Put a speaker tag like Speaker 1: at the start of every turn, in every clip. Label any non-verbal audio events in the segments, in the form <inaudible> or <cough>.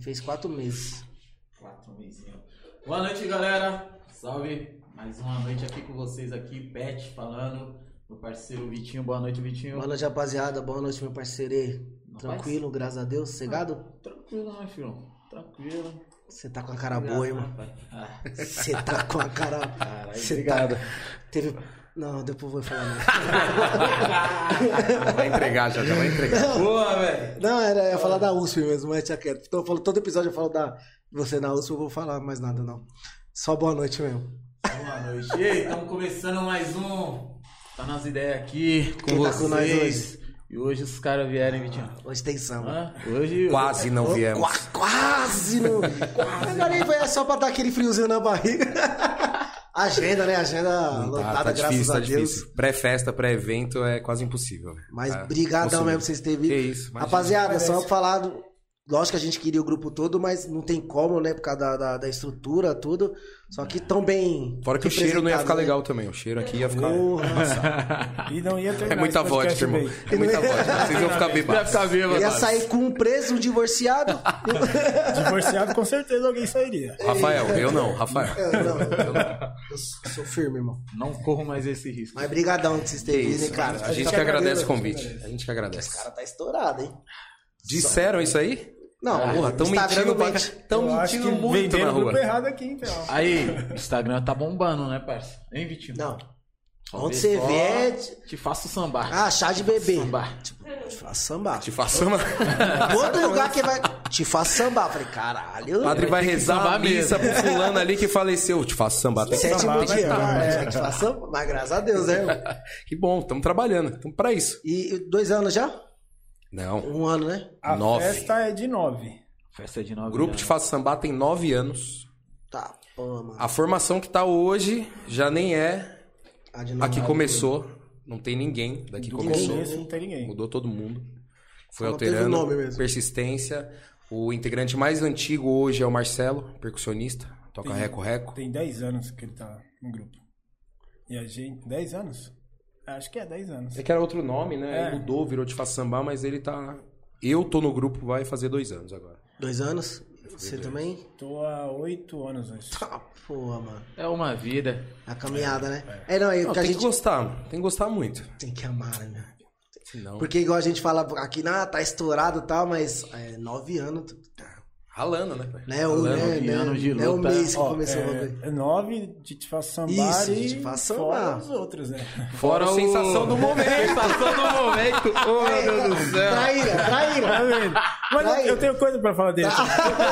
Speaker 1: Fez quatro meses.
Speaker 2: É. Quatro meses. Boa noite, galera. Salve. Mais uma noite aqui com vocês aqui, Pet falando. Meu parceiro Vitinho, boa noite, Vitinho.
Speaker 1: Boa noite, rapaziada. Boa noite, meu parceirê.
Speaker 2: Não
Speaker 1: Tranquilo, graças a Deus. Cegado?
Speaker 2: faz? Tranquilo, né, filho? Tranquilo.
Speaker 1: Você tá com a cara boa, hein, mano?
Speaker 2: Ah,
Speaker 1: Você tá com a cara.
Speaker 2: caralho.
Speaker 1: Cê
Speaker 3: Obrigado.
Speaker 1: tá- Teve. Não, depois eu vou falar. Não.
Speaker 3: Vai entregar já, já
Speaker 1: <laughs>
Speaker 3: vai entregar.
Speaker 2: Ah. <laughs> boa, velho.
Speaker 1: Não, era eu ia falar da USP mesmo, mas tinha quieto. Então, eu falo, todo episódio eu falo da você na USP, eu vou falar mais nada, não. Só boa noite mesmo.
Speaker 2: Boa noite. Ei, estamos começando mais um. Tá nas ideias aqui com
Speaker 1: Quem tá
Speaker 2: vocês.
Speaker 1: com nós
Speaker 2: E hoje os caras vieram, hein, Vitinho?
Speaker 1: Hoje tem samba.
Speaker 2: Hã? Hoje. <laughs>
Speaker 3: Quase não viemos.
Speaker 1: Qua- quase, não. Agora nem foi é só pra dar aquele friozinho na barriga. <laughs> Agenda, né? Agenda
Speaker 3: Não tá,
Speaker 1: lotada,
Speaker 3: tá
Speaker 1: graças
Speaker 3: difícil,
Speaker 1: a
Speaker 3: tá
Speaker 1: Deus.
Speaker 3: difícil. Pré-festa, pré-evento é quase impossível.
Speaker 1: Mas
Speaker 3: É,
Speaker 1: brigadão
Speaker 3: consumir.
Speaker 1: mesmo que vocês teve.
Speaker 3: Que isso, imagina.
Speaker 1: Rapaziada, só falado. Lógico que a gente queria o grupo todo, mas não tem como, né? Por causa da, da, da estrutura, tudo. Só que tão bem.
Speaker 3: Fora que o cheiro não ia ficar
Speaker 1: representado,
Speaker 3: é
Speaker 1: né?
Speaker 3: legal também. O cheiro aqui ia ficar. <laughs>
Speaker 1: Porra,
Speaker 4: E não ia
Speaker 3: É
Speaker 4: terminar
Speaker 3: muita
Speaker 4: esse
Speaker 3: vodka,
Speaker 4: podcast
Speaker 3: irmão.
Speaker 4: bem.
Speaker 3: É muita vodka. Vocês vão ficar
Speaker 2: Vai
Speaker 3: bêbados.
Speaker 2: ficar vivo,
Speaker 1: eu ia sair com um preso, um divorciado.
Speaker 3: <laughs>
Speaker 4: Divorciado, com certeza alguém sairia.
Speaker 3: Rafael, eu não, Rafael.
Speaker 1: eu, É, não, eu, não. eu sou firme, irmão.
Speaker 2: Não corro mais esse risco.
Speaker 1: Mas brigadão que vocês
Speaker 3: Que
Speaker 1: terem vindo,
Speaker 3: isso,
Speaker 1: hein, cara. tá
Speaker 3: a gente que agradece o convite. A gente que
Speaker 1: O
Speaker 3: agradece.
Speaker 1: cara tá estourado, hein?
Speaker 3: Disseram isso aí?
Speaker 1: Não,
Speaker 3: Ah, Porra, tão
Speaker 1: Instagram
Speaker 3: mentindo,
Speaker 1: não
Speaker 3: pra...
Speaker 1: mente.
Speaker 3: tão
Speaker 4: Eu acho
Speaker 3: mentindo
Speaker 4: que
Speaker 3: muito na
Speaker 4: venderam o
Speaker 3: rua.
Speaker 4: grupo errado aqui, então.
Speaker 2: Aí, Instagram tá bombando, né, parça? Hein, Vitinho?
Speaker 1: Não.
Speaker 2: Só
Speaker 1: Onde
Speaker 2: vê-
Speaker 1: você
Speaker 2: só
Speaker 1: vê é de-
Speaker 2: Te faço sambar.
Speaker 1: Ah, chá de bebê.
Speaker 2: Sambar.
Speaker 1: Tipo, te faz sambar.
Speaker 3: Te
Speaker 1: <laughs>
Speaker 3: faço uma.
Speaker 1: Todo lugar que vai. Te faz sambar. Falei, caralho.
Speaker 3: O padre vai
Speaker 2: ter que
Speaker 3: rezar a
Speaker 2: sambar
Speaker 3: missa
Speaker 2: mesmo.
Speaker 3: pro fulano ali que faleceu. Te faço samba. Tem que
Speaker 1: Sétimo
Speaker 4: sambar, vai
Speaker 1: dia.
Speaker 4: sambar,
Speaker 1: né?
Speaker 4: é.
Speaker 1: Te faz sambar. Mas graças a Deus, né? irmão?
Speaker 3: Que bom, estamos trabalhando. Estamos pra isso.
Speaker 1: E dois anos já?
Speaker 3: Não.
Speaker 1: Um ano, né?
Speaker 4: A
Speaker 3: Nove.
Speaker 4: festa é de nove.
Speaker 2: Festa de
Speaker 3: O
Speaker 2: nove
Speaker 3: grupo
Speaker 2: anos.
Speaker 3: Te Faço Sambar tem nove anos.
Speaker 1: Tá, pô, mano.
Speaker 3: A formação que tá hoje já nem é
Speaker 1: A Tá de
Speaker 3: a que
Speaker 1: namorado.
Speaker 3: começou. Não tem ninguém daqui
Speaker 4: Do
Speaker 3: começou.
Speaker 4: começo não tem ninguém.
Speaker 3: Mudou todo mundo. Foi
Speaker 1: Só não teve
Speaker 3: alterando.
Speaker 1: o nome mesmo.
Speaker 3: Persistência. O integrante mais antigo hoje é o Marcelo, percussionista. Toca
Speaker 4: Tem-
Speaker 3: reco-reco.
Speaker 4: Tem 10 anos que ele tá no grupo. E a gente. 10 anos? Acho que é 10 anos.
Speaker 3: É que era outro nome, né?
Speaker 4: É.
Speaker 3: Ele mudou, virou Te Faço Sambar, mas ele tá... Eu tô no grupo, vai fazer dois anos agora.
Speaker 1: Dois anos? Você também?
Speaker 4: Tô há 8 anos hoje.
Speaker 1: Tá, pô, mano.
Speaker 2: É uma vida.
Speaker 1: A caminhada, né? É, não, é
Speaker 3: Não,
Speaker 1: o que a
Speaker 3: tem
Speaker 1: gente
Speaker 3: que gostar, mano. tem que gostar muito.
Speaker 1: tem que amar, né?
Speaker 3: Senão,
Speaker 1: Porque igual a gente fala aqui, ah, tá estourado e tal, mas é, nove anos, tu- tá,
Speaker 3: ralando, né? pai?
Speaker 1: né? Um,
Speaker 3: Ralando.
Speaker 1: né,
Speaker 2: de
Speaker 1: né,
Speaker 2: anos de
Speaker 1: né, um
Speaker 2: luta.
Speaker 1: mês que
Speaker 4: Ó,
Speaker 1: começou né? o bagulho.
Speaker 4: é, é 9 de te faço sambar
Speaker 1: Isso, de
Speaker 4: e
Speaker 1: Te Faço
Speaker 4: fora
Speaker 1: Sambar.
Speaker 4: os outros, né? <laughs>
Speaker 3: Fora o... sensação do
Speaker 2: <laughs>
Speaker 3: momento.
Speaker 2: sensação do momento. Oh, meu Deus do céu.
Speaker 1: Traíra, traíra.
Speaker 4: Tá vendo? Mas
Speaker 1: Tá aí.
Speaker 4: eu tenho coisa pra
Speaker 3: <laughs>
Speaker 4: falar dele.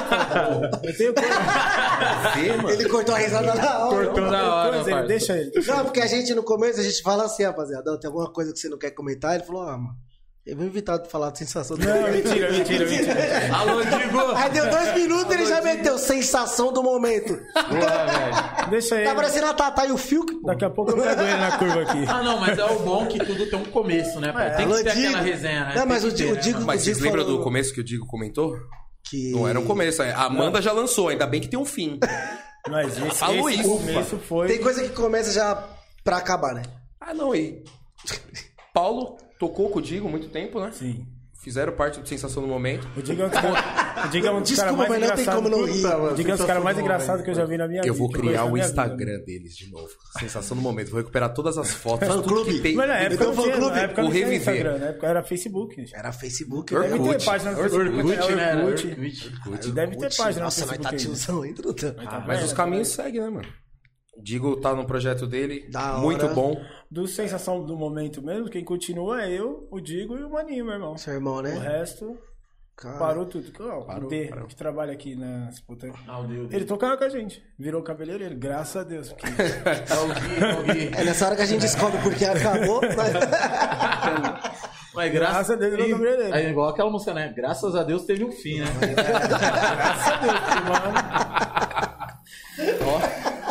Speaker 4: Eu tenho
Speaker 3: Tá
Speaker 4: coisa.
Speaker 2: Tá
Speaker 1: Ele cortou a risada na hora.
Speaker 2: Cortou na hora,
Speaker 4: coisa,
Speaker 2: parça.
Speaker 4: Deixa ele.
Speaker 1: Não, porque a gente no começo, a gente fala assim, rapaziada, ó, tem alguma coisa que você não quer comentar? Ele falou, ah, mano, eu vou evitar de falar de sensação do
Speaker 4: Não,
Speaker 1: momento.
Speaker 4: mentira, mentira, mentira.
Speaker 2: Alô, Digo.
Speaker 1: <laughs> Aí deu dois minutos e ele já meteu sensação do momento.
Speaker 2: Boa, Ah, velho.
Speaker 4: Deixa ele.
Speaker 1: Tá parecendo a Tatá e o Fiuk, pô.
Speaker 4: Daqui a pouco eu pego ele na curva aqui.
Speaker 2: Ah, não, mas é o bom que tudo tem um começo, né, pai? Tem
Speaker 1: É. Alô,
Speaker 2: que ter
Speaker 1: Digo.
Speaker 2: aquela resenha, né?
Speaker 1: Não,
Speaker 2: Tem
Speaker 1: mas
Speaker 2: que
Speaker 1: o
Speaker 2: ter,
Speaker 1: Digo-
Speaker 2: né,
Speaker 1: Digo-
Speaker 2: mano?
Speaker 3: Mas vocês
Speaker 1: Digo
Speaker 3: lembram
Speaker 1: falou-
Speaker 3: do começo que o Digo comentou?
Speaker 1: Que...
Speaker 3: Não era um começo, a Amanda já lançou, ainda bem que tem um fim.
Speaker 4: Mas esse,
Speaker 3: Falou
Speaker 4: esse
Speaker 3: isso,
Speaker 4: começo foi.
Speaker 1: Tem coisa que começa já pra acabar, né?
Speaker 3: Ah, não, e... Paulo tocou com o Digo muito tempo, né?
Speaker 4: Sim.
Speaker 3: Fizeram parte do Sensação do Momento.
Speaker 4: O Digo é um dos cara- o Digo é um dos
Speaker 1: Desculpa,
Speaker 4: caras
Speaker 1: mas não
Speaker 4: mais
Speaker 1: tem
Speaker 4: engraçados.
Speaker 1: como não rir,
Speaker 4: Puta,
Speaker 1: mano.
Speaker 4: O Digo é um dos caras mais
Speaker 2: Sensação do
Speaker 4: engraçados
Speaker 2: momento,
Speaker 4: que eu já vi na minha vida.
Speaker 3: Eu vou
Speaker 4: coisa
Speaker 3: criar
Speaker 4: da
Speaker 3: o
Speaker 4: minha vida.
Speaker 3: Instagram deles de novo. Sensação do Momento. Vou recuperar todas as fotos,
Speaker 1: Fã
Speaker 3: tudo que
Speaker 1: clube.
Speaker 3: tem.
Speaker 4: Mas é, na época
Speaker 1: Então,
Speaker 4: não tinha,
Speaker 1: fã-clube,
Speaker 4: na época não
Speaker 3: vou
Speaker 4: tinha
Speaker 3: reviver.
Speaker 4: Instagram, na época era Facebook. gente.
Speaker 1: Era Facebook,
Speaker 3: Orkut.
Speaker 1: né?
Speaker 4: Deve ter página no
Speaker 3: Orkut,
Speaker 4: Facebook.
Speaker 2: Orkut, né? Era
Speaker 4: Orkut.
Speaker 2: Orkut.
Speaker 4: Deve ter página no
Speaker 1: Nossa, nós
Speaker 4: Facebook.
Speaker 1: tá
Speaker 4: ainda.
Speaker 1: tiozão, hein, Truta?
Speaker 4: Mas tá
Speaker 3: Mas
Speaker 4: vendo?
Speaker 3: os caminhos seguem, né, mano? O Digo tá no projeto dele,
Speaker 1: Da
Speaker 3: muito
Speaker 1: hora.
Speaker 3: bom.
Speaker 4: Do sensação do momento mesmo, quem continua é eu, o Digo e o Maninho, meu irmão.
Speaker 1: Seu irmão,
Speaker 4: O
Speaker 1: né?
Speaker 4: resto
Speaker 1: Cara,
Speaker 4: parou tudo. Ó,
Speaker 3: Parou,
Speaker 4: o D,
Speaker 3: parou.
Speaker 4: que trabalha aqui na Sputang.
Speaker 2: Ah, o Deus.
Speaker 4: Ele tocava com a gente, virou cabeleireiro, graças a Deus. porque-
Speaker 1: <laughs>
Speaker 2: É o Gui, é o Gui.
Speaker 1: É nessa hora que a gente descobre porque acabou.
Speaker 4: <laughs>
Speaker 1: Mas...
Speaker 2: Mas graças,
Speaker 4: Graças a Deus, eu não lembrei dele.
Speaker 2: É igual aquela música, né? Graças a Deus teve um fim, né?
Speaker 4: graças a Deus, porque, mano,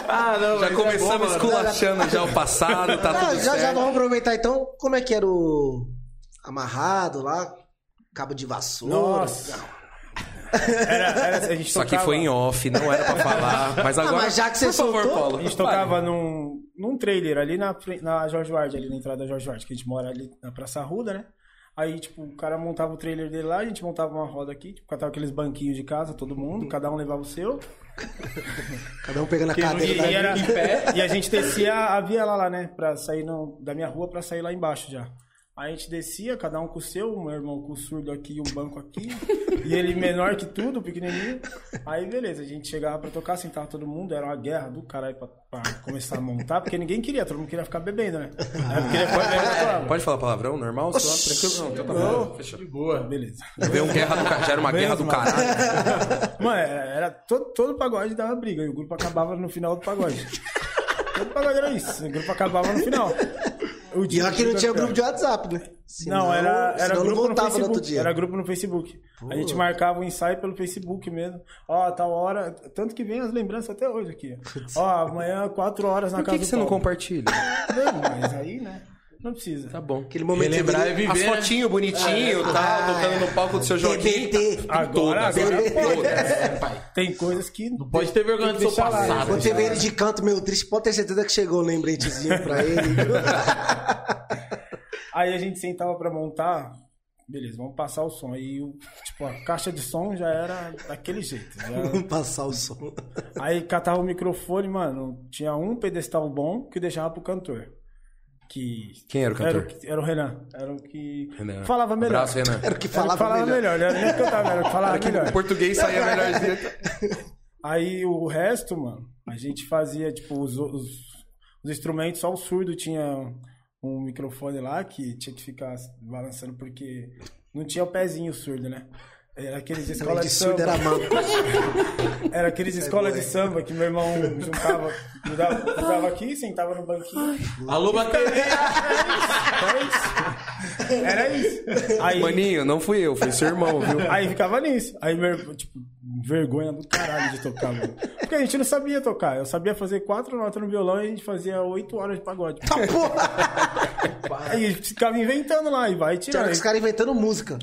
Speaker 2: ah, não, é
Speaker 3: Já começamos esculachando já o passado,
Speaker 1: <laughs>
Speaker 3: tá
Speaker 1: Ah,
Speaker 3: tudo
Speaker 1: já, já
Speaker 3: certo.
Speaker 1: vamos aproveitar então. Como é que era o amarrado lá? Cabo de vassoura.
Speaker 4: Nossa. Era, era, a gente
Speaker 3: Isso aqui
Speaker 4: tocava-
Speaker 3: foi em off, não era pra falar. Mas
Speaker 1: Ah,
Speaker 3: agora.
Speaker 1: mas já que você
Speaker 3: por favor,
Speaker 1: soltou,
Speaker 3: Paulo.
Speaker 4: A gente
Speaker 3: fale.
Speaker 4: tocava num, num trailer ali na, fre- na George Ward, ali na entrada da George Ward, que a gente mora ali na Praça Ruda, né? Aí, tipo, o cara montava o trailer dele lá, a gente montava uma roda aqui, tipo, catava aqueles banquinhos de casa, todo mundo, cada um levava o seu.
Speaker 1: Cada um pegando a
Speaker 4: Porque não
Speaker 1: cadeira
Speaker 4: ia-
Speaker 1: da
Speaker 4: e, era-
Speaker 1: vida.
Speaker 4: e a gente descia a viela lá, né? Pra sair no- da minha rua pra sair lá embaixo já. Aí a gente descia, cada um com o seu, meu irmão com o surdo aqui, um banco aqui. e ele menor que tudo, pequenininho. Aí beleza, a gente chegava pra tocar, sentava todo mundo, era uma guerra do caralho pra, pra começar a montar, porque ninguém queria, todo mundo queria ficar bebendo, né? Aí porque ele foi-
Speaker 3: Pode falar palavrão normal? Só tranquilo? Não, então tá bom. Fechou.
Speaker 2: De boa.
Speaker 4: Beleza.
Speaker 3: Veio um guerra do ca- Já era uma guerra do
Speaker 4: Mesmo, é. mano.
Speaker 3: caralho.
Speaker 4: <laughs> Mano, era era todo, todo pagode dava briga e o grupo acabava no final do pagode. todo pagode era isso, o grupo acabava no final. O
Speaker 1: E
Speaker 4: dia
Speaker 1: olha que não tinha grupo de WhatsApp, né? Senão-
Speaker 4: não, era, era
Speaker 1: senão não
Speaker 4: grupo no
Speaker 1: voltava
Speaker 4: Facebook.
Speaker 1: no outro dia.
Speaker 4: Era grupo no Facebook. A gente marcava o ensaio pelo Facebook mesmo. Ó, a tal hora. Tanto que vem as lembranças até hoje aqui. Ó, amanhã, quatro horas na
Speaker 3: Por
Speaker 4: casa
Speaker 3: que, que
Speaker 4: do
Speaker 3: você não
Speaker 4: Paulo.
Speaker 3: compartilha?
Speaker 4: Não, mas aí, né? Não precisa.
Speaker 3: Tá bom.
Speaker 1: Aquele momento
Speaker 2: Relembrar
Speaker 1: você
Speaker 2: é
Speaker 1: vê-
Speaker 2: viver.
Speaker 3: As
Speaker 2: né?
Speaker 3: fotinho bonitinho e tal, tocando no palco do seu joguinho.
Speaker 1: TBT.
Speaker 4: Ah, Agora,
Speaker 3: Todas,
Speaker 4: agora pode.
Speaker 3: todas, pai.
Speaker 4: Tem coisas que.
Speaker 2: Não pode ter vergonha do
Speaker 4: Tem
Speaker 2: seu
Speaker 4: que deixar lá, né?
Speaker 2: passado.
Speaker 1: Quando você vê ele de canto meio triste, pode ter certeza que chegou um lembretezinho pra
Speaker 4: <laughs>
Speaker 1: ele.
Speaker 4: Aí a gente sentava pra montar, beleza, vamos passar o som. Aí, o- tipo, a caixa de som já era daquele jeito. já-
Speaker 1: Vamos passar o som.
Speaker 4: Aí catava o microfone, mano, tinha um pedestal bom que deixava pro cantor. Que...
Speaker 3: Quem era o cantor?
Speaker 4: Era, era o Renan. Era o que
Speaker 3: Renan.
Speaker 4: falava melhor.
Speaker 3: Abraço, Renan.
Speaker 1: Era o que
Speaker 4: Era o
Speaker 1: falava,
Speaker 4: que falava
Speaker 1: melhor.
Speaker 4: melhor. Não era nem cantar, era o que falava
Speaker 3: O
Speaker 4: melhor.
Speaker 3: português saía melhorzinho.
Speaker 4: Aí o resto, mano, a gente fazia, tipo, os, os- os instrumentos, só o surdo tinha um microfone lá que tinha que ficar balançando, porque não tinha o pezinho surdo, né? Era aqueles de escola
Speaker 1: Além
Speaker 4: de
Speaker 1: de surdo era
Speaker 4: samba.
Speaker 1: manco.
Speaker 4: <laughs> Era aqueles de escola de samba que meu irmão juntava, juntava, juntava aqui, sentava no banquinho.
Speaker 2: Alô, bateria!
Speaker 4: Era isso. Aí,
Speaker 3: Maninho, não fui eu, foi seu irmão, viu?
Speaker 4: Aí ficava nisso. Aí, meu, tipo, vergonha do caralho de tocar, mano. Porque a gente não sabia tocar. Eu sabia fazer quatro notas no violão e a gente fazia oito horas de pagode.
Speaker 1: Tá porra!
Speaker 4: Aí a gente ficava inventando lá e vai
Speaker 1: Tem hora
Speaker 4: tirando.
Speaker 1: que os caras inventando música.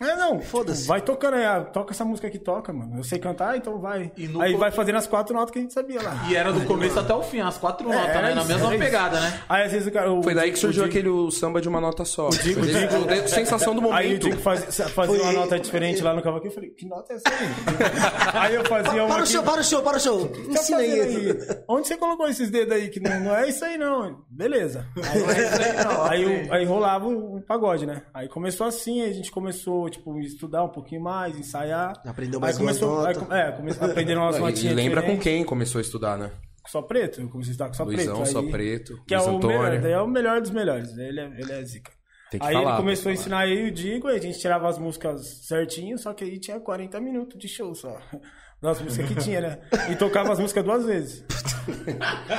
Speaker 4: É, não.
Speaker 1: Foda-se.
Speaker 4: Tipo, vai tocando aí. ah, toca essa música que toca, mano. Eu sei cantar, então vai.
Speaker 2: E no
Speaker 4: Aí
Speaker 2: co-
Speaker 4: vai fazendo as quatro notas que a gente sabia lá.
Speaker 2: E era do começo até o fim, as quatro notas,
Speaker 4: era
Speaker 2: né? Na
Speaker 4: É. isso,
Speaker 2: mesma
Speaker 4: era isso.
Speaker 2: pegada, né?
Speaker 4: Aí às vezes o cara. o-
Speaker 3: Foi daí que
Speaker 4: o
Speaker 3: surgiu
Speaker 4: Diego-
Speaker 3: aquele o samba de uma nota só.
Speaker 4: Digo,
Speaker 3: Foi desse-
Speaker 4: digo.
Speaker 3: de- sensação do momento.
Speaker 4: Aí o Diego faz- fazia
Speaker 1: Foi-
Speaker 4: uma nota diferente lá no cavaquinho. Eu falei, que nota é essa <laughs> aí? aí eu fazia uma.
Speaker 1: Para o
Speaker 4: que-
Speaker 1: show, para o show, para o show.
Speaker 4: Tá
Speaker 1: Ensina aí.
Speaker 4: fazendo aí? Onde você colocou esses dedos aí? Que não, não é isso aí, não. Beleza. Aí, não é isso aí, não. Aí o- aí rolava o o pagode, né? Aí começou assim, aí a gente começou, tipo, a estudar um pouquinho mais, ensaiar.
Speaker 1: Aprendeu mais
Speaker 4: aí começou,
Speaker 1: umas
Speaker 4: aí
Speaker 1: notas.
Speaker 4: come- É, começou a aprender umas
Speaker 3: E
Speaker 4: notinhas.
Speaker 3: lembra com
Speaker 4: diferentes.
Speaker 3: quem começou a estudar, né?
Speaker 4: Só preto? Eu comecei a estudar com só
Speaker 3: Luizão,
Speaker 4: preto. aí-
Speaker 3: Só Preto,
Speaker 4: Que é
Speaker 3: Luiz
Speaker 4: o
Speaker 3: Antônio.
Speaker 4: melhor, daí é o melhor dos melhores. Ele é, ele é zica.
Speaker 3: Tem que
Speaker 4: aí
Speaker 3: falar,
Speaker 4: ele
Speaker 3: tem
Speaker 4: começou a
Speaker 3: que
Speaker 4: ensinar aí o Digo, aí a gente tirava as músicas certinho, só que aí tinha 40 minutos de show só. <laughs> Das músicas que tinha, né? E tocava as músicas duas vezes.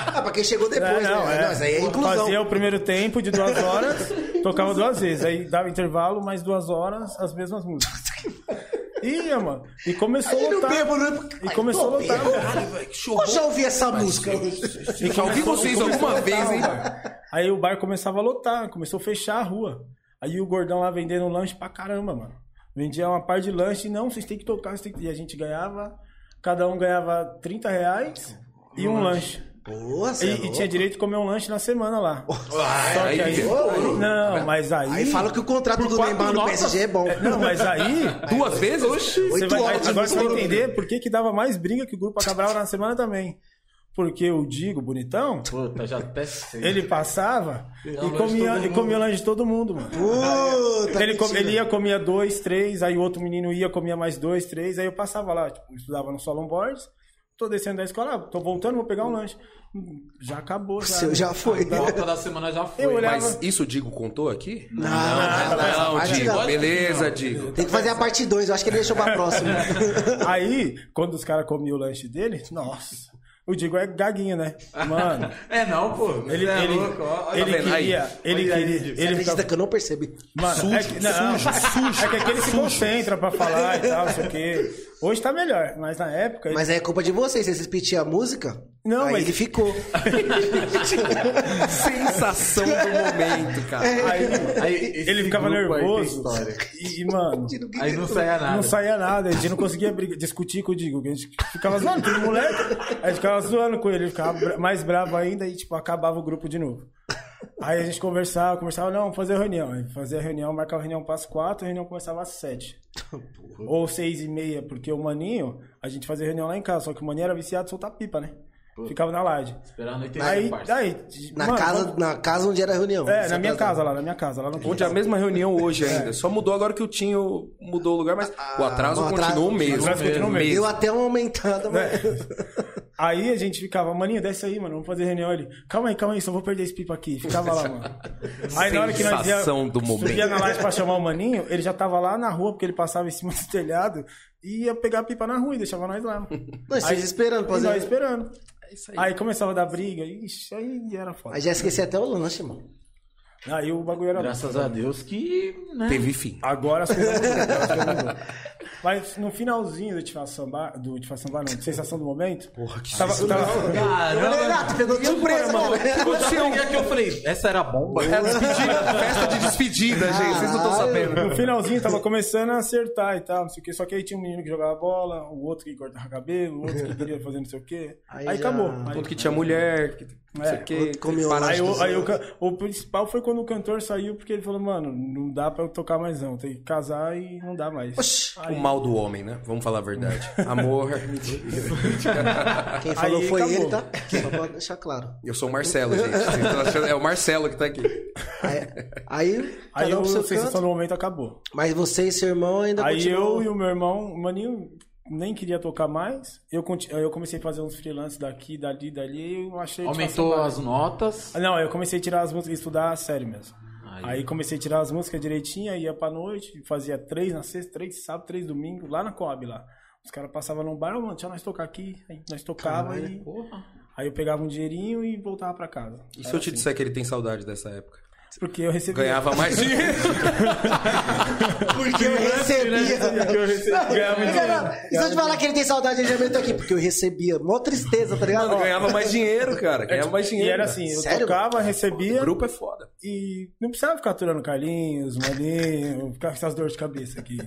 Speaker 1: Ah, pra quem chegou depois, né? Não, isso aí é inclusão.
Speaker 4: Fazia o primeiro tempo de
Speaker 1: <laughs>
Speaker 4: duas horas, tocava duas vezes. Aí dava intervalo, mais duas horas, as mesmas músicas. Ia, mano. E começou
Speaker 1: Ele
Speaker 4: a
Speaker 1: não
Speaker 4: lotar.
Speaker 1: bebo, né? não.
Speaker 4: E começou a lotar.
Speaker 1: né?
Speaker 4: mano.
Speaker 1: Eu já ouvi essa música.
Speaker 4: E
Speaker 3: Já ouvi
Speaker 4: começou-
Speaker 3: vocês
Speaker 4: começou a
Speaker 3: alguma
Speaker 4: lotar
Speaker 3: vez,
Speaker 4: o
Speaker 3: hein?
Speaker 4: bar. Aí o bar começava a lotar, começou a fechar a rua. Aí o gordão lá vendendo lanche pra caramba, mano. Vendia uma par de lanche, não, vocês têm que tocar, vocês têm que... E a gente ganhava, cada um ganhava 30 reais e um lanche.
Speaker 1: Boa, cê é
Speaker 4: E, e
Speaker 1: louco.
Speaker 4: tinha direito de comer um lanche na semana lá. Só
Speaker 3: É aí-
Speaker 4: que aí.
Speaker 3: Ô,
Speaker 4: Não, mas aí.
Speaker 1: Aí fala que o contrato
Speaker 2: Por
Speaker 1: do
Speaker 2: quatro
Speaker 1: Neymar no
Speaker 2: notas?
Speaker 1: PSG é bom.
Speaker 4: Não,
Speaker 1: <laughs>
Speaker 4: mas aí.
Speaker 3: Duas vezes? Oxi!
Speaker 1: Oito
Speaker 4: Você vai,
Speaker 1: horas de
Speaker 4: agora você vai
Speaker 1: música.
Speaker 4: entender por que, que dava mais briga que o grupo acabava na semana também. Porque o Digo, bonitão,
Speaker 2: Puta, já até sei.
Speaker 4: ele passava
Speaker 2: Pelo
Speaker 4: e
Speaker 2: amor de
Speaker 4: comia,
Speaker 2: todo
Speaker 4: e comia lanche de todo mundo, mano.
Speaker 1: Puta, <laughs>
Speaker 4: ele,
Speaker 1: que
Speaker 4: com- ele ia, comia dois, três, aí o outro menino ia, comia mais dois, três, aí eu passava lá, tipo, estudava no Solon Boards, tô descendo da escola, ah, tô voltando, vou pegar um lanche. Hum, Já acabou,
Speaker 1: O
Speaker 4: já.
Speaker 1: seu já foi.
Speaker 2: A volta da semana já foi.
Speaker 4: Eu olhava-
Speaker 3: Mas isso o Digo contou aqui?
Speaker 1: Não, não,
Speaker 3: Não,
Speaker 1: acho
Speaker 2: tipo,
Speaker 1: que
Speaker 3: Digo.
Speaker 4: tá,
Speaker 1: não.
Speaker 3: Beleza, Digo.
Speaker 1: Tem que fazer a parte 2, eu acho que <laughs> ele deixou pra próxima.
Speaker 4: <laughs> Aí, quando os caras comiam o lanche dele, nossa. O Digo é gaguinho, né? Mano,
Speaker 2: É não, pô.
Speaker 4: ele,
Speaker 2: é
Speaker 4: ele,
Speaker 2: louco, ó. Olha
Speaker 4: ele
Speaker 2: pra
Speaker 3: vendo? Aí.
Speaker 4: queria, ele
Speaker 2: Olha aí,
Speaker 4: queria,
Speaker 2: Diego.
Speaker 1: Você
Speaker 4: ele
Speaker 1: acredita
Speaker 4: ficava,
Speaker 1: que eu não percebi?
Speaker 4: mano, é que, não, é que aquele se concentra pra falar e tal, não sei o
Speaker 2: <laughs>
Speaker 4: quê. Hoje tá melhor, mas na época... ele-
Speaker 1: Mas aí é culpa de vocês, vocês repetiam a música?
Speaker 4: Não,
Speaker 1: aí
Speaker 4: mas-
Speaker 1: ele ficou. <laughs>
Speaker 3: Sensação do momento, cara.
Speaker 4: aí,
Speaker 2: Aí, esse
Speaker 4: ele ficava
Speaker 2: grupo aí tem
Speaker 4: nervoso
Speaker 2: história.
Speaker 4: e,
Speaker 2: <laughs>
Speaker 4: e, mano,
Speaker 2: Aí não saia nada.
Speaker 4: não saía nada, a gente não conseguia briga- discutir com o Digo, que a gente ficava zoando, um tudo moleque, a gente ficava zoando com ele, ele ficava bra- mais bravo ainda e, tipo, acabava o grupo de novo. Aí a gente conversava, conversava, não, vamos fazer a reunião. Aí fazia a reunião, marcava a reunião para as quatro, a reunião começava às sete. Ou seis e meia, porque o maninho, a gente fazia reunião lá em casa, só que o maninho era viciado em soltar pipa, né?
Speaker 2: Pô.
Speaker 4: Ficava na laje.
Speaker 2: Esperar a noite
Speaker 4: Aí,
Speaker 2: parça.
Speaker 4: daí,
Speaker 1: Na,
Speaker 4: mano,
Speaker 1: casa, na casa onde era a reunião. tá-
Speaker 4: É,
Speaker 1: Essa
Speaker 4: na minha casa lá, na minha casa, lá no
Speaker 3: Onde é a mesma reunião hoje ainda. Só mudou agora que o Tinho mudou o lugar, mas É. Ah, o atraso
Speaker 1: o atraso-
Speaker 3: continua o
Speaker 1: o
Speaker 3: mesmo.
Speaker 4: atraso continua o mesmo.
Speaker 1: Deu até uma aumentada, mas...
Speaker 4: É. Aí a gente ficava, maninho, desce aí, mano, vamos fazer reunião ali. Calma aí, calma aí, só vou perder esse pipa aqui. Ficava lá, mano. Aí na hora que nós ia,
Speaker 3: Sensação do
Speaker 4: subia
Speaker 3: momento.
Speaker 4: na laje pra chamar o maninho, ele já tava lá na rua, porque ele passava em cima do telhado e ia pegar a pipa na rua e deixava nós lá.
Speaker 1: Nós
Speaker 4: Aí-
Speaker 1: vocês esperando pra
Speaker 4: E nós
Speaker 1: fazer.
Speaker 4: esperando.
Speaker 3: É isso
Speaker 4: Aí começava a dar briga, ixi, aí era foda.
Speaker 1: Aí já esqueci até o lanche, mano.
Speaker 4: Aí o bagulho era.
Speaker 2: Graças a Deus que. Né?
Speaker 3: Teve fim.
Speaker 4: Agora as coisas mudam, agora as coisas mudam. Mas no finalzinho do Tifa Samba, do Tifa Samba não, de sensação do momento,
Speaker 3: Porra, que
Speaker 4: tava, tava,
Speaker 2: Caramba!
Speaker 1: Renato, pegou de surpresa, mano.
Speaker 2: Aconteceu que eu falei, essa era bomba?
Speaker 3: É a despedida, festa Tá de despedida, gente. Vocês não estão sabendo.
Speaker 4: No finalzinho tava começando a acertar e tal, não sei o que. Só que aí tinha um menino que jogava bola, o outro que cortava cabelo, o outro que queria fazer não sei o que.
Speaker 1: Aí
Speaker 4: Aí,
Speaker 1: já-
Speaker 4: acabou.
Speaker 3: Quanto que
Speaker 4: Aí,
Speaker 3: tinha mulher, que não sei o quê.
Speaker 1: quanto comeu
Speaker 3: Parar
Speaker 1: lá.
Speaker 3: de-
Speaker 4: aí o, aí o ca- o principal foi quando o cantor saiu, porque ele falou, mano, não dá pra eu tocar mais não, tem que casar e não dá mais.
Speaker 1: Oxi.
Speaker 4: Aí-
Speaker 3: O mal do homem, né? Vamos falar a <laughs> verdade. Amor.
Speaker 1: Quem falou
Speaker 4: Aí
Speaker 1: foi
Speaker 4: acabou.
Speaker 1: ele, tá? Só pra deixar claro.
Speaker 3: Eu sou o Marcelo, gente. Vocês tão achando- É o Marcelo que tá aqui.
Speaker 1: Aí, aí,
Speaker 4: Aí
Speaker 1: cada um
Speaker 4: eu,
Speaker 1: pro seu
Speaker 4: sensação
Speaker 1: canto.
Speaker 4: do momento acabou.
Speaker 1: Mas você e seu irmão ainda
Speaker 4: Aí
Speaker 1: continuam-
Speaker 4: eu <laughs> e o meu irmão, o Maninho nem queria tocar mais. Eu, conti- eu comecei a fazer uns freelances daqui, dali, dali, e eu achei.
Speaker 2: Aumentou
Speaker 4: satisfação.
Speaker 2: as notas.
Speaker 4: Ah, Não, eu comecei a tirar as músicas, estudar a sério mesmo.
Speaker 2: Aí.
Speaker 4: Aí, comecei a tirar as músicas direitinho, ia pra noite, fazia três na sexta, três sábado, três domingo, lá na Coab lá. Os caras passavam num bar, "Ô, mano, deixa nós tocar aqui. Aí nós tocava e.
Speaker 2: Porra.
Speaker 4: Aí eu pegava um dinheirinho e voltava pra casa.
Speaker 3: E se eu te disser que ele tem saudade dessa época?
Speaker 4: Porque eu recebia.
Speaker 3: Ganhava mais dinheiro. <laughs>
Speaker 1: Porque <laughs> eu
Speaker 4: né?
Speaker 1: recebia.
Speaker 4: <laughs> Porque eu recebia. ganhava um dinheiro.
Speaker 1: Cara, e se eu te falar que ele tem saudade, ele já meteu aqui, porque eu recebia. Mó tristeza, tá ligado?
Speaker 3: Mano, ganhava mais dinheiro, cara. Ganhava mais dinheiro.
Speaker 4: E era
Speaker 3: cara.
Speaker 4: assim, eu
Speaker 1: Sério?
Speaker 4: tocava, recebia.
Speaker 3: O grupo é foda.
Speaker 4: E não precisava ficar aturando Carlinhos, Maninho, ficar com essas dores de cabeça aqui.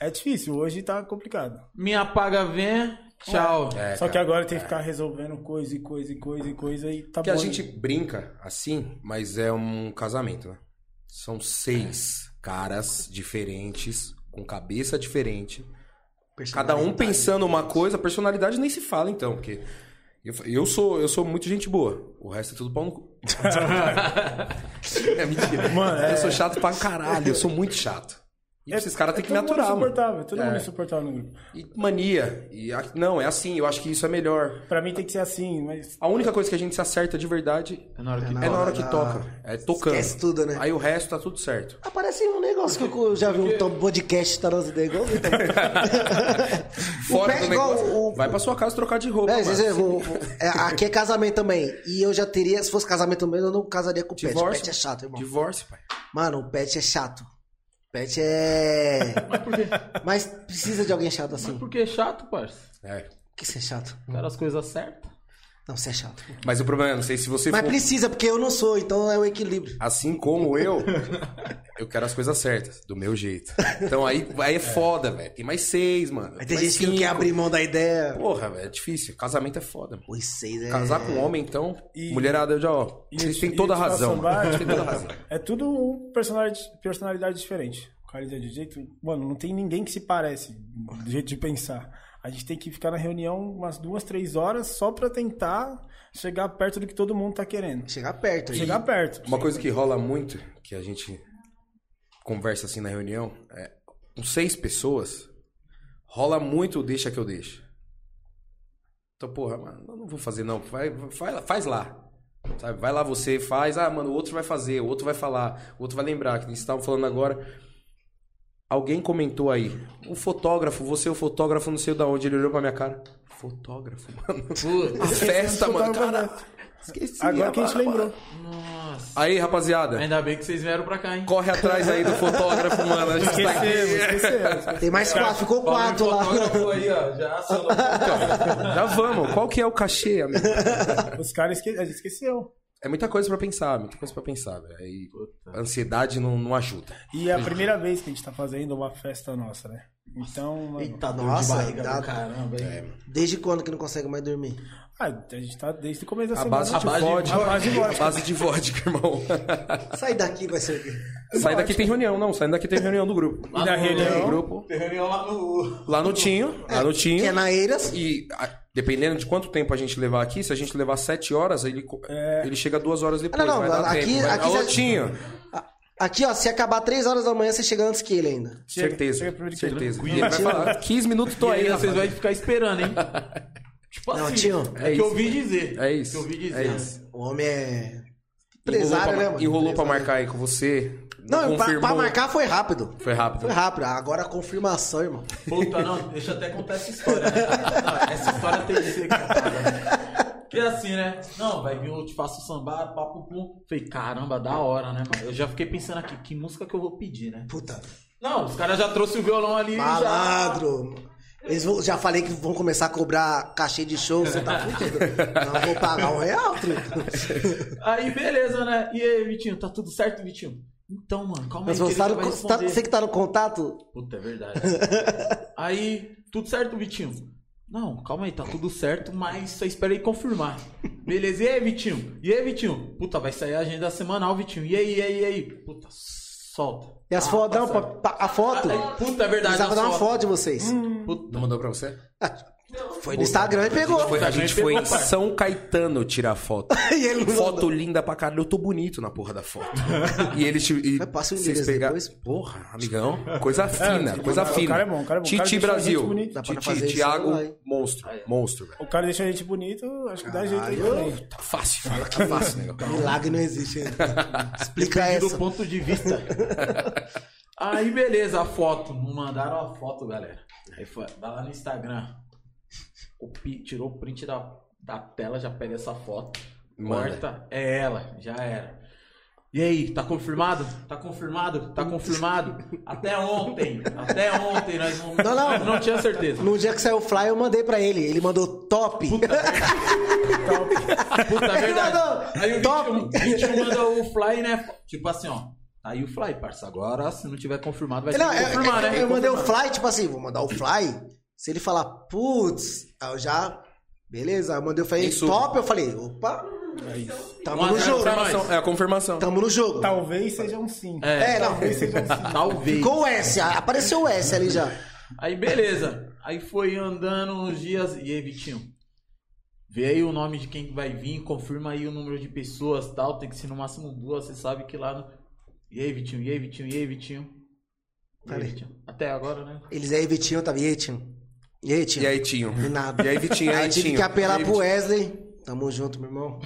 Speaker 4: É difícil, hoje tá complicado.
Speaker 2: Minha paga vem. Tchau.
Speaker 3: É,
Speaker 4: Só que
Speaker 3: cara.
Speaker 4: agora tem que ficar resolvendo coisa e coisa e coisa e coisa e tá
Speaker 3: Porque
Speaker 4: bom.
Speaker 3: a gente brinca assim, mas é um casamento, né? São seis caras diferentes, com cabeça diferente. Cada um pensando uma coisa, a personalidade nem se fala, então, porque. Eu, fa- eu sou eu sou muito gente boa. O resto é tudo pau
Speaker 1: <laughs>
Speaker 3: no cu. é mentira.
Speaker 4: Mano, é-
Speaker 3: Eu sou chato pra caralho. Eu sou muito chato. E esses caras têm que me
Speaker 4: é todo mundo
Speaker 3: aturar, mano. É.
Speaker 4: insuportável, todo mundo insuportável no grupo.
Speaker 3: E mania. E a- não, é assim. Eu acho que isso é melhor.
Speaker 4: Pra mim tem que ser assim, mas
Speaker 3: A única coisa que a gente se acerta de verdade
Speaker 2: É na hora que
Speaker 3: é na
Speaker 1: hora
Speaker 3: hora
Speaker 1: da-
Speaker 3: que toca. É tocando.
Speaker 1: Ah, Esquece tudo, né?
Speaker 3: Aí o resto tá tudo certo.
Speaker 1: Aparece um negócio que eu já vi um tom- podcast tá nas ideias
Speaker 4: <laughs>
Speaker 1: igual. então.
Speaker 3: Fora
Speaker 1: pé é
Speaker 3: do
Speaker 1: igual
Speaker 3: negócio.
Speaker 1: o-
Speaker 3: Vai pra sua casa trocar de roupa.
Speaker 1: É, às
Speaker 3: mano.
Speaker 1: vezes eu vou- é, aqui é casamento também. E eu já teria, se fosse casamento mesmo, eu não casaria com o Pet. O
Speaker 3: Divórcio.
Speaker 1: Pet é chato, irmão.
Speaker 3: Divórcio, pai.
Speaker 1: Mano, o Pet é chato. Pet é. Mas precisa de alguém chato assim.
Speaker 2: Porque é chato, parça.
Speaker 3: É.
Speaker 1: Por que você é chato?
Speaker 2: Cara, as coisas certas.
Speaker 1: Não, você é chato.
Speaker 3: Mas o problema, é, não sei se você
Speaker 1: Mas
Speaker 3: for-
Speaker 1: precisa, porque eu não sou, então é o equilíbrio.
Speaker 3: Assim
Speaker 1: <laughs>
Speaker 3: como eu, eu quero as coisas certas, do meu jeito. Então aí, aí é foda, velho. Tem mais seis, mano.
Speaker 1: Aí tem
Speaker 3: mais
Speaker 1: gente que não quer
Speaker 3: cinco.
Speaker 1: abrir mão da ideia.
Speaker 3: Porra, velho, é difícil. Casamento é foda, mano.
Speaker 1: Os seis é.
Speaker 3: Casar com homem, então.
Speaker 4: E-
Speaker 3: Mulherada, eu já, ó.
Speaker 4: e
Speaker 3: Vocês
Speaker 4: o-
Speaker 3: têm
Speaker 4: e
Speaker 3: toda
Speaker 4: o
Speaker 3: a razão.
Speaker 4: Titã Sambar,
Speaker 3: mano. Vocês têm toda a
Speaker 4: tipo,
Speaker 3: razão.
Speaker 4: é tudo um personalidade, personalidade diferente. O Carlinhos é de jeito, mano, não tem ninguém que se parece do jeito de pensar. A gente tem que ficar na reunião umas duas, três horas só pra tentar chegar perto do que todo mundo tá querendo.
Speaker 1: Chegar perto.
Speaker 4: Chegar
Speaker 1: E-
Speaker 4: perto.
Speaker 3: Uma coisa que rola muito, que a gente conversa assim na reunião, é com seis pessoas, rola muito o deixa que eu deixo. Então, porra, mano, eu não vou fazer não. Vai, vai, faz lá. Sabe? Vai lá você, faz. Ah, mano, o outro vai fazer, o outro vai falar, o outro vai lembrar, que nem vocês estavam falando agora. Alguém comentou aí, um fotógrafo, você o fotógrafo, não sei da onde, ele olhou pra minha cara. Fotógrafo, <laughs> mano. A festa, mano. Cara, esqueci.
Speaker 4: Agora que a gente
Speaker 3: mano.
Speaker 4: lembrou.
Speaker 3: <laughs>
Speaker 2: Nossa.
Speaker 3: Aí, rapaziada.
Speaker 2: Ainda bem que vocês vieram pra cá, hein?
Speaker 3: Corre atrás aí do fotógrafo, mano. A gente tá aqui.
Speaker 4: Esquecemos, esquecemos.
Speaker 1: Tem mais quatro, ficou
Speaker 2: Falou em
Speaker 1: quatro lá.
Speaker 2: fotógrafo aí, ó. Já acionou.
Speaker 3: Já vamos. Qual que é o cachê, amigo?
Speaker 4: Os caras esque... a gente esqueceu.
Speaker 3: É muita coisa pra pensar, muita coisa pra pensar, velho. Aí, a ansiedade não, não ajuda.
Speaker 4: E é a primeira vez que a gente tá fazendo uma festa nossa, né? Então, mano.
Speaker 2: Eita,
Speaker 1: dor de
Speaker 2: nossa,
Speaker 1: barriga
Speaker 2: dá-
Speaker 1: do
Speaker 2: caramba, hein?
Speaker 1: É. Desde quando que não consegue mais dormir?
Speaker 4: Ah, a gente tá desde o começo da
Speaker 3: A
Speaker 4: semana.
Speaker 3: base, a,
Speaker 4: tipo,
Speaker 3: base de,
Speaker 4: a base de
Speaker 3: a base de vodka, irmão.
Speaker 1: Sai daqui, vai ser o quê?
Speaker 3: Sai daqui tem reunião, não. Saindo daqui tem reunião do grupo.
Speaker 2: Lá
Speaker 4: E da
Speaker 2: no-
Speaker 4: reunião?
Speaker 3: Tem grupo.
Speaker 2: Tem reunião lá no.
Speaker 3: Lá no Tinho. Lá no
Speaker 1: Que é
Speaker 3: Tinho.
Speaker 1: na Eiras.
Speaker 3: E a- dependendo de quanto tempo a gente levar aqui, se a gente levar sete horas, ele, co-
Speaker 4: É.
Speaker 3: ele chega duas horas depois.
Speaker 1: Ah, não, não,
Speaker 3: vai dar
Speaker 1: aqui-
Speaker 3: tempo. Vai-
Speaker 1: aqui
Speaker 3: Alô,
Speaker 1: já-
Speaker 3: Tinho.
Speaker 1: A- Aqui, ó, se acabar 3 horas da manhã, você chega antes que ele ainda.
Speaker 4: Chega-
Speaker 3: certeza.
Speaker 4: chega primeiro que ele.
Speaker 3: certeza. E ele vai falar, 15 minutos tô aí.
Speaker 2: E
Speaker 3: rapaz.
Speaker 2: vocês vão ficar esperando, hein? tipo
Speaker 1: Não,
Speaker 2: assim.
Speaker 1: tio,
Speaker 2: é
Speaker 3: é
Speaker 2: que eu
Speaker 3: isso.
Speaker 2: ouvi dizer.
Speaker 3: É isso,
Speaker 2: Que eu ouvi
Speaker 3: é
Speaker 2: dizer.
Speaker 3: isso.
Speaker 1: O homem é.
Speaker 3: Enrolou
Speaker 1: Empresário,
Speaker 3: pra-
Speaker 1: né, mano?
Speaker 3: Enrolou pra
Speaker 1: Empresário.
Speaker 3: marcar aí com você.
Speaker 1: Não, pra,
Speaker 3: confirmou.
Speaker 1: pra marcar foi rápido.
Speaker 3: Foi rápido.
Speaker 1: Foi rápido. Agora a confirmação, irmão.
Speaker 2: Puta, não, deixa eu até contar essa história. Né? Não, essa história tem que ser contada. Que é assim, né? Não, vai vir eu te faço sambar, papo pum. Falei, caramba, da hora, né, mano? Eu já fiquei pensando aqui, que música que eu vou pedir, né?
Speaker 1: Puta.
Speaker 2: Não, os caras já trouxeram o violão ali. Já...
Speaker 1: Malandro. Eles vão, já falei que vão começar a cobrar cachê de show, você tá fudido. Não vou pagar um real, truta.
Speaker 2: Aí, beleza, né? E aí, Vitinho, tá tudo certo, Vitinho? Então, mano, calma aí.
Speaker 1: Mas
Speaker 2: que ele
Speaker 1: você, tá
Speaker 2: já
Speaker 1: no,
Speaker 2: vai
Speaker 1: con- tá-
Speaker 2: responder.
Speaker 1: você que tá no contato,
Speaker 2: Puta, é verdade. <laughs> aí, tudo certo, Vitinho? Não, calma aí, tá tudo certo, mas só espera aí confirmar. Beleza, e aí, Vitinho? E aí, Vitinho? Puta, vai sair a agenda semanal, Vitinho. E aí, e aí, e aí? Puta, solta.
Speaker 1: e as
Speaker 2: Ah,
Speaker 1: fotos, não,
Speaker 2: tá
Speaker 1: pra- pra- a foto.
Speaker 2: certo. Puta, é verdade.
Speaker 1: Precisava
Speaker 2: a
Speaker 1: dar uma
Speaker 2: foto. Hum.
Speaker 1: foto de vocês.
Speaker 2: Puta,
Speaker 3: Não mandou pra você?
Speaker 1: <laughs> Foi no Instagram e pegou.
Speaker 3: Foi- a gente foi em São Caetano tirar foto.
Speaker 1: <laughs> E ele <laughs> não
Speaker 3: Foto
Speaker 1: mandou.
Speaker 3: linda pra caralho. Eu tô bonito na porra da foto. E eles te- e
Speaker 1: Mas passa o
Speaker 3: vocês
Speaker 1: endereço
Speaker 3: pegar-
Speaker 1: depois.
Speaker 3: Porra, amigão.
Speaker 4: <laughs>
Speaker 3: Coisa fina, coisa
Speaker 4: É, o cara
Speaker 3: fina.
Speaker 4: é bom, o cara é bom. O cara
Speaker 3: Titi
Speaker 4: deixou a gente
Speaker 3: Brasil.
Speaker 4: bonito.
Speaker 1: Dá pra fazer
Speaker 3: Titi,
Speaker 1: isso,
Speaker 3: Thiago,
Speaker 1: vai.
Speaker 3: monstro. Monstro, velho.
Speaker 4: O cara deixou a gente bonito, acho que dá jeito aí
Speaker 1: Caralho.
Speaker 4: também.
Speaker 3: Tá fácil,
Speaker 4: né?
Speaker 3: fala que tá fácil, negão.
Speaker 1: Milagre não existe
Speaker 2: <laughs>
Speaker 1: ainda. Explica
Speaker 2: Depende do
Speaker 1: essa.
Speaker 2: ponto de vista. <laughs> Aí, beleza, a foto. Não mandaram a foto, galera. Aí foi, vai lá no Instagram. Copi- tirou o print da, da tela, já pega essa foto.
Speaker 3: Manda.
Speaker 2: Corta, é ela, já era. E aí, tá confirmado? Tá confirmado? Tá confirmado? Até ontem, até ontem nós não,
Speaker 1: Não, não.
Speaker 2: não tinha certeza.
Speaker 1: No dia que saiu o fly, eu mandei pra ele. Ele mandou top.
Speaker 2: Puta, é
Speaker 1: Ele
Speaker 2: verdade.
Speaker 1: mandou.
Speaker 2: Aí o
Speaker 1: Top.
Speaker 2: 21, 21 manda o Fly, né? Tipo assim, ó. Aí o Fly, parça. Agora, se não tiver confirmado, vai ter
Speaker 1: Não,
Speaker 2: que
Speaker 1: é- é-
Speaker 2: confirmar, né?
Speaker 1: eu mandei o fly, tipo assim, vou mandar o fly. Se ele falar, putz, aí eu já. Beleza, eu mandei, eu falei,
Speaker 3: Isso.
Speaker 1: top, eu falei, opa, tamo
Speaker 2: Um a
Speaker 1: no
Speaker 2: zero
Speaker 1: jogo,
Speaker 2: pra nós.
Speaker 3: É a confirmação.
Speaker 1: tamo no jogo.
Speaker 4: Talvez seja um sim.
Speaker 1: É, não,
Speaker 4: Talvez seja um sim.
Speaker 2: Talvez.
Speaker 1: ficou o S, a- apareceu o S ali já.
Speaker 2: Aí, beleza. Aí foi andando uns dias. E aí, Vitinho? Vê aí o nome de quem que vai vir, confirma aí o número de pessoas tal. Tem que ser no máximo duas, você sabe que lá. No... E aí, Vitinho? E aí, Vitinho? E aí, Vitinho? E aí,
Speaker 1: Falei.
Speaker 2: Vitinho? Até agora, né?
Speaker 1: Eles aí, Vitinho, tava, e aí, Tinho? E aí, Tinho?
Speaker 3: E aí, Tinho?
Speaker 1: E nada.
Speaker 3: E aí, Vitinho? E aí,
Speaker 1: Aí tive
Speaker 3: Tinho?
Speaker 1: que
Speaker 3: E
Speaker 1: apelar
Speaker 3: aí,
Speaker 1: pro Wesley. Tamo junto, meu irmão.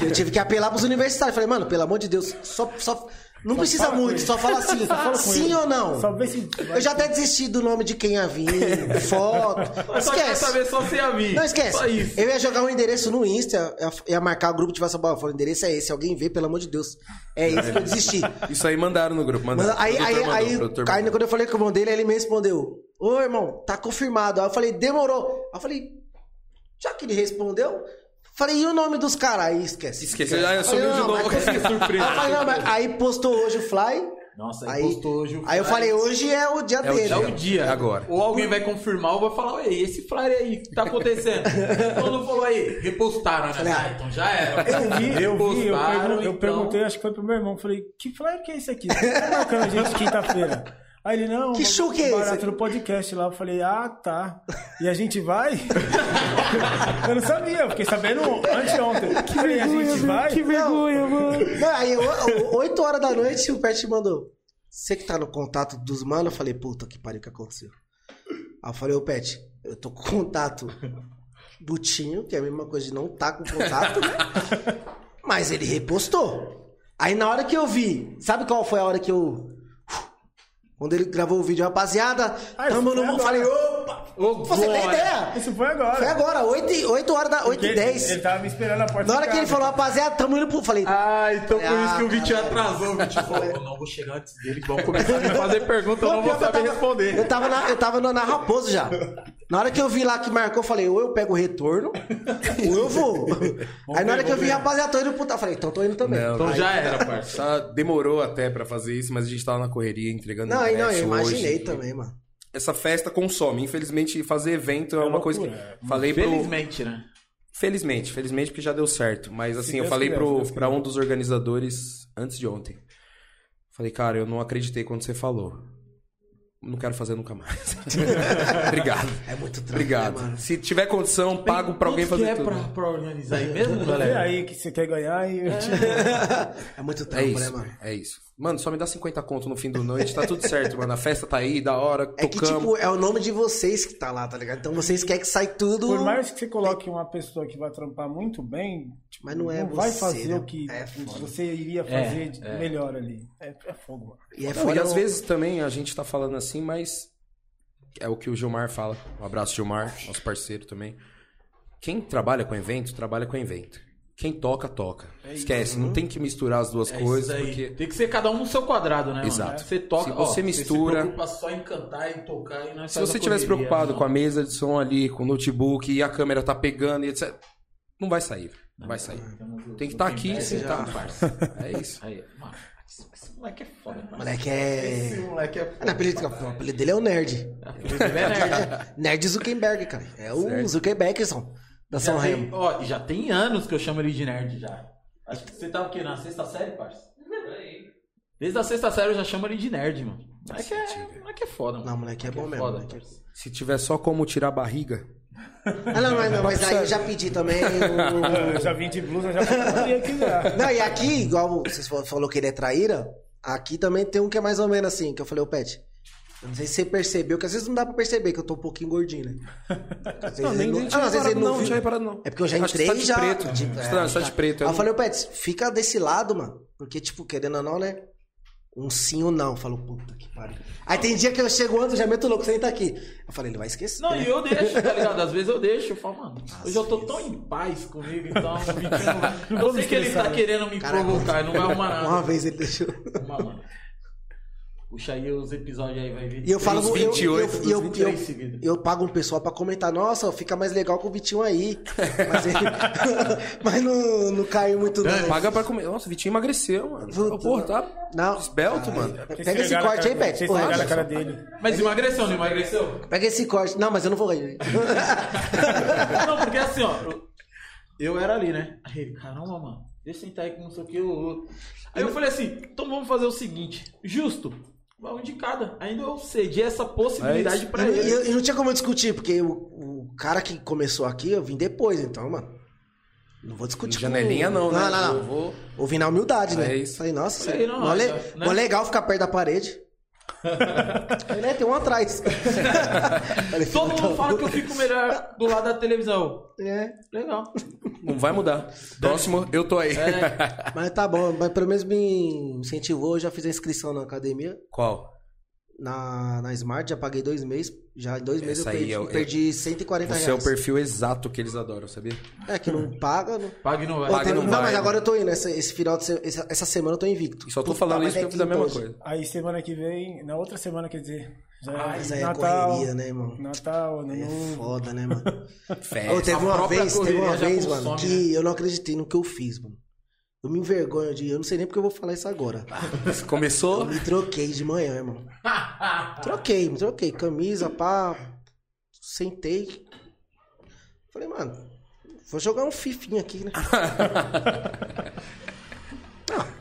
Speaker 1: Eu tive que apelar pros universitários. Falei, mano, pelo amor de Deus, só. só não precisa
Speaker 4: fala com
Speaker 1: muito,
Speaker 4: ele.
Speaker 1: só fala assim.
Speaker 4: fala com
Speaker 1: sim
Speaker 4: ele.
Speaker 1: ou não?
Speaker 4: Só vê se.
Speaker 1: Eu já até desisti do nome de quem ia vir, foto.
Speaker 2: Mas só quer
Speaker 1: Esquece.
Speaker 2: saber só se ia vir.
Speaker 1: Não esquece.
Speaker 2: Só isso.
Speaker 1: Eu ia jogar um endereço no Insta, ia- ia marcar o grupo de essa bola. Falei, o endereço é esse, alguém vê, pelo amor de Deus. É isso que eu desisti.
Speaker 3: Isso aí mandaram no grupo.
Speaker 1: Mas
Speaker 3: Mandaram.
Speaker 1: aí,
Speaker 3: O
Speaker 1: aí,
Speaker 3: produtor mandou,
Speaker 1: aí,
Speaker 3: o produtor
Speaker 1: aí,
Speaker 3: mandou.
Speaker 1: quando eu falei com o irmão dele, ele me respondeu: Ô irmão, tá confirmado. Aí eu falei: demorou. Aí eu falei: já que ele respondeu, falei: e o nome dos caras? Aí esquece.
Speaker 3: Esqueceu, aí
Speaker 1: Eu
Speaker 3: sumiu
Speaker 1: falei,
Speaker 3: de
Speaker 1: "Não,
Speaker 3: novo.
Speaker 1: mas assim?" <laughs>
Speaker 3: <laughs>
Speaker 1: confirma." Aí eu falei, "Não, mas-" Aí postou hoje o Fly.
Speaker 2: Nossa, aí,
Speaker 1: Aí,
Speaker 2: postou hoje o
Speaker 1: aí eu
Speaker 2: Fly.
Speaker 1: falei: hoje é o dia
Speaker 3: É o
Speaker 1: dele.
Speaker 2: É o dia.
Speaker 3: É agora.
Speaker 2: Ou alguém vai confirmar ou vai falar, ei, esse flyer aí, que tá
Speaker 3: <laughs>
Speaker 2: acontecendo? Quando falou aí, repostaram, né? Ah, então já era.
Speaker 4: Eu vi, eu vi, eu,
Speaker 2: Repostaram,
Speaker 4: pergun- eu
Speaker 2: então.
Speaker 4: perguntei, acho que foi pro meu irmão, falei, que flyer que é esse aqui? Por que tá marcando a gente quinta-feira? Aí ele, não, um
Speaker 1: Que show que é
Speaker 4: barato
Speaker 1: esse?
Speaker 4: do podcast lá. Eu falei, ah, tá. E a gente vai? <laughs> eu não sabia, eu fiquei sabendo anteontem. Que falei, a gente vai?
Speaker 1: Não. Não, aí, eu, o- 8 horas da noite, o Pet mandou. Você que tá no contato dos mano, eu falei, puta que pariu que aconteceu. Aí eu falei, ô Pet, eu tô com contato do Tinho, que é a mesma coisa de não tá com contato,
Speaker 4: <laughs>
Speaker 1: né? Mas ele repostou. Aí na hora que eu vi, sabe qual foi a hora que eu. Quando ele gravou o vídeo, rapaziada,
Speaker 4: Ah,
Speaker 1: tamo
Speaker 4: isso foi
Speaker 1: no. Eu
Speaker 4: agora.
Speaker 1: falei, opa!
Speaker 2: Ô,
Speaker 1: Você tem
Speaker 2: glória.
Speaker 1: ideia?
Speaker 4: Isso foi agora.
Speaker 1: Foi agora, 8, 8 horas da. 8
Speaker 4: Porque
Speaker 1: e
Speaker 4: ele- Ele
Speaker 1: 10.
Speaker 4: tava me esperando na porta
Speaker 1: Na hora
Speaker 4: de
Speaker 1: que ele
Speaker 4: casa.
Speaker 1: falou, rapaziada, tamo indo pro. Falei,
Speaker 2: Ah, então por
Speaker 1: Ah,
Speaker 2: isso que o Vitinho
Speaker 1: caralho.
Speaker 2: atrasou. O Vitinho falou, eu não vou chegar antes dele, vão começar a me fazer pergunta, eu não vou
Speaker 1: pior que
Speaker 2: saber
Speaker 1: tava-
Speaker 2: responder.
Speaker 1: Eu tava, na, eu tava no- na Raposo já. Na hora que eu vi lá que marcou, eu falei, ou eu pego o retorno, ou eu vou. Aí na hora que eu vi, rapaziada, tô indo pro... Eu falei, então tô indo também.
Speaker 3: Não,
Speaker 2: Então
Speaker 3: aí-
Speaker 2: já era, parça.
Speaker 3: Tá, Só demorou até pra fazer isso, mas a gente tava na correria entregando
Speaker 1: Não, aí não, eu
Speaker 3: ingresso hoje.
Speaker 1: imaginei também, mano.
Speaker 3: essa festa consome. Infelizmente, fazer evento é,
Speaker 4: É
Speaker 3: uma coisa que.
Speaker 4: loucura, é.
Speaker 3: Falei pro.
Speaker 2: Felizmente, né?
Speaker 3: Felizmente, felizmente porque já deu certo. Mas assim, eu
Speaker 4: Deus
Speaker 3: falei
Speaker 4: quiser, se
Speaker 3: pro,
Speaker 4: Deus
Speaker 3: pra
Speaker 4: quiser.
Speaker 3: um dos organizadores antes de ontem. Falei, cara, eu não acreditei quando você falou. Não quero fazer nunca mais. <laughs> Obrigado.
Speaker 1: É muito trampo,
Speaker 3: Obrigado.
Speaker 1: né, mano?
Speaker 3: Se tiver condição, pago pra alguém
Speaker 2: Quanto
Speaker 3: fazer
Speaker 2: que é
Speaker 3: tudo. é
Speaker 2: pra, pra organizar aí mesmo,
Speaker 4: Vê
Speaker 2: galera?
Speaker 4: aí que você quer ganhar e eu tipo, te...
Speaker 1: <laughs> É muito
Speaker 3: É
Speaker 1: trampo, né,
Speaker 3: isso,
Speaker 1: mano?
Speaker 3: é isso. Mano, só me dá 50 conto no fim do noite, tá tudo certo, mano. A festa tá aí, da hora,
Speaker 1: É que,
Speaker 3: tocamos.
Speaker 1: tipo, é o nome de vocês que tá lá, tá ligado? Então vocês querem que saia tudo.
Speaker 4: Por mais que você coloque uma pessoa que vai trampar muito bem, tipo,
Speaker 1: Mas não é
Speaker 4: vai
Speaker 1: você,
Speaker 4: fazer
Speaker 1: né?
Speaker 4: o que
Speaker 1: É foda.
Speaker 4: você iria fazer de- melhor ali. É, é fogo, mano.
Speaker 1: E é
Speaker 3: Não,
Speaker 1: foda.
Speaker 3: e às
Speaker 1: o-
Speaker 3: vezes também a gente tá falando assim, mas é o que o Gilmar fala. Um abraço, Gilmar, nosso parceiro também. Quem trabalha com evento, trabalha com evento. Quem toca, toca. Esquece, não tem que misturar as duas
Speaker 2: É
Speaker 3: coisas,
Speaker 2: isso aí.
Speaker 3: porque
Speaker 2: Tem que ser cada um no seu quadrado, né? mano?
Speaker 3: Exato.
Speaker 2: Você toca,
Speaker 3: Se
Speaker 2: ó,
Speaker 3: você
Speaker 2: Você se
Speaker 3: mistura-
Speaker 2: preocupa só em cantar e tocar e não é
Speaker 3: se você tivesse preocupado
Speaker 2: né?
Speaker 3: com a mesa de som ali, com o notebook e a câmera tá pegando e etc, não vai sair, não vai sair. Tem que estar aqui tá e sentar. É isso.
Speaker 2: tá Aí, mano, esse esse moleque é foda, mano.
Speaker 1: Moleque é.
Speaker 2: Esse moleque é
Speaker 1: Não,
Speaker 2: foda.
Speaker 1: apelido, o apelido dele é o Nerd.
Speaker 2: Ele
Speaker 1: <laughs>
Speaker 2: é
Speaker 1: tá
Speaker 2: nerd.
Speaker 1: Nerd Zuckerberg, cara. É o
Speaker 3: Certo.
Speaker 1: Zuckerbergson da São
Speaker 2: Já tem,
Speaker 1: Remo.
Speaker 2: ó, e já tem anos que eu chamo ele de nerd já. Acho que você tava o quê? Na sexta série, parça? Desde a sexta série eu já chamo ele de nerd, mano. Moleque é, moleque é foda, mano.
Speaker 1: Não, moleque é bom mesmo.
Speaker 2: foda,
Speaker 1: moleque.
Speaker 2: parça.
Speaker 3: Se tiver só como tirar a barriga,
Speaker 1: Ah, não, mas, mas aí eu já pedi também. o-
Speaker 4: Eu já vim de blusa, já poderia que já.
Speaker 1: Não, e aqui, igual vocês fal- falou que ele é traíra, aqui também tem um que é mais ou menos assim, que eu falei, ô Pet, eu não sei se você percebeu, que às vezes não dá pra perceber que eu tô um pouquinho gordinho, né? Às vezes
Speaker 3: Não, nem,
Speaker 1: ele
Speaker 3: nem
Speaker 1: não-
Speaker 3: tinha
Speaker 1: Ah, às vezes
Speaker 3: reparado,
Speaker 1: ele
Speaker 3: não,
Speaker 1: não
Speaker 3: não
Speaker 1: viu.
Speaker 3: tinha reparado, não.
Speaker 1: É porque eu já
Speaker 3: Acho que
Speaker 1: entrei
Speaker 3: você tá de
Speaker 1: já.
Speaker 3: preto.
Speaker 1: De- é,
Speaker 3: Não, você tá de preto.
Speaker 1: Aí
Speaker 3: eu
Speaker 1: eu falei, ô Pet, fica desse lado, mano. Porque, tipo, querendo ou não, né? Um sim ou não. Falou, puta que pariu. Aí tem dia que eu chego antes, já meto louco, senta aqui. Eu falei, ele vai esquecer.
Speaker 2: Não, e eu deixo,
Speaker 1: <laughs>
Speaker 2: tá ligado? Às vezes eu deixo, eu falo, mano, hoje eu tô tão em paz comigo, então
Speaker 1: <laughs>
Speaker 2: o Vitinho não vai- Eu sei que ele tá querendo me
Speaker 1: né? Caraca.
Speaker 2: provocar, ele não vai arrumar
Speaker 1: Uma
Speaker 2: nada.
Speaker 1: vez ele deixou.
Speaker 2: Uma, mano. Puxa aí os episódios aí, vai ver.
Speaker 1: E eu falo,
Speaker 3: uns
Speaker 1: eu-
Speaker 3: 28,
Speaker 1: eu,
Speaker 3: uns
Speaker 1: eu, eu,
Speaker 2: 23
Speaker 1: eu,
Speaker 2: seguidos.
Speaker 1: eu pago um pessoal pra comentar, nossa, fica mais legal com o Vitinho aí. Mas, ele- <laughs> mas não, não caiu muito não.
Speaker 3: Paga pra comer. Nossa, o Vitinho emagreceu, mano.
Speaker 1: Puta,
Speaker 3: Porra, tá
Speaker 1: Não. Ah,
Speaker 3: esbelto, mano.
Speaker 1: Pega esse corte aí, Pet.
Speaker 4: Vocês pegaram a cara dele.
Speaker 2: Mas emagreceu, não
Speaker 1: <laughs>
Speaker 2: emagreceu?
Speaker 1: Pega esse corte. Não, mas eu não vou
Speaker 3: <laughs>
Speaker 1: aí.
Speaker 2: Não, porque assim, ó. eu- Eu era ali, né? Aí, caramba, mano. Deixa eu sentar aí com não sei o que. eu- eu- Aí eu falei assim: então vamos fazer o seguinte. Justo, vai um de cada. Ainda eu cedi essa
Speaker 3: É
Speaker 2: possibilidade
Speaker 3: isso.
Speaker 2: pra
Speaker 1: E não-
Speaker 2: ele.
Speaker 1: E eu- e não tinha como eu discutir, porque o, o cara que começou aqui, eu vim depois, então, mano. Não vou discutir. com-
Speaker 3: Janelinha não, né?
Speaker 1: Não, não, não.
Speaker 3: Eu vou-
Speaker 1: Eu vim na humildade, né?
Speaker 3: É isso.
Speaker 1: Falei, nossa,
Speaker 2: Falei,
Speaker 1: você-
Speaker 2: não,
Speaker 1: mó le-
Speaker 2: né?
Speaker 1: mó legal ficar perto da
Speaker 3: <laughs>
Speaker 1: parede. Falei, né, tem um atrás. Falei,
Speaker 2: Todo
Speaker 1: "Puta,
Speaker 2: mundo fala que eu
Speaker 1: <laughs>
Speaker 2: fico melhor do lado da televisão.
Speaker 1: É,
Speaker 2: Legal.
Speaker 3: Não vai mudar. Próximo, eu tô aí.
Speaker 1: mas tá bom, mas pelo menos me incentivou, eu já fiz a inscrição na academia,
Speaker 3: Qual?
Speaker 1: na, na Smart, já paguei dois meses, já em dois meses
Speaker 3: Essa
Speaker 1: eu
Speaker 3: aí
Speaker 1: perdi,
Speaker 3: é o-
Speaker 1: eu perdi 140
Speaker 3: Você é o
Speaker 1: reais.
Speaker 3: perfil exato que eles adoram, sabia?
Speaker 1: É, que não paga, não...
Speaker 2: Pague não vai.
Speaker 3: Paga
Speaker 1: Outra-
Speaker 3: não
Speaker 1: não,
Speaker 3: vai,
Speaker 1: mas
Speaker 3: né?
Speaker 1: agora eu tô indo. Essa, esse final de se- essa, essa semana eu tô invicto.
Speaker 3: E só tô
Speaker 1: Puta,
Speaker 3: falando
Speaker 1: mas
Speaker 3: isso porque eu
Speaker 1: é
Speaker 3: fiz a mesma
Speaker 1: quinta hoje.
Speaker 3: coisa.
Speaker 4: Aí semana que vem, na outra semana, quer dizer. Já
Speaker 1: Ah, mas aí é correria, né, irmão?
Speaker 4: Natal, ano
Speaker 1: É
Speaker 4: novo.
Speaker 1: foda, né, mano? <laughs> Ô,
Speaker 3: Festa.
Speaker 1: teve uma
Speaker 2: própria
Speaker 1: vez, teve uma
Speaker 2: correria já
Speaker 1: vez,
Speaker 2: consome,
Speaker 1: mano, que eu não acreditei no que eu fiz, mano. Eu me envergonho de. Eu não sei nem porque eu vou falar isso agora. Eu
Speaker 3: Começou?
Speaker 1: me troquei de manhã, irmão. troquei, me troquei. Camisa, pá. Sentei. Falei, mano, vou jogar um fifinho aqui, né? Não.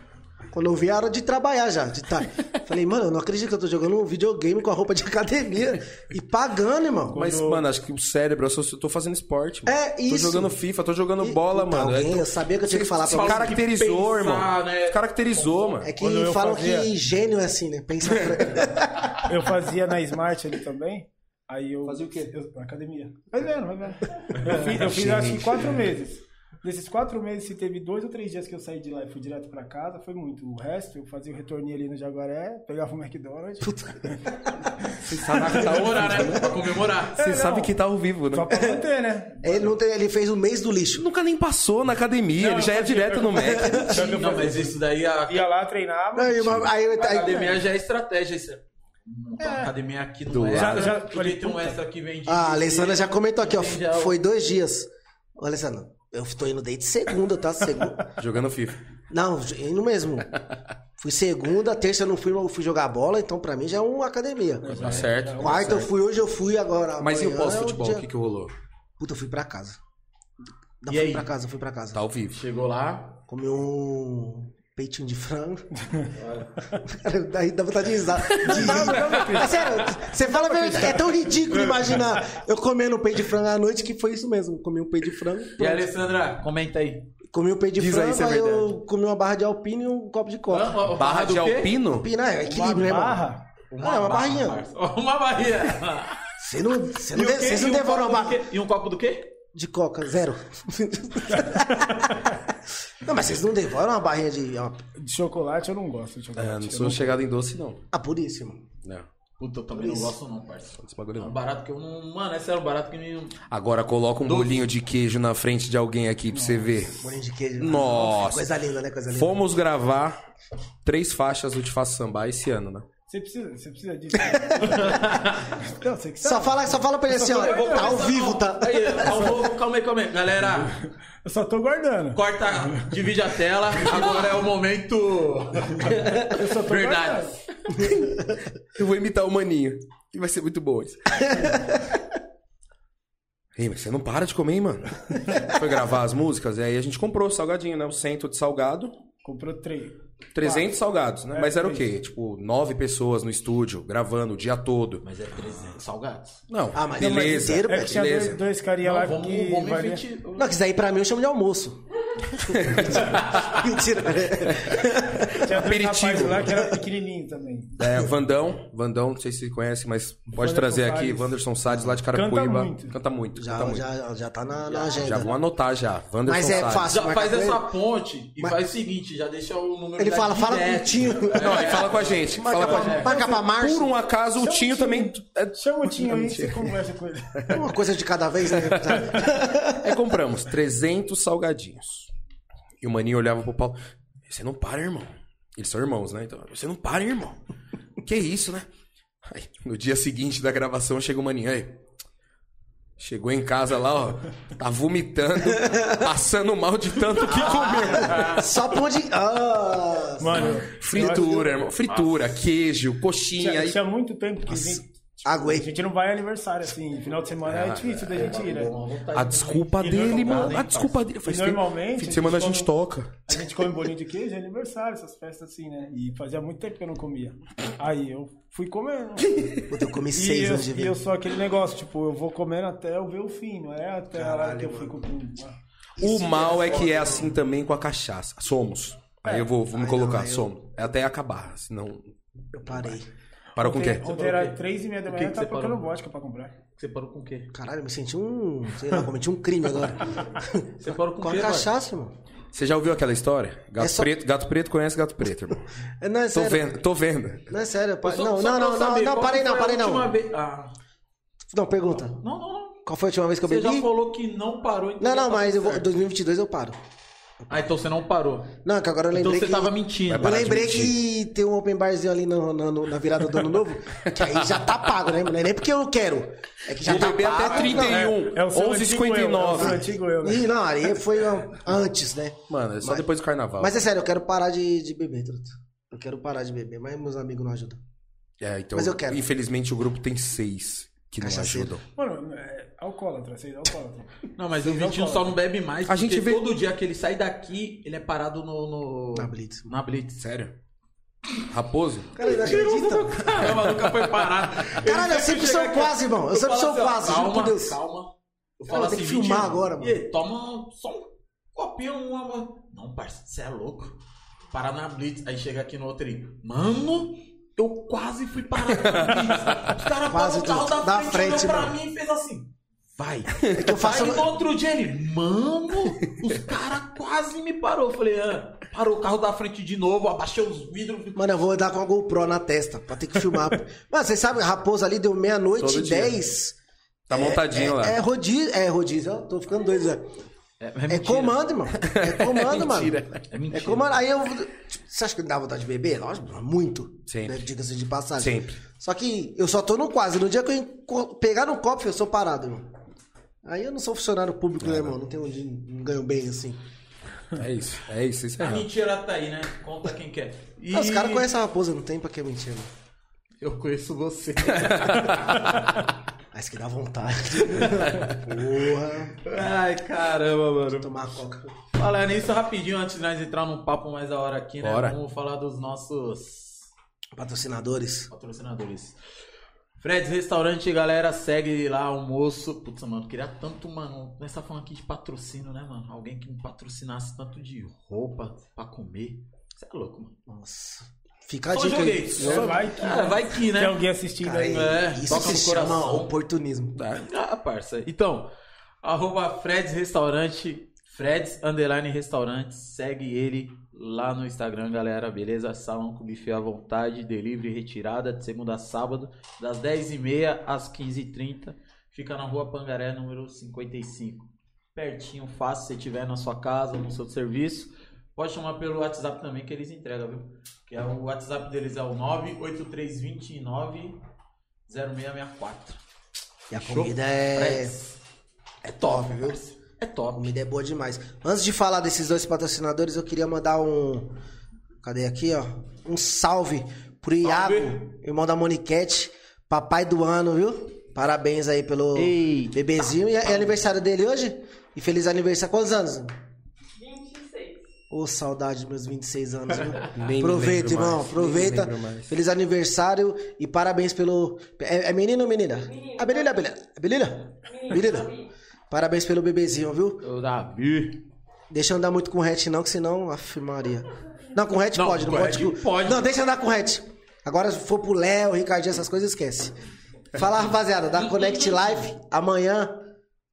Speaker 1: Quando eu vi a hora de trabalhar já, de tarde. Falei, mano, eu não acredito que eu tô jogando um videogame com a roupa de academia e pagando, irmão.
Speaker 3: Mas, mano, acho que o cérebro, eu, sou- eu tô fazendo esporte, mano.
Speaker 1: É
Speaker 3: Tô
Speaker 1: isso.
Speaker 3: jogando FIFA, tô jogando
Speaker 1: E-
Speaker 3: bola,
Speaker 1: Puta,
Speaker 3: mano. Aí
Speaker 1: alguém,
Speaker 3: tu-
Speaker 1: eu sabia que eu tinha que falar pra
Speaker 3: Você
Speaker 1: você.
Speaker 3: caracterizou,
Speaker 2: Tem que pensar,
Speaker 3: irmão.
Speaker 2: né?
Speaker 3: Caracterizou, mano.
Speaker 1: É que
Speaker 4: Quando eu
Speaker 1: falam
Speaker 4: fazia-
Speaker 1: que gênio é assim, né? Pensa.
Speaker 4: Eu fazia na Smart ali também. Aí eu.
Speaker 1: Fazia o quê?
Speaker 4: Eu, na academia. Vai vendo, vai vendo. Eu fiz, eu fiz acho que quatro meses. Nesses quatro meses, se teve dois ou três dias que eu saí de lá e fui direto pra casa, foi muito. O resto, eu fazia o retorninho ali no Jaguaré, pegava o McDonald's.
Speaker 3: Você sabe que tá ao
Speaker 2: Comemorar,
Speaker 3: vivo,
Speaker 2: né? <laughs> Pra comemorar.
Speaker 3: Você
Speaker 4: É,
Speaker 3: sabe
Speaker 4: não.
Speaker 3: que tá ao vivo, né?
Speaker 4: Só pra manter, né?
Speaker 1: ele, não tem- ele fez o mês do lixo.
Speaker 3: Nunca nem passou na academia, ele já é direto no Mac.
Speaker 2: Não, mas isso daí é a
Speaker 4: Ia lá, treinava.
Speaker 1: Não, irmão, aí, aí, né?
Speaker 2: A academia já é estratégia. Isso é... Montar uma academia aqui no
Speaker 3: Do
Speaker 2: extra.
Speaker 4: lado. Já- já-
Speaker 2: Podia ter um extra que vende.
Speaker 1: Ah, a Alessandra já comentou aqui, ó.
Speaker 2: Tem já o-
Speaker 1: Foi dois dias. Ô, Alessandra, eu tô indo desde segunda, tá? Segunda.
Speaker 3: Jogando FIFA.
Speaker 1: Não, indo mesmo. Fui segunda, terça eu não fui, mas eu fui jogar bola, então pra mim já é uma academia.
Speaker 3: Tá certo.
Speaker 1: Quarta eu fui, hoje eu fui, agora.
Speaker 3: Mas e o
Speaker 1: amanhã é
Speaker 3: pós-futebol?
Speaker 1: dia-
Speaker 3: O que, que rolou?
Speaker 1: Puta, eu fui pra casa. Não,
Speaker 2: E
Speaker 1: fui
Speaker 2: aí?
Speaker 1: pra casa, fui pra casa.
Speaker 3: Tá ao vivo.
Speaker 2: Chegou lá.
Speaker 1: Comi um peitinho de frango. Cara, <laughs> daí dá vontade de risar. De... É sério, você fala a verdade. É tão ridículo imaginar eu comendo um peito de frango à noite que foi isso mesmo. Comi um peito de frango.
Speaker 2: E Alessandra, comenta aí.
Speaker 1: Comi um peito de
Speaker 5: Diz aí se
Speaker 1: frango,
Speaker 5: é
Speaker 1: aí eu
Speaker 5: verdade.
Speaker 1: comi uma barra de alpino e um copo de coca.
Speaker 2: Barra,
Speaker 3: Barra
Speaker 2: do
Speaker 3: de
Speaker 2: quê?
Speaker 3: Alpino?
Speaker 1: Alpino, é equilíbrio, né, mano?
Speaker 4: Barra?
Speaker 1: Ah, é uma
Speaker 2: barra,
Speaker 1: barrinha.
Speaker 2: parça. Uma barrinha.
Speaker 1: <laughs> Você não, você
Speaker 2: E
Speaker 1: não,
Speaker 2: o
Speaker 1: de-
Speaker 2: quê?
Speaker 1: vocês
Speaker 2: E
Speaker 1: não
Speaker 2: um
Speaker 1: devoram
Speaker 2: copo
Speaker 1: uma
Speaker 2: do
Speaker 1: barra
Speaker 2: quê? E um copo do quê?
Speaker 1: de coca, zero. <laughs> não, mas vocês não devoram uma barrinha de... uma-
Speaker 4: De chocolate eu não gosto de chocolate.
Speaker 3: É, não
Speaker 4: Eu
Speaker 3: sou chegado em doce, não.
Speaker 1: Ah, por isso, irmão.
Speaker 3: Não,
Speaker 2: Puta, eu também não gosto não, parça.
Speaker 3: esse bagulho
Speaker 2: É um
Speaker 3: não.
Speaker 2: barato que eu não... Mano, é sério, um barato que nem...
Speaker 3: Agora coloca um bolinho de queijo na frente de alguém aqui pra você ver.
Speaker 1: Bolinho de queijo. né?
Speaker 3: Nossa.
Speaker 1: Coisa linda, né? Coisa linda.
Speaker 3: Fomos gravar três faixas do Te Faço Sambar esse ano, né?
Speaker 4: Você precisa, você precisa disso. né? <laughs> não, você que sabe.
Speaker 1: Só fala, só fala pra ele assim, ó.
Speaker 2: Eu vou
Speaker 1: Tá ao
Speaker 2: começar-
Speaker 1: vivo, tá?
Speaker 2: Aí, ao vivo, calma aí, calma aí. Galera,
Speaker 4: Eu só tô guardando.
Speaker 2: Corta, divide a tela. Agora é o momento. Verdade.
Speaker 3: Eu vou imitar o maninho. E vai ser muito bom <laughs> isso. Ei, mas você não para de comer, hein, mano? Foi gravar as músicas, e aí a gente comprou o salgadinho, né? O cento de salgado,
Speaker 4: Comprou três.
Speaker 3: 300 salgados, né?
Speaker 4: É,
Speaker 3: Mas era o
Speaker 4: três.
Speaker 3: quê? Tipo, nove pessoas no estúdio, gravando o dia todo.
Speaker 2: Mas é 300 salgados.
Speaker 3: Não,
Speaker 1: Ah, mas-
Speaker 3: beleza.
Speaker 1: Não, mas inteiro,
Speaker 4: É que tinha
Speaker 3: beleza.
Speaker 4: dois, dois carinha lá
Speaker 2: Não, vamos,
Speaker 4: que
Speaker 2: vamos
Speaker 4: varia-
Speaker 2: inventir-
Speaker 1: Não, que isso aí pra mim eu chamo
Speaker 2: <laughs>
Speaker 1: de almoço. Mentira.
Speaker 4: Tinha dois rapazes
Speaker 3: Aperitivo.
Speaker 4: lá que era pequenininho também.
Speaker 3: É, Vandão, Vandão, não sei se você conhece, mas pode
Speaker 4: Wanderson
Speaker 3: trazer aqui,
Speaker 4: Salles. Wanderson
Speaker 3: Wanderson Salles, lá de Carapicuíba.
Speaker 4: muito.
Speaker 3: Canta muito,
Speaker 1: Já,
Speaker 3: canta muito. Já,
Speaker 1: já, já tá na, na agenda.
Speaker 3: vamos anotar já, Wanderson
Speaker 1: Mas é
Speaker 3: Salles.
Speaker 1: fácil.
Speaker 2: Já
Speaker 1: Marca
Speaker 2: faz
Speaker 1: com
Speaker 2: essa
Speaker 1: ele.
Speaker 2: ponte e
Speaker 1: Mas-
Speaker 2: faz o seguinte: já deixa o número.
Speaker 1: Ele
Speaker 2: da
Speaker 1: fala, fala
Speaker 2: direto.
Speaker 1: curtinho.
Speaker 3: Não, e fala com a gente, fala com a
Speaker 1: <laughs>
Speaker 3: gente.
Speaker 1: Marca pra março.
Speaker 3: Por um acaso, o Tinho também é,
Speaker 4: Chama o Tinho aí, você conversa com ele.
Speaker 1: Uma coisa de cada
Speaker 2: <laughs>
Speaker 1: vez, né?
Speaker 3: é, compramos 300 salgadinhos. E o Maninho olhava pro Paulo, você não para, irmão. Eles são irmãos, né? Então, você não para, irmão. Que isso, né? Aí, no dia seguinte da gravação, chega o Maninho, aí... Chegou em casa lá, ó, tá vomitando, passando mal de tanto que comeu.
Speaker 1: Só pode. Ah,
Speaker 4: Mano,
Speaker 3: Fritura, irmão. Fritura, queijo, coxinha.
Speaker 4: tinha,
Speaker 3: aí-
Speaker 4: tinha muito tempo que vim. A
Speaker 1: aguei.
Speaker 4: gente não vai aniversário, assim, final de semana é, difícil da gente ir, né?
Speaker 3: A desculpa
Speaker 4: E
Speaker 3: dele,
Speaker 2: tá
Speaker 4: normal,
Speaker 3: mano.
Speaker 4: hein,
Speaker 3: A
Speaker 4: parça?
Speaker 3: desculpa dele. Faz
Speaker 4: E
Speaker 3: tempo-
Speaker 4: normalmente,
Speaker 3: Fim de semana a
Speaker 4: a gente
Speaker 3: gente toca.
Speaker 4: A gente come bolinho de queijo, é aniversário, essas festas assim, né? E fazia muito tempo que eu não comia. Aí eu fui comendo.
Speaker 1: Puta, eu comi
Speaker 4: E
Speaker 1: seis
Speaker 4: eu,
Speaker 1: anos de
Speaker 4: e
Speaker 1: vida.
Speaker 4: eu sou aquele negócio, tipo, eu vou comendo até eu ver o fim, não é até a hora
Speaker 1: Caralho,
Speaker 4: que eu
Speaker 1: mano.
Speaker 4: fico com.
Speaker 3: O mal é que é assim também com a cachaça. Somos. Aí eu vou, vou me
Speaker 1: É. Ai,
Speaker 3: colocar,
Speaker 1: não, eu-
Speaker 3: somos. É até acabar, senão.
Speaker 1: Eu parei.
Speaker 3: Parou com o quê?
Speaker 4: Ontem- Ontem era
Speaker 2: quê?
Speaker 4: três e meia da
Speaker 2: O que
Speaker 4: manhã,
Speaker 2: que
Speaker 4: tá
Speaker 2: você parou?
Speaker 4: procurando vodka pra comprar.
Speaker 2: Você parou com o quê?
Speaker 1: Caralho, eu me senti um. Sei lá, cometi um
Speaker 2: <laughs>
Speaker 1: crime agora.
Speaker 2: Você parou com o
Speaker 1: Com a
Speaker 2: quê?
Speaker 1: cachaça, irmão.
Speaker 3: Você já ouviu aquela história? Gato,
Speaker 1: É só-
Speaker 3: preto, gato preto conhece gato preto, irmão.
Speaker 1: <laughs> É, Não é
Speaker 3: Tô
Speaker 1: sério.
Speaker 3: vendo, tô vendo.
Speaker 1: Não é sério. pa-
Speaker 2: Só- só
Speaker 1: Não, não,
Speaker 2: pra eu
Speaker 1: não, não,
Speaker 2: saber,
Speaker 1: não,
Speaker 2: qual
Speaker 1: parei
Speaker 2: que
Speaker 1: não,
Speaker 2: foi a
Speaker 1: parei
Speaker 2: última
Speaker 1: não.
Speaker 2: vez- Ah,
Speaker 1: Não, pergunta.
Speaker 2: não, não, não.
Speaker 1: Qual foi a última vez que eu
Speaker 2: Você
Speaker 1: bebi?
Speaker 2: já falou que não parou. então
Speaker 1: Não, não,
Speaker 2: tá
Speaker 1: mas eu vou,
Speaker 2: certo.
Speaker 1: 2022 eu paro.
Speaker 2: Ah, então você não parou.
Speaker 1: Não, é que agora eu
Speaker 2: Então
Speaker 1: lembrei
Speaker 2: você
Speaker 1: que...
Speaker 2: tava mentindo.
Speaker 3: Vai
Speaker 1: Eu
Speaker 3: parar de
Speaker 1: lembrei
Speaker 3: mentir.
Speaker 1: que tem um open barzinho ali no- no- no- na virada do ano novo, que aí já tá pago, né? Não é nem porque eu quero. É que já
Speaker 3: Vou
Speaker 1: tá
Speaker 3: beber
Speaker 1: pago.
Speaker 3: até
Speaker 1: Não, é-
Speaker 3: 31,
Speaker 4: o seu antigo eu, é o seu
Speaker 3: 11h59.
Speaker 4: antigo eu, né?
Speaker 1: Ih, não, aí foi ó, antes, né?
Speaker 3: Mano, é só
Speaker 1: Mas-
Speaker 3: depois do carnaval.
Speaker 1: Mas é sério, eu quero parar de, de beber, truto. Eu quero parar de beber, mas meus amigos não ajudam.
Speaker 3: É, então,
Speaker 1: Mas eu quero.
Speaker 3: Infelizmente o grupo tem seis que não
Speaker 1: Cachaceiro.
Speaker 3: ajudam.
Speaker 4: Mano, é alcoólatra, vocês alcoólatra.
Speaker 2: Não, mas o Vitinho só não bebe mais.
Speaker 3: A gente
Speaker 2: porque
Speaker 3: vê-
Speaker 2: todo dia que ele sai daqui, ele é parado no. no...
Speaker 1: Na Blitz.
Speaker 2: Na Blitz.
Speaker 3: Sério? Raposo?
Speaker 1: Cara, eu não acredito.
Speaker 2: Caramba, nunca foi parado. Ele
Speaker 1: Caralho, eu sempre sou
Speaker 2: chega aqui,
Speaker 1: quase, irmão. Eu sempre
Speaker 2: falo
Speaker 1: sou
Speaker 2: assim, ó,
Speaker 1: quase, juro
Speaker 2: calma,
Speaker 1: por Deus.
Speaker 2: Calma. Eu falo
Speaker 1: Cara, eu tenho
Speaker 2: assim,
Speaker 1: que filmar
Speaker 2: Vitinho,
Speaker 1: agora, mano.
Speaker 2: e aí, toma só um copinho, uma. Não, parceiro, você é louco. Parar na Blitz, aí chega aqui no outro aí. Mano, eu quase fui parar na Blitz. Os caras
Speaker 1: <laughs>
Speaker 2: pararam
Speaker 1: Quase
Speaker 2: o carro
Speaker 1: tudo.
Speaker 2: da, frente,
Speaker 1: Da frente,
Speaker 2: olhou pra
Speaker 1: mano. É
Speaker 2: mim e fez assim. Vai.
Speaker 1: <laughs> que eu faço-
Speaker 2: Aí no outro dia ele, mano, os caras quase me parou. Eu falei, ah, parou o carro da frente de novo, abaixei os vidros.
Speaker 1: Mano, eu vou andar com a GoPro na testa pra ter que filmar. Mano, vocês sabem, Raposo ali deu meia-noite
Speaker 3: Todo
Speaker 1: e
Speaker 3: dia.
Speaker 1: dez.
Speaker 3: Tá montadinho lá.
Speaker 1: É rodízio, é rodízio, ó, tô ficando doido, Zé. É
Speaker 2: mentira.
Speaker 1: comando, irmão.
Speaker 2: <laughs>
Speaker 1: É comando, mano.
Speaker 2: É mentira.
Speaker 1: É comando. Aí eu. tipo, Você acha que me dá vontade de beber? Lógico, muito.
Speaker 3: Sempre.
Speaker 1: Né? Diga-se de passagem.
Speaker 3: Sempre.
Speaker 1: Só que eu só tô no quase. No dia que eu enco- pegar no copo, eu sou
Speaker 2: É.
Speaker 1: parado, irmão. Aí eu não sou funcionário público, né, irmão? Não tenho. Não ganho bem assim.
Speaker 3: É isso, é isso, isso é
Speaker 2: A
Speaker 3: real.
Speaker 2: mentira tá aí, né? Conta quem quer. E
Speaker 1: Ah, Os caras conhecem a raposa, não tem pra que mentir. né?
Speaker 2: Eu conheço você.
Speaker 1: Mas Ah, que dá vontade.
Speaker 2: <laughs>
Speaker 1: Porra.
Speaker 2: <laughs> Ai, caramba, mano.
Speaker 1: Tomar a coca.
Speaker 2: Falando isso rapidinho, antes de nós entrar num papo mais da hora aqui, né?
Speaker 3: Bora.
Speaker 2: Vamos falar dos nossos
Speaker 1: Patrocinadores.
Speaker 2: patrocinadores. Fred's Restaurante, galera, segue lá, almoço. Putz, mano, queria tanto, mano. Nós tá falando aqui de patrocínio, né, mano? Alguém que me patrocinasse tanto de roupa pra comer. Você é louco, mano.
Speaker 1: Nossa. Fica a
Speaker 2: Só
Speaker 1: dica
Speaker 2: joguei.
Speaker 1: aí. É.
Speaker 2: Só-
Speaker 4: É, vai que,
Speaker 2: Cara, vai que, né?
Speaker 4: tem alguém assistindo
Speaker 1: Cara,
Speaker 4: aí.
Speaker 2: É,
Speaker 1: isso
Speaker 2: toca
Speaker 1: se
Speaker 2: no
Speaker 1: chama
Speaker 2: coração.
Speaker 1: oportunismo.
Speaker 2: Ah, parça. Então, arroba Fred's Restaurante, Fred's Underline Restaurante, segue ele lá no Instagram, galera, beleza? Salão com buffet à vontade, delivery e retirada de segunda a sábado, das 10h30 às 15h30. Fica na rua Pangaré, número 55. Pertinho, fácil, se você tiver na sua casa, no seu serviço. Pode chamar pelo WhatsApp também que eles entregam, viu? Que é o WhatsApp deles é o 98329 0664.
Speaker 1: E a
Speaker 2: Show.
Speaker 1: comida é.
Speaker 2: Fred's.
Speaker 1: É top, viu?
Speaker 2: É
Speaker 1: A
Speaker 2: top.
Speaker 1: comida é boa demais. Antes de falar desses dois patrocinadores, eu queria mandar um. Cadê aqui, ó? Um salve pro Iago, irmão da Moniquete, papai do ano, viu? Parabéns aí pelo
Speaker 2: Eita.
Speaker 1: bebezinho. E é é aniversário dele hoje? E feliz aniversário. Quantos anos?
Speaker 5: 26.
Speaker 1: Ô, saudade dos meus 26 anos, viu?
Speaker 3: <laughs> Nem
Speaker 1: aproveita,
Speaker 3: lembro
Speaker 1: irmão.
Speaker 3: mais,
Speaker 1: aproveita.
Speaker 3: nem lembro mais.
Speaker 1: Feliz aniversário e parabéns pelo. É, é menino ou menina?
Speaker 5: Menino.
Speaker 1: A menina, a menina. A menina? Menina. Parabéns pelo bebezinho, viu?
Speaker 2: O Davi.
Speaker 1: Deixa eu andar muito com o hatch, não, que senão afirmaria. Não, com o hatch
Speaker 2: Não,
Speaker 1: pode, não
Speaker 2: com
Speaker 1: pode.
Speaker 2: hatch
Speaker 1: com-
Speaker 2: pode.
Speaker 1: Não, deixa eu andar com o hatch. Agora, se for pro Léo, Ricardinho, essas coisas, esquece. Fala, rapaziada, da Connect Live, amanhã.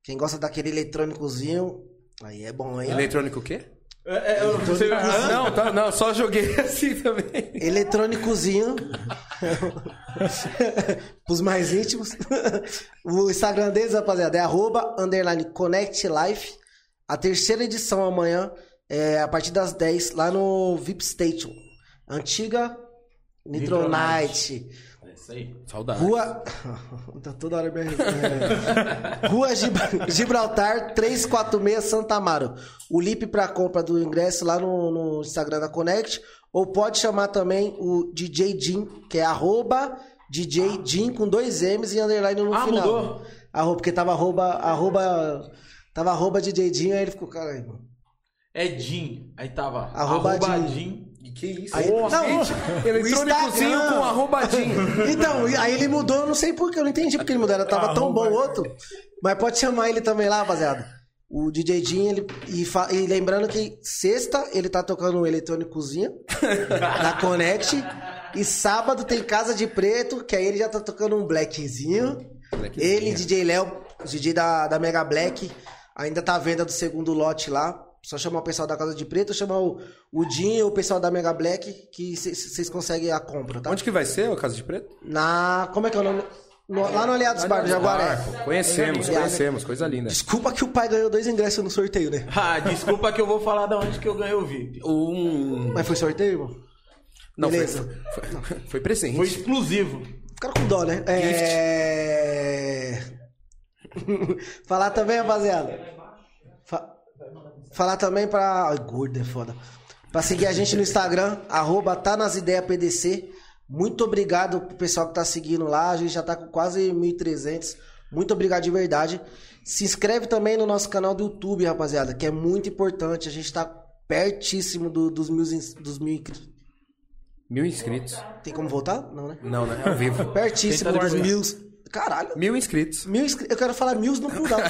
Speaker 1: Quem gosta daquele eletrônicozinho, aí é bom, hein?
Speaker 3: Eletrônico o quê?
Speaker 2: É, é, eu não sei
Speaker 3: Não, tá- não, só joguei <laughs> assim também.
Speaker 1: Eletrônicozinho. Pros mais íntimos. o Instagram deles, rapaziada, é arroba underline Connect Life. A terceira edição amanhã, é a partir das 10, lá no VIP Station. Antiga Nitronite.
Speaker 2: É isso aí.
Speaker 3: Saudade.
Speaker 1: Rua. <laughs> tá toda hora me arrependendo. Rua Gib- Gibraltar 346 Santa Amaro. O link pra compra do ingresso lá no, no Instagram da Connect. Ou pode chamar também o DJ Jim, que é arroba DJ Jim com dois M's e underline no
Speaker 2: Ah,
Speaker 1: final.
Speaker 2: mudou?
Speaker 1: Arroba, porque tava arroba, arroba. Tava arroba DJ Jim, aí ele ficou, caralho, mano.
Speaker 2: É Jim. Aí tava.
Speaker 1: Arroba
Speaker 2: arroba
Speaker 1: Jim.
Speaker 2: Jim.
Speaker 3: E que isso?
Speaker 1: Aí,
Speaker 2: Porra,
Speaker 1: não,
Speaker 3: Eletrônicozinho
Speaker 1: Instagram.
Speaker 3: com arrobadinho.
Speaker 1: Então, e aí ele mudou, eu não sei porquê, eu não entendi porque ele mudou, era tava tão bom o outro. Mas pode chamar ele também lá, rapaziada. O DJ Jim, ele. E, fa- e lembrando que sexta ele tá tocando um eletrônicozinho na Connect. E sábado tem Casa de Preto, que aí ele já tá tocando um blackzinho.
Speaker 3: Blackzinho.
Speaker 1: Ele, DJ Léo, DJ da, da Mega Black, ainda tá à venda do segundo lote lá. Só chamar o pessoal da Casa de Preto, chamar o, o Jim e o pessoal da Mega Black, que vocês conseguem a compra, tá?
Speaker 3: <laughs> Onde que vai ser o Casa de Preto?
Speaker 1: Na. Como é que é o nome? No- lá no Aliados Bar, no Jaguaré.
Speaker 3: Barco. Conhecemos,
Speaker 1: Aliados.
Speaker 3: conhecemos. Coisa linda.
Speaker 1: Desculpa que o pai ganhou dois ingressos no sorteio, né?
Speaker 2: Ah, desculpa que eu vou falar da onde que eu ganhei o VIP.
Speaker 3: Um...
Speaker 1: Mas foi sorteio, irmão?
Speaker 3: Não, foi,
Speaker 1: Beleza.
Speaker 3: foi, foi presente.
Speaker 2: Foi exclusivo.
Speaker 1: Ficaram com dó, né? É. <laughs> Falar também, rapaziada. Fa- Falar também pra. Ai, gordo é foda. Pra seguir a gente no Instagram, arroba tá nas ideias PDC. Muito obrigado pro pessoal que tá seguindo lá. A gente já tá com quase 1.300. Muito obrigado de verdade. Se inscreve também no nosso canal do YouTube, rapaziada, que é muito importante. A gente tá pertíssimo do- dos, mil, ins- dos mil inscritos.
Speaker 3: Mil inscritos.
Speaker 1: Tem como voltar? Não, né?
Speaker 3: Não, né? Ao vivo.
Speaker 1: Pertíssimo
Speaker 2: Tenta
Speaker 1: dos
Speaker 2: depois.
Speaker 1: mil. Caralho.
Speaker 3: <laughs> Mil inscritos.
Speaker 1: Mil inscri- Eu quero falar mil
Speaker 2: <laughs>
Speaker 1: no plural.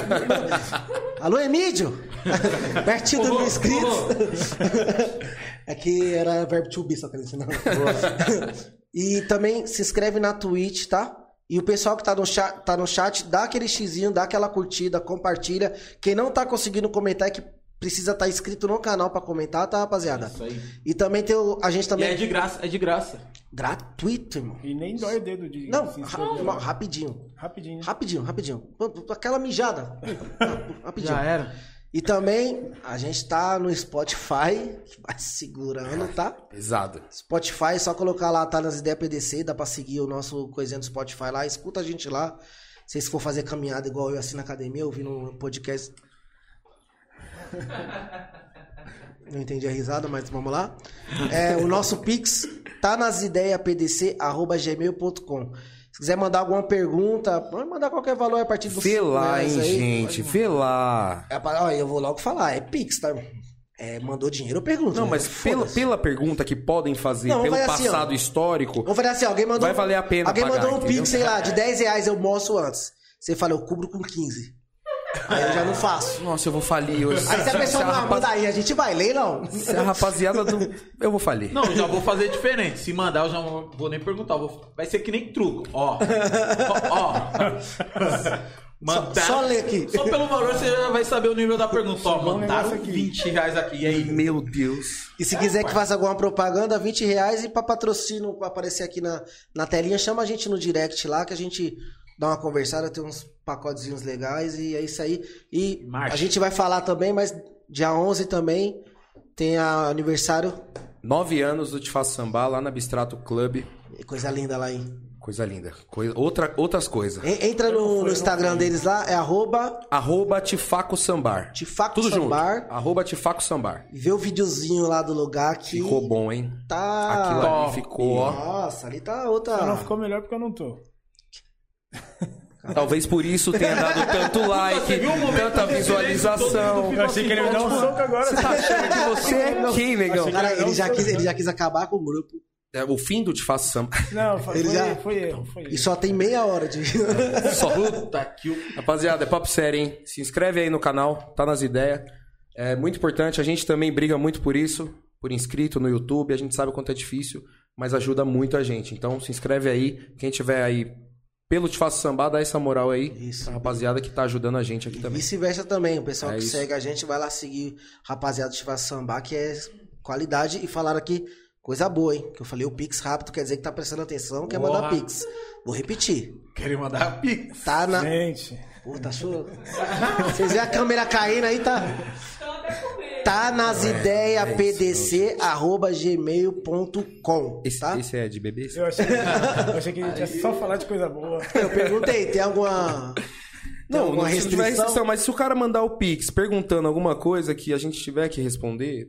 Speaker 1: Alô, Emílio? Pertinho do mil inscritos. <laughs> é que era verbo to be, só que não. <laughs> e também se inscreve na Twitch, tá? E o pessoal que tá no, chat, tá no chat, dá aquele xizinho, dá aquela curtida, compartilha. Quem não tá conseguindo comentar é que precisa estar inscrito no canal pra comentar, tá, rapaziada?
Speaker 2: Isso aí.
Speaker 1: E também tem o... A gente
Speaker 2: E é
Speaker 1: também...
Speaker 2: de graça, é de graça.
Speaker 1: Gratuito, irmão.
Speaker 4: E nem dói o dedo de
Speaker 1: Não,
Speaker 4: se
Speaker 2: é
Speaker 1: ra-
Speaker 4: inscrever.
Speaker 1: irmão, rapidinho.
Speaker 4: Rapidinho.
Speaker 1: Rapidinho, rapidinho. Pô, pô, Aquela mijada. Tá, Rapidinho.
Speaker 2: Já é. era.
Speaker 1: E também a gente tá no Spotify, que vai segurando, tá?
Speaker 3: Pesado.
Speaker 1: Spotify, só colocar lá, tá nas ideias PDC, dá pra seguir o nosso coisinha do Spotify lá, escuta a gente lá. Se vocês for fazer caminhada igual eu assim na academia, ouvindo um podcast. <laughs> Não entendi a risada, mas vamos lá. É, o nosso Pix tá nas ideiapdc.gmail.com. Se quiser mandar alguma pergunta, pode mandar qualquer valor a partir do
Speaker 3: Vê lá,
Speaker 1: né,
Speaker 3: hein,
Speaker 1: isso aí.
Speaker 3: gente. Vê lá.
Speaker 1: É, pra- ó, eu vou logo falar, é Pix, tá? irmão? É, mandou dinheiro, eu pergunto.
Speaker 3: Não,
Speaker 1: né?
Speaker 3: mas pela,
Speaker 1: Foda-se.
Speaker 3: pela pergunta que podem fazer,
Speaker 1: Não,
Speaker 3: pelo
Speaker 1: vai assim, ó.
Speaker 3: passado histórico,
Speaker 1: Vamos fazer assim, alguém mandou.
Speaker 3: Vai valer a pena
Speaker 1: Alguém
Speaker 3: pagar,
Speaker 1: mandou um
Speaker 3: entendeu?
Speaker 1: pix, sei lá, de 10 reais eu mostro antes. Você fala, eu cubro com 15. Aí eu já não faço.
Speaker 3: nossa, eu vou falir hoje.
Speaker 1: Aí se a pessoa não
Speaker 3: rapaz-
Speaker 1: manda aí, a gente vai, leilão.
Speaker 3: se a rapaziada do. Eu vou falir.
Speaker 2: Não, eu já vou fazer diferente. Se mandar, eu já não vou nem perguntar. eu vou- Vai ser que nem truco. Ó. Ó. Mandar...
Speaker 1: Só- só ler aqui.
Speaker 2: Só pelo valor você já vai saber o nível da pergunta. Ó, mandaram
Speaker 4: negócio aqui.
Speaker 2: 20 reais aqui. E aí?
Speaker 3: Meu Deus.
Speaker 1: E se quiser que faça alguma propaganda, 20 reais e pra patrocínio pra aparecer aqui na, na telinha, chama a gente no direct lá que a gente dá uma conversada, tem uns pacotezinhos legais e é isso aí. E
Speaker 2: Marcha.
Speaker 1: a gente vai falar também, mas dia 11 também tem a aniversário.
Speaker 3: Nove anos do Te Faço Sambar lá na Bistrato Club.
Speaker 1: Coisa linda lá, hein?
Speaker 3: Coisa linda. Coisa... Outra... Outras coisas.
Speaker 1: En- Entra no, no Instagram deles lá, é arroba
Speaker 3: Arroba Tifaco Sambar.
Speaker 1: Tifaco
Speaker 3: Tudo
Speaker 1: Sambar.
Speaker 3: junto. Arroba Tifaco Sambar.
Speaker 1: e vê o videozinho lá do lugar que
Speaker 3: Ficou bom, hein?
Speaker 1: tá.
Speaker 3: Aquilo é ali
Speaker 2: Top.
Speaker 3: ficou, ó.
Speaker 1: Nossa, ali tá outra.
Speaker 4: Só não ficou melhor porque eu não tô.
Speaker 1: Tipo
Speaker 3: Talvez por isso tenha dado tanto like,
Speaker 2: Você viu o momento
Speaker 3: tanta
Speaker 2: de silêncio, todo
Speaker 3: visualização.
Speaker 2: mundo
Speaker 4: Eu
Speaker 1: assim,
Speaker 4: achei
Speaker 1: é
Speaker 4: que ele me deu um
Speaker 1: tipo,
Speaker 4: soco agora.
Speaker 3: Você tá achando que você é quem, negão?
Speaker 1: Cara, ele já, quis, ele já quis acabar com o grupo.
Speaker 3: É, o fim do Te Faço Sambar.
Speaker 4: Não, foi,
Speaker 1: Ele
Speaker 4: foi,
Speaker 1: já-
Speaker 4: foi erro, foi erro.
Speaker 1: E só tem meia hora de.
Speaker 3: <laughs> Só
Speaker 2: Puta que o.
Speaker 3: Rapaziada, é papo sério, hein? Se inscreve aí no canal, tá nas ideias. É muito importante, a gente também briga muito por isso, por inscrito no YouTube, a gente sabe o quanto é difícil, mas ajuda muito a gente. Então se inscreve aí, quem tiver aí pelo Te Faço Sambar, dá essa moral aí.
Speaker 1: Isso.
Speaker 3: A rapaziada que tá ajudando a gente aqui também.
Speaker 1: Vice-versa também. O pessoal
Speaker 3: É
Speaker 1: que
Speaker 3: isso.
Speaker 1: segue a gente vai lá seguir rapaziada do Chiva Samba, que é qualidade. E falaram aqui coisa boa, hein? Que eu falei o Pix rápido, quer dizer que tá prestando atenção, quer mandar
Speaker 2: Porra.
Speaker 1: Pix. Vou repetir.
Speaker 2: Querem mandar pix.
Speaker 1: Tá na.
Speaker 4: Gente,
Speaker 1: Pô, tá show. Vocês vê a câmera caindo aí, tá?
Speaker 5: Estão até com medo.
Speaker 1: Tá nas ideias
Speaker 3: é
Speaker 1: pdc arroba gmail.com.
Speaker 3: Esse,
Speaker 1: Tá?
Speaker 3: esse é de bebê?
Speaker 4: eu achei, eu achei que a gente ia só falar de coisa boa.
Speaker 1: Eu perguntei, tem alguma. tem
Speaker 3: Não,
Speaker 1: alguma
Speaker 3: não se tiver restrição, mas se o cara mandar o Pix perguntando alguma coisa que a gente tiver que responder,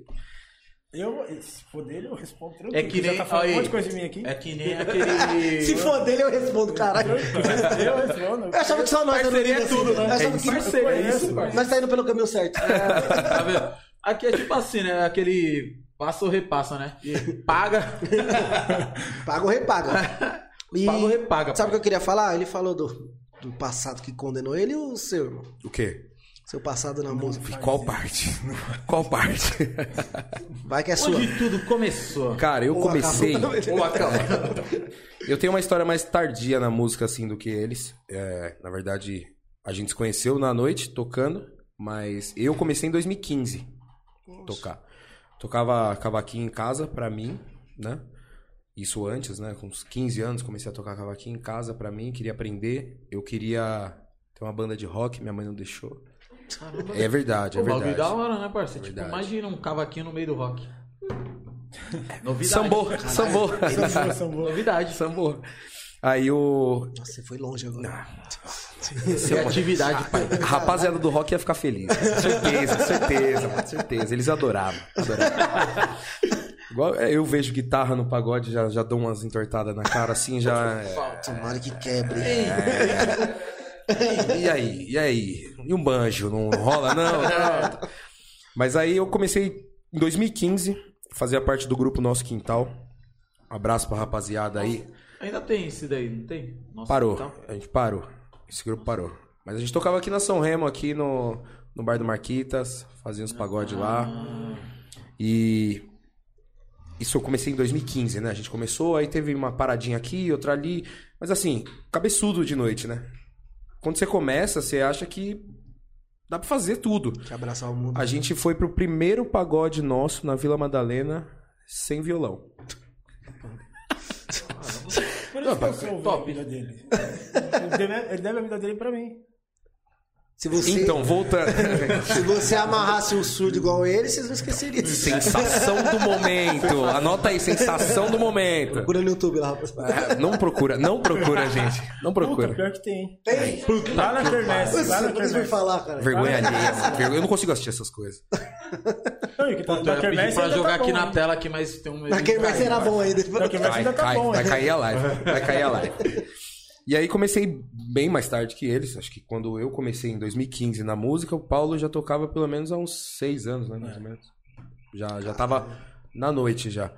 Speaker 4: Eu, se for dele, eu respondo tranquilo.
Speaker 2: É que
Speaker 4: já
Speaker 2: nem.
Speaker 4: tá falando
Speaker 2: aí,
Speaker 4: um monte de coisa de mim aqui.
Speaker 2: É que
Speaker 4: <laughs>
Speaker 2: nem aquele.
Speaker 1: Se for dele, eu respondo, caralho.
Speaker 4: Eu respondo.
Speaker 1: Eu achava que só nós era
Speaker 2: Parceria é
Speaker 1: assim.
Speaker 2: tudo, né?
Speaker 1: Eu achava
Speaker 2: É
Speaker 1: que
Speaker 2: isso, parceiro, é isso, parceiro.
Speaker 1: Nós tá indo pelo
Speaker 2: <laughs>
Speaker 1: caminho certo.
Speaker 2: <laughs> Tá vendo? Aqui é tipo assim, né? Aquele passa ou repassa, né?
Speaker 4: <laughs>
Speaker 2: Paga.
Speaker 1: Paga ou repaga. E
Speaker 2: Paga ou repaga,
Speaker 1: Sabe
Speaker 2: pai.
Speaker 1: o que eu queria falar? Ele falou do, do passado que condenou ele e o seu irmão.
Speaker 3: o quê?
Speaker 1: Seu passado na música.
Speaker 3: Qual parte? Qual parte?
Speaker 1: Vai que é sua.
Speaker 2: Onde tudo começou.
Speaker 3: Cara, eu
Speaker 1: Ou
Speaker 3: comecei.
Speaker 1: acabou.
Speaker 4: É
Speaker 2: Ou <laughs> acaba.
Speaker 3: Eu tenho uma história mais tardia na música, assim, do que eles. É, na verdade, a gente se conheceu na noite, tocando, mas eu comecei em 2015 a tocar. Tocava cavaquinho em casa, pra mim, né? Isso antes, né? Com uns 15 anos, comecei a tocar cavaquinho em casa, pra mim, queria aprender. Eu queria ter uma banda de rock, minha mãe não deixou. É verdade, é
Speaker 2: O bagulho da
Speaker 3: verdade.
Speaker 2: hora, né, parceiro? Tipo,
Speaker 3: Verdade.
Speaker 2: imagina um cavaquinho no meio do rock.
Speaker 4: É,
Speaker 2: Novidade.
Speaker 3: Sambô, sambô, <laughs>
Speaker 4: São boas.
Speaker 2: Novidade.
Speaker 3: sambô. Aí o,
Speaker 1: Nossa, você foi longe agora.
Speaker 2: Criatividade, é pai.
Speaker 3: A rapaziada do rock ia ficar feliz. Certeza, certeza, mano, certeza. Eles adoravam. adoravam. Igual é, eu vejo guitarra no pagode, já, já dou umas entortadas na cara assim, já. é,
Speaker 1: Tomara que quebre.
Speaker 3: E aí? E aí? E um banjo? Não rola, não? não. Mas aí eu comecei em 2015, fazia parte do grupo Nosso Quintal. Abraço pra rapaziada aí.
Speaker 2: Ainda tem esse daí, não tem? Nossa,
Speaker 3: Parou.
Speaker 2: então.
Speaker 3: A gente parou. Esse grupo parou. Mas a gente tocava aqui na São Remo, aqui no, no bar do Marquitas, fazia uns pagode
Speaker 4: Ah.
Speaker 2: Hum.
Speaker 3: lá. E isso eu comecei em 2015, né? A gente começou, aí teve uma paradinha aqui, outra ali. Mas assim, cabeçudo de noite, né? Quando você começa, você acha que dá pra fazer tudo.
Speaker 1: Que abraçar o mundo.
Speaker 3: É. A gente foi pro primeiro pagode nosso na Vila Madalena sem violão.
Speaker 4: Por isso que eu salvei a
Speaker 2: top.
Speaker 4: vida dele. Ele deve, ele deve a vida dele pra mim.
Speaker 1: Se você,
Speaker 3: Então, voltando.
Speaker 1: se você amarrasse um surdo igual ele, vocês não esqueceriam disso.
Speaker 3: <laughs> sensação do momento. Anota aí, sensação do momento.
Speaker 1: Procura no YouTube lá, rapaziada.
Speaker 3: Ah, Não procura, não procura, gente. Não
Speaker 4: Puta,
Speaker 3: procura.
Speaker 4: pior que tem.
Speaker 1: Tem?
Speaker 4: Lá na internet, lá na
Speaker 1: Você não vai
Speaker 4: internet.
Speaker 1: falar, cara.
Speaker 3: Vergonha alheia. vergonha- Eu não consigo assistir essas coisas.
Speaker 4: Não, e o que tá
Speaker 2: Puta, eu
Speaker 4: na
Speaker 2: ia pedir
Speaker 4: internet
Speaker 2: pra
Speaker 4: ainda
Speaker 2: jogar
Speaker 4: tá bom,
Speaker 2: aqui na
Speaker 4: né?
Speaker 2: tela aqui, mas tem um.
Speaker 1: Naquele mais era bom ainda.
Speaker 4: Na internet
Speaker 3: Vai,
Speaker 4: ainda tá
Speaker 3: cai,
Speaker 4: bom,
Speaker 3: vai
Speaker 4: né?
Speaker 3: cair a live. Vai cair a live. E aí comecei bem mais tarde que eles. Acho que quando eu comecei em 2015 na música, o Paulo já tocava pelo menos há uns seis anos, né?
Speaker 4: É.
Speaker 3: Mais ou menos. Já, já tava na noite já.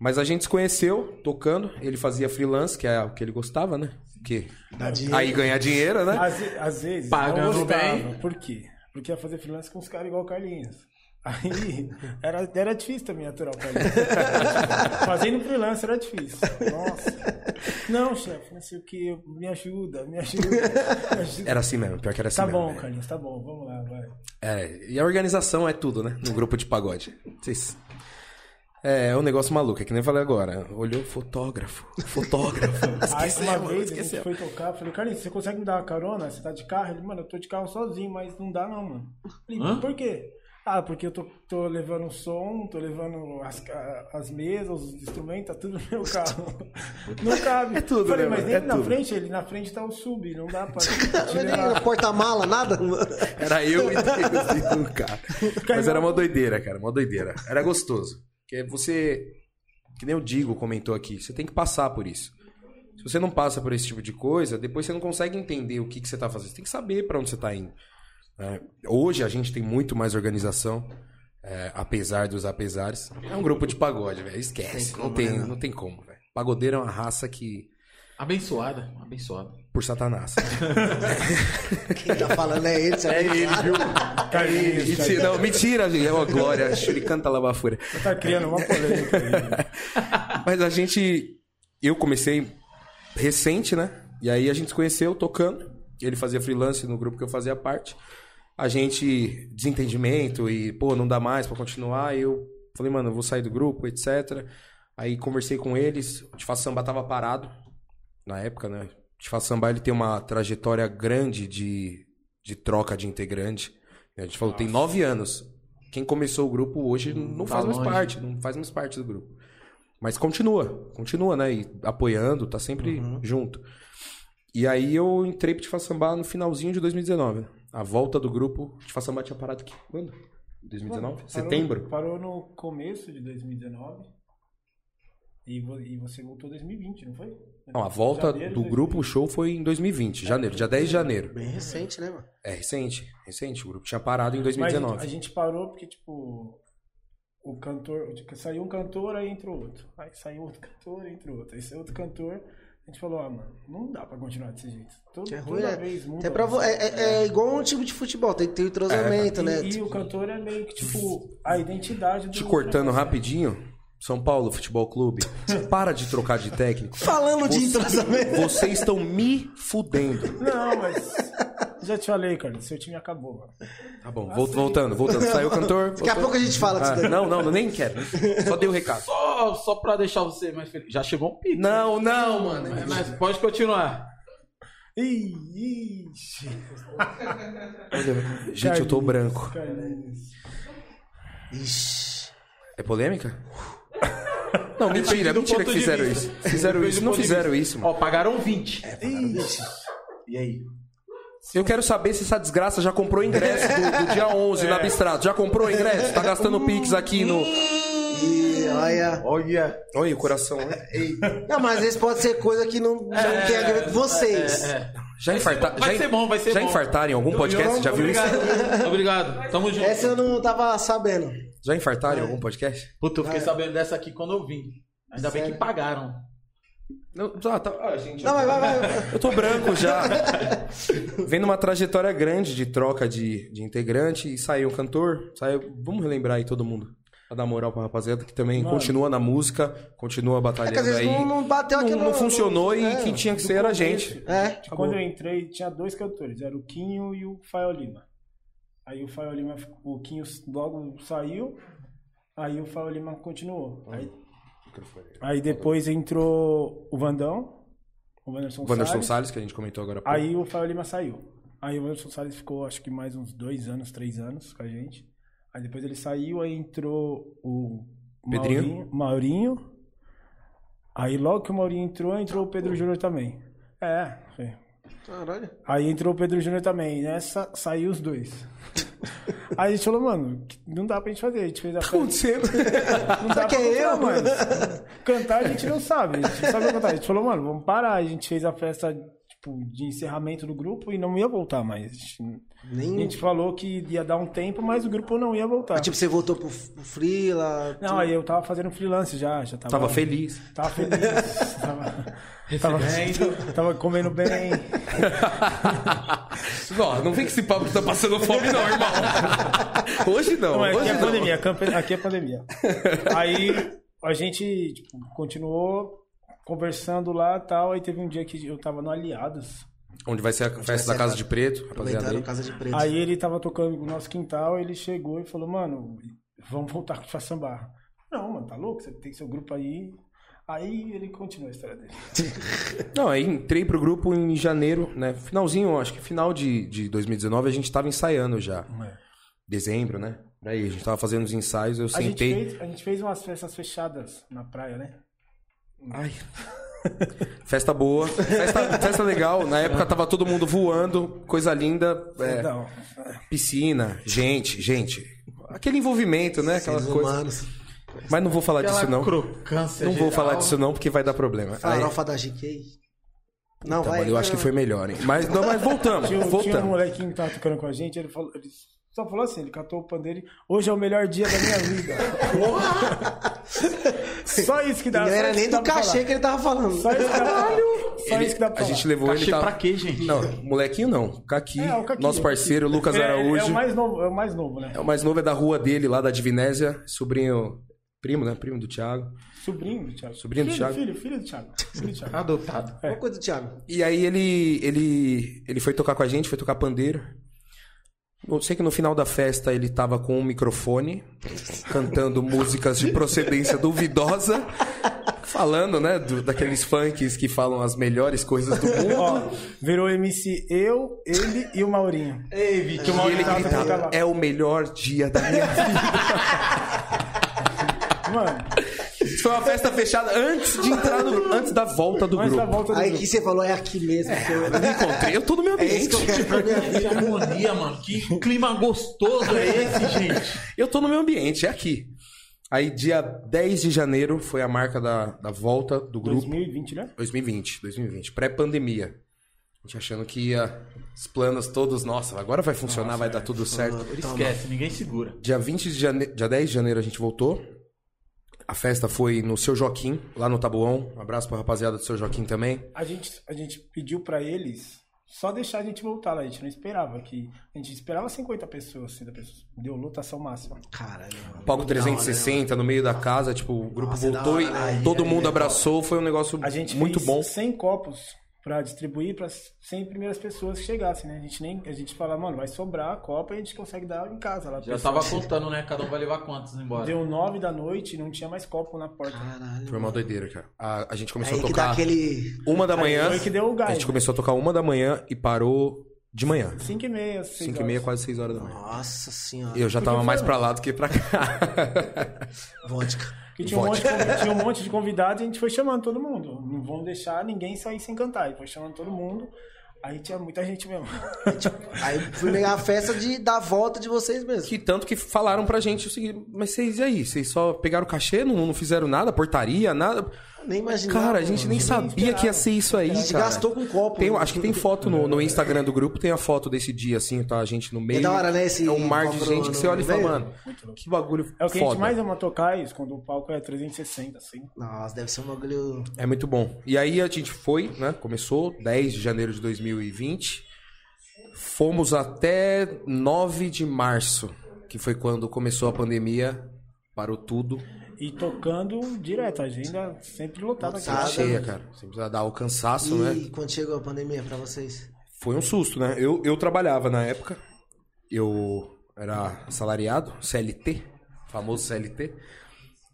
Speaker 3: Mas a gente se conheceu tocando. Ele fazia freelance, que é o que ele gostava, né? Que
Speaker 1: Dá dinheiro. <laughs>
Speaker 3: aí ganhar dinheiro, né?
Speaker 4: Às, ve- às vezes.
Speaker 2: Pagando
Speaker 4: não gostava.
Speaker 2: bem.
Speaker 4: Por quê? Porque ia fazer freelance com os caras igual o Carlinhos. Aí era, era difícil também aturar o <laughs> Carlinhos. Fazendo freelance era difícil. Nossa. Não, chefe, não sei o que. Me ajuda, me ajuda.
Speaker 2: <laughs> É
Speaker 4: Me ajuda.
Speaker 3: Era assim mesmo, pior que era assim
Speaker 4: Tá
Speaker 3: mesmo.
Speaker 4: bom,
Speaker 3: né?
Speaker 4: Carlinhos, tá bom. Vamos lá, vai.
Speaker 3: É, e a organização é tudo, né? No grupo de pagode. Vocês. É, é um negócio maluco, é que nem eu falei agora. Olhou fotógrafo, fotógrafo.
Speaker 4: Aí uma
Speaker 3: Esquecemos,
Speaker 4: vez a gente
Speaker 3: esquecemos.
Speaker 4: foi tocar, falei, Carlinhos, você consegue me dar uma carona? Você tá de carro? Ele, mano, eu tô de carro sozinho, mas não dá não, mano. Falei,
Speaker 2: Hã?
Speaker 4: por quê? Ah, porque eu tô, tô levando o som, tô levando as, ca- as mesas, os instrumentos, tá tudo no meu
Speaker 3: <laughs>
Speaker 4: carro. Não cabe.
Speaker 3: É tudo,
Speaker 4: Falei,
Speaker 3: né,
Speaker 4: mas
Speaker 3: mano?
Speaker 4: nem
Speaker 3: É
Speaker 4: na
Speaker 3: tudo.
Speaker 4: frente, ele na frente tá o sub,
Speaker 3: <laughs>
Speaker 4: não dá pra.
Speaker 1: Mas é nem Porta-mala, nada?
Speaker 3: Era eu e Deus e o cara. Mas era uma doideira, cara, uma doideira. Era gostoso. Porque você, que nem o Digo comentou aqui, você tem que passar por isso. Se você não passa por esse tipo de coisa, depois você não consegue entender o que, que você tá fazendo. Você tem que saber para onde você tá indo. né? hoje a gente tem muito mais organização, é, apesar dos apesares. É um grupo de pagode, velho. Esquece.
Speaker 1: Tem
Speaker 3: não,
Speaker 1: como,
Speaker 3: tem,
Speaker 1: né?
Speaker 3: não tem como, velho. Pagodeiro é uma raça que.
Speaker 2: Abençoada, abençoada.
Speaker 3: Por Satanás.
Speaker 1: Quem tá falando é ele, sabe?
Speaker 3: viu? <laughs>
Speaker 4: Carlinhos,
Speaker 3: Mentira, não, mentira, gente. É uma <laughs> glória. Churicanta Labafura.
Speaker 4: Você tá criando uma polêmica aí.
Speaker 3: Mas a gente. Eu comecei recente, né? E aí a gente se conheceu tocando. Ele fazia freelance no grupo que eu fazia parte. A gente. Desentendimento e, pô, não dá mais pra continuar. E eu falei, mano, eu vou sair do grupo, etc. Aí conversei com eles. O Tifa Samba tava parado na época, né? O Tifa Samba ele tem uma trajetória grande de, de troca de integrante. A gente falou, tem nove anos. Quem começou o grupo hoje não
Speaker 2: Tá
Speaker 3: faz mais
Speaker 2: longe.
Speaker 3: parte, não faz mais parte do grupo. Mas continua, continua, né? E apoiando, tá sempre
Speaker 2: Uhum.
Speaker 3: junto. E aí eu entrei pro Tifa Samba no finalzinho de 2019. né? A volta do grupo, o Tifa Samba tinha parado aqui. Quando? 2019?
Speaker 4: Parou-
Speaker 3: Setembro?
Speaker 4: Parou no começo de 2019. E, vo- e você voltou em 2020, não foi?
Speaker 3: Não, a volta
Speaker 4: Janeiro
Speaker 3: do
Speaker 4: de
Speaker 3: grupo, o show foi em 2020,
Speaker 4: É,
Speaker 3: janeiro, dia 10 de janeiro.
Speaker 1: Bem recente, né, mano?
Speaker 3: É recente, recente. O grupo tinha parado em
Speaker 4: Mas
Speaker 3: 2019.
Speaker 4: a gente parou porque, tipo, o cantor. tipo, Saiu um cantor, aí entrou outro. Aí saiu outro <laughs> cantor, aí entrou outro. Aí saiu outro cantor. A gente falou, ah, mano, não dá pra continuar desse jeito. Todo,
Speaker 1: Que é ruim, né?
Speaker 4: toda vez muda.
Speaker 1: É, pra vo- é, é- é igual um time de futebol, tem que ter o entrosamento, né?
Speaker 4: e, e o cantor é meio que, tipo, a identidade do.
Speaker 3: Te cortando
Speaker 4: negócio.
Speaker 3: rapidinho, São Paulo Futebol
Speaker 4: <laughs>
Speaker 3: Clube, para de trocar de técnico.
Speaker 1: Falando de
Speaker 3: Você-
Speaker 1: entrosamento.
Speaker 3: Vocês estão me fudendo.
Speaker 4: Não, mas. <laughs> Já te falei, cara, seu time acabou, mano.
Speaker 3: Tá bom, vol- voltando, voltando. Saiu o cantor.
Speaker 1: Daqui a
Speaker 3: voltou.
Speaker 1: pouco a gente fala disso
Speaker 3: Ah,
Speaker 1: daí.
Speaker 3: não, não, nem quero. Só dei o recado.
Speaker 2: Só, só pra deixar você mais feliz. Já chegou um pico.
Speaker 3: Não, não, mano.
Speaker 2: Mas, mas pode continuar.
Speaker 4: Ih,
Speaker 3: <laughs>
Speaker 4: Ixi.
Speaker 3: Gente, eu tô branco.
Speaker 4: Carlinhos.
Speaker 1: Ixi.
Speaker 2: <laughs>
Speaker 3: É polêmica? Não, mentira,
Speaker 2: Do
Speaker 3: É mentira
Speaker 2: ponto
Speaker 3: que
Speaker 2: de
Speaker 3: fizeram
Speaker 2: vista.
Speaker 3: isso. Fizeram
Speaker 2: Depende
Speaker 3: isso,
Speaker 2: do
Speaker 3: não
Speaker 2: ponto de
Speaker 3: fizeram
Speaker 2: vista.
Speaker 3: isso, mano. É,
Speaker 2: Ó, pagaram 20.
Speaker 1: Ixi.
Speaker 2: E aí?
Speaker 3: Eu quero saber se essa desgraça já comprou ingresso do,
Speaker 2: <laughs>
Speaker 3: do dia 11
Speaker 2: É.
Speaker 3: na Bistrato. Já comprou ingresso? Tá gastando pix aqui no.
Speaker 1: E olha.
Speaker 2: <laughs> Olha.
Speaker 3: Olha o coração, né?
Speaker 1: Não, mas às vezes pode ser coisa que não, não tem a ver com vocês.
Speaker 2: É.
Speaker 3: Já infartaram.
Speaker 2: Vai
Speaker 3: já,
Speaker 2: ser bom, vai ser
Speaker 3: já
Speaker 2: bom.
Speaker 3: infartaram em algum podcast? já viu isso?
Speaker 2: obrigado, isso? Obrigado. Tamo junto.
Speaker 1: Essa eu não tava sabendo.
Speaker 3: Já infartaram em
Speaker 2: É.
Speaker 3: algum podcast?
Speaker 2: Puta, eu fiquei sabendo dessa aqui quando eu vim. Ainda bem
Speaker 1: Sério?
Speaker 2: que pagaram.
Speaker 3: Não, ah, tá. Ah, gente,
Speaker 1: Não, mas vai, vai.
Speaker 3: Eu tô branco já. Vem numa trajetória grande de troca de, de integrante e saiu um cantor. Saiu. Vamos relembrar aí todo mundo. Pra dar moral pra rapaziada que também
Speaker 4: Mano.
Speaker 3: continua na música, continua
Speaker 1: É que às
Speaker 3: batalhando
Speaker 1: vezes
Speaker 3: aí.
Speaker 1: não, não bateu aqui
Speaker 3: Não- não funcionou e quem tinha que ser era a gente.
Speaker 1: É.
Speaker 4: Tipo, Quando eu entrei, tinha dois cantores, era o Quinho e o Fael Lima. Aí o Fael Lima, ficou- o Quinho logo saiu, aí o Fael Lima continuou.
Speaker 3: Ah.
Speaker 4: Aí, aí depois entrou o Vandão, o Wanderson,
Speaker 3: Wanderson
Speaker 4: Salles,
Speaker 3: Salles, que a gente comentou agora há pouco.
Speaker 4: aí o Fael Lima saiu. Aí o Anderson Salles ficou, acho que mais uns dois anos, três anos com a gente. Aí depois ele saiu, aí entrou o
Speaker 3: Pedrinho?
Speaker 4: Maurinho. Maurinho. Aí logo que o Maurinho entrou, entrou o Pedro Júnior também. É, foi.
Speaker 1: Caralho.
Speaker 4: Aí entrou o Pedro Júnior também. Nessa, saiu os dois. Aí a gente falou, mano, que não dá pra gente fazer. A gente fez a festa.
Speaker 1: Aconteceu.
Speaker 4: Não dá
Speaker 1: Só que
Speaker 4: pra
Speaker 1: é
Speaker 4: cantar
Speaker 1: eu, mano.
Speaker 4: mais. Cantar a gente não sabe. A gente não sabe cantar. A gente falou, mano, vamos parar. A gente fez a festa tipo, de encerramento do grupo e não ia voltar mais. A gente, a
Speaker 1: Nem.
Speaker 4: gente falou que ia dar um tempo, mas o grupo não ia voltar.
Speaker 1: Ah, tipo, você voltou pro, pro Freela.
Speaker 4: não, aí eu tava fazendo freelance já. já tava,
Speaker 3: Tava feliz.
Speaker 4: Tava feliz.
Speaker 1: <laughs>
Speaker 4: tava, tava, tava comendo bem.
Speaker 3: Não, não vem com esse papo que tá passando fome, não, irmão. Hoje não.
Speaker 4: Não, é aqui
Speaker 3: hoje
Speaker 4: é
Speaker 3: não.
Speaker 4: pandemia, camp- aqui
Speaker 3: <laughs>
Speaker 4: é pandemia. Aí a gente tipo, continuou conversando lá e tal. Aí teve um dia que eu tava no Aliados.
Speaker 3: Onde vai ser a
Speaker 1: vai
Speaker 3: festa
Speaker 1: ser
Speaker 3: da Casa
Speaker 1: a-
Speaker 3: de Preto, rapaziada.
Speaker 1: Aproveitaram
Speaker 3: aí.
Speaker 1: Casa de Preto.
Speaker 4: Aí ele tava tocando no nosso quintal, ele chegou e falou, mano, vamos voltar com o Façambar. Não, mano, tá louco? Você tem seu grupo aí. Aí ele continua a história dele.
Speaker 3: Não, aí entrei pro grupo em janeiro, né? Finalzinho, acho que final de, de 2019, a gente tava ensaiando já.
Speaker 4: É.
Speaker 3: Dezembro, né? Daí a gente tava fazendo os ensaios, eu
Speaker 4: A, gente
Speaker 3: sentei.
Speaker 4: fez, a gente fez umas festas fechadas na praia, né?
Speaker 3: Ai. festa boa, festa, festa legal. Na época tava todo mundo voando, coisa linda. é,
Speaker 4: Não.
Speaker 3: piscina, gente, gente. Aquele envolvimento, né? Aquela
Speaker 1: Seres
Speaker 3: coisa.
Speaker 1: humanos.
Speaker 3: Mas não vou falar disso, não.
Speaker 2: crocância
Speaker 3: Não vou
Speaker 2: geral.
Speaker 3: falar disso, não, porque vai dar problema. Aí,
Speaker 1: Farofa da GK. Não,
Speaker 3: tá,
Speaker 1: vai.
Speaker 3: mano, eu acho que foi melhor, hein? Mas, não, mas voltamos,
Speaker 4: Tinha, um- tinha um
Speaker 3: voltamos.
Speaker 4: molequinho que tava tocando com a gente, ele falou. Ele só falou assim, ele catou o pandeiro e hoje é o melhor dia da minha vida. só isso que dá
Speaker 1: Não
Speaker 4: só
Speaker 1: era
Speaker 4: isso
Speaker 1: nem
Speaker 4: que dá
Speaker 1: do
Speaker 4: pra
Speaker 1: cachê
Speaker 4: falar.
Speaker 1: que ele tava falando.
Speaker 4: Só isso que dá pra falar. Só isso que dá pra
Speaker 3: A
Speaker 4: falar.
Speaker 3: gente levou
Speaker 2: Cachê
Speaker 3: ele. Tava...
Speaker 2: pra quê, gente?
Speaker 3: Não, molequinho não. Caqui,
Speaker 4: É, o Caqui.
Speaker 3: nosso parceiro, Lucas
Speaker 4: É,
Speaker 3: Araújo.
Speaker 4: É, o mais novo, é o mais novo, né?
Speaker 3: novo, é da rua dele, lá da Divinésia. Sobrinho. Primo, né? Primo do Thiago.
Speaker 4: Sobrinho do Thiago.
Speaker 3: Sobrinho do
Speaker 4: filho,
Speaker 3: Thiago.
Speaker 4: Filho, filho do Thiago. Filho do Thiago.
Speaker 2: Adotado.
Speaker 1: Uma coisa do Thiago.
Speaker 3: E aí ele, ele, ele foi tocar com a gente, foi tocar pandeiro. Eu sei que no final da festa ele tava com um microfone, cantando músicas de procedência duvidosa, falando, né, do- daqueles funks que falam as melhores coisas do mundo.
Speaker 4: Ó, virou MC eu, ele e o Maurinho.
Speaker 2: Ei, Vitinho.
Speaker 3: E ele
Speaker 4: Tava tocando
Speaker 3: gritava,
Speaker 4: lá.
Speaker 3: é o melhor dia da minha vida.
Speaker 4: Mano,
Speaker 3: Isso Foi uma festa fechada antes de entrar no, antes da volta do
Speaker 4: antes da
Speaker 3: grupo.
Speaker 4: volta do
Speaker 1: Aí
Speaker 4: grupo.
Speaker 1: que você falou, é aqui mesmo. que eu-
Speaker 3: Eu me encontrei, eu tô no meu
Speaker 1: É isso que eu
Speaker 3: ambiente.
Speaker 2: <laughs>
Speaker 1: quero pra minha vida.
Speaker 2: Que harmonia, mano. Que clima gostoso é esse,
Speaker 3: <laughs>
Speaker 2: gente?
Speaker 3: Eu tô no meu ambiente, é aqui. Aí dia 10 de janeiro foi a marca da, da volta do grupo.
Speaker 4: 2020, né?
Speaker 3: 2020, 2020, pré-pandemia. A gente achando que ia. Os planos todos, nossa, agora vai funcionar, vai dar tudo certo.
Speaker 2: Esquece, ninguém segura.
Speaker 3: Dia 20 de janeiro, dia 10 de janeiro a gente voltou. A festa foi no Seu Joaquim, lá no Tabuão. Um abraço pra rapaziada do Seu Joaquim também.
Speaker 4: A gente, a gente pediu pra eles só deixar a gente voltar lá. A gente não esperava que... A gente esperava 50 pessoas, 50 pessoas. Deu lotação máxima.
Speaker 1: Caralho, mano.
Speaker 3: Palco
Speaker 1: Da hora, né, mano?
Speaker 3: 360 no meio da casa, tipo, o grupo
Speaker 1: Nossa,
Speaker 3: voltou
Speaker 1: da
Speaker 3: e
Speaker 1: hora, né?
Speaker 3: todo
Speaker 1: Aí,
Speaker 3: mundo
Speaker 1: aí,
Speaker 3: abraçou. Foi um negócio
Speaker 4: A gente
Speaker 3: muito
Speaker 4: fez
Speaker 3: bom.
Speaker 4: 100 copos pra distribuir para 100 primeiras pessoas que chegassem, né? A gente nem a gente fala, mano, vai sobrar a copa e a gente consegue dar em casa lá.
Speaker 2: Já tava contando, né? Cada um vai levar quantos embora?
Speaker 4: Deu 9 da noite e não tinha mais copo na porta.
Speaker 1: Caralho.
Speaker 3: Foi uma doideira, cara. A, a gente
Speaker 1: É
Speaker 3: começou
Speaker 1: aí
Speaker 3: a
Speaker 1: que dá
Speaker 3: tocar
Speaker 1: aquele.
Speaker 3: uma da manhã.
Speaker 4: Foi que deu o
Speaker 3: A
Speaker 4: gás.
Speaker 3: gente começou a tocar uma da manhã e parou de manhã.
Speaker 4: 5 e meia, 6
Speaker 3: 5 e meia, quase 6 horas da manhã.
Speaker 1: Nossa senhora.
Speaker 3: Eu já
Speaker 4: Porque
Speaker 3: tava
Speaker 4: foi-
Speaker 3: mais pra lá do que pra cá. <laughs>
Speaker 1: Vodka.
Speaker 4: Que tinha um, monte, de convi- tinha um monte de convidados e a gente foi chamando todo mundo. Não vão deixar ninguém sair sem cantar. E foi chamando todo mundo. Aí tinha muita
Speaker 3: <laughs>
Speaker 4: gente mesmo.
Speaker 1: Aí fui pegar a festa de, da volta de vocês mesmo.
Speaker 3: que tanto que falaram pra gente o seguinte, mas vocês e aí? Vocês só pegaram o cachê, não, não fizeram nada, portaria, nada?
Speaker 1: Nem imaginava.
Speaker 3: Cara, a gente nem sabia que ia ser isso aí,
Speaker 1: A gente
Speaker 3: cara.
Speaker 1: gastou com copo. né?
Speaker 3: Tem-
Speaker 1: mano.
Speaker 3: acho que tem foto no, no Instagram do grupo, tem a foto desse dia, assim, tá? A gente no meio.
Speaker 1: da hora, né, esse
Speaker 3: é um mar de
Speaker 1: copo
Speaker 3: gente
Speaker 1: no-
Speaker 3: que você olha e
Speaker 1: no
Speaker 3: fala,
Speaker 1: meio.
Speaker 3: mano, que bagulho
Speaker 4: É o que a
Speaker 3: foda.
Speaker 4: gente mais ama tocar isso, quando o palco é 360, assim.
Speaker 1: Nossa, deve ser um bagulho.
Speaker 3: É muito bom. E aí a gente foi, né? Começou 10 de janeiro de 2020. Fomos até 9 de março, que foi quando começou a pandemia, parou tudo.
Speaker 4: E tocando direto, a agenda sempre lotada.
Speaker 1: Lotada.
Speaker 4: aqui.
Speaker 3: Cheia, cara. Você precisa dar o cansaço, né?
Speaker 1: E quando chegou a pandemia pra vocês?
Speaker 3: Foi um susto, né? Eu, eu trabalhava na época. Eu era assalariado, CLT, famoso CLT.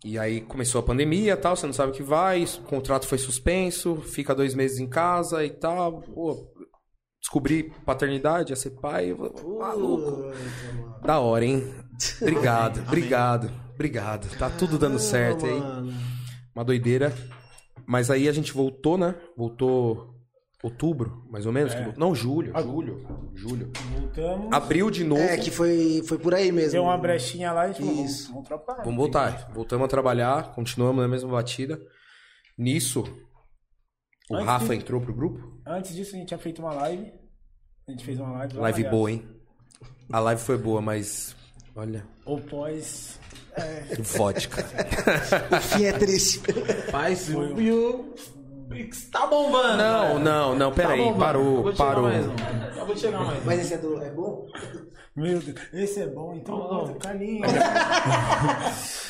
Speaker 3: E aí começou a pandemia e tal, você não sabe o que vai, o contrato foi suspenso, fica dois meses em casa e tal. Pô, descobri paternidade, ia ser pai. Eu falei, Maluco.
Speaker 1: Puta, mano.
Speaker 3: Da hora, hein? Obrigado,
Speaker 2: Amém.
Speaker 3: obrigado, obrigado. Tá tudo dando certo aí.
Speaker 1: Ah, Mano.
Speaker 3: Uma doideira. Mas aí a gente voltou, né? Voltou outubro, mais ou menos. que
Speaker 4: É.
Speaker 3: voltou- Não, julho.
Speaker 4: Ah,
Speaker 3: Julho. Julho.
Speaker 4: Voltamos.
Speaker 3: Abril de novo.
Speaker 1: É, que foi, foi por aí mesmo.
Speaker 4: Deu
Speaker 1: <laughs>
Speaker 4: uma brechinha lá e a gente falou,
Speaker 1: Isso.
Speaker 4: vamos, vamos né?" trabalhar.
Speaker 3: Vamos voltar. Voltamos a trabalhar, continuamos na mesma batida. Nisso, o
Speaker 4: Antes
Speaker 3: Rafa
Speaker 4: de-
Speaker 3: entrou pro grupo.
Speaker 4: Antes disso, a gente tinha feito uma live. A gente fez uma live. lá,
Speaker 3: Live
Speaker 4: aliás.
Speaker 3: boa, hein? A live foi boa, mas. Olha,
Speaker 4: Ou pós.
Speaker 3: vodka.
Speaker 1: O fim é triste.
Speaker 4: um
Speaker 2: Pai subiu. um Pix tá bombando.
Speaker 3: Não, não, não,
Speaker 2: Tá
Speaker 3: peraí.
Speaker 2: bombando. Acabou de
Speaker 3: Parou,
Speaker 2: chegar
Speaker 3: parou.
Speaker 2: mais um. Acabou de chegar mais um.
Speaker 1: Mas esse é, do, é bom?
Speaker 4: Meu Deus, esse é bom, então conta,
Speaker 3: <laughs>
Speaker 4: Carlinhos.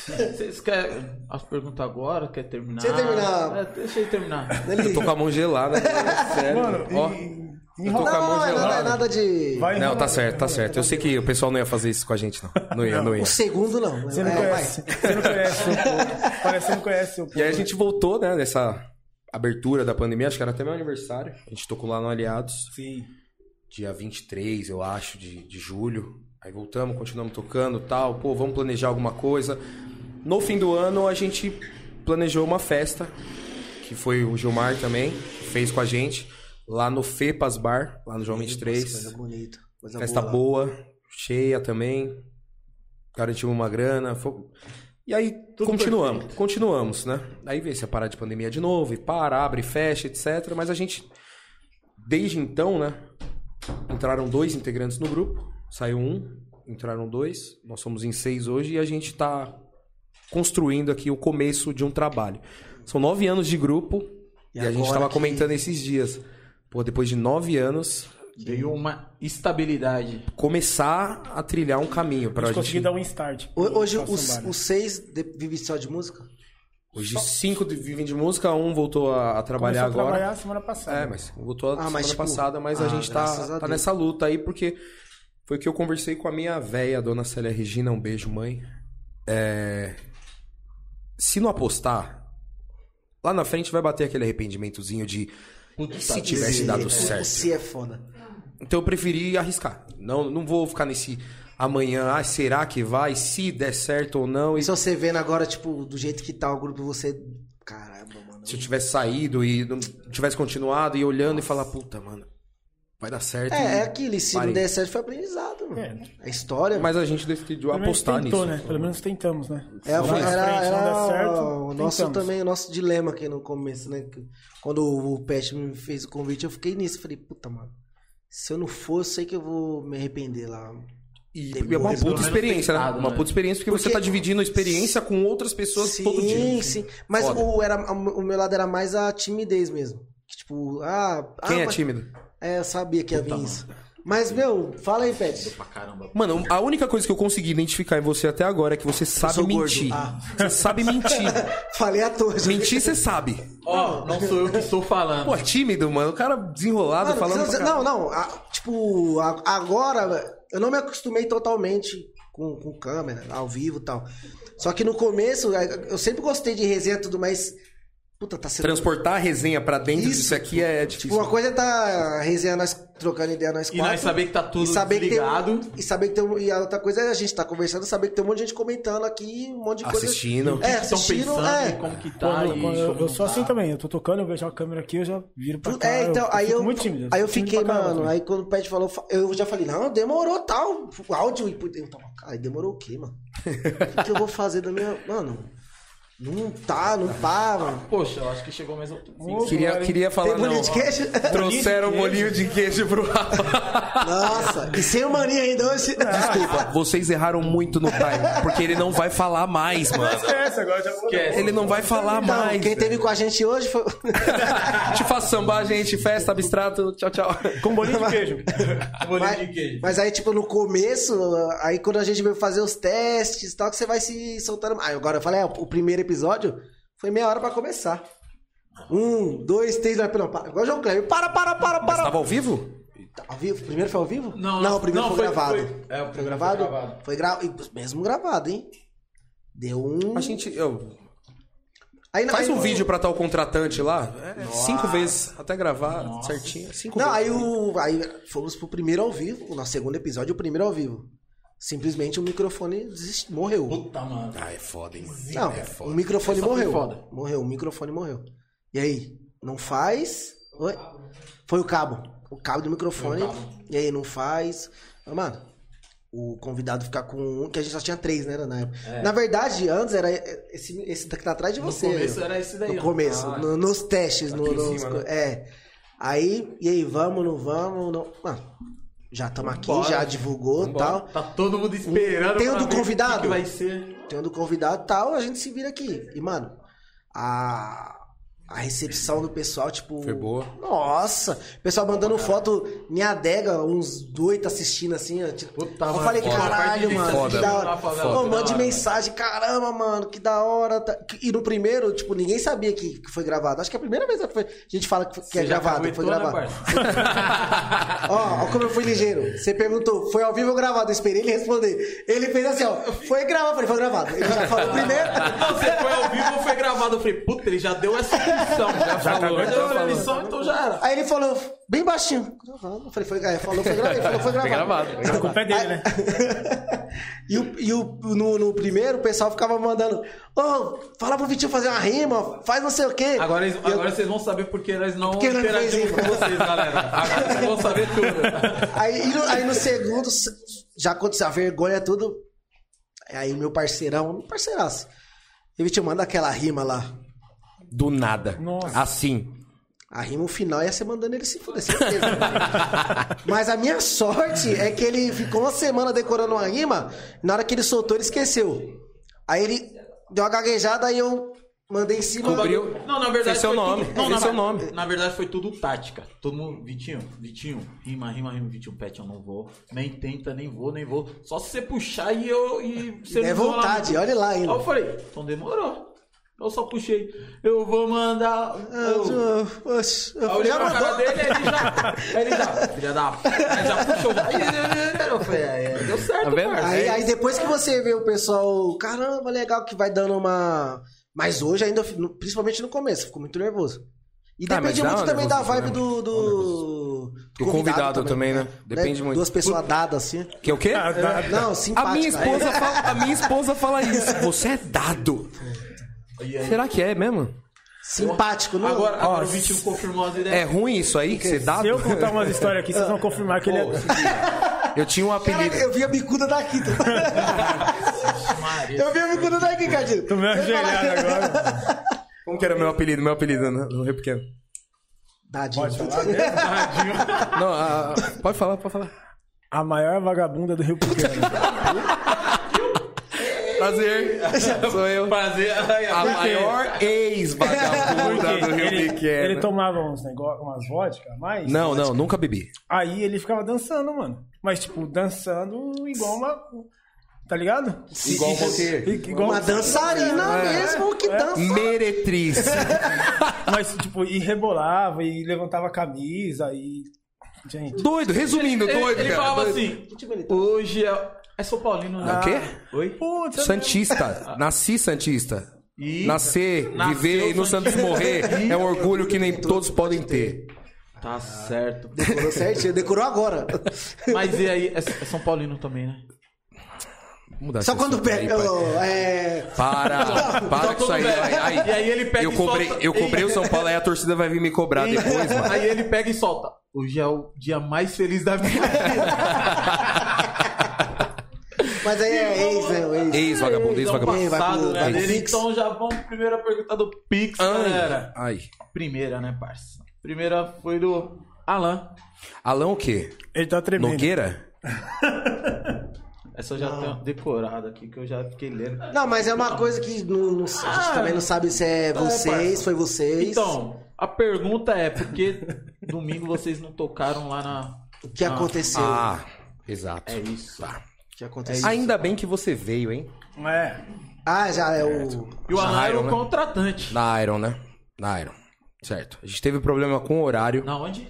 Speaker 2: Vocês querem as perguntas agora? Quer terminar?
Speaker 1: Deixa eu terminar.
Speaker 2: É, deixa eu terminar.
Speaker 1: Ele-
Speaker 3: Eu tô com a mão gelada. né? Sério.
Speaker 4: <laughs> Mano,
Speaker 3: É, Ó,
Speaker 4: e-
Speaker 3: eu tô com a
Speaker 1: Não,
Speaker 3: mão
Speaker 1: não, é nada, é
Speaker 3: gelada.
Speaker 1: nada de.
Speaker 4: Vai
Speaker 3: Não,
Speaker 4: enrolar.
Speaker 3: tá certo, tá certo. Eu sei que o pessoal não ia fazer isso com a gente, não. Não ia, não ia.
Speaker 1: O segundo não.
Speaker 4: Você não
Speaker 1: É,
Speaker 4: conhece. Você não conhece seu povo. Parece que você não conhece seu povo.
Speaker 3: E aí a gente voltou, né, nessa abertura da pandemia, acho que era até meu aniversário. A gente tocou lá no Aliados,
Speaker 4: Sim.
Speaker 3: dia 23, eu acho, de, de julho. Aí voltamos, continuamos tocando tal. Pô, vamos planejar alguma coisa. No fim do ano, a gente planejou uma festa, que foi o Gilmar também, que fez com a gente, lá no Fepas Bar, lá no João
Speaker 1: Nossa,
Speaker 3: 23.
Speaker 1: Coisa bonita. Coisa
Speaker 3: Festa
Speaker 1: lá.
Speaker 3: boa, cheia também. Garantimos uma grana. fo- E aí continuamos, continuamos, né? Aí veio se a parada de pandemia de novo, e para, abre, fecha, etc. Mas a gente, desde então, né? Entraram dois integrantes no grupo, saiu um, entraram dois, nós somos em seis hoje e a gente tá construindo aqui o começo de um trabalho. São nove anos de grupo
Speaker 1: E
Speaker 3: e, a gente
Speaker 1: agora
Speaker 3: tava
Speaker 1: que-
Speaker 3: comentando esses dias. Pô, depois de nove anos,
Speaker 2: Veio uma estabilidade.
Speaker 3: começar a trilhar um caminho
Speaker 4: A
Speaker 3: pra
Speaker 4: gente
Speaker 3: gente.
Speaker 4: conseguiu dar um start.
Speaker 1: Ho- Hoje
Speaker 4: Pra
Speaker 1: os,
Speaker 4: sambar, né?
Speaker 1: os seis de- vivem só de música?
Speaker 3: Hoje cinco de- vivem de música, um voltou a, a trabalhar
Speaker 4: um Começou a
Speaker 3: agora.
Speaker 4: trabalhar semana passada.
Speaker 3: É, mas voltou a
Speaker 1: Ah, mas,
Speaker 3: semana
Speaker 1: tipo,
Speaker 3: passada, mas
Speaker 1: ah,
Speaker 3: a gente
Speaker 1: graças a
Speaker 3: tá, tá
Speaker 1: Deus.
Speaker 3: nessa luta aí, porque foi que eu conversei com a minha véia, dona Célia Regina, um beijo, mãe. É, Se não apostar, lá na frente vai bater aquele arrependimentozinho de
Speaker 2: Puta,
Speaker 3: se tivesse
Speaker 1: Esse-
Speaker 3: dado
Speaker 1: o- O
Speaker 3: certo.
Speaker 1: se é foda.
Speaker 3: Então eu preferi arriscar. Não, não vou ficar nesse amanhã, ah, será que vai? Se der certo ou não.
Speaker 1: E
Speaker 3: E
Speaker 1: se Então, você vendo agora, tipo, do jeito que tá o grupo, você. Caramba, mano.
Speaker 3: Se eu tivesse saído e não tivesse continuado e olhando e falar, puta, mano, vai dar certo.
Speaker 1: É, é
Speaker 3: E-
Speaker 1: aquele, se
Speaker 3: Parei.
Speaker 1: não der certo, foi aprendizado, mano.
Speaker 4: É.
Speaker 1: A história.
Speaker 3: Mas a gente decidiu
Speaker 4: Pelo menos
Speaker 3: apostar
Speaker 4: tentou,
Speaker 3: nisso.
Speaker 4: né? Pelo menos tentamos, né?
Speaker 1: É, era,
Speaker 4: Vamos pra
Speaker 1: era,
Speaker 4: frente, não dá certo,
Speaker 1: o nosso
Speaker 4: tentamos.
Speaker 1: também, o nosso dilema aqui no começo, né? Que Quando o o Pet me fez o convite, eu fiquei nisso. Falei, puta, mano, se eu não for, eu sei que eu vou me arrepender lá.
Speaker 3: E
Speaker 1: Tem
Speaker 3: é uma
Speaker 1: muito,
Speaker 3: puta
Speaker 2: pelo menos
Speaker 3: experiência, né?
Speaker 2: tentado,
Speaker 3: Uma
Speaker 2: né?
Speaker 3: puta experiência porque, você
Speaker 1: Porque-
Speaker 3: tá dividindo a experiência com outras pessoas
Speaker 1: sim,
Speaker 3: todo dia.
Speaker 1: sim. Mas
Speaker 3: Foda.
Speaker 1: o, era, o meu lado era mais a timidez mesmo. Que, tipo, ah.
Speaker 3: Quem
Speaker 1: ah,
Speaker 3: é
Speaker 1: mas-
Speaker 3: tímido?
Speaker 1: É, eu sabia que ia vir
Speaker 2: Puta,
Speaker 1: isso. Mas, meu, fala aí, Pet.
Speaker 2: Pra caramba.
Speaker 3: Mano, a única coisa que eu consegui identificar em você até agora é que você sabe
Speaker 1: sou gordo.
Speaker 3: mentir.
Speaker 1: Ah.
Speaker 3: Você sabe mentir.
Speaker 1: <laughs> Falei à toa. já.
Speaker 3: mentir você sabe.
Speaker 2: Ó, não sou eu que estou falando.
Speaker 3: Pô, é tímido, mano. O cara desenrolado
Speaker 1: Mano,
Speaker 3: falando.
Speaker 1: você-
Speaker 3: pra
Speaker 1: não, não. a- tipo, a- agora eu não me acostumei totalmente com, com câmera, ao vivo e tal. Só que no começo, é, eu sempre gostei de resenha e tudo, mas. Puta, tá sendo.
Speaker 3: Transportar a resenha pra dentro
Speaker 1: Isso.
Speaker 3: disso aqui é difícil.
Speaker 1: Tipo, uma coisa é tá a resenha nós trocando ideia nós
Speaker 2: E
Speaker 1: quatro.
Speaker 2: nós saber que tá tudo
Speaker 1: e saber que tem-
Speaker 2: ligado.
Speaker 1: E saber que tem um- E a outra coisa é a gente tá conversando, saber que tem um monte de gente comentando aqui, um monte de coisa.
Speaker 3: Assistindo.
Speaker 1: É,
Speaker 2: Estão
Speaker 1: assistindo.
Speaker 2: pensando
Speaker 1: É.
Speaker 2: em como que tá.
Speaker 4: Quando-
Speaker 2: e
Speaker 4: quando eu,
Speaker 2: como
Speaker 4: eu
Speaker 2: não
Speaker 4: sou assim
Speaker 2: tá.
Speaker 4: também, eu tô tocando, eu vejo a câmera aqui, eu já viro pra cá.
Speaker 1: É, então, aí
Speaker 4: fico
Speaker 1: eu,
Speaker 4: muito tímido.
Speaker 1: aí eu
Speaker 4: sou tímido
Speaker 1: fiquei,
Speaker 4: pra caramba assim.
Speaker 1: mano,
Speaker 4: também.
Speaker 1: aí quando o Pet falou, fa- eu já falei, não, demorou tal, o áudio, e eu tava, cara, demorou o quê, mano? O que eu vou fazer da minha, mano, não tá, não tá, mano.
Speaker 2: Poxa, eu acho que chegou mais outro. Sim,
Speaker 4: Ô,
Speaker 2: sim.
Speaker 3: Queria,
Speaker 4: Agora,
Speaker 3: queria falar,
Speaker 1: Tem bolinho
Speaker 3: não.
Speaker 1: de queijo?
Speaker 3: Trouxeram um bolinho de queijo pro Rafa.
Speaker 1: Nossa, e sem o maninho ainda hoje.
Speaker 3: Desculpa, vocês erraram muito no time. Porque ele não vai falar mais, mano.
Speaker 4: Esquece, É, agora já vou.
Speaker 2: Esquece.
Speaker 3: Ele não vai falar
Speaker 1: Então,
Speaker 3: mais.
Speaker 1: quem
Speaker 3: <laughs>
Speaker 1: teve com a gente hoje foi...
Speaker 3: Te faço sambar, gente. Festa, abstrato. Tchau, tchau.
Speaker 4: Com bolinho de queijo.
Speaker 2: Bolinho de
Speaker 1: Mas,
Speaker 2: queijo.
Speaker 1: mas aí, tipo, no começo, aí quando a gente veio fazer os testes e tal, que você vai se soltando. Aí agora eu falei, é, o primeiro episódio foi meia hora pra começar. Um, dois, três, não, não, para. Igual o João Cleber. Para, para, para, para.
Speaker 3: Tava ao vivo?
Speaker 1: Tá Ao vivo? Primeiro foi ao vivo?
Speaker 2: Não,
Speaker 1: não
Speaker 2: não,
Speaker 1: o primeiro
Speaker 2: não,
Speaker 1: foi,
Speaker 2: foi-
Speaker 1: gravado.
Speaker 2: foi- é, o primeiro foi gravado.
Speaker 1: Foi gravado. Mesmo gravado, hein? Deu um.
Speaker 3: A gente. Eu...
Speaker 1: Aí,
Speaker 3: Faz
Speaker 1: aí-
Speaker 3: um vídeo pra tal contratante lá. é, cinco vezes. Até gravar
Speaker 2: Nossa.
Speaker 3: certinho. Cinco
Speaker 1: Não, aí,
Speaker 3: vezes.
Speaker 1: o, aí fomos pro primeiro ao vivo, o nosso segundo episódio, o primeiro ao vivo. Simplesmente o microfone desist- morreu.
Speaker 2: Puta, mano.
Speaker 3: Ah, é foda, hein, mano.
Speaker 1: Não,
Speaker 3: é
Speaker 1: o
Speaker 3: foda.
Speaker 1: microfone
Speaker 2: Essa foi
Speaker 1: morreu.
Speaker 2: foda.
Speaker 1: Morreu, o microfone morreu. E aí, não faz. Oi? Foi o cabo. O cabo do microfone.
Speaker 2: Foi o cabo.
Speaker 1: E aí, não faz. Mas, Mano, o convidado ficar com um, que a gente só tinha três, né? Na, época.
Speaker 2: É.
Speaker 1: na verdade, antes era esse, esse daqui tá atrás de
Speaker 2: No
Speaker 1: você.
Speaker 2: começo
Speaker 1: né?
Speaker 2: era esse daí.
Speaker 1: No
Speaker 2: ó.
Speaker 1: começo,
Speaker 2: Ah,
Speaker 1: no- nos testes, no,
Speaker 3: Aqui em
Speaker 1: nos
Speaker 3: cima,
Speaker 1: co-
Speaker 3: né?
Speaker 1: é. Aí, e aí, vamos, não vamos, não. Mano, já estamos aqui,
Speaker 2: Vambora.
Speaker 1: já divulgou e
Speaker 3: Vambora.
Speaker 1: tal.
Speaker 2: Tá todo mundo esperando.
Speaker 1: Tem o
Speaker 2: pra
Speaker 1: do
Speaker 2: ver
Speaker 1: convidado?
Speaker 2: o Que que vai ser.
Speaker 1: tendo convidado tal, a gente se vira aqui. E, mano, a, a recepção do pessoal, tipo.
Speaker 3: Foi boa.
Speaker 1: Nossa! O pessoal mandando foto, minha adega, uns dois tá assistindo assim. ó, tipo,
Speaker 2: Puta,
Speaker 1: eu
Speaker 2: mano,
Speaker 1: falei,
Speaker 2: foda.
Speaker 1: caralho, mano,
Speaker 3: Foda,
Speaker 1: que da
Speaker 2: mano.
Speaker 1: hora.
Speaker 2: Foda,
Speaker 1: Pô,
Speaker 2: foda,
Speaker 1: mande
Speaker 2: foda.
Speaker 1: mensagem, caramba, mano, que da hora. tá. E no primeiro, tipo, ninguém sabia que, que foi gravado. Acho que é a primeira vez que foi- a gente fala que, foi- que é
Speaker 2: Você já
Speaker 1: gravado,
Speaker 2: caguetou,
Speaker 1: foi gravado.
Speaker 2: Né, parça?
Speaker 1: Ó, ó como eu fui ligeiro. Você perguntou, foi ao vivo ou gravado? Eu esperei ele responder. Ele fez assim, ó, foi gravado. Eu falei, foi gravado. Ele já falou primeiro.
Speaker 2: Não, você foi ao vivo ou foi gravado? Eu falei, puta, ele já deu essa lição. Já, falou, já deu a lição, então já era.
Speaker 1: Aí ele falou, bem baixinho, gravado. Eu falei, foi, é, falou, foi gravado. Ele falou, foi gravado.
Speaker 4: A culpa é dele, né?
Speaker 1: <laughs> E, o, e o, no, no primeiro, o pessoal ficava mandando, ô, fala pro Vitinho fazer uma rima, faz não sei o quê.
Speaker 2: Agora, eles-
Speaker 1: E eu-
Speaker 2: agora vocês vão saber porque nós não
Speaker 1: Porque nós não
Speaker 2: interagimos com
Speaker 1: fez isso.
Speaker 2: vocês, galera. Agora vocês vão saber tudo.
Speaker 1: Aí, e no, aí no segundo, s- já aconteceu a vergonha, tudo. Aí meu parceirão, meu parceiraço, ele te manda aquela rima lá.
Speaker 3: Do nada.
Speaker 4: Nossa.
Speaker 3: Assim.
Speaker 1: A rima o final ia ser mandando ele se fuder, certeza. né, Mas a minha sorte é que ele ficou uma semana decorando uma rima, na hora que ele soltou, ele esqueceu. Aí ele deu uma gaguejada e eu mandei em cima.
Speaker 3: Cobriu.
Speaker 2: Não, na verdade.
Speaker 3: Fez seu
Speaker 2: foi
Speaker 3: nome,
Speaker 2: Tudo... Não,
Speaker 3: fez
Speaker 2: na...
Speaker 3: seu nome.
Speaker 2: Na verdade, foi tudo tática. Todo mundo. Vitinho, Vitinho, rima, rima, rima, Vitinho, Pet, eu não vou. Nem tenta, nem vou, nem vou. Só se você puxar e eu. E você
Speaker 1: É
Speaker 2: não vou lá,
Speaker 1: vontade,
Speaker 2: não.
Speaker 1: olha lá
Speaker 2: Aí eu
Speaker 1: ainda.
Speaker 2: falei, então demorou. Eu só puxei. Eu vou mandar. Eu... Aí eu
Speaker 1: Eu
Speaker 2: olhei
Speaker 1: já
Speaker 2: pra cara
Speaker 1: mandou.
Speaker 2: dele e ele já. Ele já. Filha da. p- Ele já puxou. Aí né, Eu falei, é, é, deu certo,
Speaker 3: Tá vendo?
Speaker 2: parça.
Speaker 1: Aí, aí depois que você vê o pessoal, caramba, legal que vai dando uma. Mas hoje ainda, eu fico- no- principalmente no começo, eu fico muito nervoso. E
Speaker 3: Tá,
Speaker 1: depende
Speaker 3: mas dá
Speaker 1: muito
Speaker 3: um
Speaker 1: também da
Speaker 3: nervosismo,
Speaker 1: vibe
Speaker 3: né?
Speaker 1: do.
Speaker 3: Dá um
Speaker 1: do...
Speaker 3: Do convidado também, né? Depende muito.
Speaker 1: Duas pessoas dadas assim.
Speaker 3: Que é o quê?
Speaker 4: Ah, dá-
Speaker 1: Não,
Speaker 3: A
Speaker 1: simpática.
Speaker 3: minha, esposa
Speaker 1: É.
Speaker 3: fala, a minha esposa fala isso. Você é dado.
Speaker 2: E aí?
Speaker 3: Será que é mesmo?
Speaker 1: Simpático, não?
Speaker 2: Agora, agora o
Speaker 4: Ó,
Speaker 2: Vitinho confirmou as
Speaker 3: É
Speaker 2: ideias.
Speaker 3: ruim isso aí? Ser dado?
Speaker 4: Se eu contar umas histórias aqui, vocês vão confirmar que ele é.
Speaker 3: Eu tinha um
Speaker 1: Cara,
Speaker 3: apelido.
Speaker 1: eu vi a bicuda daqui. tá?
Speaker 3: É.
Speaker 1: eu vi a bicuda daqui, Cadinho.
Speaker 4: Tô meio ajoelhado agora.
Speaker 3: Como que era meu apelido? Meu apelido no no Rio Pequeno.
Speaker 1: Tadinho.
Speaker 3: Não, a- a- pode falar, pode falar.
Speaker 4: A maior vagabunda do
Speaker 3: <laughs>
Speaker 4: Rio Pequeno.
Speaker 3: Prazer. <laughs> Sou eu.
Speaker 2: Prazer. Aí,
Speaker 3: A
Speaker 2: ó.
Speaker 3: maior ex-vagabunda do Rio
Speaker 4: ele,
Speaker 3: Pequeno.
Speaker 4: ele tomava uns negócios, umas vodka a mais.
Speaker 3: Não, não, nunca bebi.
Speaker 4: Aí ele ficava dançando, mano. Mas, tipo, dançando igual uma. Tá ligado?
Speaker 3: Igual você.
Speaker 4: I- Igual um
Speaker 1: Uma dançarina
Speaker 4: É.
Speaker 1: mesmo que dança.
Speaker 3: Meretriz.
Speaker 4: Mas, tipo, e rebolava, e levantava a camisa, e. Gente.
Speaker 3: Doido, resumindo,
Speaker 2: Ele,
Speaker 3: doido,
Speaker 2: ele
Speaker 3: cara.
Speaker 2: falava
Speaker 3: doido.
Speaker 2: assim: hoje é. É São Paulino, né?
Speaker 3: O quê?
Speaker 2: Oi?
Speaker 4: Putz,
Speaker 3: Santista. Nasci Santista.
Speaker 2: E-
Speaker 3: Nascer,
Speaker 2: Nasceu
Speaker 3: viver e no
Speaker 2: Santista.
Speaker 3: Santos morrer é um orgulho que nem todos podem ter.
Speaker 2: Tá certo.
Speaker 1: Decorou certinho, decorou agora.
Speaker 2: Mas e aí? É, é São Paulino também, né?
Speaker 3: Vamos mudar
Speaker 1: Só
Speaker 3: esse
Speaker 1: quando
Speaker 3: assunto aí,
Speaker 1: pega.
Speaker 3: pai.
Speaker 1: ô, é...
Speaker 3: Para, para
Speaker 2: Então
Speaker 3: com isso aí.
Speaker 2: tudo bem.
Speaker 3: vai. Aí,
Speaker 2: E aí ele pega
Speaker 3: eu
Speaker 2: e
Speaker 3: cobrei,
Speaker 2: solta.
Speaker 3: eu cobrei
Speaker 2: <laughs>
Speaker 3: o São Paulo e a torcida vai vir me cobrar depois, mano.
Speaker 2: Aí ele pega e solta. Hoje é o dia mais feliz da minha
Speaker 3: <laughs>
Speaker 2: vida.
Speaker 1: Mas aí é ex, né? O ex.
Speaker 3: Ex-vagabundo, ex-vagabundo.
Speaker 1: Ei, vai
Speaker 2: Passado,
Speaker 1: pro-
Speaker 2: né?
Speaker 1: vai pro
Speaker 2: dele.
Speaker 1: Pix.
Speaker 2: Então já vamos primeira pergunta do Pix, <laughs> galera.
Speaker 3: Ai.
Speaker 2: Primeira, né, parça? Primeira foi do Alan.
Speaker 3: Alão o quê?
Speaker 4: Ele tá tremendo.
Speaker 3: Nogueira?
Speaker 2: Essa eu já tenho decorada aqui, que eu já fiquei lendo.
Speaker 1: Não, mas é uma coisa que não, não- a gente também não sabe se é vocês, foi vocês.
Speaker 2: Então, a pergunta é, por que domingo vocês não tocaram lá na...
Speaker 1: o que aconteceu?
Speaker 3: Ah, exato.
Speaker 2: É isso.
Speaker 1: O que aconteceu?
Speaker 3: Ainda bem que você veio, hein?
Speaker 4: É.
Speaker 1: Ah, já é o.
Speaker 2: E o Alan era
Speaker 3: Iron,
Speaker 2: o
Speaker 3: né?
Speaker 2: contratante.
Speaker 3: Na Iron, né? Na Iron. Certo. A gente teve problema com o horário
Speaker 2: Na onde?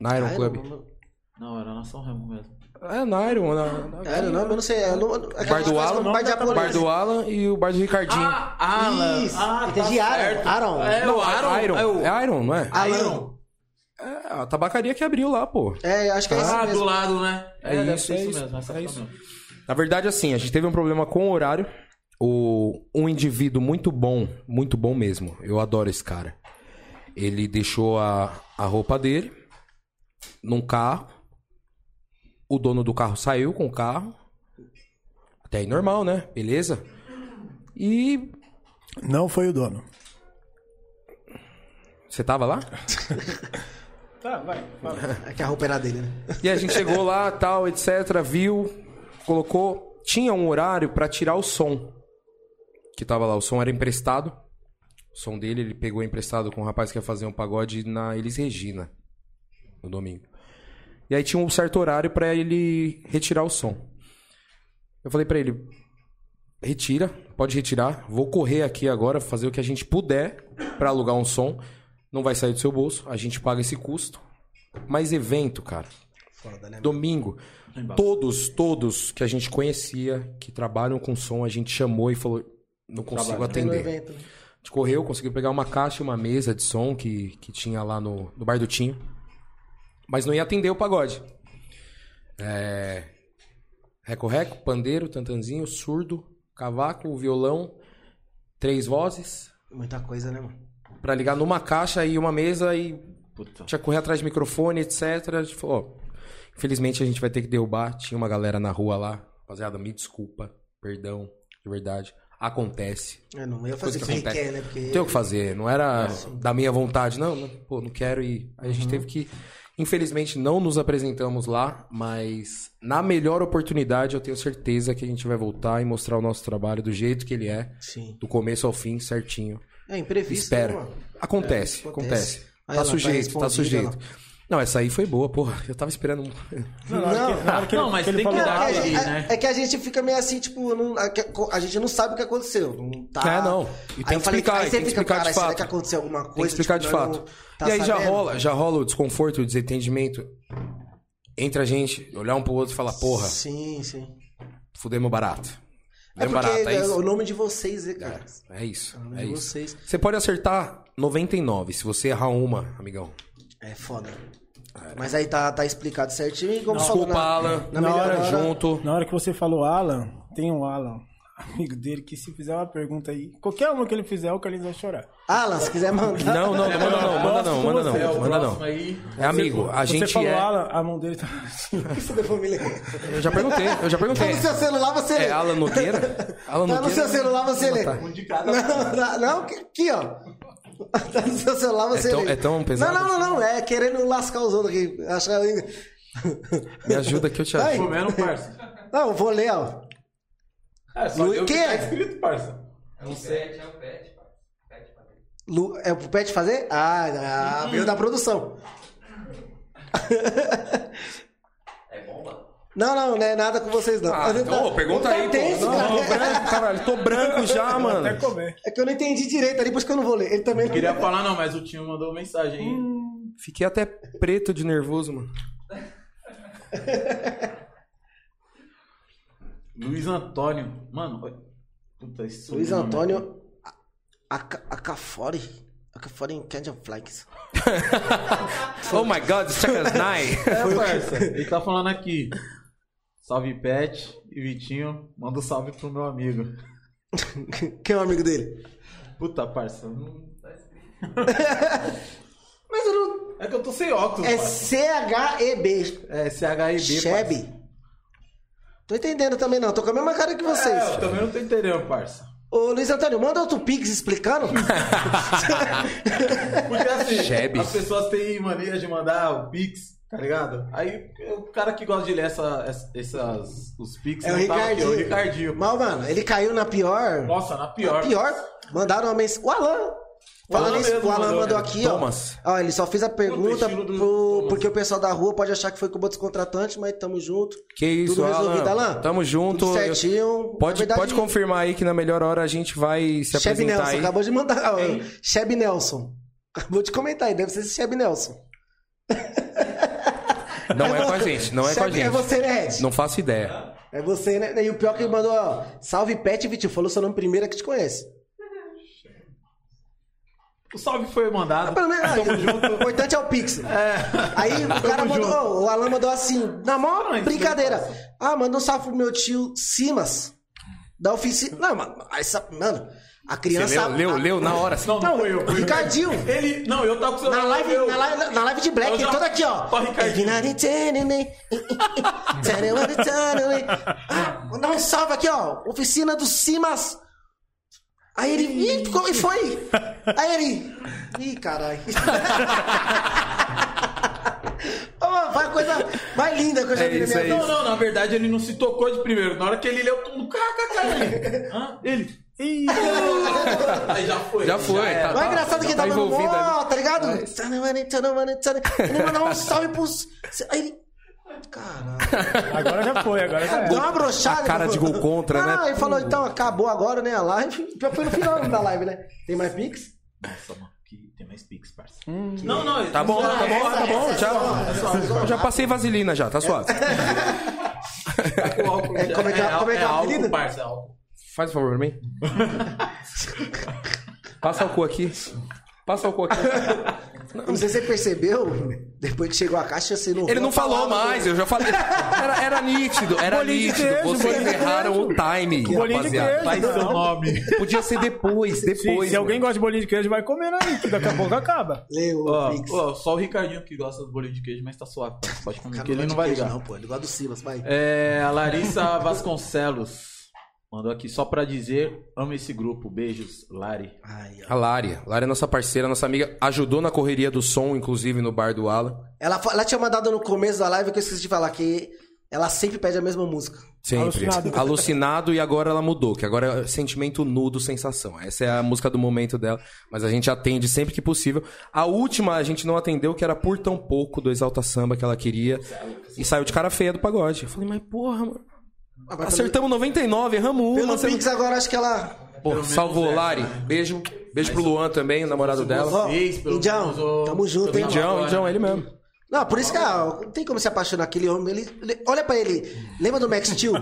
Speaker 3: na Iron
Speaker 1: Ah,
Speaker 3: Club.
Speaker 1: não, não.
Speaker 2: Não, era na São Remo mesmo.
Speaker 3: É, na Iron, na, na-
Speaker 1: Era, não, eu não sei. Eu não, é aquela
Speaker 3: Bar do
Speaker 1: casa
Speaker 3: Alan,
Speaker 1: como um bar de japonês.
Speaker 3: Bar do Alan e o Bar do Ricardinho.
Speaker 2: Ah, Alan.
Speaker 1: Isso.
Speaker 2: Ah, tá
Speaker 1: Entendi, Aaron.
Speaker 2: certo.
Speaker 1: Aaron.
Speaker 2: É, o Aaron.
Speaker 3: Iron.
Speaker 2: É, o... Ah.
Speaker 3: É Iron, não é?
Speaker 1: Alan.
Speaker 2: Iron.
Speaker 3: É a tabacaria que abriu lá, pô.
Speaker 1: É, acho que é esse
Speaker 2: Ah, do
Speaker 1: mesmo.
Speaker 2: lado, né?
Speaker 3: É
Speaker 2: deve
Speaker 3: isso,
Speaker 2: ser
Speaker 3: é isso,
Speaker 2: mesmo, essa
Speaker 3: é
Speaker 2: fita
Speaker 3: isso.
Speaker 2: mesmo.
Speaker 3: Na verdade, assim, a gente teve um problema com o horário. O, um indivíduo muito bom, muito bom mesmo. Eu adoro esse cara. Ele deixou a, a roupa dele num carro. O dono do carro saiu com o carro. Até aí normal, né? Beleza? E
Speaker 4: Não foi o dono.
Speaker 3: você tava lá?
Speaker 4: Tá, vai. fala.
Speaker 1: É que a roupa era dele, né?
Speaker 3: E a gente chegou lá, tal, etc, viu, colocou, tinha um horário pra tirar o som que tava lá, o som era emprestado. O som dele, ele pegou emprestado com um rapaz que ia fazer um pagode na Elis Regina no domingo. E aí tinha um certo horário pra ele retirar o som. Eu falei pra ele: "Retira, pode retirar. Vou correr aqui agora fazer o que a gente puder pra alugar um som. Não vai sair do seu bolso, a gente paga esse custo. Mas evento, cara,
Speaker 1: Foda, né?
Speaker 3: Domingo. Todos, todos que a gente conhecia, que trabalham com som, a gente chamou e falou: não consigo
Speaker 2: Trabalho.
Speaker 1: Tem no
Speaker 3: atender.
Speaker 1: evento.
Speaker 3: A gente correu, conseguiu pegar uma caixa e uma mesa de som que, que tinha lá no, no bar do Tinho. Mas não ia atender o pagode. É. Reco-reco, pandeiro, tantanzinho, surdo, cavaco, violão, três vozes.
Speaker 1: Muita coisa, né, mano?
Speaker 3: Pra ligar numa caixa e uma mesa e
Speaker 2: Puta.
Speaker 3: tinha que correr atrás de microfone, etc. A gente falou, ó, infelizmente a gente vai ter que derrubar. Tinha uma galera na rua lá. Rapaziada, me desculpa, perdão, de verdade. Acontece.
Speaker 1: Eu não ia
Speaker 3: Coisa
Speaker 1: fazer
Speaker 3: que
Speaker 1: o que ele
Speaker 3: acontece.
Speaker 1: quer, né? Porque...
Speaker 3: Não tem o que fazer, não era da minha vontade, não, não, pô, não quero ir. Aí a
Speaker 1: Uhum.
Speaker 3: gente teve que. Infelizmente não nos apresentamos lá, mas na melhor oportunidade eu tenho certeza que a gente vai voltar e mostrar o nosso trabalho do jeito que ele é,
Speaker 1: Sim.
Speaker 3: do começo ao fim, certinho.
Speaker 1: É imprevisto,
Speaker 3: Espera.
Speaker 1: né, mano?
Speaker 3: Acontece,
Speaker 1: É, acontece.
Speaker 3: acontece.
Speaker 1: Aí
Speaker 3: Tá
Speaker 1: ela tá
Speaker 3: sujeito, tá
Speaker 1: respondida,
Speaker 3: sujeito.
Speaker 1: ela-
Speaker 3: Não, essa aí foi boa, porra. Eu tava esperando. um-
Speaker 4: Não, na hora que- na hora que
Speaker 2: Não,
Speaker 4: ele-
Speaker 2: mas
Speaker 4: que ele
Speaker 2: tem que
Speaker 4: falou-
Speaker 1: Não,
Speaker 2: dar
Speaker 1: é, que a
Speaker 2: ali,
Speaker 1: gente-
Speaker 2: né?
Speaker 1: é que a gente fica meio assim, tipo, não- a, que- a gente não sabe o que aconteceu. Não tá...
Speaker 3: É, não. E tem que
Speaker 1: eu falei,
Speaker 3: explicar,
Speaker 1: aí
Speaker 3: e
Speaker 1: você
Speaker 3: tem
Speaker 1: fica,
Speaker 3: que explicar de
Speaker 1: cara, será
Speaker 3: fato.
Speaker 1: que aconteceu alguma coisa?
Speaker 3: Tem que explicar de
Speaker 1: Tipo, nós
Speaker 3: fato.
Speaker 1: não tá
Speaker 3: e aí já
Speaker 1: sabendo?
Speaker 3: rola, já rola o desconforto, o desentendimento entre a gente, olhar um pro outro e falar, porra,
Speaker 1: Sim, sim.
Speaker 3: fudeu meu barato.
Speaker 1: É
Speaker 3: Fudeu meu
Speaker 1: porque
Speaker 3: barato, é
Speaker 1: é o
Speaker 3: isso.
Speaker 1: nome de vocês, né, cara?
Speaker 3: É isso.
Speaker 1: o nome
Speaker 3: É
Speaker 1: de
Speaker 3: isso.
Speaker 1: vocês.
Speaker 3: Você pode acertar 99, se você errar uma, amigão.
Speaker 1: É foda. Mas aí tá, tá explicado certinho. e É. Como falou,
Speaker 3: Desculpa,
Speaker 1: na-
Speaker 3: Alan.
Speaker 1: na
Speaker 3: Na,
Speaker 1: melhor
Speaker 3: hora,
Speaker 1: hora-
Speaker 3: junto.
Speaker 4: Na hora que você falou Alan, tem um Alan, <laughs> amigo dele, que se fizer uma pergunta aí, qualquer uma que ele fizer, o Carlinhos vai chorar.
Speaker 1: Alan, se quiser mandar. <laughs>
Speaker 3: Não, não, manda não, manda não, manda
Speaker 2: É,
Speaker 3: não,
Speaker 2: o
Speaker 3: manda
Speaker 2: próximo
Speaker 3: não.
Speaker 2: aí.
Speaker 3: É amigo, a
Speaker 4: você
Speaker 3: gente
Speaker 4: falou
Speaker 3: é.
Speaker 4: Alan, a mão dele tá assim.
Speaker 1: Isso da família.
Speaker 3: Eu já perguntei, eu já
Speaker 1: Tá
Speaker 3: perguntei.
Speaker 1: no seu celular, você lê.
Speaker 3: É Alan Nogueira? Alan
Speaker 1: Tá no
Speaker 3: Nogueira?
Speaker 1: seu celular, você lê.
Speaker 6: Um
Speaker 2: Indicado.
Speaker 1: Não, não, não, que- aqui, ó. <laughs> Tá no seu celular, você
Speaker 3: É tão-
Speaker 1: lê.
Speaker 3: é tão pesado
Speaker 1: Não, não, não, não. É querendo lascar os outros aqui. Achar...
Speaker 3: Me ajuda que eu te
Speaker 1: Vai.
Speaker 3: ajudo.
Speaker 2: Comendo, parça.
Speaker 1: Não, eu vou ler, ó.
Speaker 2: É, só
Speaker 1: Lu-
Speaker 2: deu o que
Speaker 1: quê?
Speaker 2: tá escrito, parça. Não sei.
Speaker 6: Pet é o pet, pai. Pet, pai.
Speaker 1: Lu- É pro Pet fazer? Ah, ah veio da produção.
Speaker 6: <laughs> É bomba?
Speaker 1: Não, não, não é nada com vocês, não. tá,
Speaker 3: Ah, então, ô, pergunta
Speaker 1: Não
Speaker 3: aí, pô.
Speaker 1: tenso,
Speaker 3: Não,
Speaker 1: cara.
Speaker 3: não, branco, caralho. Tô branco já, Ah, mano.
Speaker 4: Até comer.
Speaker 1: É que eu não entendi direito ali, por isso que eu não vou ler. Ele também não.
Speaker 2: Queria falar, não, mas o Tinho mandou mensagem aí.
Speaker 3: Fiquei até preto de nervoso, mano.
Speaker 2: Luiz Antônio. Mano, olha- puta, esse
Speaker 1: Luiz
Speaker 2: sobrenome
Speaker 1: Antônio Aca- Acafori. Acafori em Candy Flags.
Speaker 3: Oh my god, this chaka's nice. <laughs>
Speaker 2: É, parça. Ele tá falando aqui. Salve, Pet e Vitinho. Manda um salve pro meu amigo.
Speaker 1: Quem é o amigo dele?
Speaker 2: Puta, parça. não-
Speaker 1: <laughs> Mas eu não.
Speaker 2: É que eu tô sem óculos,
Speaker 1: É
Speaker 2: parça.
Speaker 1: C-H-E-B.
Speaker 2: É CHEB, parça.
Speaker 1: Chebe. Tô entendendo também não, tô com a mesma cara que vocês.
Speaker 2: É, eu também não tô entendendo, parça.
Speaker 1: Ô Luiz Antônio, manda outro
Speaker 2: <laughs>
Speaker 1: pix explicando.
Speaker 2: Porque assim,
Speaker 3: Jebe.
Speaker 2: as pessoas têm mania de mandar o Pix, tá ligado? Aí o cara que gosta de ler essa, essa- essas, os Pix
Speaker 1: É o
Speaker 2: não tava aqui, é
Speaker 1: Ricardinho.
Speaker 2: o Ricardinho.
Speaker 1: Mal, mano, ele caiu na pior.
Speaker 2: Nossa, na pior.
Speaker 1: Pior, mandaram uma mensagem. O Alan.
Speaker 2: O Alan
Speaker 1: Falando isso,
Speaker 2: mesmo
Speaker 1: o Alan
Speaker 2: mandou,
Speaker 1: mandou
Speaker 2: né?
Speaker 1: aqui,
Speaker 3: É, Thomas.
Speaker 1: ó. Ó, ele só fez a pergunta
Speaker 2: estilo do
Speaker 1: pro-
Speaker 2: Thomas.
Speaker 1: porque o pessoal da rua pode achar que foi com o contratante, mas tamo junto.
Speaker 3: Que isso,
Speaker 1: Tudo
Speaker 3: Alan.
Speaker 1: resolvido, Alan?
Speaker 3: Tamo junto.
Speaker 1: Tudo certinho.
Speaker 3: Pode,
Speaker 1: Na verdade,
Speaker 3: pode confirmar aí que na melhor hora a gente vai se
Speaker 1: Cheb
Speaker 3: apresentar
Speaker 1: Nelson,
Speaker 3: aí.
Speaker 1: acabou de mandar. ó,
Speaker 2: Quem?
Speaker 1: Cheb Nelson. Acabou de comentar aí, deve ser esse Cheb Nelson.
Speaker 3: Não é com a gente, não é com a
Speaker 1: Sabe quem É
Speaker 3: gente.
Speaker 1: você, né, Ed?
Speaker 3: Não faço ideia.
Speaker 1: É você, né? E o pior que ele mandou, ó. Salve, Pet Vitinho. Falou seu nome primeiro é que te conhece.
Speaker 2: O salve foi mandado.
Speaker 1: Ah, Pelo menos,
Speaker 2: Tamo
Speaker 1: O
Speaker 2: junto.
Speaker 1: importante é o Pix.
Speaker 2: É.
Speaker 1: Aí o cara
Speaker 2: Tamo
Speaker 1: mandou,
Speaker 2: junto.
Speaker 1: ó, o Alan mandou assim, na maior
Speaker 2: Não, isso é
Speaker 1: brincadeira. Ah, manda um salve pro meu tio Simas, da oficina. Não, mano, essa, mano a
Speaker 3: Você
Speaker 1: criança.
Speaker 3: leu, leu, leu na hora. assim.
Speaker 2: Não, não, foi eu.
Speaker 1: O
Speaker 2: Foi eu.
Speaker 1: Ricardinho.
Speaker 2: Ele. Não, eu tava com o
Speaker 1: Na
Speaker 2: celular.
Speaker 1: live,
Speaker 2: eu-
Speaker 1: na, live, na live de Black,
Speaker 2: Eu já-
Speaker 1: toda aqui, ó.
Speaker 2: Ó, Ricardinho.
Speaker 1: <laughs> Ah, Dá um salve aqui, ó. Oficina do Simas. Aí ele. Ih, ficou- e foi? Aí ele. Ih, caralho. <laughs> Ô, mano, Foi a coisa mais linda que eu já
Speaker 3: É
Speaker 1: vi na
Speaker 3: isso
Speaker 1: minha
Speaker 3: aí.
Speaker 1: vida.
Speaker 2: Não, não, na verdade ele não se tocou de primeiro. Na hora que ele leu, todo mundo.
Speaker 1: <laughs>
Speaker 2: Caraca, Ele.
Speaker 4: Ih,
Speaker 2: Aí já foi.
Speaker 3: Já foi,
Speaker 2: era.
Speaker 3: tá-
Speaker 1: Mas é
Speaker 3: tá-
Speaker 1: engraçado que
Speaker 3: tá
Speaker 1: tava no
Speaker 3: envolvido
Speaker 1: mó,
Speaker 3: ali. É.
Speaker 1: tá ligado? Tana, mano, tana, mano, tana. Ele mandou um salve pros. Aí ele. Caralho.
Speaker 4: agora já foi, agora já
Speaker 1: Deu
Speaker 4: é.
Speaker 1: uma brochada.
Speaker 3: a cara
Speaker 1: ele
Speaker 3: de
Speaker 1: falou-
Speaker 3: gol contra,
Speaker 1: Ah,
Speaker 3: né?
Speaker 1: ele falou, então, acabou agora, né, a live. Já foi no final da live, né? Tem mais Pix?
Speaker 2: Nossa, mano, que tem mais Pix, parça.
Speaker 1: Hum.
Speaker 2: Não, não,
Speaker 3: Tá bom, tá bom, tá bom.
Speaker 1: essa é só-
Speaker 3: Já, já passei vaselina já, tá suave.
Speaker 2: com álcool
Speaker 1: É,
Speaker 2: já.
Speaker 1: como é que é- como é que é o
Speaker 2: álcool,
Speaker 1: apelido?
Speaker 2: parça, é álcool.
Speaker 3: Faz um favor pra <laughs> mim. Passa o cu aqui. Passa o cu aqui.
Speaker 1: Não sei se você percebeu, depois que chegou a caixa, você não
Speaker 3: Ele não falou
Speaker 1: falava,
Speaker 3: mais, eu já falei. Era, era nítido, era
Speaker 4: Bolinho de
Speaker 3: nítido.
Speaker 4: queijo,
Speaker 3: Vocês
Speaker 4: bolinho de
Speaker 3: erraram o
Speaker 4: queijo.
Speaker 3: time,
Speaker 4: Bolinho de
Speaker 3: rapaziada.
Speaker 4: queijo.
Speaker 2: Faz seu nome.
Speaker 3: Podia ser depois,
Speaker 4: Se,
Speaker 3: depois.
Speaker 4: se alguém
Speaker 3: mano.
Speaker 4: gosta de bolinho de queijo, vai comendo aí, que daqui a pouco acaba.
Speaker 1: Leu o
Speaker 2: Ó,
Speaker 1: Pix.
Speaker 2: ó, só o Ricardinho que gosta do bolinho de queijo, mas tá suave. Pode comer,
Speaker 1: Cara,
Speaker 2: que ele
Speaker 1: gosta
Speaker 2: não
Speaker 1: de
Speaker 2: vai
Speaker 1: queijo,
Speaker 2: ligar.
Speaker 1: Não, pô, ele gosta do Silas, vai.
Speaker 2: É, a Larissa Vasconcelos mandou aqui só pra dizer: amo esse grupo. Beijos, Lari.
Speaker 1: Ai, ó.
Speaker 3: A Lari. Lari é nossa parceira, nossa amiga. Ajudou na correria do som, inclusive, no bar do Alan.
Speaker 1: Ela, fa- ela tinha mandado no começo da live que eu esqueci de falar, que ela sempre pede a mesma música.
Speaker 3: Sempre.
Speaker 4: Alucinado.
Speaker 3: Alucinado e agora ela mudou, que agora é sentimento nudo, sensação. Essa é a música do momento dela, mas a gente atende sempre que possível. A última a gente não atendeu, que era por tão pouco do Exalta Samba que ela queria. E saiu de cara feia do pagode. Eu falei, mas porra, mano.
Speaker 1: Ah, mas
Speaker 3: Acertamos 99, erramos
Speaker 1: Pelo,
Speaker 3: uma.
Speaker 1: pelo
Speaker 3: você não-
Speaker 1: Pix agora, acho que ela...
Speaker 3: Porra, salvou
Speaker 1: né?
Speaker 3: Lari. Beijo. Beijo pro Luan também, o namorado dela.
Speaker 1: Ó,
Speaker 2: Vocês, pelo menos,
Speaker 1: Indião,
Speaker 2: ô-
Speaker 1: tamo junto, hein?
Speaker 2: Indião.
Speaker 3: Indião, Indião, é ele mesmo.
Speaker 1: Não, por isso que ah, não tem como se apaixonar aquele homem. Ele, ele- olha pra ele. Lembra do Max
Speaker 3: <laughs>
Speaker 1: Steel?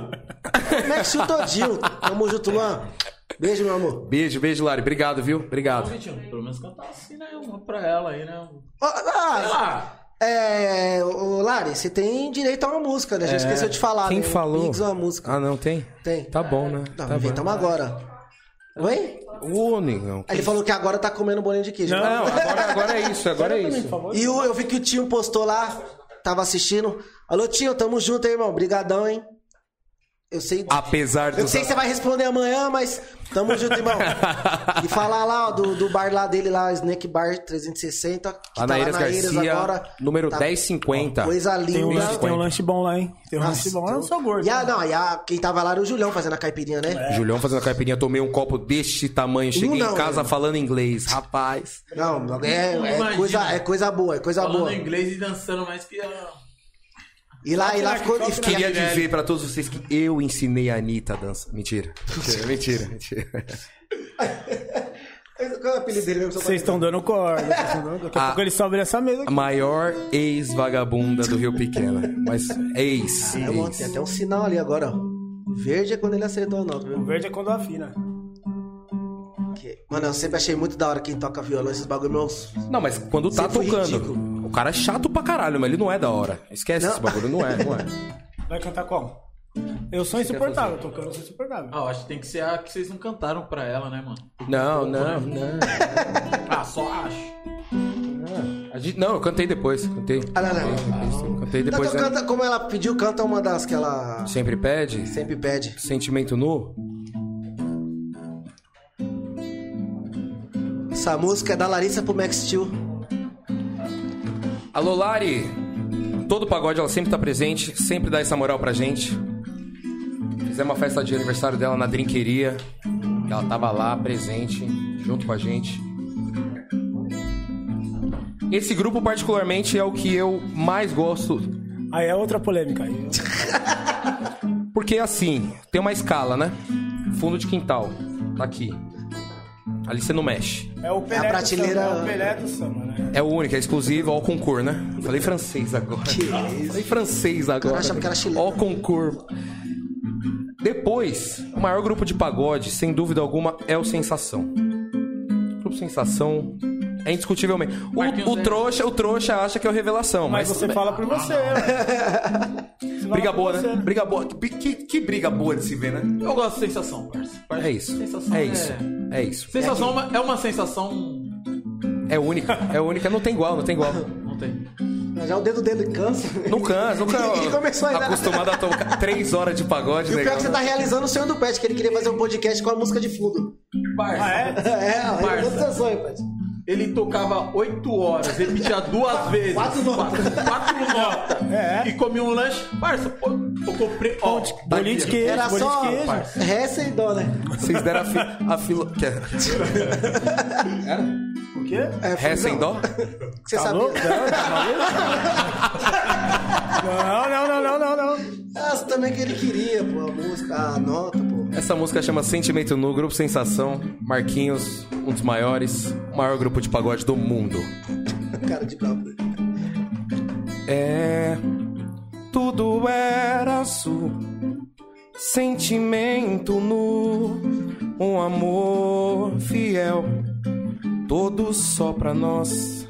Speaker 1: Max Steel todinho. Tamo junto, Luan. Beijo, meu amor.
Speaker 3: Beijo, beijo, Lari. Obrigado, viu? Obrigado.
Speaker 2: Pelo menos cantar assim, né? Uma pra ela aí, né?
Speaker 1: Ó, ah,
Speaker 2: Ah,
Speaker 1: é, ô, Lari, você tem direito a uma música, né? A gente esqueceu de falar,
Speaker 3: É, Quem
Speaker 1: né?
Speaker 3: falou?
Speaker 1: Pix é uma música.
Speaker 3: Ah, não, tem?
Speaker 1: Tem.
Speaker 3: Tá bom, né?
Speaker 1: Não,
Speaker 3: Tá bom.
Speaker 1: inventamos agora. Oi?
Speaker 3: Ô, negão.
Speaker 1: Aí ele falou que agora tá comendo bolinho de queijo. tá.
Speaker 3: Não, agora, agora é isso, agora é isso.
Speaker 1: E eu, eu vi que o Tinho postou lá, tava assistindo. Alô, Tinho, tamo junto, hein, irmão. Brigadão, hein? Eu sei...
Speaker 3: Apesar
Speaker 1: Eu
Speaker 3: do.
Speaker 1: não sei se você vai responder amanhã, mas tamo junto,
Speaker 3: <laughs>
Speaker 1: irmão. e falar lá, ó, do, do bar lá dele, lá, Snack Bar 360. Que
Speaker 3: Lá na Eiras Garcia, número
Speaker 1: Tá-
Speaker 3: 1050.
Speaker 1: Coisa
Speaker 4: Tem um,
Speaker 1: linda.
Speaker 4: lanche, tem um lanche bom lá, hein? Tem um lanche bom. Eu não sou gordo. né?
Speaker 1: E a, não, e a, quem tava lá era o Julião fazendo a caipirinha, né?
Speaker 3: Julião fazendo a caipirinha, tomei um copo deste tamanho, cheguei
Speaker 1: não,
Speaker 3: em casa
Speaker 1: né?
Speaker 3: falando inglês, rapaz.
Speaker 1: Não, é, é
Speaker 2: Imagina.
Speaker 1: coisa, é coisa boa, é coisa
Speaker 2: falando
Speaker 1: boa.
Speaker 2: inglês e dançando mais que a.
Speaker 1: E lá, e lá ficou. E fiquei-
Speaker 4: né?
Speaker 3: Queria dizer pra todos vocês que eu ensinei a Anitta a
Speaker 1: <laughs>
Speaker 3: dança. Mentira, mentira, mentira. mentira.
Speaker 1: Qual é o apelido dele mesmo?
Speaker 4: Vocês estão dando corda. vocês estão dando- Daqui a
Speaker 3: Ah.
Speaker 4: pouco eles sobem essa mesa
Speaker 3: A
Speaker 4: aqui.
Speaker 3: maior ex-vagabunda do Rio Pequena. Mas ex,
Speaker 1: É, mano, tem
Speaker 3: ex.
Speaker 1: até um sinal ali agora, ó. Verde é quando ele acertou a nota,
Speaker 4: O
Speaker 1: viu?
Speaker 4: verde é quando afina.
Speaker 1: Que- Mano, eu sempre achei muito da hora quem toca violão, esses bagulho meus.
Speaker 3: Não, mas quando tá
Speaker 1: Você foi
Speaker 3: tocando,
Speaker 1: é ridículo.
Speaker 3: o cara é chato pra caralho, mas ele não é da hora. Esquece
Speaker 1: Não.
Speaker 3: esse bagulho, não é, não é.
Speaker 4: Vai cantar qual? Eu sou insuportável, tocando eu sou insuportável.
Speaker 2: Ah, eu acho que tem que ser a que vocês não cantaram pra ela, né, mano?
Speaker 3: Não, não, não.
Speaker 2: Ah, só acho.
Speaker 3: A gente- não, eu cantei depois, cantei.
Speaker 1: Ah, não, não.
Speaker 3: Cantei
Speaker 1: Então,
Speaker 3: depois. né?
Speaker 1: canta, como ela pediu, canta uma das que ela
Speaker 3: Sempre pede?
Speaker 1: sempre pede.
Speaker 3: Sentimento nu?
Speaker 1: Essa música é da Larissa pro Max Steel.
Speaker 3: Alô, Lari! Todo pagode ela sempre tá presente, sempre dá essa moral pra gente. Fizemos uma festa de aniversário dela na drinqueria. e Ela tava lá, presente, junto com a gente. Esse grupo, particularmente, é o que eu mais gosto.
Speaker 4: Aí é outra polêmica. aí.
Speaker 3: Porque, assim, tem uma escala, né? Fundo de quintal. Tá aqui. Ali você não mexe.
Speaker 4: É o Pelé do
Speaker 1: prateleira-
Speaker 4: samba, é o Pelé do samba, né?
Speaker 3: É o único, é exclusivo, ao concurso, né? Falei francês agora.
Speaker 1: Que isso?
Speaker 3: Falei francês agora.
Speaker 1: achava que era chileno.
Speaker 3: Ao concurso. Depois, o maior grupo de pagode, sem dúvida alguma, é o Sensação. O grupo Sensação é indiscutivelmente.
Speaker 2: Marquinhos
Speaker 3: O, o
Speaker 2: é-
Speaker 3: trouxa, o trouxa acha que é o revelação,
Speaker 4: Mas
Speaker 3: mas, Ah,
Speaker 4: você fala por você, né? Você fala
Speaker 3: briga
Speaker 4: por
Speaker 3: boa,
Speaker 4: você.
Speaker 3: né? Briga boa. Que, que- que briga boa de se ver, né?
Speaker 2: Eu gosto de sensação, parça. Parça,
Speaker 3: É isso.
Speaker 2: Sensação
Speaker 3: É isso. É isso.
Speaker 2: Sensação é uma- é uma sensação.
Speaker 3: É única. É única. Não tem igual, não tem igual.
Speaker 2: Não tem.
Speaker 1: Já é o dedo dele cansa.
Speaker 3: Não
Speaker 1: <laughs>
Speaker 3: cansa, não cansa.
Speaker 1: Ele começou a-
Speaker 3: Acostumado a tocar três horas de pagode,
Speaker 1: E o pior é
Speaker 3: negão.
Speaker 1: que você tá realizando o sonho do Pet, que ele queria fazer um podcast com a música de fundo. <laughs>
Speaker 2: Parça.
Speaker 4: Ah, é?
Speaker 1: É,
Speaker 2: Parça.
Speaker 1: realizando seu sonho, Pet.
Speaker 2: Ele tocava 8 horas, repetia duas vezes.
Speaker 1: Quatro notas.
Speaker 2: Quatro,
Speaker 1: <laughs>
Speaker 2: quatro notas.
Speaker 4: É.
Speaker 2: E comia um lanche. Parça, pô, tocou pre... Ó,
Speaker 4: Bolinho de queijo,
Speaker 1: Era
Speaker 4: bolinho
Speaker 1: só
Speaker 4: de queijo.
Speaker 1: Hessa e Dona.
Speaker 3: Vocês deram a, fi, a filo... que é-
Speaker 4: O quê?
Speaker 1: É,
Speaker 3: Ré sem
Speaker 1: não,
Speaker 3: dó?
Speaker 1: que Você
Speaker 4: Tá
Speaker 1: sabia?
Speaker 4: louco? Não, tá maluco? não, não, não, não, não, não.
Speaker 1: Nossa, Ah, também que ele queria, pô, a música, a nota, pô. <laughs>
Speaker 3: Essa música chama Sentimento Nu, Grupo Sensação, Marquinhos, um dos maiores, o maior grupo de pagode do mundo.
Speaker 1: Cara de brabo.
Speaker 3: É. Tudo era azul, sentimento nu, um amor fiel, todo só pra nós.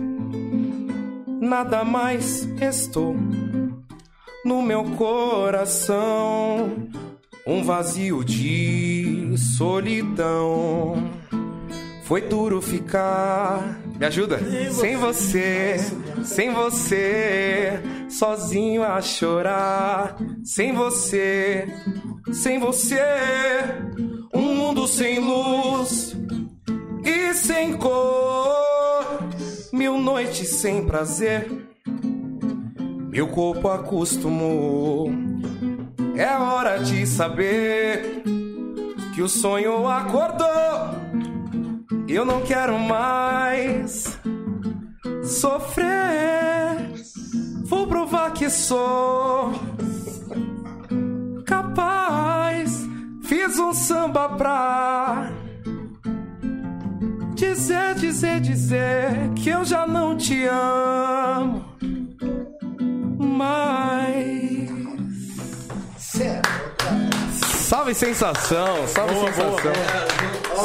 Speaker 3: Nada mais estou no meu coração, um vazio de solidão. Foi duro ficar. Me ajuda? Sem você, sem você, sozinho a chorar. Sem você, sem você, um mundo sem luz e sem cor. Mil noites sem prazer, meu corpo acostumou. É hora de saber que o sonho acordou. Eu não quero mais sofrer. Vou provar que sou capaz. Fiz um samba pra dizer, dizer, dizer que eu já não te amo mais.
Speaker 1: Sério.
Speaker 3: Salve sensação, salve sensação.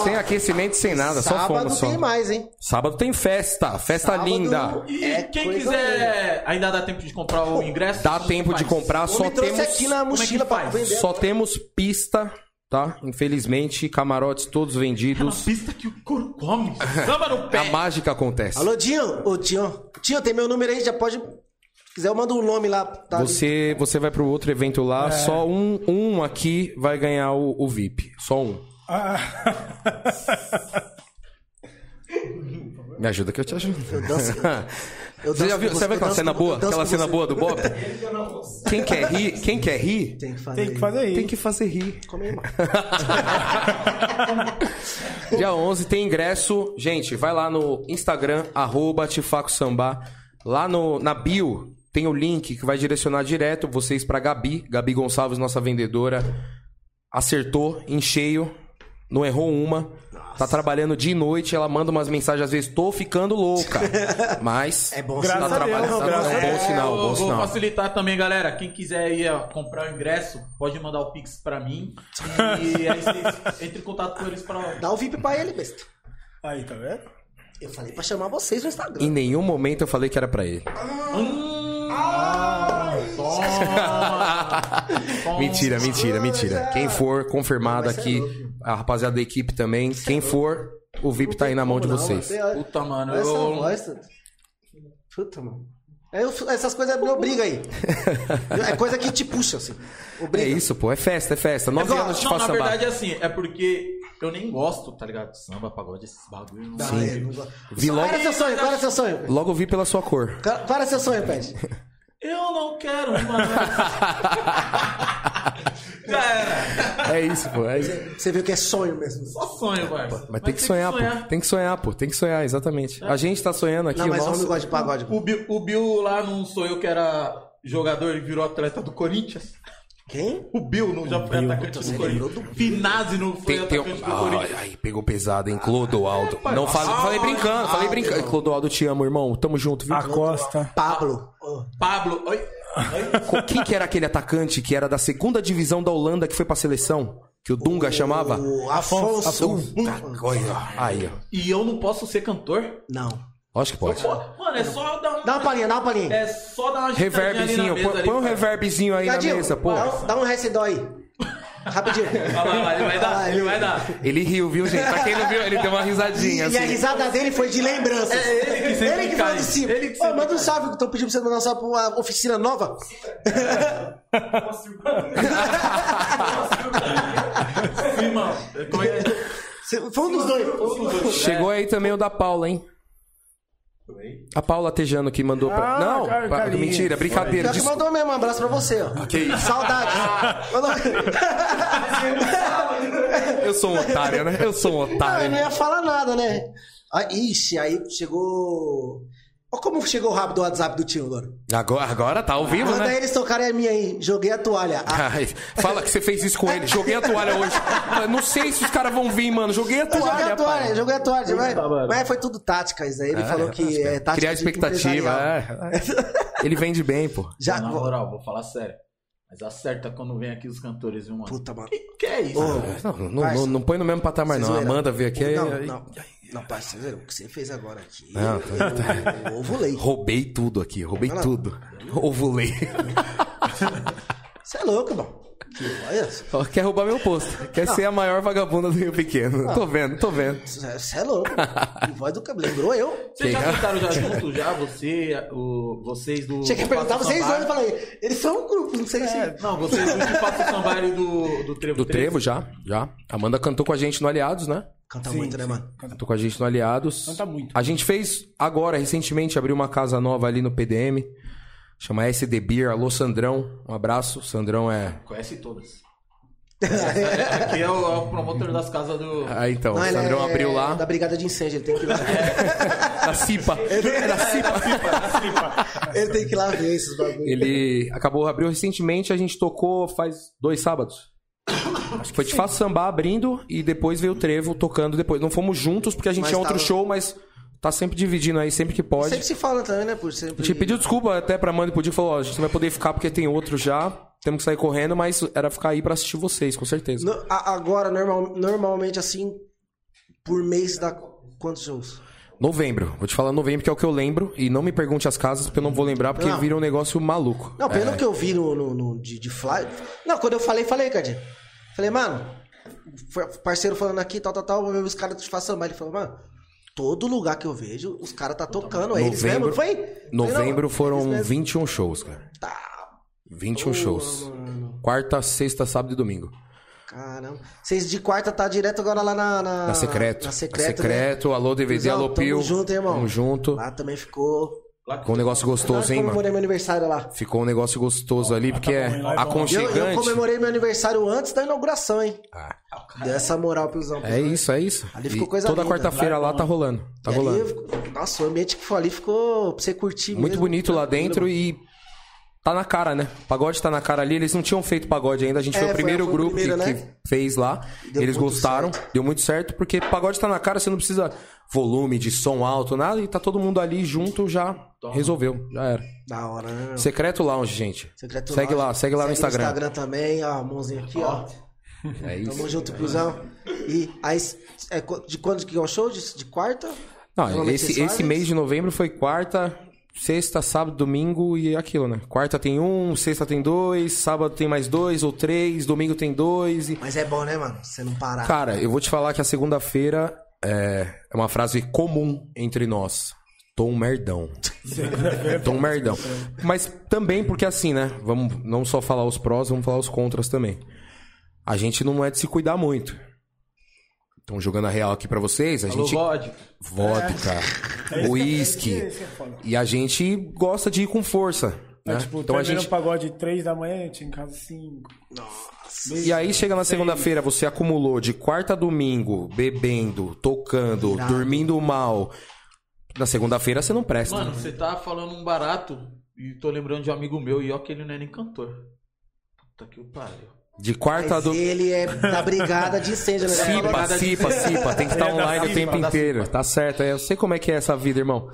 Speaker 3: Sem aquecimento, sem nada, só
Speaker 1: Sábado
Speaker 3: fomos só.
Speaker 1: tem mais, hein?
Speaker 3: Sábado tem festa, festa
Speaker 1: Sábado-
Speaker 3: linda.
Speaker 2: e
Speaker 1: É
Speaker 2: quem
Speaker 1: coisa
Speaker 2: quiser, ainda dá tempo de comprar o ingresso?
Speaker 3: Dá
Speaker 2: Como
Speaker 3: tempo de
Speaker 2: faz?
Speaker 3: comprar, só
Speaker 1: Me trouxe
Speaker 3: temos
Speaker 1: aqui na
Speaker 2: Como é que
Speaker 1: mochila pra
Speaker 2: faz?
Speaker 1: vender.
Speaker 3: só temos pista, tá? Infelizmente, camarotes todos
Speaker 2: É na
Speaker 3: vendidos.
Speaker 2: pista que o couro come. Samba no pé.
Speaker 3: A mágica acontece.
Speaker 1: Alô, Dinho? Ô, Dinho. Dinho, tem meu número aí, já pode... Se quiser, eu mando o nome lá. Tá ali.
Speaker 3: Você você vai pro outro evento
Speaker 1: É.
Speaker 3: lá, só um um aqui vai ganhar o, o VIP, só um.
Speaker 4: Ah.
Speaker 3: Me ajuda que eu te ajudo.
Speaker 1: danço- eu
Speaker 3: <laughs> você já
Speaker 1: danço com você,
Speaker 3: viu? Você vai
Speaker 1: eu
Speaker 3: aquela
Speaker 1: danço
Speaker 3: cena
Speaker 1: com-
Speaker 3: boa?
Speaker 1: eu danço
Speaker 3: Aquela
Speaker 1: com
Speaker 3: cena
Speaker 1: você.
Speaker 3: boa do
Speaker 1: <laughs>
Speaker 3: Bob? Quem quer rir? Quem quer rir?
Speaker 1: Tem que fazer.
Speaker 4: Tem que fazer
Speaker 3: Tem
Speaker 4: isso.
Speaker 3: que fazer rir.
Speaker 1: Come aí, mano.
Speaker 3: Dia 11 tem ingresso. Gente, vai lá no Instagram, arroba Tifaco Sambá. Lá no, na bio tem o link que vai direcionar direto vocês pra Gabi. Gabi Gonçalves, nossa vendedora. Acertou em cheio. Não errou uma. Tá trabalhando de noite. Ela manda umas mensagens às vezes. Tô ficando louca. Mas.
Speaker 1: <laughs> É bom
Speaker 4: Graças
Speaker 3: tá
Speaker 1: sinal.
Speaker 4: a Deus,
Speaker 3: trabalhando. tá-
Speaker 4: graças a
Speaker 3: bom
Speaker 4: Deus.
Speaker 3: sinal,
Speaker 2: Vou,
Speaker 3: bom
Speaker 2: vou
Speaker 3: sinal.
Speaker 2: facilitar também, galera. Quem quiser ir ó, comprar o ingresso, pode mandar o Pix pra mim. E aí vocês entrem em contato com eles pra.
Speaker 3: <laughs>
Speaker 1: Dá o VIP pra ele, besta.
Speaker 4: Aí, tá vendo?
Speaker 1: Eu falei pra chamar vocês no Instagram.
Speaker 3: Em nenhum momento eu falei que era pra ele.
Speaker 2: Toma! Toma!
Speaker 3: Mentira, mentira, mentira. Quem for confirmado aqui, a rapaziada da equipe também. Quem for, o VIP tá aí na mão de
Speaker 1: Não,
Speaker 3: vocês.
Speaker 1: mas é tem-
Speaker 2: Puta, mano.
Speaker 1: Essa
Speaker 2: Eu...
Speaker 1: voz, Santos. Puta, mano. Aí eu- essas coisas me obrigam
Speaker 3: <laughs>
Speaker 1: aí. É coisa que te puxa, assim.
Speaker 3: É
Speaker 1: Obriga.
Speaker 3: isso, pô. É festa, é festa. Nove
Speaker 2: Não,
Speaker 3: anos de faço
Speaker 2: na
Speaker 3: samba.
Speaker 2: verdade é assim, é porque eu nem gosto, tá ligado? Samba, pagode, esses bagulho. Não
Speaker 1: Ah, é,
Speaker 2: sei.
Speaker 1: não gosto.
Speaker 3: Vi
Speaker 1: Qual
Speaker 3: logo-
Speaker 1: era seu sonho? Qual era seu sonho? Pet?
Speaker 3: Logo vi pela sua cor.
Speaker 1: Qual qual era seu sonho, Pet?
Speaker 2: Eu não quero uma. Já era.
Speaker 3: É isso, pô. É isso.
Speaker 1: Você viu que é sonho mesmo.
Speaker 2: Só sonho, parça.
Speaker 3: Mas tem que sonhar, pô. Tem que sonhar, pô. Tem que sonhar, exatamente. A gente tá sonhando aqui.
Speaker 1: Não, mas
Speaker 3: o
Speaker 1: eu não
Speaker 3: nosso...
Speaker 1: gosto de pagode. pô.
Speaker 2: O Bill, o Bill lá não sonhou que era jogador e virou atleta do Corinthians.
Speaker 1: Quem?
Speaker 2: O Bill não já foi
Speaker 1: Bill,
Speaker 2: atacante
Speaker 1: você
Speaker 2: do
Speaker 1: lembrou
Speaker 2: Corinthians. Finazzi não foi
Speaker 3: Tem, tem
Speaker 2: atacante
Speaker 3: um...
Speaker 2: do Corinthians.
Speaker 3: Ai, ai, pegou pesado, hein? Clodoaldo. Não fala- falei brincando, falei brincando. Clodoaldo, te amo, irmão. Tamo junto, viu?
Speaker 4: A Costa.
Speaker 1: Pablo.
Speaker 2: Ah,
Speaker 1: Ó,
Speaker 2: Pablo, oi. oi.
Speaker 3: Co- Quem que era aquele atacante que era da segunda divisão da Holanda que foi pra seleção? Que o Dunga chamava?
Speaker 1: O Afonso. Hum.
Speaker 3: Aí, ó.
Speaker 2: E eu não posso ser cantor?
Speaker 1: Não.
Speaker 3: Lógico que pode.
Speaker 2: Pô, Mano, é só dar um.
Speaker 1: Dá uma palhinha, dá uma palhinha.
Speaker 2: É só dar uma agitadinha ali na
Speaker 3: Reverbzinho,
Speaker 2: mesa
Speaker 3: põe,
Speaker 2: ali,
Speaker 3: põe um
Speaker 2: cara.
Speaker 3: reverbzinho aí na
Speaker 1: Gadinho,
Speaker 3: mesa, pô.
Speaker 1: Dá, um- dá um recendó aí. Rapidinho.
Speaker 2: Olha lá, olha lá, ele vai dar, ele vai dar.
Speaker 3: Ele riu, viu, gente? Pra quem não viu, ele deu uma
Speaker 1: E,
Speaker 3: risadinha,
Speaker 1: e a
Speaker 3: assim.
Speaker 1: risada dele foi de lembrança.
Speaker 2: É ele que sempre
Speaker 1: Ele que
Speaker 2: cai.
Speaker 1: falou de cima.
Speaker 2: Ele que
Speaker 1: Ô,
Speaker 2: sempre
Speaker 1: manda um
Speaker 2: cai.
Speaker 1: salve que estão pedindo pra você mandar um salve pra uma oficina nova.
Speaker 2: Sim, mano. Como é que é?
Speaker 1: Você- Foi um dos dois.
Speaker 3: Chegou aí também o da Paula, hein? A Paula Tejano que mandou pra.
Speaker 4: Ah,
Speaker 3: não,
Speaker 4: cara,
Speaker 3: pa-
Speaker 4: Carlinhos.
Speaker 3: mentira, brincadeira.
Speaker 1: Já que
Speaker 3: Desculpa.
Speaker 1: mandou mesmo um abraço pra você, ó.
Speaker 3: Que isso?
Speaker 2: <laughs>
Speaker 1: Saudade. Mandou-
Speaker 3: Eu sou um otário, né? Eu sou um
Speaker 2: Tá
Speaker 1: Não, <laughs> eu
Speaker 3: otário.
Speaker 1: não ia falar nada, né? Ah, ixi, aí chegou. Olha como chegou rápido o WhatsApp do tio, agora.
Speaker 3: Agora, agora tá ao vivo,
Speaker 1: Manda
Speaker 3: né?
Speaker 1: eles tocarem a minha aí. Joguei a toalha. Ah,
Speaker 3: Ai, fala que você fez isso com ele. Joguei a toalha hoje. Eu não sei se os caras vão vir, mano. Joguei a
Speaker 1: Eu
Speaker 3: toalha.
Speaker 1: joguei a
Speaker 3: pai.
Speaker 1: toalha, joguei a toalha. Mas, mas foi tudo tática isso aí. Ele
Speaker 3: Ah,
Speaker 1: falou que é tática.
Speaker 3: Criar
Speaker 1: de
Speaker 3: expectativa.
Speaker 1: empresarial.
Speaker 3: é. Ele vende bem, pô.
Speaker 1: Já.
Speaker 2: Na moral, vou falar sério. Mas acerta quando vem aqui os cantores, viu, mano?
Speaker 1: Puta, mano.
Speaker 2: Que, que é isso?
Speaker 1: Ô,
Speaker 3: Não, não, não, não põe no mesmo patamar,
Speaker 1: Vocês
Speaker 3: não. A
Speaker 1: zoeira.
Speaker 3: Amanda veio aqui. aí-
Speaker 1: Não,
Speaker 3: aí-
Speaker 1: não. Não, parceiro, o que você fez agora aqui.
Speaker 3: Não, tá,
Speaker 1: eu, eu, ovulei.
Speaker 3: Roubei tudo aqui, roubei
Speaker 1: Não, não.
Speaker 3: tudo. Ovulei.
Speaker 1: Você é louco, irmão. Que é olha,
Speaker 3: Ó, Quer roubar meu posto. Quer ser a maior vagabunda do Rio Pequeno. Tô vendo, tô vendo.
Speaker 1: Você é louco. Que voz do cabelo. Lembrou eu?
Speaker 2: Vocês já
Speaker 3: Quem?
Speaker 2: cantaram
Speaker 1: <laughs>
Speaker 2: já junto? Já? Você, o, vocês do.
Speaker 1: Cheguei a
Speaker 2: do
Speaker 1: perguntar
Speaker 2: Passo
Speaker 1: vocês dois e
Speaker 2: Sambar.
Speaker 1: falei, eles são um grupo, não sei
Speaker 3: É.
Speaker 1: se.
Speaker 2: Não, vocês do que passa o sambário do, do Trevo.
Speaker 3: Do Trevo já, já. Amanda cantou com a gente no Aliados, né?
Speaker 1: Canta
Speaker 4: Sim,
Speaker 1: muito, né,
Speaker 4: sim.
Speaker 1: mano?
Speaker 4: Canta-
Speaker 3: Cantou com a gente no Aliados.
Speaker 4: Canta muito.
Speaker 3: A gente fez agora, recentemente, abriu uma casa nova ali no PDM. Chama SD Beer. Alô, Sandrão. Um abraço. Sandrão é.
Speaker 2: Conhece todas. Aqui é o, é o promotor das casas do.
Speaker 3: Ah, então.
Speaker 1: Não,
Speaker 3: o
Speaker 1: ele
Speaker 3: Sandrão
Speaker 1: é
Speaker 3: abriu lá.
Speaker 1: Da brigada de incêndio, ele tem que ir lá.
Speaker 3: Da <laughs> Cipa. É da Cipa.
Speaker 1: ele tem que ir lá ver esses bagulhos.
Speaker 3: Ele acabou, abriu recentemente. A gente tocou faz dois sábados. Acho que foi de Faço Samba abrindo e depois veio o Trevo tocando depois. Não fomos juntos porque a gente
Speaker 1: Mas
Speaker 3: tinha outro
Speaker 1: tava-
Speaker 3: show, mas tá sempre dividindo aí, sempre que pode.
Speaker 1: Sempre se fala também, né? Por
Speaker 3: A
Speaker 1: sempre.
Speaker 3: gente pediu desculpa até pra Amanda e pro Dinho, falou, ó, a gente não vai poder ficar porque tem outro já, temos que sair correndo, mas era ficar aí pra assistir vocês, com certeza.
Speaker 1: No- a- agora, normal- normalmente, assim, por mês dá quantos shows?
Speaker 3: Novembro, vou te falar novembro, que é o que eu lembro, e não me pergunte as casas, porque eu não vou lembrar, porque
Speaker 1: Não.
Speaker 3: vira um negócio maluco.
Speaker 1: Não, pelo que eu vi no, no- no- de, de flyer. Não, quando eu falei, falei, Cadinho. Falei, mano, foi- parceiro falando aqui, tal, tal, tal, vou ver os caras te façam mais. Ele falou, mano, todo lugar que eu vejo, os caras tá tocando. É eles mesmo,
Speaker 3: Novembro-
Speaker 1: não foi? Falei, não,
Speaker 3: Novembro
Speaker 1: eles
Speaker 3: foram
Speaker 1: mesmo.
Speaker 3: 21 shows, cara.
Speaker 1: Tá,
Speaker 3: 21 shows.
Speaker 1: mano.
Speaker 3: Quarta, sexta, sábado e domingo.
Speaker 1: Caramba. Vocês de quarta tá direto agora lá na. Na,
Speaker 3: Na secreto.
Speaker 1: Ah, Na secreto. né?
Speaker 3: secreto, alô DVD,
Speaker 1: Cusão,
Speaker 3: alô Pio.
Speaker 1: Tamo junto, hein, irmão. Ah,
Speaker 3: Tamo junto.
Speaker 1: Lá também ficou.
Speaker 3: Ficou um negócio gostoso,
Speaker 1: eu
Speaker 3: hein, mano?
Speaker 1: comemorei meu aniversário lá.
Speaker 3: Ficou um negócio gostoso ali, porque é
Speaker 4: bom, lá
Speaker 1: Tá Eu,
Speaker 4: é bom.
Speaker 1: eu
Speaker 3: aconchegante.
Speaker 1: comemorei meu aniversário antes da inauguração, hein?
Speaker 3: Ah.
Speaker 1: Deu essa moral pro Zão.
Speaker 3: É isso, é isso.
Speaker 1: Ali ficou
Speaker 3: E
Speaker 1: coisa
Speaker 3: toda
Speaker 1: linda.
Speaker 3: quarta-feira lá tá rolando. Tá
Speaker 1: E
Speaker 3: rolando.
Speaker 1: ali, eu- nossa, o ambiente que foi ali ficou pra você curtir
Speaker 3: Muito
Speaker 1: mesmo.
Speaker 3: bonito lá dentro e tá na cara, né? O pagode tá na cara ali. Eles não tinham feito pagode ainda. A gente
Speaker 1: É,
Speaker 3: foi o
Speaker 1: foi-
Speaker 3: primeiro
Speaker 1: foi o
Speaker 3: grupo
Speaker 1: primeiro, né?
Speaker 3: que, que fez lá.
Speaker 1: Deu
Speaker 3: Eles
Speaker 1: muito
Speaker 3: gostaram. Deu muito certo porque pagode tá na cara. Você não precisa volume de som alto, nada. E tá todo mundo ali junto já resolveu. Já era.
Speaker 1: Da hora, né? meu?
Speaker 3: Secreto Lounge, gente.
Speaker 1: Secreto
Speaker 3: segue
Speaker 1: Lounge.
Speaker 3: lá, segue lá no Instagram.
Speaker 1: No Instagram também, ó, a mãozinha aqui, ó.
Speaker 3: É
Speaker 1: Tamo
Speaker 3: isso.
Speaker 1: junto, cuzão. E aí, é, co- de quando que é o show? De, de quarta?
Speaker 3: Não,
Speaker 1: Normalmente vocês
Speaker 3: esse, esse
Speaker 1: fazem?
Speaker 3: mês de novembro foi quarta, sexta, sábado, domingo e aquilo, né? Quarta tem um, sexta tem dois, sábado tem mais dois ou três, domingo tem dois. E...
Speaker 1: Mas é bom, né, mano? Você não parar.
Speaker 3: Tá. Cara, eu vou te falar que a segunda-feira é é uma frase comum entre nós. Tô um merdão. Tô
Speaker 4: é
Speaker 3: um merdão. Mas também porque assim, né? Vamos não só falar os prós, vamos falar os contras também. A gente não é de se cuidar muito. Então, jogando a real aqui pra vocês, a
Speaker 2: Alô,
Speaker 3: gente
Speaker 2: Vod.
Speaker 3: vodka,
Speaker 4: Esse é-
Speaker 3: uísque.
Speaker 4: esse é foda.
Speaker 3: E a gente gosta de ir com força. Né?
Speaker 4: É, tipo,
Speaker 3: então a
Speaker 4: termina
Speaker 3: gente.
Speaker 4: o pagode 3 da manhã, a gente em casa 5.
Speaker 3: E aí chega na segunda-feira, você acumulou de quarta a domingo, bebendo, tocando,
Speaker 1: Irado.
Speaker 3: dormindo mal. Na segunda-feira você não presta.
Speaker 2: Mano, você tá falando um barato e tô lembrando de um amigo meu e ó que ele não é nem cantor. Puta que o pariu.
Speaker 3: De quarta
Speaker 1: Mas
Speaker 3: do.
Speaker 1: ele é da brigada de incêndio, né?
Speaker 3: Cipa, cipa, cipa. Tem que
Speaker 1: <laughs>
Speaker 3: estar
Speaker 4: Ele é da
Speaker 3: online o
Speaker 4: cipa,
Speaker 3: tempo
Speaker 4: da
Speaker 3: inteiro. Tá certo. é, Eu sei como é que é essa vida, irmão.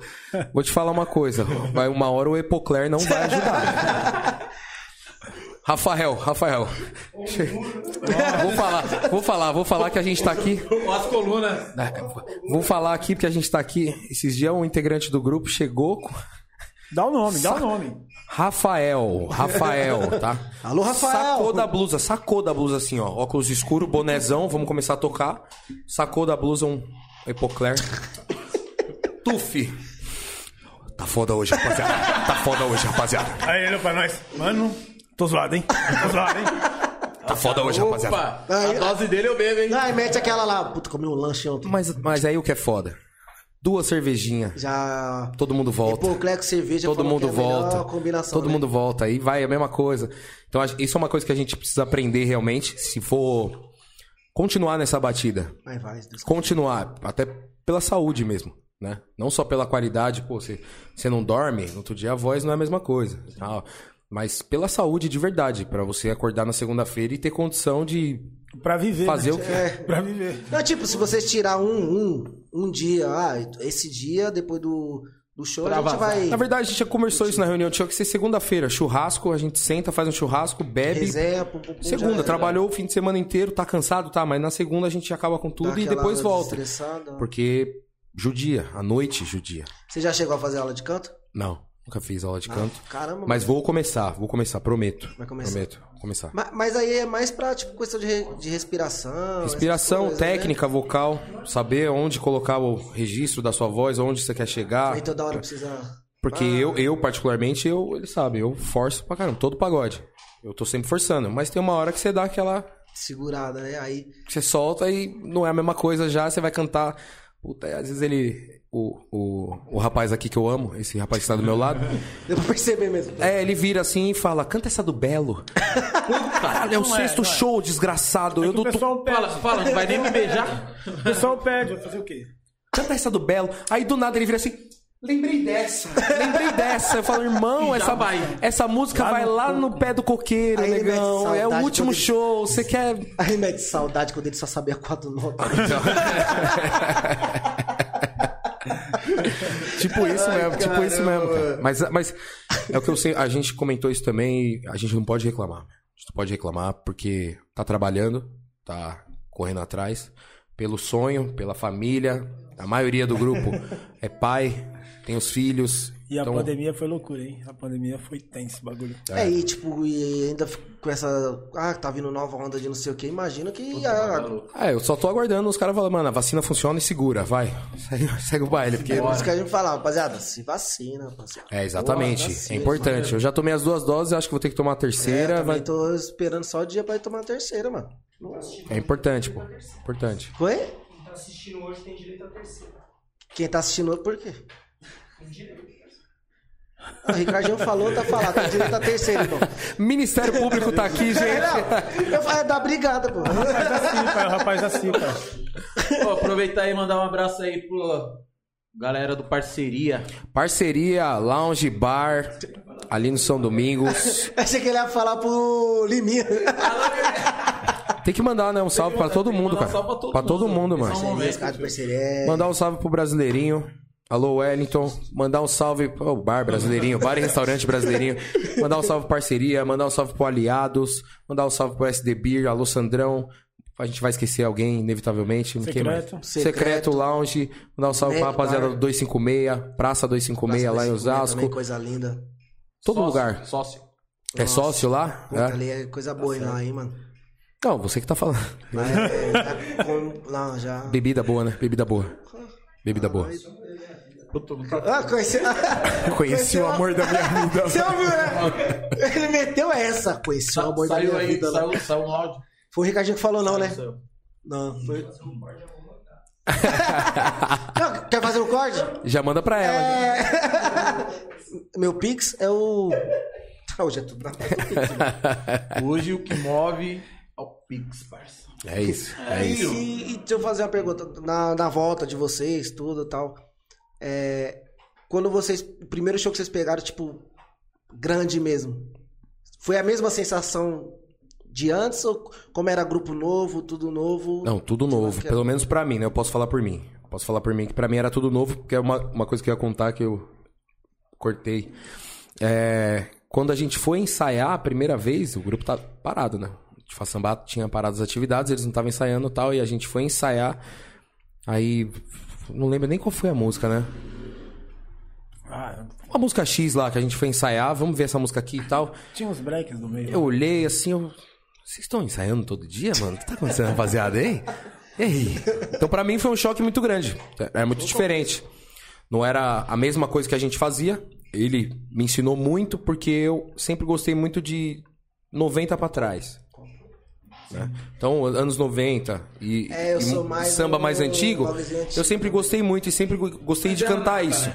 Speaker 3: Vou te falar uma coisa. Vai uma hora o Epocler não vai ajudar. Rafael, Rafael. Vou falar, vou falar, vou falar que a gente tá aqui.
Speaker 2: Ó as colunas.
Speaker 3: Ah, Vou falar aqui porque a gente tá aqui. Esses dias um integrante do grupo chegou com
Speaker 4: Dá o nome, dá o nome.
Speaker 3: Rafael, Rafael, tá?
Speaker 1: Alô, <laughs> Rafael.
Speaker 3: Sacou da blusa, sacou da blusa assim, ó. Óculos escuro, bonezão, vamos começar a tocar. Sacou da blusa um Epocler. Tufi. Tá foda hoje, rapaziada. Tá foda hoje, rapaziada.
Speaker 4: Aí ele olhou pra nós. Mano, tô zoado, hein? Tô zoado, hein?
Speaker 3: Tá foda hoje, rapaziada.
Speaker 2: Opa, a dose dele eu bebo, hein?
Speaker 1: Ai, mete aquela lá. Puta, comi um lanche ontem.
Speaker 3: Mas, mas aí o que é foda? Duas cervejinhas,
Speaker 1: Já.
Speaker 3: todo mundo volta.
Speaker 1: Hipocleco, cerveja,
Speaker 3: Todo
Speaker 1: falou que é
Speaker 3: mundo
Speaker 1: a
Speaker 3: volta.
Speaker 1: melhor combinação,
Speaker 3: Todo
Speaker 1: né?
Speaker 3: mundo volta. Aí vai é a mesma coisa. Então, acho- isso é uma coisa que a gente precisa aprender realmente. Se for continuar nessa batida.
Speaker 1: Mas vai, Deus.
Speaker 3: Continuar. Até pela saúde mesmo. Né? Não só pela qualidade, pô, você, você não dorme, no outro dia a voz não é a mesma coisa. tal. Mas pela saúde de verdade, pra você acordar na segunda-feira e ter condição de
Speaker 4: Pra viver.
Speaker 3: fazer
Speaker 4: né?
Speaker 3: o que.
Speaker 1: É.
Speaker 4: Pra viver.
Speaker 1: Não, tipo, se vocês tirar um, um, um dia, ah, esse dia, depois do, do show,
Speaker 2: Pra
Speaker 1: a gente
Speaker 2: vazar.
Speaker 1: vai.
Speaker 3: Na verdade, a gente já conversou isso na reunião. Tinha que ser segunda-feira, churrasco, a gente senta, faz um churrasco, bebe,
Speaker 1: resenha, pum, pum, pum,
Speaker 3: Segunda,
Speaker 1: já-
Speaker 3: trabalhou o fim de semana inteiro, tá cansado, tá, mas na segunda a gente acaba com
Speaker 1: dá
Speaker 3: tudo e
Speaker 1: aquela
Speaker 3: depois volta.
Speaker 1: desestressada.
Speaker 3: Porque judia, à noite judia.
Speaker 1: Você já chegou a fazer aula de canto?
Speaker 3: Não, nunca fiz aula de canto.
Speaker 1: Ah, caramba.
Speaker 3: Mas vou começar, vou começar, prometo.
Speaker 1: Vai começar.
Speaker 3: Prometo, vou começar.
Speaker 1: Ma- Mas, aí é mais pra, tipo, questão de, re- de respiração. essas
Speaker 3: Respiração,
Speaker 1: coisas, né?
Speaker 4: né?
Speaker 3: técnica, vocal, saber onde colocar o registro da sua voz, onde você quer chegar.
Speaker 1: Né?
Speaker 4: Então,
Speaker 1: Aí toda hora precisa.
Speaker 3: Porque
Speaker 4: ah.
Speaker 3: eu, eu, particularmente, eu, ele sabe, eu forço pra caramba, todo pagode. Eu tô sempre forçando, mas tem uma hora que você dá aquela
Speaker 1: Segurada, né? Aí.
Speaker 3: que você solta e não é a mesma coisa já, você vai cantar. Puta, e às vezes ele. O, o, o rapaz aqui que eu amo, esse rapaz que tá do meu
Speaker 4: <laughs>
Speaker 3: lado,
Speaker 1: Deu pra perceber mesmo.
Speaker 3: é, ele vira assim e fala: canta essa do
Speaker 4: <laughs>
Speaker 3: Belo. Caralho, é o
Speaker 4: Não é,
Speaker 3: sexto
Speaker 4: não é.
Speaker 3: show, desgraçado. eu
Speaker 4: O
Speaker 3: tô, tô-
Speaker 4: pessoal
Speaker 2: Fala,
Speaker 4: pede.
Speaker 2: fala, não vai nem me beijar.
Speaker 4: O pessoal pede. Vai fazer o quê?
Speaker 3: Canta essa do Belo. Aí do nada ele vira assim. Lembrei dessa. Lembrei
Speaker 2: <laughs>
Speaker 3: dessa. Eu falo, irmão,
Speaker 2: E já
Speaker 3: essa,
Speaker 2: vai.
Speaker 3: essa música vai lá no pé do coqueiro,
Speaker 1: Aí ele mete
Speaker 3: negão.
Speaker 1: saudade
Speaker 3: É o
Speaker 1: quando
Speaker 3: último
Speaker 1: ele-
Speaker 3: show. Você quer.
Speaker 1: Aí mete saudade quando ele só sabia quatro notas.
Speaker 3: <laughs> Tipo isso
Speaker 1: Ai,
Speaker 3: mesmo, tipo isso mesmo.
Speaker 1: caramba.
Speaker 3: cara. Mas, mas é o que eu sei, a gente comentou isso também, e a gente não pode reclamar. A gente não pode reclamar porque tá trabalhando, tá correndo atrás, pelo sonho, pela família. A maioria do grupo é pai, tem os filhos.
Speaker 4: E a
Speaker 3: então,
Speaker 4: pandemia foi loucura, hein? A pandemia foi tenso esse bagulho.
Speaker 1: É, e tipo, e ainda fico com essa. Ah, tá vindo nova onda de não sei o que. Imagino que. ah,
Speaker 3: É, eu só tô aguardando os caras falando, mano, a vacina funciona e segura, vai. <laughs> Segue, segue o baile, porque.
Speaker 1: por isso é que a gente fala, rapaziada, se vacina, rapaziada.
Speaker 3: É, exatamente.
Speaker 1: Porra, vacina.
Speaker 3: é importante. Eu já tomei as duas doses, acho que vou ter que tomar a
Speaker 1: É,
Speaker 3: terceira.
Speaker 1: também
Speaker 3: vai-
Speaker 1: tô esperando só o dia pra ir tomar a terceira, mano.
Speaker 3: É importante, pô. Importante.
Speaker 1: Oi?
Speaker 6: Quem tá assistindo hoje tem direito a terceira.
Speaker 1: Quem tá assistindo, por quê? Ah,
Speaker 6: Tem direito.
Speaker 1: O Ricardinho falou, tá falado, tem direito à terceira, irmão.
Speaker 3: Ministério Público tá aqui, gente.
Speaker 1: Não, eu falo, é da brigada, pô.
Speaker 4: Rapaz da Cipa, é o rapaz da Cipa.
Speaker 2: Ó, aproveitar e mandar um abraço aí pro galera do Parceria.
Speaker 3: Parceria, lounge, bar, ali no São Domingos.
Speaker 1: Achei que ele ia falar pro Liminha.
Speaker 3: Tem que mandar, né? Um salve pra todo
Speaker 2: tem que
Speaker 3: mundo,
Speaker 2: mandar
Speaker 3: cara.
Speaker 2: um salve pra todo
Speaker 3: Pra todo
Speaker 2: mundo. um
Speaker 3: mundo,
Speaker 2: Tem
Speaker 3: mano.
Speaker 2: salve.
Speaker 1: Esse cara de parceria é-
Speaker 3: Mandar um salve pro Brasileirinho. Alô, Wellington. Mandar um salve pro bar brasileirinho, bar e restaurante brasileirinho. Mandar um salve pro parceria, mandar um salve pro Aliados, mandar um salve pro SD Beer, alô Sandrão. A gente vai esquecer alguém, inevitavelmente. Quem
Speaker 4: Secreto.
Speaker 3: mais? Secreto, Lounge. Mandar um salve pra
Speaker 1: Mac
Speaker 3: rapaziada
Speaker 1: Bar.
Speaker 3: do 256, Praça 256 lá em Osasco.
Speaker 1: Também, coisa linda.
Speaker 3: Todo
Speaker 2: Sócio,
Speaker 3: lugar.
Speaker 2: Sócio.
Speaker 3: É sócio lá?
Speaker 1: Puta,
Speaker 3: É?
Speaker 1: ali é coisa boa lá, hein, mano.
Speaker 3: Não, você que tá falando.
Speaker 1: Lá é- já com- Não, já...
Speaker 3: Bebida boa, né? Bebida boa. Bebida boa.
Speaker 2: Puta, não tá-
Speaker 1: Ah,
Speaker 3: <laughs>
Speaker 1: conheci...
Speaker 3: Conheci o amor da minha vida.
Speaker 1: <laughs> Você ouviu, né? Ele meteu essa. Conheci o amor da
Speaker 2: saiu
Speaker 1: minha
Speaker 2: aí,
Speaker 1: vida. lá.
Speaker 2: saiu, saiu um áudio.
Speaker 1: Foi o Ricardinho que falou, não, né?
Speaker 2: Saiu.
Speaker 1: Não, foi.
Speaker 3: Ah.
Speaker 1: Não, quer fazer um
Speaker 3: <laughs>
Speaker 1: corte? É.
Speaker 3: Já manda pra ela. né?
Speaker 1: <laughs> Meu Pix é o. Ah, hoje é tudo na
Speaker 2: Hoje o que move é o Pix, parça.
Speaker 3: <laughs> É isso. É
Speaker 1: e,
Speaker 3: isso.
Speaker 1: e deixa eu fazer uma pergunta. Na, na volta de vocês, tudo e tal. é, quando vocês. O primeiro show que vocês pegaram, tipo, grande mesmo. Foi a mesma sensação de antes ou como era grupo novo, tudo novo?
Speaker 3: Não, tudo novo.
Speaker 1: que-
Speaker 3: Pelo menos pra mim, né? Eu posso falar por mim. Eu Posso falar por mim que pra mim era tudo novo, porque é uma, uma coisa que eu ia contar que eu cortei. É, quando a gente foi ensaiar a primeira vez, o grupo tá parado, né? O Façambato tinha parado as atividades, eles não estavam ensaiando e tal, e a gente foi ensaiar. Aí. Não lembro nem qual foi a música, né?
Speaker 4: Ah,
Speaker 3: Uma música X lá que a gente foi ensaiar, vamos ver essa música aqui e tal.
Speaker 4: tinha uns breaks no meio.
Speaker 3: Eu olhei assim, eu. Vocês estão ensaiando todo dia, mano? O que tá acontecendo, rapaziada, hein? E aí? Então, pra mim, foi um choque muito grande. Era muito diferente. Não era a mesma coisa que a gente fazia. Ele me ensinou muito, porque eu sempre gostei muito de 90 pra trás. né? Então, anos 90 e,
Speaker 1: É, eu
Speaker 3: e
Speaker 1: sou
Speaker 3: um
Speaker 1: mais
Speaker 3: samba
Speaker 1: um-
Speaker 3: mais antigo,
Speaker 1: talvez antigo.
Speaker 3: eu sempre gostei muito e sempre go- gostei
Speaker 2: é
Speaker 3: de cantar isso.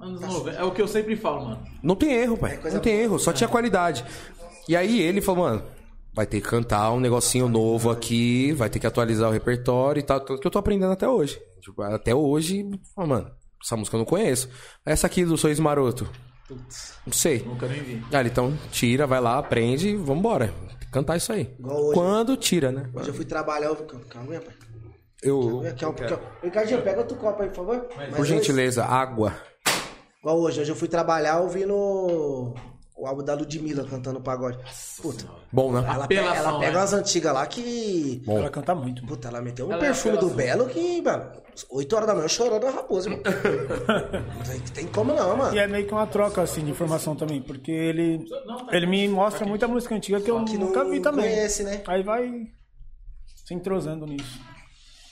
Speaker 2: Anos 90. É o que eu sempre falo, mano.
Speaker 3: Não tem erro, pai.
Speaker 1: É coisa
Speaker 3: não tem erro, só tinha qualidade. E aí ele falou, mano, vai ter que cantar um negocinho novo aqui, vai ter que atualizar o repertório e tal, tanto que eu tô aprendendo até hoje. Tipo, até hoje, falei, mano, essa música eu não conheço. Essa aqui do Sorriso Maroto,
Speaker 1: Putz,
Speaker 3: não sei.
Speaker 2: Nunca nem vi.
Speaker 3: Ah, ele, então tira, vai lá, aprende e vambora. Tem que Cantar isso aí.
Speaker 1: Igual hoje.
Speaker 3: Quando tira, né?
Speaker 1: Hoje eu fui trabalhar, eu fico, calma aí, pai.
Speaker 3: Eu,
Speaker 1: Calma, calma, calma. Ricardinho, pega outro copo aí, por favor. Mas é
Speaker 3: por
Speaker 1: hoje-
Speaker 3: gentileza, água.
Speaker 1: Igual hoje, hoje eu fui trabalhar ouvindo o álbum da Ludmilla cantando pagode. Puta,
Speaker 3: Bom, né?
Speaker 1: ela pega,
Speaker 2: Apelação,
Speaker 1: ela pega
Speaker 2: né?
Speaker 1: umas antigas lá que.
Speaker 3: Bom.
Speaker 4: Ela canta muito. mano.
Speaker 1: Puta, ela meteu um
Speaker 2: Ela é
Speaker 1: perfume do
Speaker 2: apelação.
Speaker 1: Belo que, mano, 8 horas da manhã eu chorando a raposa, <laughs> mano. Não tem, tem como não, mano.
Speaker 4: E é meio que uma troca, assim, de informação também, porque ele, ele me mostra muita música antiga que eu
Speaker 1: Que
Speaker 4: nunca
Speaker 1: não
Speaker 4: vi também.
Speaker 1: conhece, né?
Speaker 4: Aí vai se entrosando nisso.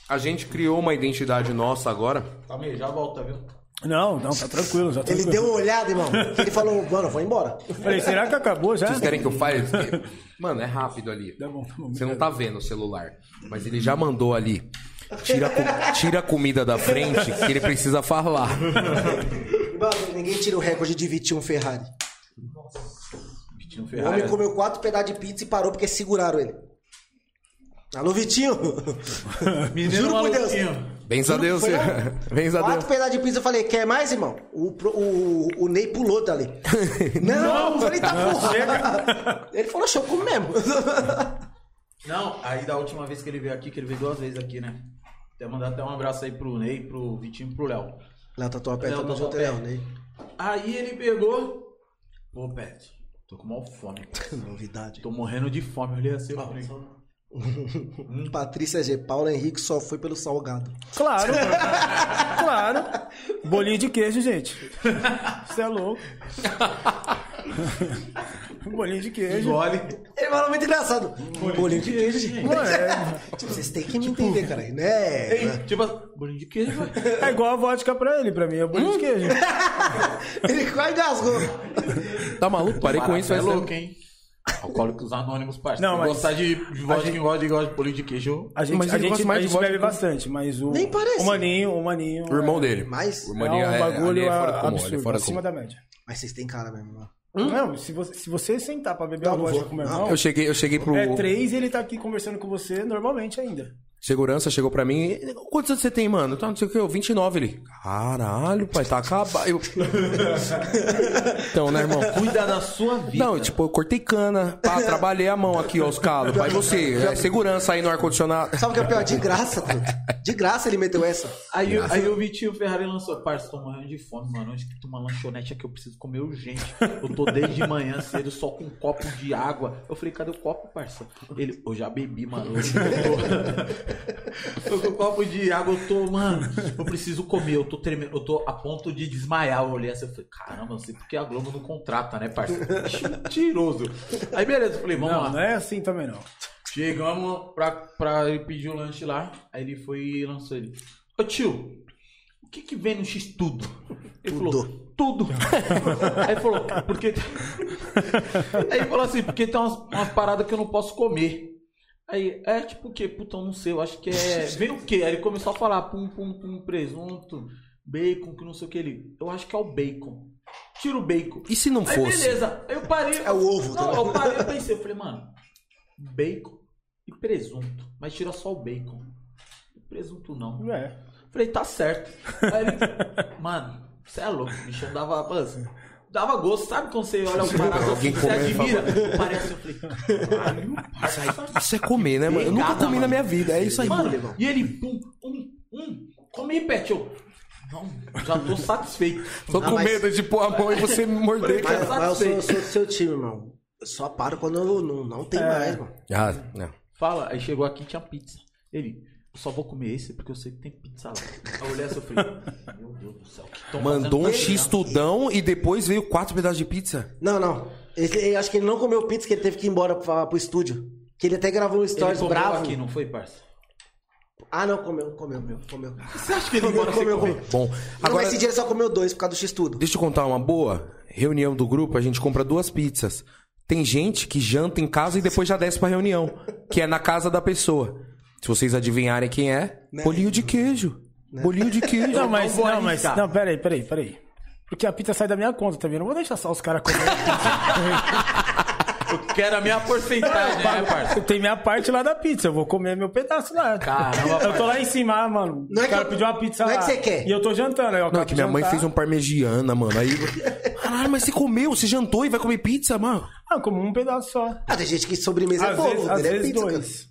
Speaker 3: A gente criou uma identidade nossa agora.
Speaker 2: Calma aí, já volta, viu?
Speaker 4: Não, não, tá tranquilo, já tá
Speaker 1: Ele deu um-
Speaker 4: tranquilo.
Speaker 1: uma olhada, irmão. que Ele falou, mano, eu vou embora.
Speaker 4: Falei, será que acabou já?
Speaker 3: Vocês querem que
Speaker 1: <laughs>
Speaker 3: eu fale? Mano, é rápido ali.
Speaker 4: Tá bom, tá bom.
Speaker 3: Você não tá vendo o celular, mas ele já mandou ali. Tira, a co- tira a comida da frente que ele precisa falar.
Speaker 1: Mano, ninguém tira o recorde de Vitinho Ferrari.
Speaker 2: Vitinho
Speaker 1: O
Speaker 2: um Ferrari.
Speaker 1: homem comeu quatro pedaços de pizza e parou porque seguraram ele. Alô, Vitinho!
Speaker 2: Menino
Speaker 1: Juro por Deus.
Speaker 2: Um maluquinho.
Speaker 3: Bens a Deus, <laughs>
Speaker 1: Foi lá.
Speaker 3: senhor. Bens a Deus.
Speaker 1: Quatro pedaços de pizza, eu falei, quer mais, irmão? O, pro- o, o Ney pulou dali. <laughs> não, eu falei, tá porra. Ele falou, show, como <laughs> mesmo.
Speaker 2: Não, aí da última vez que ele veio aqui, que ele veio duas vezes aqui, né? Até mandar até um abraço aí pro Ney, pro Vitinho e pro Léo.
Speaker 1: Léo tá Tatuapé,
Speaker 2: Léo
Speaker 1: tamo junto,
Speaker 2: Tatuapé.
Speaker 1: Léo, Ney. <laughs>
Speaker 2: Aí ele pegou. Pô, Pet, tô com mal fome.
Speaker 1: Novidade.
Speaker 2: Tô morrendo de fome. Eu olhei assim, eu falei,
Speaker 1: Hum, Patrícia G. Paulo Henrique só foi pelo salgado.
Speaker 4: Claro, <laughs> claro. Bolinho de queijo, gente. Você é louco. <laughs> Bolinho de queijo.
Speaker 2: engole.
Speaker 1: Ele falou muito engraçado. Um Bolinho de queijo, gente.
Speaker 4: Ué,
Speaker 1: <laughs>
Speaker 4: é-
Speaker 1: Tipo, vocês têm que me entender, cara. Né?
Speaker 2: Ei, Tipo, bolinho de queijo, velho.
Speaker 4: é igual a vodka pra ele, pra mim. É bolinho de queijo.
Speaker 1: Ele quase engasgou.
Speaker 3: Tá maluco? Parei com isso.
Speaker 2: é
Speaker 3: faz
Speaker 2: louco,
Speaker 3: tempo.
Speaker 2: hein? Alcoólicos Anônimos, parceiro.
Speaker 4: Não,
Speaker 2: Não,
Speaker 4: mas-
Speaker 2: Gostar de, de vodka, quem gosta de, gosta de bolinho de queijo.
Speaker 4: A gente,
Speaker 3: Mas
Speaker 4: a
Speaker 3: ele
Speaker 4: gente,
Speaker 3: gosta mais
Speaker 4: a
Speaker 3: de
Speaker 4: gente
Speaker 3: vodka
Speaker 4: bebe
Speaker 3: que-
Speaker 4: bastante, mas o.
Speaker 1: Nem parece.
Speaker 4: O maninho, o maninho.
Speaker 3: O irmão dele.
Speaker 1: Mas,
Speaker 3: O
Speaker 4: é,
Speaker 3: irmão dele
Speaker 4: é um
Speaker 3: é,
Speaker 4: bagulho
Speaker 3: ali é fora do comum. Ele é
Speaker 4: absurdo,
Speaker 3: fora do
Speaker 4: acima
Speaker 3: comum.
Speaker 4: da média.
Speaker 1: mas vocês têm cara mesmo, mano.
Speaker 4: Não, se você, se você sentar pra beber
Speaker 1: Não,
Speaker 4: uma
Speaker 1: não
Speaker 4: vodka
Speaker 1: vou.
Speaker 4: com o meu
Speaker 1: Não.
Speaker 4: irmão,
Speaker 3: Eu cheguei, eu cheguei pro.
Speaker 4: é três e ele tá aqui conversando com você normalmente ainda.
Speaker 3: Segurança chegou pra mim. e, Quantos anos você tem, mano? Tá, não sei o que, eu, 29. Ele. Caralho, pai, tá acabado. Eu... então, né, irmão?
Speaker 2: Cuida da sua vida.
Speaker 3: Não, tipo, eu cortei cana, pá, trabalhei a mão aqui, ó, os calos. Pai, você, é, segurança aí no ar-condicionado.
Speaker 1: Sabe o que é pior? De graça, truta. De graça ele meteu essa.
Speaker 2: Aí, o- aí o Vitinho Ferrari lançou, parça, tô morrendo de fome, mano. Onde que tem uma lanchonete aqui? Eu preciso comer urgente. Eu tô desde manhã cedo só com um copo de água. Eu falei, cadê o copo, parça? Ele, eu já bebi, mano. Eu tô, <laughs> eu tô com um copo de água, eu tô, mano, eu preciso comer, eu tô tremendo, eu tô a ponto de desmaiar. Eu olhei assim, eu falei, caramba, não sei porque a Globo não contrata, né, parça? Mentiroso. Aí, beleza, eu falei, vamos lá.
Speaker 4: Não, não é assim também não.
Speaker 2: Chegamos pra, pra ele pedir o lanche lá. Aí ele foi e lançou ele. Ô tio, o que que vem no X tudo? Ele falou, tudo. <laughs> Aí ele falou, porque. <laughs> Aí ele falou assim, porque tem umas, umas paradas que eu não posso comer. Aí, é tipo o quê? Puta, eu não sei, eu acho que é. Vem o quê? Aí ele começou a falar, pum, pum, pum, presunto, bacon, que não sei o que ele. Eu acho que é o bacon. Tira o bacon.
Speaker 3: E se não
Speaker 2: Aí
Speaker 3: fosse?
Speaker 2: beleza, eu parei.
Speaker 1: É o ovo, tá
Speaker 2: Não,
Speaker 1: ligado?
Speaker 2: eu
Speaker 1: <laughs>
Speaker 2: parei e pensei, eu falei, mano, bacon e presunto. Mas tira só o bacon. O presunto não.
Speaker 4: É.
Speaker 2: Falei, tá certo. Aí ele, mano, você é louco, o bicho andava. mano, dava gosto, sabe quando você olha o Pará,
Speaker 3: Alguém
Speaker 2: você se
Speaker 3: comendo,
Speaker 2: admira? Parece, eu falei, caralho,
Speaker 3: Isso, aí- isso é comer, né, mano? Eu nunca
Speaker 2: Obrigada,
Speaker 3: comi na
Speaker 2: mano.
Speaker 3: minha vida. É isso aí,
Speaker 2: Mano,
Speaker 1: Levão.
Speaker 2: e ele, pum, um, um, come aí, Pet. Eu, não, já tô satisfeito.
Speaker 3: Tô
Speaker 1: Ah,
Speaker 3: com
Speaker 1: mas-
Speaker 3: medo de pôr a mão e você me morder,
Speaker 1: Mas,
Speaker 3: cara.
Speaker 1: mas eu sou, eu sou do seu time, irmão. Eu só paro quando eu não, não tem mais, mano.
Speaker 3: Ah, não.
Speaker 2: Fala, aí chegou aqui tinha pizza. Ele, eu só vou comer esse porque eu sei que tem pizza lá. Aí eu olhei assim, eu
Speaker 3: <laughs>
Speaker 2: falei, meu Deus do céu. que tão
Speaker 3: Mandou um
Speaker 2: fazendo pra ele,
Speaker 3: X
Speaker 2: né?
Speaker 3: tudão e depois veio quatro pedaços de pizza.
Speaker 1: Não, não. Ele- eu acho que ele não comeu pizza, que ele teve que ir embora pra, pro estúdio. Que ele até gravou um
Speaker 2: Ele
Speaker 1: stories
Speaker 2: comeu
Speaker 1: bravo.
Speaker 2: aqui, não foi, parça?
Speaker 1: Ah, não, comeu, comeu, comeu, comeu.
Speaker 2: Você acha que ele
Speaker 1: Comeu,
Speaker 2: mora sem
Speaker 1: comeu,
Speaker 2: comer?
Speaker 1: comeu.
Speaker 3: Bom,
Speaker 1: Agora...
Speaker 3: agora
Speaker 1: esse dia ele só comeu dois por causa do X-Tudo.
Speaker 3: deixa eu contar uma boa. Reunião do grupo, a gente compra duas pizzas. Tem gente que janta em casa e depois já desce pra reunião, que é na casa da pessoa. Se vocês adivinharem quem é,
Speaker 1: Né?
Speaker 3: bolinho de queijo. Bolinho de queijo.
Speaker 4: <laughs> Não, mas,
Speaker 2: vou
Speaker 4: não, mas,
Speaker 2: arriscar.
Speaker 4: não, peraí, peraí, peraí. Porque a pizza sai da minha conta também. Eu Não vou deixar só os
Speaker 2: <laughs>
Speaker 4: caras comer.
Speaker 2: Eu quero a minha porcentagem, né, parça?
Speaker 4: Tem minha parte lá da pizza. Eu vou comer meu pedaço lá.
Speaker 2: Caramba,
Speaker 4: eu tô lá em cima, ah, mano.
Speaker 1: Não é
Speaker 4: o cara
Speaker 1: que eu-
Speaker 4: pediu uma pizza
Speaker 1: não é
Speaker 4: lá.
Speaker 1: que você quer.
Speaker 4: E eu tô jantando. Aí eu
Speaker 3: Não,
Speaker 4: acabo
Speaker 3: é que
Speaker 4: de
Speaker 3: minha mãe
Speaker 4: jantar.
Speaker 3: fez um parmegiana, mano. Aí. Caralho, mas você comeu, você jantou e vai comer pizza, mano.
Speaker 4: Ah, eu como um pedaço só.
Speaker 1: Ah, tem gente que sobremesa é
Speaker 4: Às vezes,
Speaker 1: bolo,
Speaker 4: às
Speaker 1: dele é
Speaker 4: vezes
Speaker 1: pizza, cara.
Speaker 4: dois.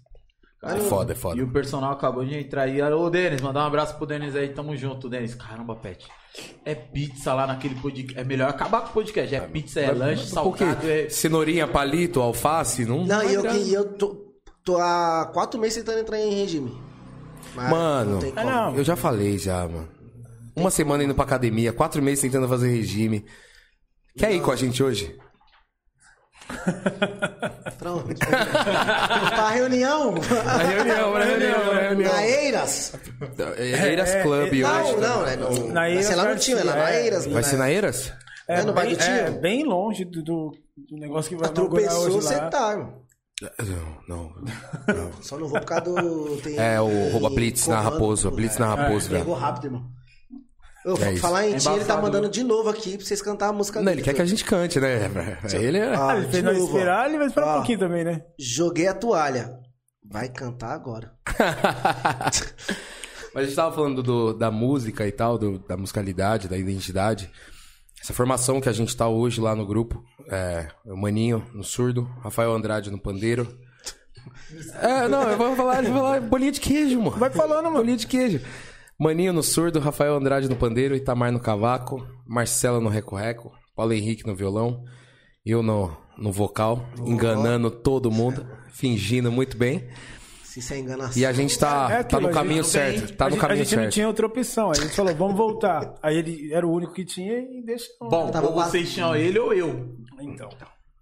Speaker 3: É foda, é foda.
Speaker 2: E o personal acabou de entrar aí. Ô, Denis, mandar um abraço pro Denis aí. Tamo junto, Denis. Caramba, Pet. É pizza lá naquele podcast. É melhor acabar com o podcast. É pizza, é lanche,
Speaker 1: um
Speaker 3: Por quê?
Speaker 2: salgado, é...
Speaker 3: Cenourinha, palito, alface, não.
Speaker 1: Não, e eu,
Speaker 3: vai dar.
Speaker 1: que, eu tô, tô há quatro meses tentando entrar em regime. Mas
Speaker 3: Mano.
Speaker 1: não tem
Speaker 4: Ah,
Speaker 1: como.
Speaker 4: não.
Speaker 3: Eu já falei já, mano. Uma semana indo pra academia, quatro meses tentando fazer regime. Quer ir com a gente hoje?
Speaker 1: Pra Tá onde? pra reunião?
Speaker 3: Na reunião, na reunião, na
Speaker 1: Na Eiras?
Speaker 3: É, Eiras Club
Speaker 4: é,
Speaker 3: hoje.
Speaker 1: Não, não, né? No,
Speaker 4: Na
Speaker 1: vai ser lá no
Speaker 4: Eiras
Speaker 1: tio, é lá na
Speaker 4: Garcia, é.
Speaker 1: Eiras.
Speaker 3: Vai ser na Eiras?
Speaker 1: É, no bairro
Speaker 4: bem,
Speaker 1: do tio.
Speaker 4: é bem longe do, do, do negócio que vai inaugurar
Speaker 1: Tropeçou,
Speaker 4: hoje
Speaker 1: você
Speaker 4: lá.
Speaker 1: tá, irmão.
Speaker 3: Não, não.
Speaker 1: Só não vou por causa do. tem- um
Speaker 3: É, o rouba Blitz na
Speaker 1: comando,
Speaker 3: Raposo, a Blitz na
Speaker 1: é.
Speaker 3: Raposo, né?
Speaker 1: Pegou
Speaker 3: velho.
Speaker 1: rápido, irmão. Eu
Speaker 3: É isso.
Speaker 1: falar em
Speaker 2: É
Speaker 1: ti, ele tá
Speaker 2: embaçado,
Speaker 1: mandando
Speaker 2: né?
Speaker 1: de novo aqui pra vocês cantar a música
Speaker 3: Não, ele quer que a gente cante, né? Ele é.
Speaker 4: Ah, ele fez nós esperar, ele vai esperar
Speaker 1: Ó.
Speaker 4: um pouquinho também, né?
Speaker 1: Joguei a toalha. Vai cantar agora.
Speaker 3: <laughs> Mas a gente tava falando do- da música e tal, do- da musicalidade, da identidade. Essa formação que a gente tá hoje lá no grupo, é, o Maninho no surdo, Rafael Andrade no pandeiro. É, não, eu vou falar, eu vou falar bolinha de queijo, mano. Vai falando, mano. Bolinha de queijo. Maninho no surdo, Rafael Andrade no pandeiro, Itamar no cavaco, Marcela no recorreco, Paulo Henrique no violão, eu no, no vocal, enganando todo mundo, fingindo muito bem.
Speaker 1: Se isso é enganação.
Speaker 3: E a gente tá,
Speaker 4: É aquilo,
Speaker 3: tá
Speaker 4: a
Speaker 3: no
Speaker 4: gente
Speaker 3: caminho
Speaker 4: não
Speaker 2: tem-
Speaker 3: certo. Tá
Speaker 4: a
Speaker 3: no
Speaker 4: gente, a
Speaker 3: caminho
Speaker 4: gente não
Speaker 3: certo.
Speaker 4: tinha outra opção. Aí ele falou, vamos voltar. Aí ele era o único que tinha e deixou.
Speaker 2: Bom,
Speaker 1: Tava
Speaker 2: ou
Speaker 1: lá.
Speaker 2: vocês tinham ele ou eu.
Speaker 4: então.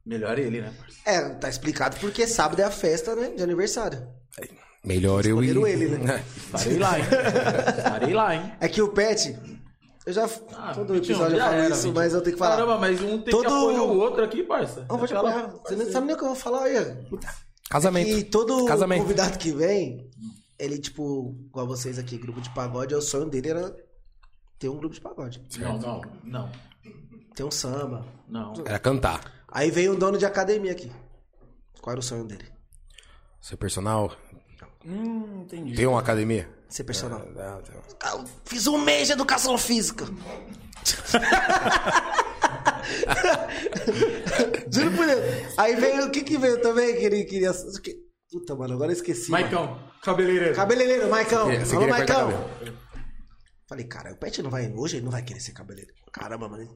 Speaker 2: Melhor ele, né, parça?
Speaker 1: É, tá explicado porque sábado é a festa, né? De aniversário.
Speaker 3: Melhor eu ir.
Speaker 1: Escolheram ele, né?
Speaker 2: Estarei lá,
Speaker 1: <laughs>
Speaker 2: hein? Estarei lá, hein?
Speaker 1: É que o Pet. Eu já.
Speaker 2: Ah,
Speaker 1: todo
Speaker 2: Vitinho,
Speaker 1: episódio eu
Speaker 2: já
Speaker 1: falo
Speaker 2: era,
Speaker 1: isso,
Speaker 2: Vitinho.
Speaker 1: mas eu tenho que falar.
Speaker 2: Caramba, mas um tem que
Speaker 1: Todo-
Speaker 2: apoiar o outro aqui, parça.
Speaker 1: Não, vou te
Speaker 2: Aquela-
Speaker 1: apoiar. Você não sabe nem o que eu vou falar, olha.
Speaker 3: <laughs> Casamento.
Speaker 1: E É todo
Speaker 3: Casamento.
Speaker 1: convidado que vem, ele, tipo, igual vocês aqui, grupo de pagode, é o sonho dele era ter um grupo de pagode.
Speaker 2: Não, não, não,
Speaker 1: Ter um samba.
Speaker 2: não.
Speaker 3: Era É cantar.
Speaker 1: Aí veio um dono de academia aqui. Qual era o sonho dele?
Speaker 3: Seu personal.
Speaker 4: Hum, entendi.
Speaker 3: Tem uma academia?
Speaker 1: Ser personal.
Speaker 3: Ah, tem uma.
Speaker 1: Ah, eu fiz um mês de educação física. <laughs> Juro por Deus. Aí veio, o que que veio também que ele queria... que- Puta, mano, agora eu esqueci. mano.
Speaker 2: Maicão, cabeleireiro.
Speaker 1: Cabeleireiro, Maicão.
Speaker 3: Você
Speaker 1: Alô,
Speaker 3: queria cortar
Speaker 1: Maicão.
Speaker 3: cabelo.
Speaker 1: Falei, cara, o Pet não vai. Hoje ele não vai querer ser cabeleireiro. Caramba, mano.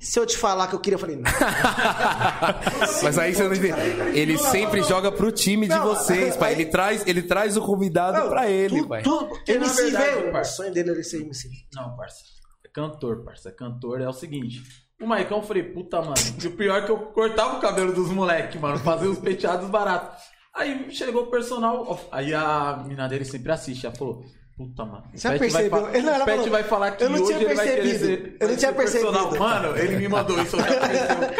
Speaker 1: Se eu te falar que eu queria, eu falei, não.
Speaker 3: <laughs> Mas aí você não entende. Ele sempre joga pro time de
Speaker 1: Não,
Speaker 3: vocês, pai. Ele traz, ele traz o convidado pra ele,
Speaker 1: tudo,
Speaker 3: pai.
Speaker 1: Tudo,
Speaker 2: E na
Speaker 1: MC
Speaker 2: É verdade,
Speaker 1: veio. O
Speaker 2: parça.
Speaker 1: sonho dele era ser MC.
Speaker 2: Não, parça. É cantor, parça. Cantor é o seguinte. O Maicão, eu falei, puta, mano. E o pior é que eu cortava o cabelo dos moleques, mano. Fazia os penteados baratos. Aí chegou o personal. ó, Aí a mina dele sempre assiste. Ela falou, puta, mano. o
Speaker 1: Já
Speaker 2: Pet
Speaker 1: percebeu?
Speaker 2: Vai fa-
Speaker 1: Não, ela
Speaker 2: o Pet
Speaker 1: falou,
Speaker 2: vai falar que
Speaker 1: eu não
Speaker 2: hoje
Speaker 1: tinha
Speaker 2: ele vai querer
Speaker 1: percebido.
Speaker 2: ser.
Speaker 1: Eu não tinha
Speaker 2: personal."
Speaker 1: percebido.
Speaker 2: Mano, ele me mandou isso. Eu já
Speaker 1: <laughs>
Speaker 2: percebi.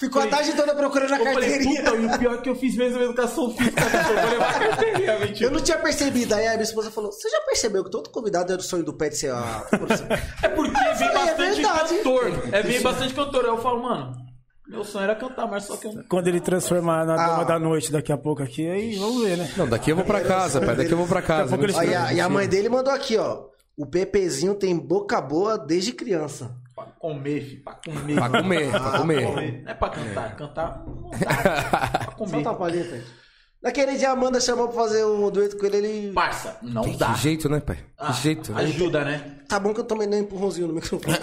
Speaker 1: Ficou a
Speaker 2: Sim.
Speaker 1: tarde toda procurando a
Speaker 2: Eu falei,
Speaker 1: carteirinha.
Speaker 2: puta, e o pior é que eu fiz mesmo educação física. Eu vou levar a carteirinha, mentira.
Speaker 1: Eu não tinha percebido. Aí a minha esposa falou: Você já percebeu que todo convidado era o sonho do Pet ser a. assim.
Speaker 2: É porque vem
Speaker 1: é
Speaker 2: bastante
Speaker 1: verdade.
Speaker 2: cantor. É vem bastante cantor. Aí eu falo, mano, meu sonho era cantar, mas só que eu não.
Speaker 4: Quando ele transformar na
Speaker 1: Ah.
Speaker 4: dama da noite daqui a pouco aqui, aí vamos ver, né?
Speaker 3: Não, daqui eu vou pra casa, pai. Daqui eu vou pra casa.
Speaker 4: pouco ele
Speaker 1: Ó, e, a, e a mãe dele mandou aqui, ó. O Pepezinho tem boca boa desde criança.
Speaker 2: pra comer, filho, pra comer. É.
Speaker 3: Pra comer,
Speaker 1: Ah,
Speaker 3: pra comer.
Speaker 2: Não é pra cantar, cantar não dá, pra
Speaker 1: Solta a
Speaker 2: comer.
Speaker 1: palhinha, Pet. Naquele dia a Amanda chamou pra fazer um dueto com ele, ele.
Speaker 2: Parça, não
Speaker 3: <laughs> Que,
Speaker 2: dá.
Speaker 3: que jeito, né, pai? Que
Speaker 2: Ah,
Speaker 3: jeito, né?
Speaker 2: Ajuda, né?
Speaker 1: Tá bom que eu também dei um empurrãozinho no microfone.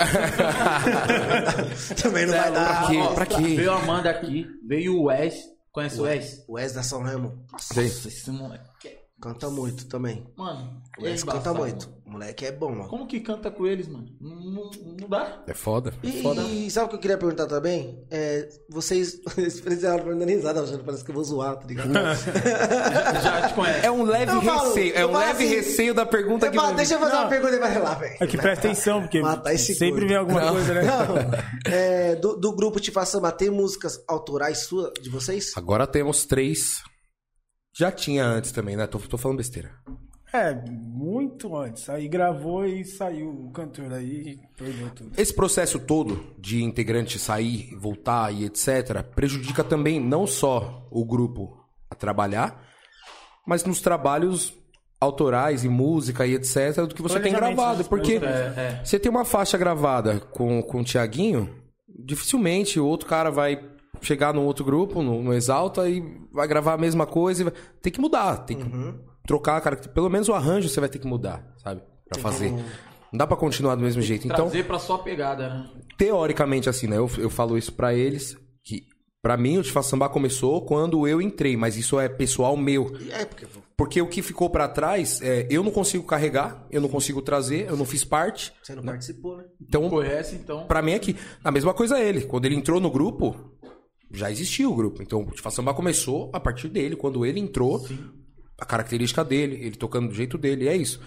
Speaker 1: também não vai dar.
Speaker 3: quê?
Speaker 2: Ó,
Speaker 3: Pra quê?
Speaker 2: tá. Veio a Amanda aqui, veio o Wes. Conhece o Wes?
Speaker 1: O Wes da São Remo
Speaker 2: Nossa, esse moleque. é-
Speaker 1: canta muito também.
Speaker 2: Mano,
Speaker 1: O
Speaker 2: é
Speaker 1: Wes canta
Speaker 2: embaçado,
Speaker 1: muito.
Speaker 2: mano.
Speaker 1: O moleque é bom, mano.
Speaker 2: Como que canta com eles, mano? Não, não <laughs> dá?
Speaker 3: É foda.
Speaker 1: E, e sabe o que eu queria perguntar também? É, vocês. <laughs> Eles precisaram me dar risada, Rogério, parece que eu vou zoar, tá ligado?
Speaker 2: Já te conhece.
Speaker 3: É um leve
Speaker 1: Eu falo-
Speaker 3: receio. É
Speaker 1: eu
Speaker 3: um
Speaker 1: falo
Speaker 3: leve
Speaker 1: assim,
Speaker 3: receio da pergunta
Speaker 1: Eu
Speaker 3: que
Speaker 1: falo,
Speaker 3: vai vir.
Speaker 1: deixa eu fazer
Speaker 4: Não.
Speaker 1: uma pergunta e vai lá, velho.
Speaker 4: É que presta atenção, porque
Speaker 1: Matar esse
Speaker 4: sempre
Speaker 1: gordo.
Speaker 4: vem alguma
Speaker 3: Não.
Speaker 4: coisa, né?
Speaker 1: Não, é, do, do grupo Te Faça Amar, tem músicas autorais sua, de vocês?
Speaker 3: Agora temos três. Já tinha antes também, né? Tô, tô falando besteira.
Speaker 4: É, muito antes. Aí gravou e saiu o cantor aí e perdeu tudo.
Speaker 3: Esse processo todo de integrante sair, voltar e etc. prejudica também não só o grupo a trabalhar, mas nos trabalhos autorais e música e etc. do que você tem
Speaker 4: Planejamento,
Speaker 3: gravado.
Speaker 4: Então, essas
Speaker 3: Porque
Speaker 4: coisas,
Speaker 2: É, é.
Speaker 3: você tem uma faixa gravada com, com o Tiaguinho, dificilmente o outro cara vai chegar num outro grupo, no, no Exalta, e vai gravar a mesma coisa. e vai- Tem que mudar, tem que trocar, cara. Pelo menos o arranjo você vai ter que mudar, sabe? Pra fazer. Não dá pra continuar do mesmo jeito. Então,
Speaker 2: Trazer pra sua pegada, né?
Speaker 3: teoricamente, assim, né? Eu, eu falo isso pra eles, que pra mim o Te Faço Sambar começou quando eu entrei, mas isso é pessoal meu.
Speaker 1: É, porque eu vou-
Speaker 3: Porque o que ficou pra trás, é, eu não consigo carregar, eu não consigo trazer, eu não fiz parte.
Speaker 1: você não participou, né?
Speaker 3: Então,
Speaker 2: Conhece, então.
Speaker 3: Pra mim aqui. A mesma coisa ele. Quando ele entrou no grupo, já existia o grupo. Então o Tifa Samba começou a partir dele. Quando ele entrou, a característica dele, ele tocando do jeito dele, é isso.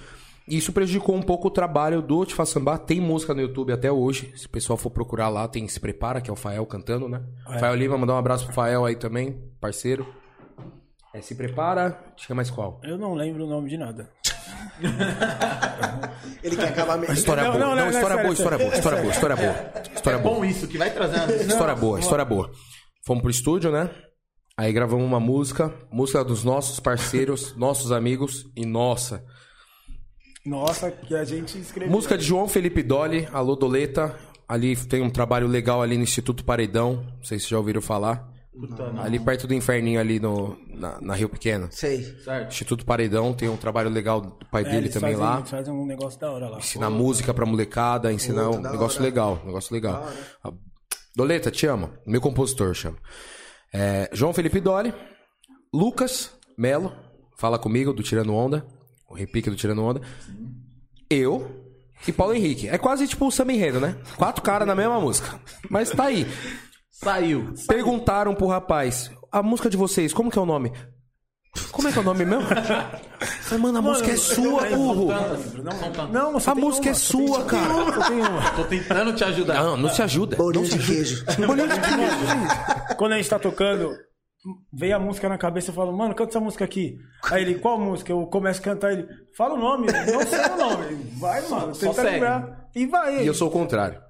Speaker 3: E Isso prejudicou um pouco o trabalho do Tifa Samba. Tem música no YouTube até hoje. Se o pessoal for procurar lá, tem Se Prepara, que é o Fael cantando, né?
Speaker 4: É.
Speaker 3: Fael Lima, mandar um abraço pro Fael aí também, parceiro. É, se prepara, tinha mais qual?
Speaker 4: Eu não lembro o nome de nada.
Speaker 1: Ele quer acabar
Speaker 3: A
Speaker 1: mesmo.
Speaker 3: história
Speaker 4: Não,
Speaker 3: boa.
Speaker 4: não,
Speaker 3: Não,
Speaker 4: não, não,
Speaker 3: história
Speaker 4: sério, é
Speaker 3: boa, história boa,
Speaker 4: sério.
Speaker 3: história boa, história boa. História
Speaker 2: é
Speaker 3: boa.
Speaker 2: bom isso, que vai trazendo.
Speaker 3: História boa, história boa. Fomos pro estúdio, né? Aí gravamos uma música, música dos nossos parceiros, <laughs> nossos amigos e nossa.
Speaker 4: Nossa, que a gente escreveu.
Speaker 3: Música de João Felipe Dolly, Alô Doleta. Ali tem um trabalho legal ali no Instituto Paredão, não sei se já ouviram falar.
Speaker 2: Puta, não.
Speaker 3: Ali perto do Inferninho, ali no, na, na Rio Pequeno.
Speaker 1: Sei.
Speaker 2: <laughs> Certo.
Speaker 3: Instituto Paredão tem um trabalho legal do pai
Speaker 4: É,
Speaker 3: dele
Speaker 4: eles
Speaker 3: também
Speaker 4: fazem,
Speaker 3: lá.
Speaker 4: eles fazem um negócio da hora lá.
Speaker 3: Ensinar música pra molecada, ensinar
Speaker 1: Puta,
Speaker 3: um
Speaker 1: da
Speaker 3: negócio
Speaker 1: hora.
Speaker 3: legal, negócio legal.
Speaker 1: Da hora.
Speaker 3: Ah, Doleta, te amo. Meu compositor chama. É, João Felipe Dori, Lucas Melo, fala comigo do Tirando Onda, o repique do Tirando Onda. Eu e Paulo Henrique. É quase tipo o Samba Enredo, né? Quatro caras na mesma música. Mas tá aí.
Speaker 2: Saiu.
Speaker 3: Perguntaram pro rapaz, a música de vocês, como que é o nome? Como é que é o nome mesmo? Falei, mano, a música é sua, burro.
Speaker 2: Tantas,
Speaker 4: um
Speaker 2: não são tantas.
Speaker 4: Não, só
Speaker 3: A
Speaker 4: tem
Speaker 3: música
Speaker 4: uma,
Speaker 3: é
Speaker 4: só tem-
Speaker 3: sua, cara.
Speaker 4: só tem uma.
Speaker 2: Tô tentando te ajudar.
Speaker 3: <laughs> Não, não se ajuda.
Speaker 1: Bolinho de queijo.
Speaker 4: É
Speaker 3: Bolinho de queijo.
Speaker 4: um Quando a gente tá tocando, vem a música na cabeça e falo, mano, canta essa música aqui. Aí ele, qual música? Eu começo a cantar ele, fala o nome, eu não sei o nome. Ele, <laughs> Vai, mano,
Speaker 2: só
Speaker 4: tenta
Speaker 2: segue.
Speaker 4: lembrar. E vai
Speaker 3: E
Speaker 4: ele.
Speaker 3: eu sou o contrário.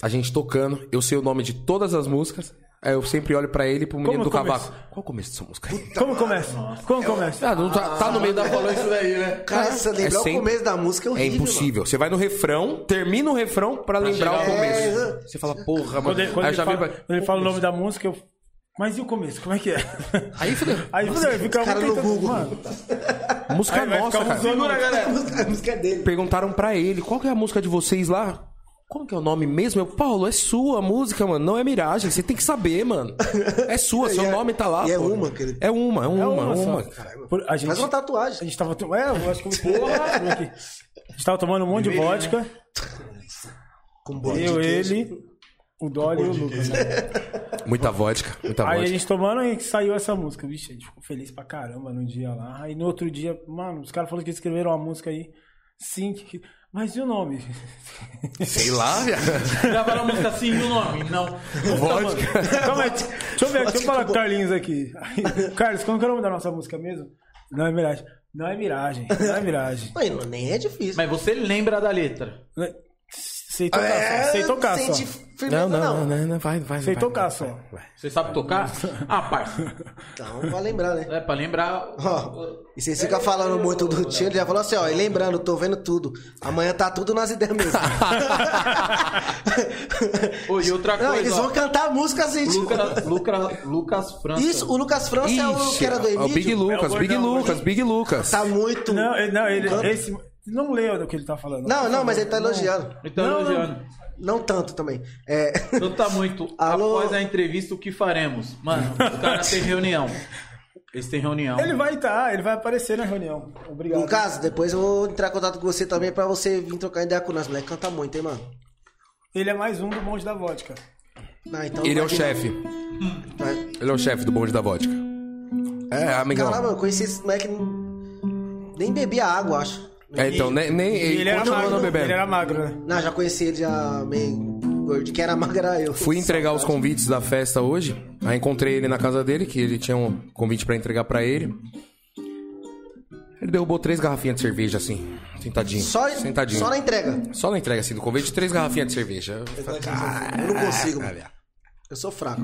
Speaker 3: A gente tocando, eu sei o nome de todas as músicas. Aí eu sempre olho pra ele e pro menino
Speaker 4: Como
Speaker 3: do
Speaker 4: começa?
Speaker 3: cavaco. Qual o começo dessa música?
Speaker 4: Como começa? Como começa?
Speaker 3: Ah, não tá, tá no meio da
Speaker 2: Falou isso daí, né?
Speaker 1: Cara, você lembrar
Speaker 3: sempre-
Speaker 1: o começo da música é
Speaker 3: É
Speaker 1: horrível.
Speaker 3: impossível. Você vai no refrão, termina o refrão pra lembrar o
Speaker 2: chegar-
Speaker 1: É,
Speaker 3: começo. Você fala, porra, mano.
Speaker 4: Quando ele, quando
Speaker 3: Aí
Speaker 4: ele
Speaker 3: já vem
Speaker 4: fala,
Speaker 3: pra-
Speaker 4: quando ele fala o nome da música, eu. Mas e o começo? Como é que é?
Speaker 3: Aí fudeu.
Speaker 4: <laughs> Aí fudeu, fica um
Speaker 1: cara no
Speaker 4: tentando-
Speaker 1: Google.
Speaker 4: Mano,
Speaker 3: Música
Speaker 4: Aí vai
Speaker 3: nossa,
Speaker 4: ficar um
Speaker 3: cara.
Speaker 4: uns anos-
Speaker 2: Segura,
Speaker 1: mano. A
Speaker 2: galera.
Speaker 1: música, a música é dele.
Speaker 3: Perguntaram pra ele, qual que é a música de vocês lá? Como que é o nome mesmo? Eu, Paulo, é sua música, mano. Não é miragem. Você tem que saber, mano. É sua, seu
Speaker 1: E é-
Speaker 3: nome tá lá.
Speaker 1: e é
Speaker 3: pô.
Speaker 1: uma, querido.
Speaker 3: É uma, é uma, é uma.
Speaker 4: uma só. Por- a gente,
Speaker 1: Faz uma tatuagem.
Speaker 4: a gente tava tomando. É, eu acho que. Porra! <laughs> aqui. A gente tava tomando um monte de vodka.
Speaker 1: Com bolinho
Speaker 4: Eu,
Speaker 1: de queijo.
Speaker 4: ele, o Dolly e o Lucas. né?
Speaker 3: Muita vodka, muita
Speaker 4: Aí a
Speaker 3: vodka.
Speaker 4: gente tomando e saiu essa música. Vixe, a gente ficou feliz pra caramba no dia lá. Aí no outro dia, mano, os caras falaram que escreveram uma música aí. Sim, que- mas e o nome? <laughs>
Speaker 3: Sei lá, viado.
Speaker 2: Gravaram a música assim e o nome? Não.
Speaker 3: vodka.
Speaker 4: Calma aí, deixa eu ver, deixa eu falar com o Carlinhos aqui. <laughs> Aí, Carlos, como que é o nome da nossa música mesmo? Não é miragem. Não é miragem, não é miragem.
Speaker 1: Mano, nem é difícil.
Speaker 2: Mas você lembra da letra.
Speaker 4: Sei tocar só. Sei tocar só.
Speaker 1: É, Sente firmeza, não.
Speaker 3: não, não, vai, vai.
Speaker 4: Sei
Speaker 3: vai,
Speaker 4: tocar
Speaker 3: vai,
Speaker 4: só.
Speaker 3: vai, vai.
Speaker 2: Você sabe tocar? Ah, parça.
Speaker 1: Então, vai lembrar, né?
Speaker 2: É, pra lembrar.
Speaker 1: Ó, e vocês ficam falando muito do tio, ele já falou assim, ó, e lembrando, tô vendo tudo. Amanhã tá tudo nas ideias
Speaker 4: <laughs>
Speaker 1: mesmo.
Speaker 2: Ô, e outra
Speaker 1: Não, é
Speaker 2: coisa.
Speaker 1: eles
Speaker 2: ó,
Speaker 1: vão cantar música, gente.
Speaker 2: Lucas, Lucra- Lucas França.
Speaker 1: Isso, o Lucas França é o
Speaker 3: Ixi,
Speaker 1: que era do
Speaker 3: é o Big
Speaker 1: Emílio.
Speaker 3: Lucas,
Speaker 4: É o
Speaker 3: Big
Speaker 4: gordão,
Speaker 3: Lucas,
Speaker 4: gordão.
Speaker 3: Big Lucas.
Speaker 1: Tá muito...
Speaker 4: Não, ele, não, ele,
Speaker 1: Canta.
Speaker 4: esse, não leu do que ele tá falando.
Speaker 1: Não, não, mas ele tá elogiando.
Speaker 2: Então,
Speaker 4: Não, não.
Speaker 2: elogiando.
Speaker 1: Não tanto também. É... <laughs>
Speaker 2: Então tá muito.
Speaker 1: Alô?
Speaker 2: Após a entrevista, o que faremos? Mano, o cara tem reunião. Eles têm reunião.
Speaker 4: Ele vai estar, ele vai aparecer na reunião. Obrigado.
Speaker 1: No caso, depois eu vou entrar em contato com você também pra você vir trocar ideia com nós, moleque. Canta muito, hein, mano?
Speaker 4: Ele é mais um do bonde da vodka.
Speaker 1: Ah, então
Speaker 3: Ele é o
Speaker 1: imagina-
Speaker 3: chefe.
Speaker 1: Vai-
Speaker 3: Ele é o chefe do bonde da vodka. É, amigão.
Speaker 1: Caralho, mano, eu conheci esse moleque. Nem bebia água, acho.
Speaker 3: É, então, nem, nem
Speaker 4: E ele era
Speaker 3: continua não
Speaker 4: magro.
Speaker 3: bebendo.
Speaker 4: Ele era magro, né?
Speaker 1: Não, já conheci ele já meio gordo. Quem era magro era eu.
Speaker 3: Fui entregar os convites da festa hoje. Aí encontrei ele na casa dele, que ele tinha um convite pra entregar pra ele. Ele derrubou três garrafinhas de cerveja, assim, sentadinho.
Speaker 1: Só,
Speaker 3: sentadinho.
Speaker 1: só na entrega.
Speaker 3: Só na entrega, assim, do convite, três garrafinhas de cerveja. Ah, Eu falei,
Speaker 1: Eu não consigo, mano.
Speaker 3: "Caralho".
Speaker 1: Eu sou fraco.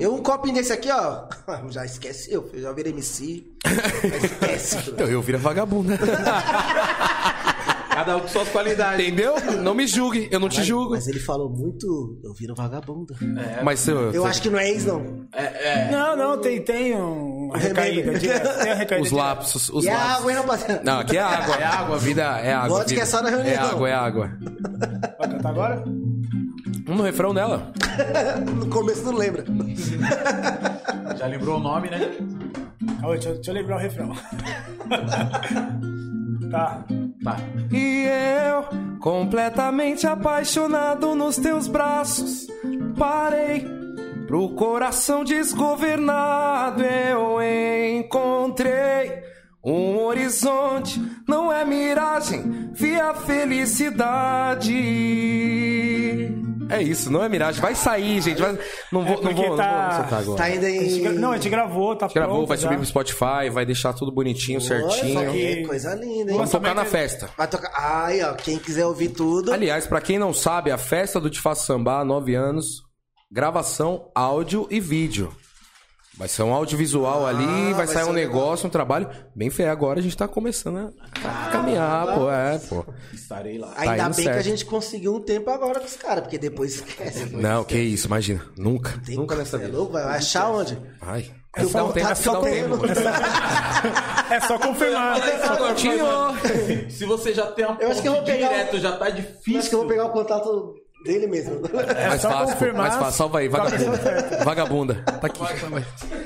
Speaker 1: Eu um copinho desse aqui, ó. <laughs> Já esquece eu. Eu já virei MC. Já esquece, bro.
Speaker 3: Então eu viro vagabundo, né?
Speaker 2: Cada um com suas qualidades.
Speaker 3: Entendeu? Não me julgue, eu não te julgo.
Speaker 1: Mas ele falou muito. Eu viro vagabundo.
Speaker 3: Mas seu,
Speaker 1: Eu acho que não é ex, não.
Speaker 3: É.
Speaker 4: Não, não, tem, tem um uma recaída.
Speaker 1: Remember.
Speaker 4: direto, Tem a
Speaker 3: <laughs>
Speaker 4: recaída.
Speaker 3: os
Speaker 4: direto.
Speaker 3: lapsos, os
Speaker 1: E a
Speaker 3: lapsos.
Speaker 1: água, hein, rapaziada?
Speaker 3: Não, aqui é água. É água, vida, é água.
Speaker 1: Vodka
Speaker 3: vida.
Speaker 1: é só na reunião.
Speaker 3: É água, é água.
Speaker 4: Vai cantar agora?
Speaker 3: Vamos no refrão dela?
Speaker 1: <laughs> No começo não lembra.
Speaker 2: Já lembrou o nome, né?
Speaker 4: Calma, Ah, deixa, eu- deixa eu lembrar o
Speaker 3: <laughs>
Speaker 4: refrão. tá.
Speaker 2: Tá.
Speaker 3: E eu, completamente apaixonado nos teus braços, parei. Pro coração desgovernado eu encontrei um horizonte, não é miragem, vi a felicidade. É isso, não é miragem. Vai sair, gente. vai- Não vou, não
Speaker 4: porque
Speaker 3: vou, não
Speaker 4: tá-
Speaker 3: vou soltar agora.
Speaker 1: Tá ainda
Speaker 4: A gente gra-
Speaker 1: em.
Speaker 4: Não, a gente gravou, tá
Speaker 3: A gente Gravou,
Speaker 4: pronto
Speaker 3: vai
Speaker 4: já.
Speaker 3: subir pro Spotify, vai deixar tudo bonitinho,
Speaker 1: Olha,
Speaker 3: certinho.
Speaker 1: que coisa linda, hein?
Speaker 3: Vamos tocar
Speaker 4: é-
Speaker 3: na festa.
Speaker 1: Vai tocar. Ai, ó. Quem quiser ouvir tudo.
Speaker 3: Aliás, pra quem não sabe, a festa do Te Faço Sambar, 9 anos, gravação, áudio e vídeo. Vai ser um audiovisual ali, vai,
Speaker 1: vai
Speaker 3: sair
Speaker 1: ser
Speaker 3: um
Speaker 1: legal.
Speaker 3: negócio, um trabalho. Bem feio, agora a gente tá começando a caminhar, pô, é, pô.
Speaker 2: Estarei lá.
Speaker 1: Ainda
Speaker 3: tá
Speaker 1: bem
Speaker 3: indo
Speaker 1: que
Speaker 3: certo.
Speaker 1: a gente conseguiu um tempo agora com os caras, porque depois esquece.
Speaker 3: Não, que isso, imagina. Nunca,
Speaker 1: Tem
Speaker 3: nunca
Speaker 1: como,
Speaker 3: nessa
Speaker 1: é
Speaker 3: vida.
Speaker 1: louco, vai achar onde?
Speaker 3: Ai,
Speaker 1: Que o
Speaker 3: dá um
Speaker 1: povo
Speaker 3: tempo,
Speaker 1: tá
Speaker 3: essa dá um tempo.
Speaker 1: socorrendo.
Speaker 4: É só
Speaker 3: <laughs>
Speaker 4: confirmar.
Speaker 3: Tinho!
Speaker 2: Se, se você já tem uma
Speaker 1: Eu acho que eu vou
Speaker 2: ponte
Speaker 1: pegar
Speaker 2: direto, já tá difícil.
Speaker 1: Acho que eu vou pegar o contato dele
Speaker 3: <laughs>
Speaker 1: mesmo.
Speaker 3: Mais
Speaker 4: É só
Speaker 3: fácil, pô,
Speaker 4: confirmar.
Speaker 3: mais fácil. Salva aí,
Speaker 4: Tá
Speaker 3: vagabunda.
Speaker 4: tudo certo.
Speaker 3: Vagabunda. Tá aqui.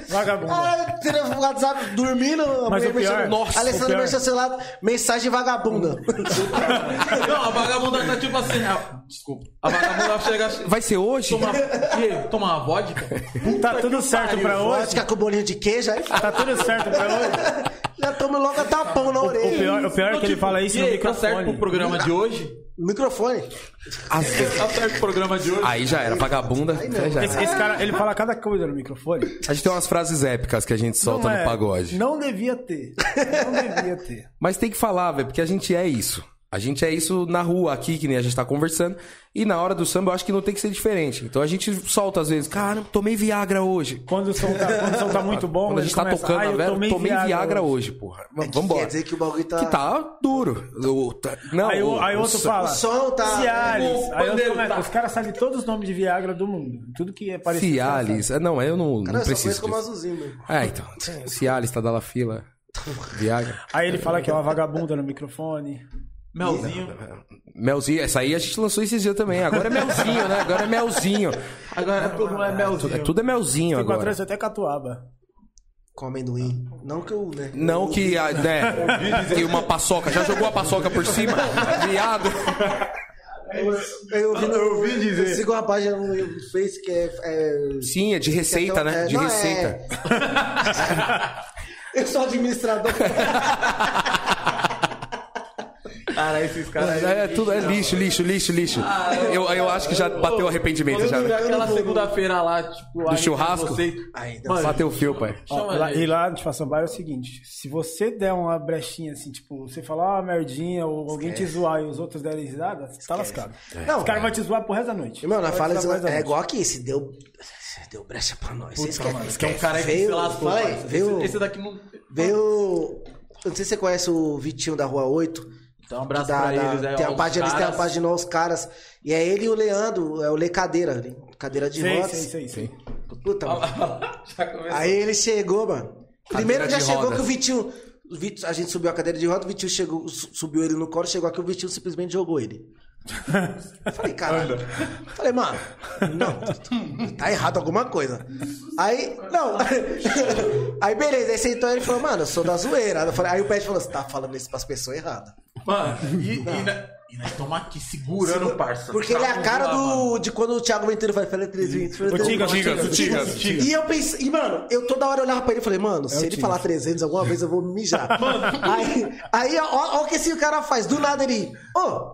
Speaker 4: Vagabundo. Tá
Speaker 1: Ah, teria o WhatsApp dormindo, a
Speaker 4: Mas
Speaker 1: mulher
Speaker 4: o pior-
Speaker 1: mexendo-
Speaker 4: Nossa, o
Speaker 1: Alessandro
Speaker 4: pior-
Speaker 1: mexeu no celular, mensagem vagabunda. um-
Speaker 2: Não, a vagabunda tá tipo assim. ah, desculpa. A vagabunda chega. assim,
Speaker 3: Vai ser hoje?
Speaker 2: Toma, Ih, toma uma vodka.
Speaker 4: Tá tudo certo
Speaker 2: pariu,
Speaker 4: pra hoje?
Speaker 1: Vodka com bolinho de queijo,
Speaker 3: <laughs>
Speaker 1: aí
Speaker 4: Tá tudo certo pra hoje?
Speaker 1: já toma logo a tapão na
Speaker 4: O
Speaker 1: orelha.
Speaker 4: pior, o pior é que ele fala isso
Speaker 2: e
Speaker 4: no
Speaker 2: aí, tá certo pro
Speaker 4: microfone.
Speaker 2: programa de hoje?
Speaker 1: Microfone.
Speaker 3: Às vezes-
Speaker 2: Tá certo pro programa de hoje?
Speaker 3: Aí já era, vagabunda.
Speaker 1: não.
Speaker 3: já era.
Speaker 4: Esse, esse cara, ele fala cada coisa no microfone.
Speaker 3: A gente tem umas frases épicas que a gente solta
Speaker 4: Não é-
Speaker 3: no pagode.
Speaker 4: Não devia ter. Não devia ter.
Speaker 3: Mas tem que falar, velho, porque a gente é isso. A gente é isso na rua, aqui, que nem a gente tá conversando. E na hora do samba, eu acho que não tem que ser diferente. Então a gente solta às vezes, cara, tomei Viagra hoje.
Speaker 4: <laughs> Quando o som tá, quando o som tá muito bom,
Speaker 3: Quando a
Speaker 4: ele
Speaker 3: gente tá
Speaker 4: começa,
Speaker 3: tocando,
Speaker 4: "Ah, eu
Speaker 3: velho, tomei, Viagra, hoje, porra. V-
Speaker 4: É
Speaker 1: Que
Speaker 3: Vambora.
Speaker 1: Quer dizer que o bagulho tá...
Speaker 3: Que tá duro. O- tá- Não,
Speaker 4: Aí, o,
Speaker 3: o-
Speaker 4: aí
Speaker 3: o
Speaker 4: outro
Speaker 3: sa-
Speaker 4: fala.
Speaker 1: O som tá-
Speaker 4: Cialis.
Speaker 2: O
Speaker 4: Aí outro
Speaker 2: pandeiro
Speaker 4: começa,
Speaker 2: tá-
Speaker 4: Os caras sabem todos os nomes de Viagra do mundo. Tudo que é parecido.
Speaker 3: Cialis. Ah, Não, eu não,
Speaker 1: Cara,
Speaker 3: não
Speaker 1: eu só conheço
Speaker 3: preciso.
Speaker 1: como
Speaker 3: disso.
Speaker 1: azulzinho, meu.
Speaker 3: É, então. Cialis, tá da fila. Viagra.
Speaker 4: Aí ele fala que é uma vagabunda no microfone.
Speaker 2: Melzinho.
Speaker 3: Melzinho, essa aí a gente lançou esses dias também. Agora é Melzinho, né? Agora é Melzinho.
Speaker 2: Agora todo mundo é Melzinho.
Speaker 3: É, tudo é Melzinho
Speaker 4: Tem quatro
Speaker 3: agora.
Speaker 4: anos até catuaba.
Speaker 1: Com amendoim. Não que eu, né?
Speaker 3: Não que, a- né, que uma paçoca. Já jogou a paçoca por cima? Viado.
Speaker 1: Eu, eu, ouvi, eu ouvi dizer. Eu sigo uma página no Face que é. é-
Speaker 3: Sim, é de receita, né? De
Speaker 1: Não, é-
Speaker 3: receita.
Speaker 1: <laughs> Eu sou administrador.
Speaker 2: Cara, esses caras.
Speaker 3: É, tudo é lixo, lixo, lixo, lixo. eu, eu acho que já bateu
Speaker 1: um
Speaker 3: o arrependimento já, né?
Speaker 2: Aquela segunda-feira lá, tipo, aí,
Speaker 3: churrasco?
Speaker 2: vocês-
Speaker 1: Ainda
Speaker 2: Mano,
Speaker 3: Bateu o fio, pai.
Speaker 4: Ó,
Speaker 2: Chama
Speaker 4: lá-
Speaker 2: ele.
Speaker 4: e lá no Tifação Bar é o seguinte: se você der uma brechinha assim, tipo, você falar uma merdinha, ou alguém te
Speaker 1: Esquece. É.
Speaker 4: zoar e os outros derem risada, você tá lascado.
Speaker 1: Não,
Speaker 4: Os caras vão te zoar pro resto da noite.
Speaker 1: Irmão, na
Speaker 4: Vai te
Speaker 1: fala
Speaker 4: zoar pro resto da
Speaker 1: é
Speaker 4: noite.
Speaker 1: igual aqui, se deu. Se deu brecha pra nós. Vocês
Speaker 2: Puta,
Speaker 1: querem
Speaker 2: mano, que é um cara que se lascou.
Speaker 1: Fala aí,
Speaker 2: parça.
Speaker 1: veio,
Speaker 2: Esse, esse daqui não.
Speaker 1: veio. Eu não sei se você conhece o Vitinho da Rua 8.
Speaker 2: Então, um abraço
Speaker 1: da-
Speaker 2: pra
Speaker 1: da-
Speaker 2: eles. é,
Speaker 1: tem a
Speaker 2: os
Speaker 1: página, eles têm a
Speaker 2: caras-
Speaker 1: página Os Caras. E é ele e o Leandro, é o Lê Cadeira, né? cadeira de
Speaker 4: Sei,
Speaker 1: rodas.
Speaker 4: sei, sei, sei.
Speaker 1: Puta, mano.
Speaker 2: <laughs> Já começou.
Speaker 1: Aí ele chegou, mano. Primeiro
Speaker 3: Cadeira
Speaker 1: já
Speaker 3: de
Speaker 1: chegou
Speaker 3: rodas.
Speaker 1: que o Vitinho, o Vit- A gente subiu a cadeira de roda, o Vitinho chegou, su- subiu ele no colo, chegou aqui, o Vitinho simplesmente jogou
Speaker 3: <laughs>
Speaker 1: ele. Eu falei, caralho. Eu Falei, mano, não, tá errado alguma coisa. Aí, não. <laughs> Aí, beleza, aí sentou ele e falou, mano, eu sou da zoeira. Eu falei- aí o Pet falou, você tá falando isso pras pessoas erradas.
Speaker 2: Ah, Mano, e, e, na- e nós estamos aqui segurando, parça.
Speaker 1: Ah, Porque ele é a
Speaker 2: Calma
Speaker 1: cara
Speaker 2: lá, mano.
Speaker 1: do, de quando o Thiago Ventura vai falar 320.
Speaker 4: Tiga,
Speaker 3: Tigas, Tigas, Tigas. É
Speaker 1: E eu pensei, e, mano, eu toda hora olhava pra ele e falei, mano, se ele falar 300 alguma vez eu vou
Speaker 3: <laughs>
Speaker 1: mijar. aí, aí ó, ó, ó o que esse cara faz. Do nada ele, ô,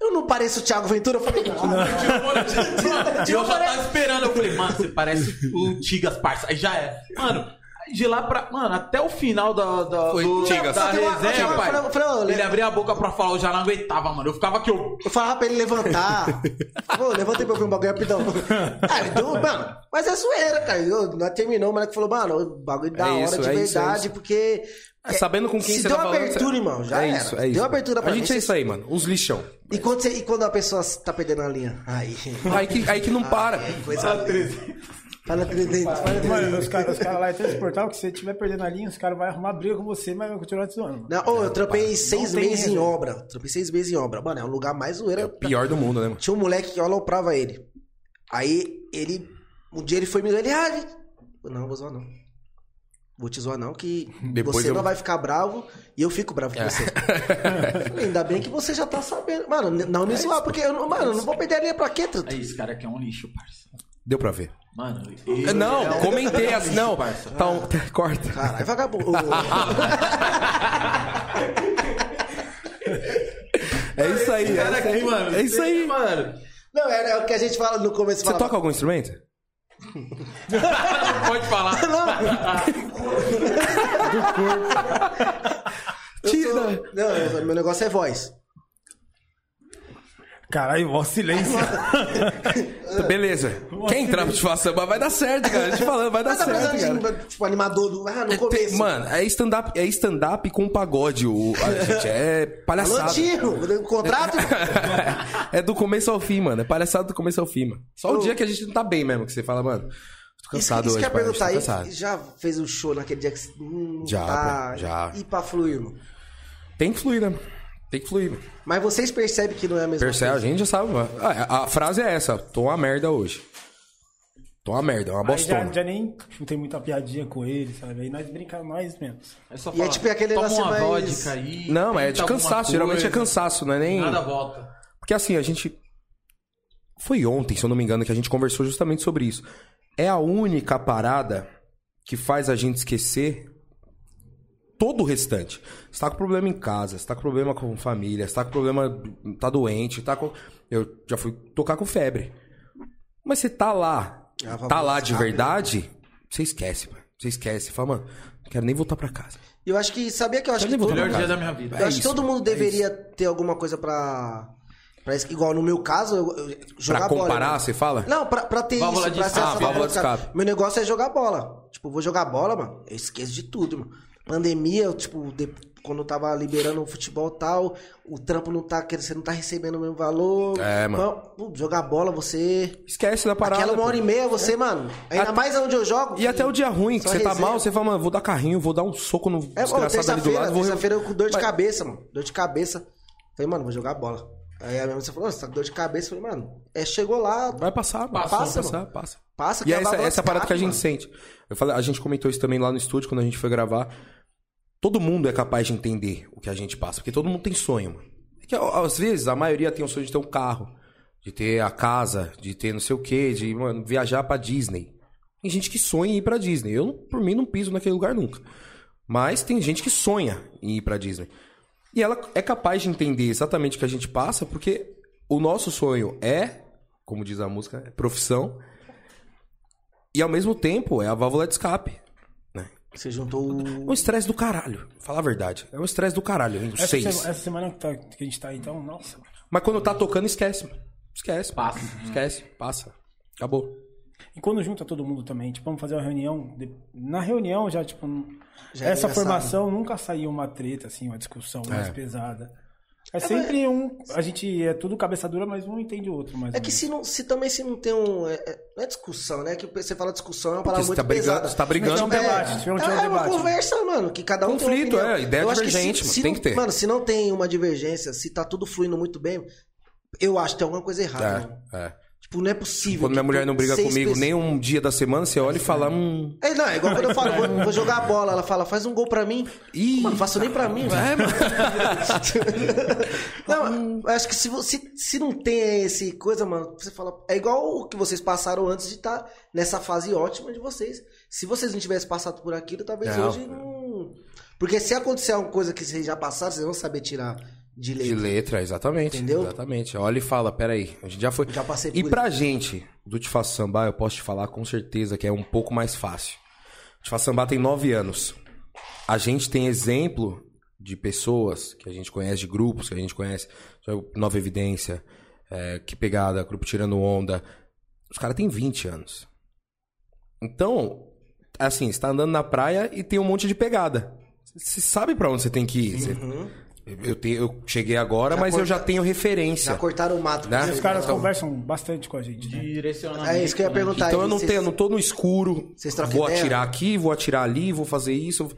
Speaker 1: eu não pareço o Thiago Ventura? Eu falei, não.
Speaker 3: <laughs>
Speaker 2: E eu já tava esperando. Eu falei, mano, você parece o Tigas, parça. Aí já é. Mano, de lá pra. Mano, até o final da, da,
Speaker 3: Foi
Speaker 2: do-
Speaker 3: Tigas.
Speaker 2: da
Speaker 1: Só tem uma- só tem
Speaker 2: resenha,
Speaker 1: uma-
Speaker 2: pai.
Speaker 1: falei- falei, olha-
Speaker 2: ele abria a boca pra falar, eu já não aguentava, mano. Eu ficava aqui, eu.
Speaker 1: Eu falava pra ele
Speaker 3: <laughs>
Speaker 1: levantar. Ô, levanta aí pra eu ver um bagulho rapidão. Aí, deu, mano, mas é zoeira, cara. Eu, nós terminou, o moleque falou, mano, o bagulho da
Speaker 3: É
Speaker 1: hora
Speaker 3: isso,
Speaker 1: de
Speaker 3: é
Speaker 1: verdade,
Speaker 3: isso, é isso.
Speaker 1: porque.
Speaker 3: É, sabendo com quem
Speaker 1: Se
Speaker 3: você
Speaker 1: deu
Speaker 3: tá falando,
Speaker 1: abertura,
Speaker 3: você-
Speaker 1: irmão, já
Speaker 3: é
Speaker 1: era.
Speaker 3: Isso, é
Speaker 1: Deu
Speaker 3: isso.
Speaker 1: abertura pra
Speaker 3: A gente
Speaker 1: mim.
Speaker 3: é isso aí, mano. Os lixão.
Speaker 1: E quando, você- e quando a pessoa tá perdendo a linha? Aí. <laughs>
Speaker 3: Aí que, aí que não para.
Speaker 1: Coisa linda. Fala 300, fala 300.
Speaker 4: Mano, os caras os caras lá é tão insuportável que se você estiver perdendo a linha, os caras vão arrumar briga com você, mas vai continuar te zoando. mano.
Speaker 1: Não, ô, eu trampei seis
Speaker 4: tem
Speaker 1: meses em
Speaker 4: resenha.
Speaker 1: obra. Trampei seis meses em obra. Mano, é o lugar mais zoeira.
Speaker 3: Pior do mundo, né, mano?
Speaker 1: Tinha um moleque que aloprava ele. Aí ele. Um dia ele foi me zoar. Ele, ah, ele- eu não, vou zoar não. Vou te zoar não, que
Speaker 3: <laughs> Depois
Speaker 1: você
Speaker 3: eu- É.
Speaker 1: não vai ficar bravo e eu fico bravo com
Speaker 3: <laughs>
Speaker 1: você. Falei, Ainda bem que você já tá sabendo. Mano, n- não me zoar, porque eu não, mano, eu não vou perder a linha pra quê, Truta?
Speaker 2: Aí, esse cara aqui é um lixo, parça.
Speaker 3: Deu pra ver.
Speaker 2: Mano,
Speaker 1: É
Speaker 2: ele-
Speaker 3: Não, comentei assim. Não, tá um... <laughs> corta.
Speaker 1: Caralho,
Speaker 3: <laughs>
Speaker 1: vagabundo. Ô,
Speaker 3: É isso aí,
Speaker 2: Esse cara
Speaker 3: é isso
Speaker 2: aqui,
Speaker 3: aí.
Speaker 2: mano.
Speaker 3: É isso aí.
Speaker 2: Mano,
Speaker 1: Não, é, é o que a gente fala no começo.
Speaker 3: Você
Speaker 1: fala,
Speaker 3: toca algum instrumento?
Speaker 2: pode falar.
Speaker 1: <laughs>
Speaker 3: Tira.
Speaker 1: Não, eu- meu negócio é voz.
Speaker 4: Caralho, ó, silêncio.
Speaker 3: Tá, Beleza. Quem entrar pra te falar samba vai dar certo, cara. Te falando, vai dar
Speaker 1: Mas tá
Speaker 3: certo, cara.
Speaker 1: precisando de, tipo, animador do. Ah, no
Speaker 3: É,
Speaker 1: começo.
Speaker 3: tem- mano, é stand-up é stand com pagode, o, a gente. É
Speaker 1: Alô,
Speaker 3: palhaçada.
Speaker 1: tio, um contrato?
Speaker 3: <laughs> é do começo ao fim, mano. É palhaçada do começo ao fim, mano. Só o
Speaker 1: Ô.
Speaker 3: dia que a gente não tá bem mesmo, que você fala, mano. Tô cansado
Speaker 1: isso, isso que
Speaker 3: hoje,
Speaker 1: eu ia
Speaker 3: pai, hoje
Speaker 1: perguntar
Speaker 3: tô
Speaker 1: aí.
Speaker 3: cansado.
Speaker 1: Já fez um show naquele dia que você. hum,
Speaker 3: Já,
Speaker 1: tá,
Speaker 3: pô, já.
Speaker 1: E pra fluir, mano.
Speaker 3: Tem que fluir, né? mano? Tem que fluir. mano.
Speaker 1: Mas vocês percebem que não é a mesma
Speaker 3: Percebe, a
Speaker 1: coisa.
Speaker 3: gente já sabe, mano. Ah, A, a frase é essa: tô uma merda hoje. Tô uma merda, é uma
Speaker 4: Aí já,
Speaker 3: bostona.
Speaker 4: já nem não tem muita piadinha com ele, sabe? Aí nós brincamos nós mesmos.
Speaker 2: É só
Speaker 1: E é tipo aquele
Speaker 2: toma
Speaker 1: negócio
Speaker 2: uma
Speaker 1: mais-
Speaker 2: vodka aí.
Speaker 3: Não, mas é
Speaker 2: tenta
Speaker 3: de
Speaker 2: alguma
Speaker 3: cansaço. Geralmente é
Speaker 2: coisa.
Speaker 3: cansaço, não é nem.
Speaker 2: Nada volta.
Speaker 3: Porque assim, a gente. Foi ontem, se eu não me engano, que a gente conversou justamente sobre isso. É a única parada que faz a gente esquecer todo o restante. Você tá com problema em casa, você tá com problema com família, você tá com problema. tá doente, tá com. Eu já fui tocar com febre. Mas você tá lá,
Speaker 1: Ah, vamos
Speaker 3: tá lá de
Speaker 1: rápido.
Speaker 3: verdade, você esquece, mano. Você esquece, você fala, mano, não quero nem voltar pra casa.
Speaker 1: Eu acho que. Sabia que eu acho
Speaker 3: Eu
Speaker 1: que
Speaker 3: nem vou
Speaker 1: todo,
Speaker 3: trabalhar.
Speaker 2: Melhor dia da minha vida.
Speaker 1: eu acho que
Speaker 3: É isso,
Speaker 1: todo mundo deveria ter alguma coisa pra. pra isso. Igual no meu caso, eu, eu- jogar
Speaker 3: pra comparar,
Speaker 1: bola. né?
Speaker 3: você fala?
Speaker 1: Não, pra, pra ter
Speaker 2: Válvula
Speaker 1: isso,
Speaker 2: de
Speaker 1: pra
Speaker 2: escape.
Speaker 1: essa
Speaker 3: Ah, válvula de
Speaker 1: cara.
Speaker 3: escape.
Speaker 1: Meu negócio é jogar bola. Tipo, vou jogar bola, mano. Eu esqueço de tudo, mano. Pandemia, eu, tipo, de- quando eu tava liberando o futebol e tal, o trampo não tá, você não tá recebendo o mesmo valor.
Speaker 3: É, mano.
Speaker 1: Pô, jogar bola, você.
Speaker 3: Esquece da parada.
Speaker 1: Aquela uma
Speaker 3: pô.
Speaker 1: hora e meia, você, mano. Ainda
Speaker 3: Até-
Speaker 1: mais onde eu jogo.
Speaker 3: E até o dia ruim, que
Speaker 1: Só
Speaker 3: você tá
Speaker 1: resenha.
Speaker 3: mal, você fala, mano, vou dar carrinho, vou dar um soco no
Speaker 1: É, mano,
Speaker 3: desgraçado ali do
Speaker 1: terça-feira,
Speaker 3: lado, vou...
Speaker 1: terça-feira eu com dor de
Speaker 3: Mas-
Speaker 1: cabeça, mano. Dor de cabeça. Falei, mano, vou jogar bola. Aí a minha mãe falou, "Ô, você tá com dor de cabeça. Eu Falei, mano, é, chegou lá,
Speaker 3: Vai passar, mano.
Speaker 1: Passa,
Speaker 3: Passa,
Speaker 1: mano.
Speaker 3: passa, passa.
Speaker 1: passa
Speaker 3: E
Speaker 1: é
Speaker 3: é essa,
Speaker 1: válvula de
Speaker 3: essa parada que a
Speaker 1: escape,
Speaker 3: gente
Speaker 1: mano.
Speaker 3: sente. Eu falei, a gente comentou isso também lá no estúdio, quando a gente foi gravar. Todo mundo é capaz de entender o que a gente passa, porque todo mundo tem sonho, mano. É que, ó, às vezes, a maioria tem o sonho de ter um carro, de ter a casa, de ter não sei o quê, de mano, viajar pra Disney. Tem gente que sonha em ir pra Disney. Eu, por mim, não piso naquele lugar nunca. Mas tem gente que sonha em ir pra Disney. E ela é capaz de entender exatamente o que a gente passa, porque o nosso sonho é, como diz a música, né, profissão. E ao mesmo tempo é a válvula de escape.
Speaker 1: Você juntou
Speaker 3: É um
Speaker 1: o.
Speaker 3: estresse do caralho. Falar a verdade. É um estresse do caralho, hein?
Speaker 4: Essa,
Speaker 3: Seis.
Speaker 4: sema- essa semana que, tá- que a gente tá aí, então, nossa. mano.
Speaker 3: Mas quando tá tocando, esquece. mano. Esquece.
Speaker 2: Passa.
Speaker 3: Esquece. Passa. Acabou.
Speaker 4: E quando junta todo mundo também, tipo, vamos fazer uma reunião. de- Na reunião já, tipo,
Speaker 1: Já é
Speaker 4: essa
Speaker 1: engraçado.
Speaker 4: formação nunca saiu uma treta, assim, uma discussão mais
Speaker 3: É.
Speaker 4: pesada. É sempre um. A gente é tudo cabeça dura, mas um entende o outro. Mais
Speaker 1: É
Speaker 4: ou
Speaker 1: que
Speaker 4: menos.
Speaker 1: se, não, se também se não tem um. é- é- não é discussão, né? Que você fala discussão é uma
Speaker 3: Porque
Speaker 1: palavra
Speaker 3: você
Speaker 1: muito
Speaker 3: tá brigando.
Speaker 1: pesada.
Speaker 3: Você tá
Speaker 4: Mas é um
Speaker 3: brigando.
Speaker 4: debate, se
Speaker 1: É,
Speaker 4: não tiver um
Speaker 1: é uma
Speaker 4: debate.
Speaker 1: conversa, mano, que cada um
Speaker 3: Conflito,
Speaker 1: tem uma opinião.
Speaker 3: é, ideia
Speaker 1: Eu acho que
Speaker 3: divergente,
Speaker 1: se-
Speaker 3: mano,
Speaker 1: se
Speaker 3: tem
Speaker 1: não-
Speaker 3: que ter.
Speaker 1: Mano, se não tem uma divergência, se tá tudo fluindo muito bem, eu acho que tem alguma coisa errada. mano.
Speaker 3: É, é.
Speaker 1: Tipo, não é possível.
Speaker 3: Quando minha
Speaker 1: que
Speaker 3: mulher não briga
Speaker 1: seis
Speaker 3: comigo
Speaker 1: pessoas-
Speaker 3: nem um dia da semana, você olha e fala. Hum,
Speaker 1: É, não, é igual quando eu falo, vou, vou jogar a bola, ela fala, faz um gol pra mim.
Speaker 3: Ih,
Speaker 1: mano, faço nem pra mim, velho.
Speaker 3: <laughs> é, mano.
Speaker 1: Não, eu acho que se, você, se não tem esse coisa, mano, você fala. É igual o que vocês passaram antes de estar nessa fase ótima de vocês. Se vocês não tivessem passado por aquilo, talvez
Speaker 3: Não.
Speaker 1: hoje não. Porque se acontecer alguma coisa que vocês já passaram, vocês vão saber tirar de
Speaker 3: De
Speaker 1: letra.
Speaker 3: letra, exatamente.
Speaker 1: Entendeu?
Speaker 3: Exatamente. Olha e fala, peraí, a gente já foi.
Speaker 1: Já passei por
Speaker 3: E pra gente, do Te Faço Sambar, eu posso te falar com certeza que é um pouco mais fácil. O Te Faço Sambar tem nove anos. A gente tem exemplo de pessoas que a gente conhece, de grupos que a gente conhece. tipo, Nova Evidência, é, Que Pegada, Grupo Tirando Onda. Os caras têm 20 anos. Então, assim, você tá andando na praia e tem um monte de pegada. Você sabe pra onde você tem que ir. Você-
Speaker 1: Uhum.
Speaker 3: eu, te- eu cheguei agora,
Speaker 1: Já
Speaker 3: mas eu
Speaker 1: corta-
Speaker 3: já tenho referência.
Speaker 1: Já cortaram o mato.
Speaker 3: Né?
Speaker 1: pra
Speaker 4: E os
Speaker 1: vocês,
Speaker 4: caras
Speaker 1: então.
Speaker 4: conversam bastante com a gente, né?
Speaker 2: Direcionamento.
Speaker 1: É isso que eu ia
Speaker 2: né?
Speaker 1: perguntar.
Speaker 3: Então eu não,
Speaker 1: Vocês-
Speaker 3: tenho, não tô no escuro.
Speaker 1: Vocês trocam
Speaker 3: Vou
Speaker 1: ideia?
Speaker 3: atirar aqui, vou atirar ali, vou fazer isso.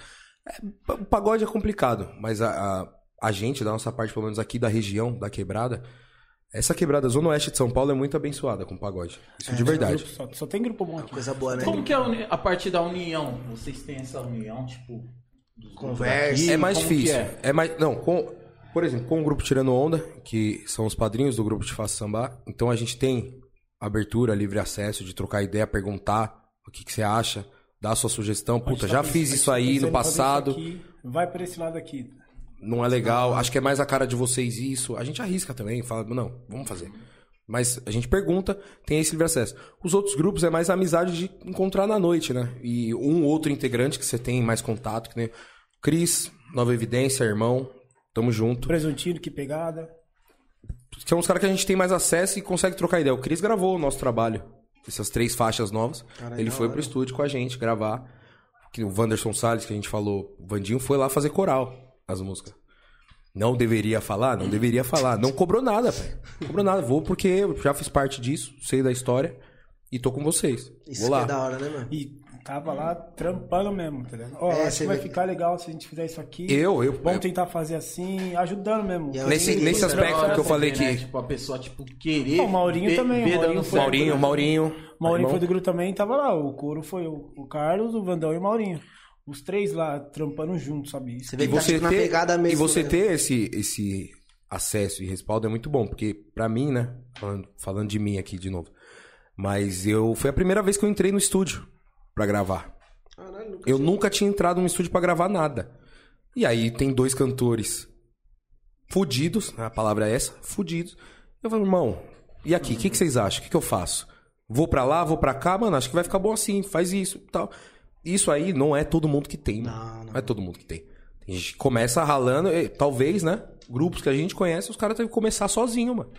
Speaker 3: É, pa- o pagode é complicado, mas a, a, a gente, da nossa parte, pelo menos aqui da região, da quebrada, essa quebrada Zona Oeste de São Paulo é muito abençoada com pagode. Isso de verdade.
Speaker 4: é Grupo só, só tem grupo bom aqui.
Speaker 1: Coisa boa, né?
Speaker 2: Como que é a, uni- a parte da união? Vocês têm essa união, tipo. dos
Speaker 1: Conversa.
Speaker 2: daqui?
Speaker 3: É mais
Speaker 2: Como
Speaker 3: difícil.
Speaker 2: que é?
Speaker 3: É mais. Não, com. Por exemplo, com o grupo Tirando Onda, que são os padrinhos do grupo de Faça Sambar, então a gente tem abertura, livre acesso, de trocar ideia, perguntar o que, que você acha, dar a sua sugestão.
Speaker 4: tá
Speaker 3: Puta, já fiz isso aí no passado,
Speaker 4: vai pra esse lado aqui.
Speaker 3: não é legal, acho que é mais a cara de vocês isso. A gente arrisca também, fala, não, vamos fazer. Mas a gente pergunta, tem esse livre acesso. Os outros grupos é mais a amizade de encontrar na noite, né? E um outro integrante que você tem mais contato, que nem Cris, Nova Evidência, irmão, tamo junto.
Speaker 4: Presuntinho, que pegada.
Speaker 3: São os caras que a gente tem mais acesso e consegue trocar ideia. O Cris gravou o nosso trabalho, essas três faixas novas.
Speaker 1: Caralho,
Speaker 3: ele
Speaker 1: da
Speaker 3: foi
Speaker 1: hora.
Speaker 3: pro estúdio com a gente gravar. Que o Wanderson Salles, que a gente falou, o Vandinho foi lá fazer coral as músicas. Não deveria falar? Não deveria falar. Não cobrou nada, velho. Não Cobrou nada. Vou porque eu já fiz parte disso, sei da história e tô com vocês.
Speaker 1: Isso
Speaker 3: Vou
Speaker 1: que
Speaker 3: lá.
Speaker 1: é da hora, né, mano?
Speaker 4: E tava lá trampando mesmo, tá ligado? Ó,
Speaker 1: É,
Speaker 4: acho
Speaker 1: você
Speaker 4: que vai
Speaker 1: vê.
Speaker 4: ficar legal se a gente fizer isso aqui.
Speaker 3: Eu, eu.
Speaker 4: Vamos tentar fazer assim, ajudando mesmo.
Speaker 1: E a-
Speaker 3: Nesse,
Speaker 1: Sim,
Speaker 3: nesse
Speaker 1: isso é da
Speaker 3: aspecto
Speaker 2: Hora
Speaker 3: que eu falei
Speaker 2: também, né?
Speaker 3: que.
Speaker 2: Tipo, a pessoa, tipo, querer.
Speaker 4: Não, o Maurinho também, o
Speaker 2: dando
Speaker 4: Maurinho foi-
Speaker 2: certo,
Speaker 3: Maurinho,
Speaker 2: né?
Speaker 3: Maurinho.
Speaker 4: O Maurinho
Speaker 3: irmão.
Speaker 4: foi do grupo também, tava lá. O couro foi o, o Carlos, o Vandão e o Maurinho. Os três lá trampando juntos, sabe? Isso
Speaker 1: Você
Speaker 3: E
Speaker 1: vê que tá
Speaker 3: você,
Speaker 1: tipo, na
Speaker 3: ter,
Speaker 1: pegada mesmo.
Speaker 3: e você
Speaker 1: né?
Speaker 3: ter esse, esse acesso e respaldo é muito bom, porque pra mim, né? Falando, falando de mim aqui de novo. Mas eu foi a primeira vez que eu entrei no estúdio pra gravar.
Speaker 1: Caralho, nunca
Speaker 3: Eu
Speaker 1: tinha-
Speaker 3: nunca tinha entrado num estúdio pra gravar nada. E aí tem dois cantores fudidos, a palavra é essa, fudidos. Eu falo, irmão, e aqui, o que, que vocês acham? O que, que eu faço? Vou pra lá, vou pra cá, mano, acho que vai ficar bom assim, faz isso e tal. Isso aí não é todo mundo que tem, mano.
Speaker 1: Não, não.
Speaker 3: Não é todo mundo que tem. A gente que começa ralando, e, talvez, né? Grupos que a gente conhece, os caras devem começar sozinho, mano.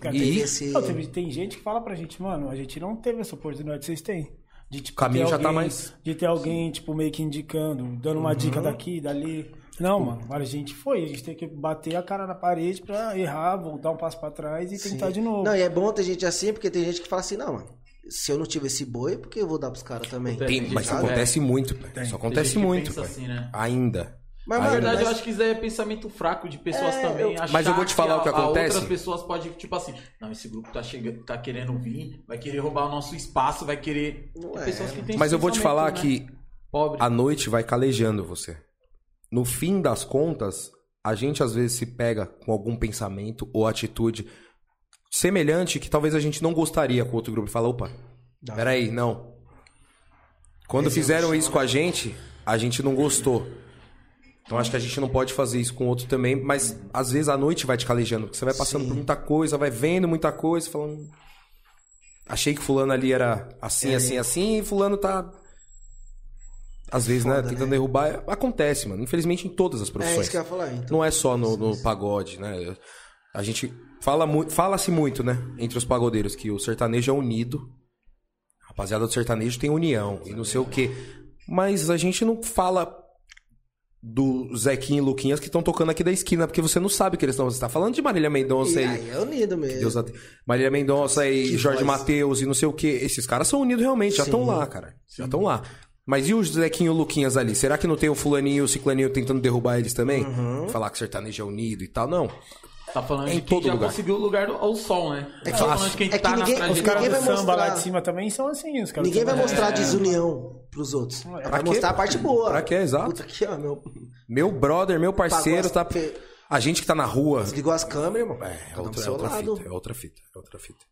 Speaker 4: Cara,
Speaker 3: E-
Speaker 1: Teve esse-
Speaker 4: Não, teve- tem gente que fala pra gente, mano, a gente não teve essa oportunidade que vocês têm. De, tipo,
Speaker 3: O caminho
Speaker 4: ter
Speaker 3: já tá
Speaker 4: alguém-
Speaker 3: mais-
Speaker 4: De ter alguém, tipo, meio que indicando, dando uma dica daqui, dali. Não, mano, a gente foi. A gente tem que bater a cara na parede pra errar, voltar um passo pra trás e tentar
Speaker 1: Sim.
Speaker 4: de novo.
Speaker 1: Não, e é bom ter gente assim, porque tem gente que fala assim, não, mano, se eu não tiver esse boi, por que eu vou dar pros caras também?
Speaker 2: Tem-
Speaker 3: Tem, mas isso
Speaker 2: Ah, é.
Speaker 3: acontece muito, pai.
Speaker 4: Tem.
Speaker 3: Isso
Speaker 2: Tem
Speaker 3: acontece
Speaker 2: gente que
Speaker 3: muito,
Speaker 2: pensa
Speaker 3: pai.
Speaker 2: assim, né?
Speaker 3: Ainda.
Speaker 2: Na
Speaker 1: Mas,
Speaker 3: Ainda.
Speaker 1: mano,
Speaker 2: verdade,
Speaker 1: mas-
Speaker 2: eu acho que isso aí é pensamento fraco de pessoas
Speaker 1: É,
Speaker 2: também.
Speaker 1: eu-
Speaker 2: achar
Speaker 3: Mas eu vou te falar o que
Speaker 2: a- a
Speaker 3: acontece.
Speaker 2: Outras pessoas podem, tipo assim, não, esse grupo tá, chegando, tá querendo vir, vai querer roubar o nosso espaço, vai querer.
Speaker 1: Não
Speaker 2: Tem
Speaker 1: é,
Speaker 2: pessoas que
Speaker 1: mano.
Speaker 2: têm
Speaker 3: Mas
Speaker 2: esse
Speaker 3: eu vou te
Speaker 2: pensamento,
Speaker 3: falar
Speaker 2: né?
Speaker 3: que
Speaker 2: Pobre.
Speaker 3: a noite vai calejando você. No fim das contas, a gente às vezes se pega com algum pensamento ou atitude semelhante que talvez a gente não gostaria com outro grupo e fala, opa,
Speaker 1: Dá. é
Speaker 3: peraí, não. Quando fizeram isso com a gente, a gente não gostou. Então acho que a gente não pode fazer isso com outro também, mas às vezes a noite vai te calejando, porque você vai passando
Speaker 1: Sim.
Speaker 3: por muita coisa, vai vendo muita coisa, falando. Achei que fulano ali era
Speaker 1: É.
Speaker 3: assim, assim, assim, e fulano tá. Às vezes, né?
Speaker 1: Foda,
Speaker 3: Tentando
Speaker 1: né?
Speaker 3: derrubar. Acontece, mano. Infelizmente em todas as
Speaker 1: É
Speaker 3: profissões.
Speaker 1: isso que eu ia falar, então.
Speaker 3: Não é só no, no pagode, né? A gente fala muito, fala-se muito, né? Entre os pagodeiros, que o sertanejo é unido. A Rapaziada do sertanejo tem união e não sei o quê. Mas a gente não fala do Zequinho e Luquinhas que estão tocando aqui da esquina, porque você não sabe o que eles estão. Você tá falando de Marília Mendonça
Speaker 1: E
Speaker 3: e.
Speaker 1: aí é unido mesmo.
Speaker 3: Deus a- Marília Mendonça e
Speaker 1: Que
Speaker 3: Jorge
Speaker 1: voz.
Speaker 3: Mateus e não sei o quê. Esses caras são unidos realmente, já
Speaker 1: Sim.
Speaker 3: estão lá, cara. Já estão lá. Mas e o Zequinho e o Luquinhas ali? Será que não tem o fulaninho e o ciclaninho tentando derrubar eles também?
Speaker 1: Uhum.
Speaker 3: Falar que sertanejo é unido e tal? Não.
Speaker 2: Tá falando
Speaker 3: Em
Speaker 2: de quem
Speaker 3: todo
Speaker 2: já
Speaker 3: lugar.
Speaker 2: conseguiu o lugar do- ao sol, né? tá
Speaker 3: É fácil.
Speaker 2: falando de quem
Speaker 1: É que
Speaker 2: tá
Speaker 1: ninguém-
Speaker 2: na
Speaker 1: os
Speaker 4: Os caras
Speaker 1: Ninguém
Speaker 4: do
Speaker 1: vai
Speaker 4: samba lá
Speaker 1: mostrar.
Speaker 4: de cima também são assim.
Speaker 3: é
Speaker 4: Os caras
Speaker 1: Ninguém
Speaker 4: do
Speaker 1: vai
Speaker 4: samba-
Speaker 1: mostrar desunião pros outros. Vai
Speaker 3: quê?
Speaker 1: mostrar a parte boa.
Speaker 3: Pra quê? Exato.
Speaker 1: Puta aqui, ó, meu.
Speaker 3: Meu brother, meu parceiro,
Speaker 1: Pagou
Speaker 3: tá.
Speaker 1: as- fe-
Speaker 3: A gente que tá na rua.
Speaker 1: Desligou as câmeras, irmão.
Speaker 3: É, é
Speaker 1: Cada um pro
Speaker 3: outra, é
Speaker 1: seu
Speaker 3: outra
Speaker 1: lado.
Speaker 3: fita, é outra fita, é outra fita.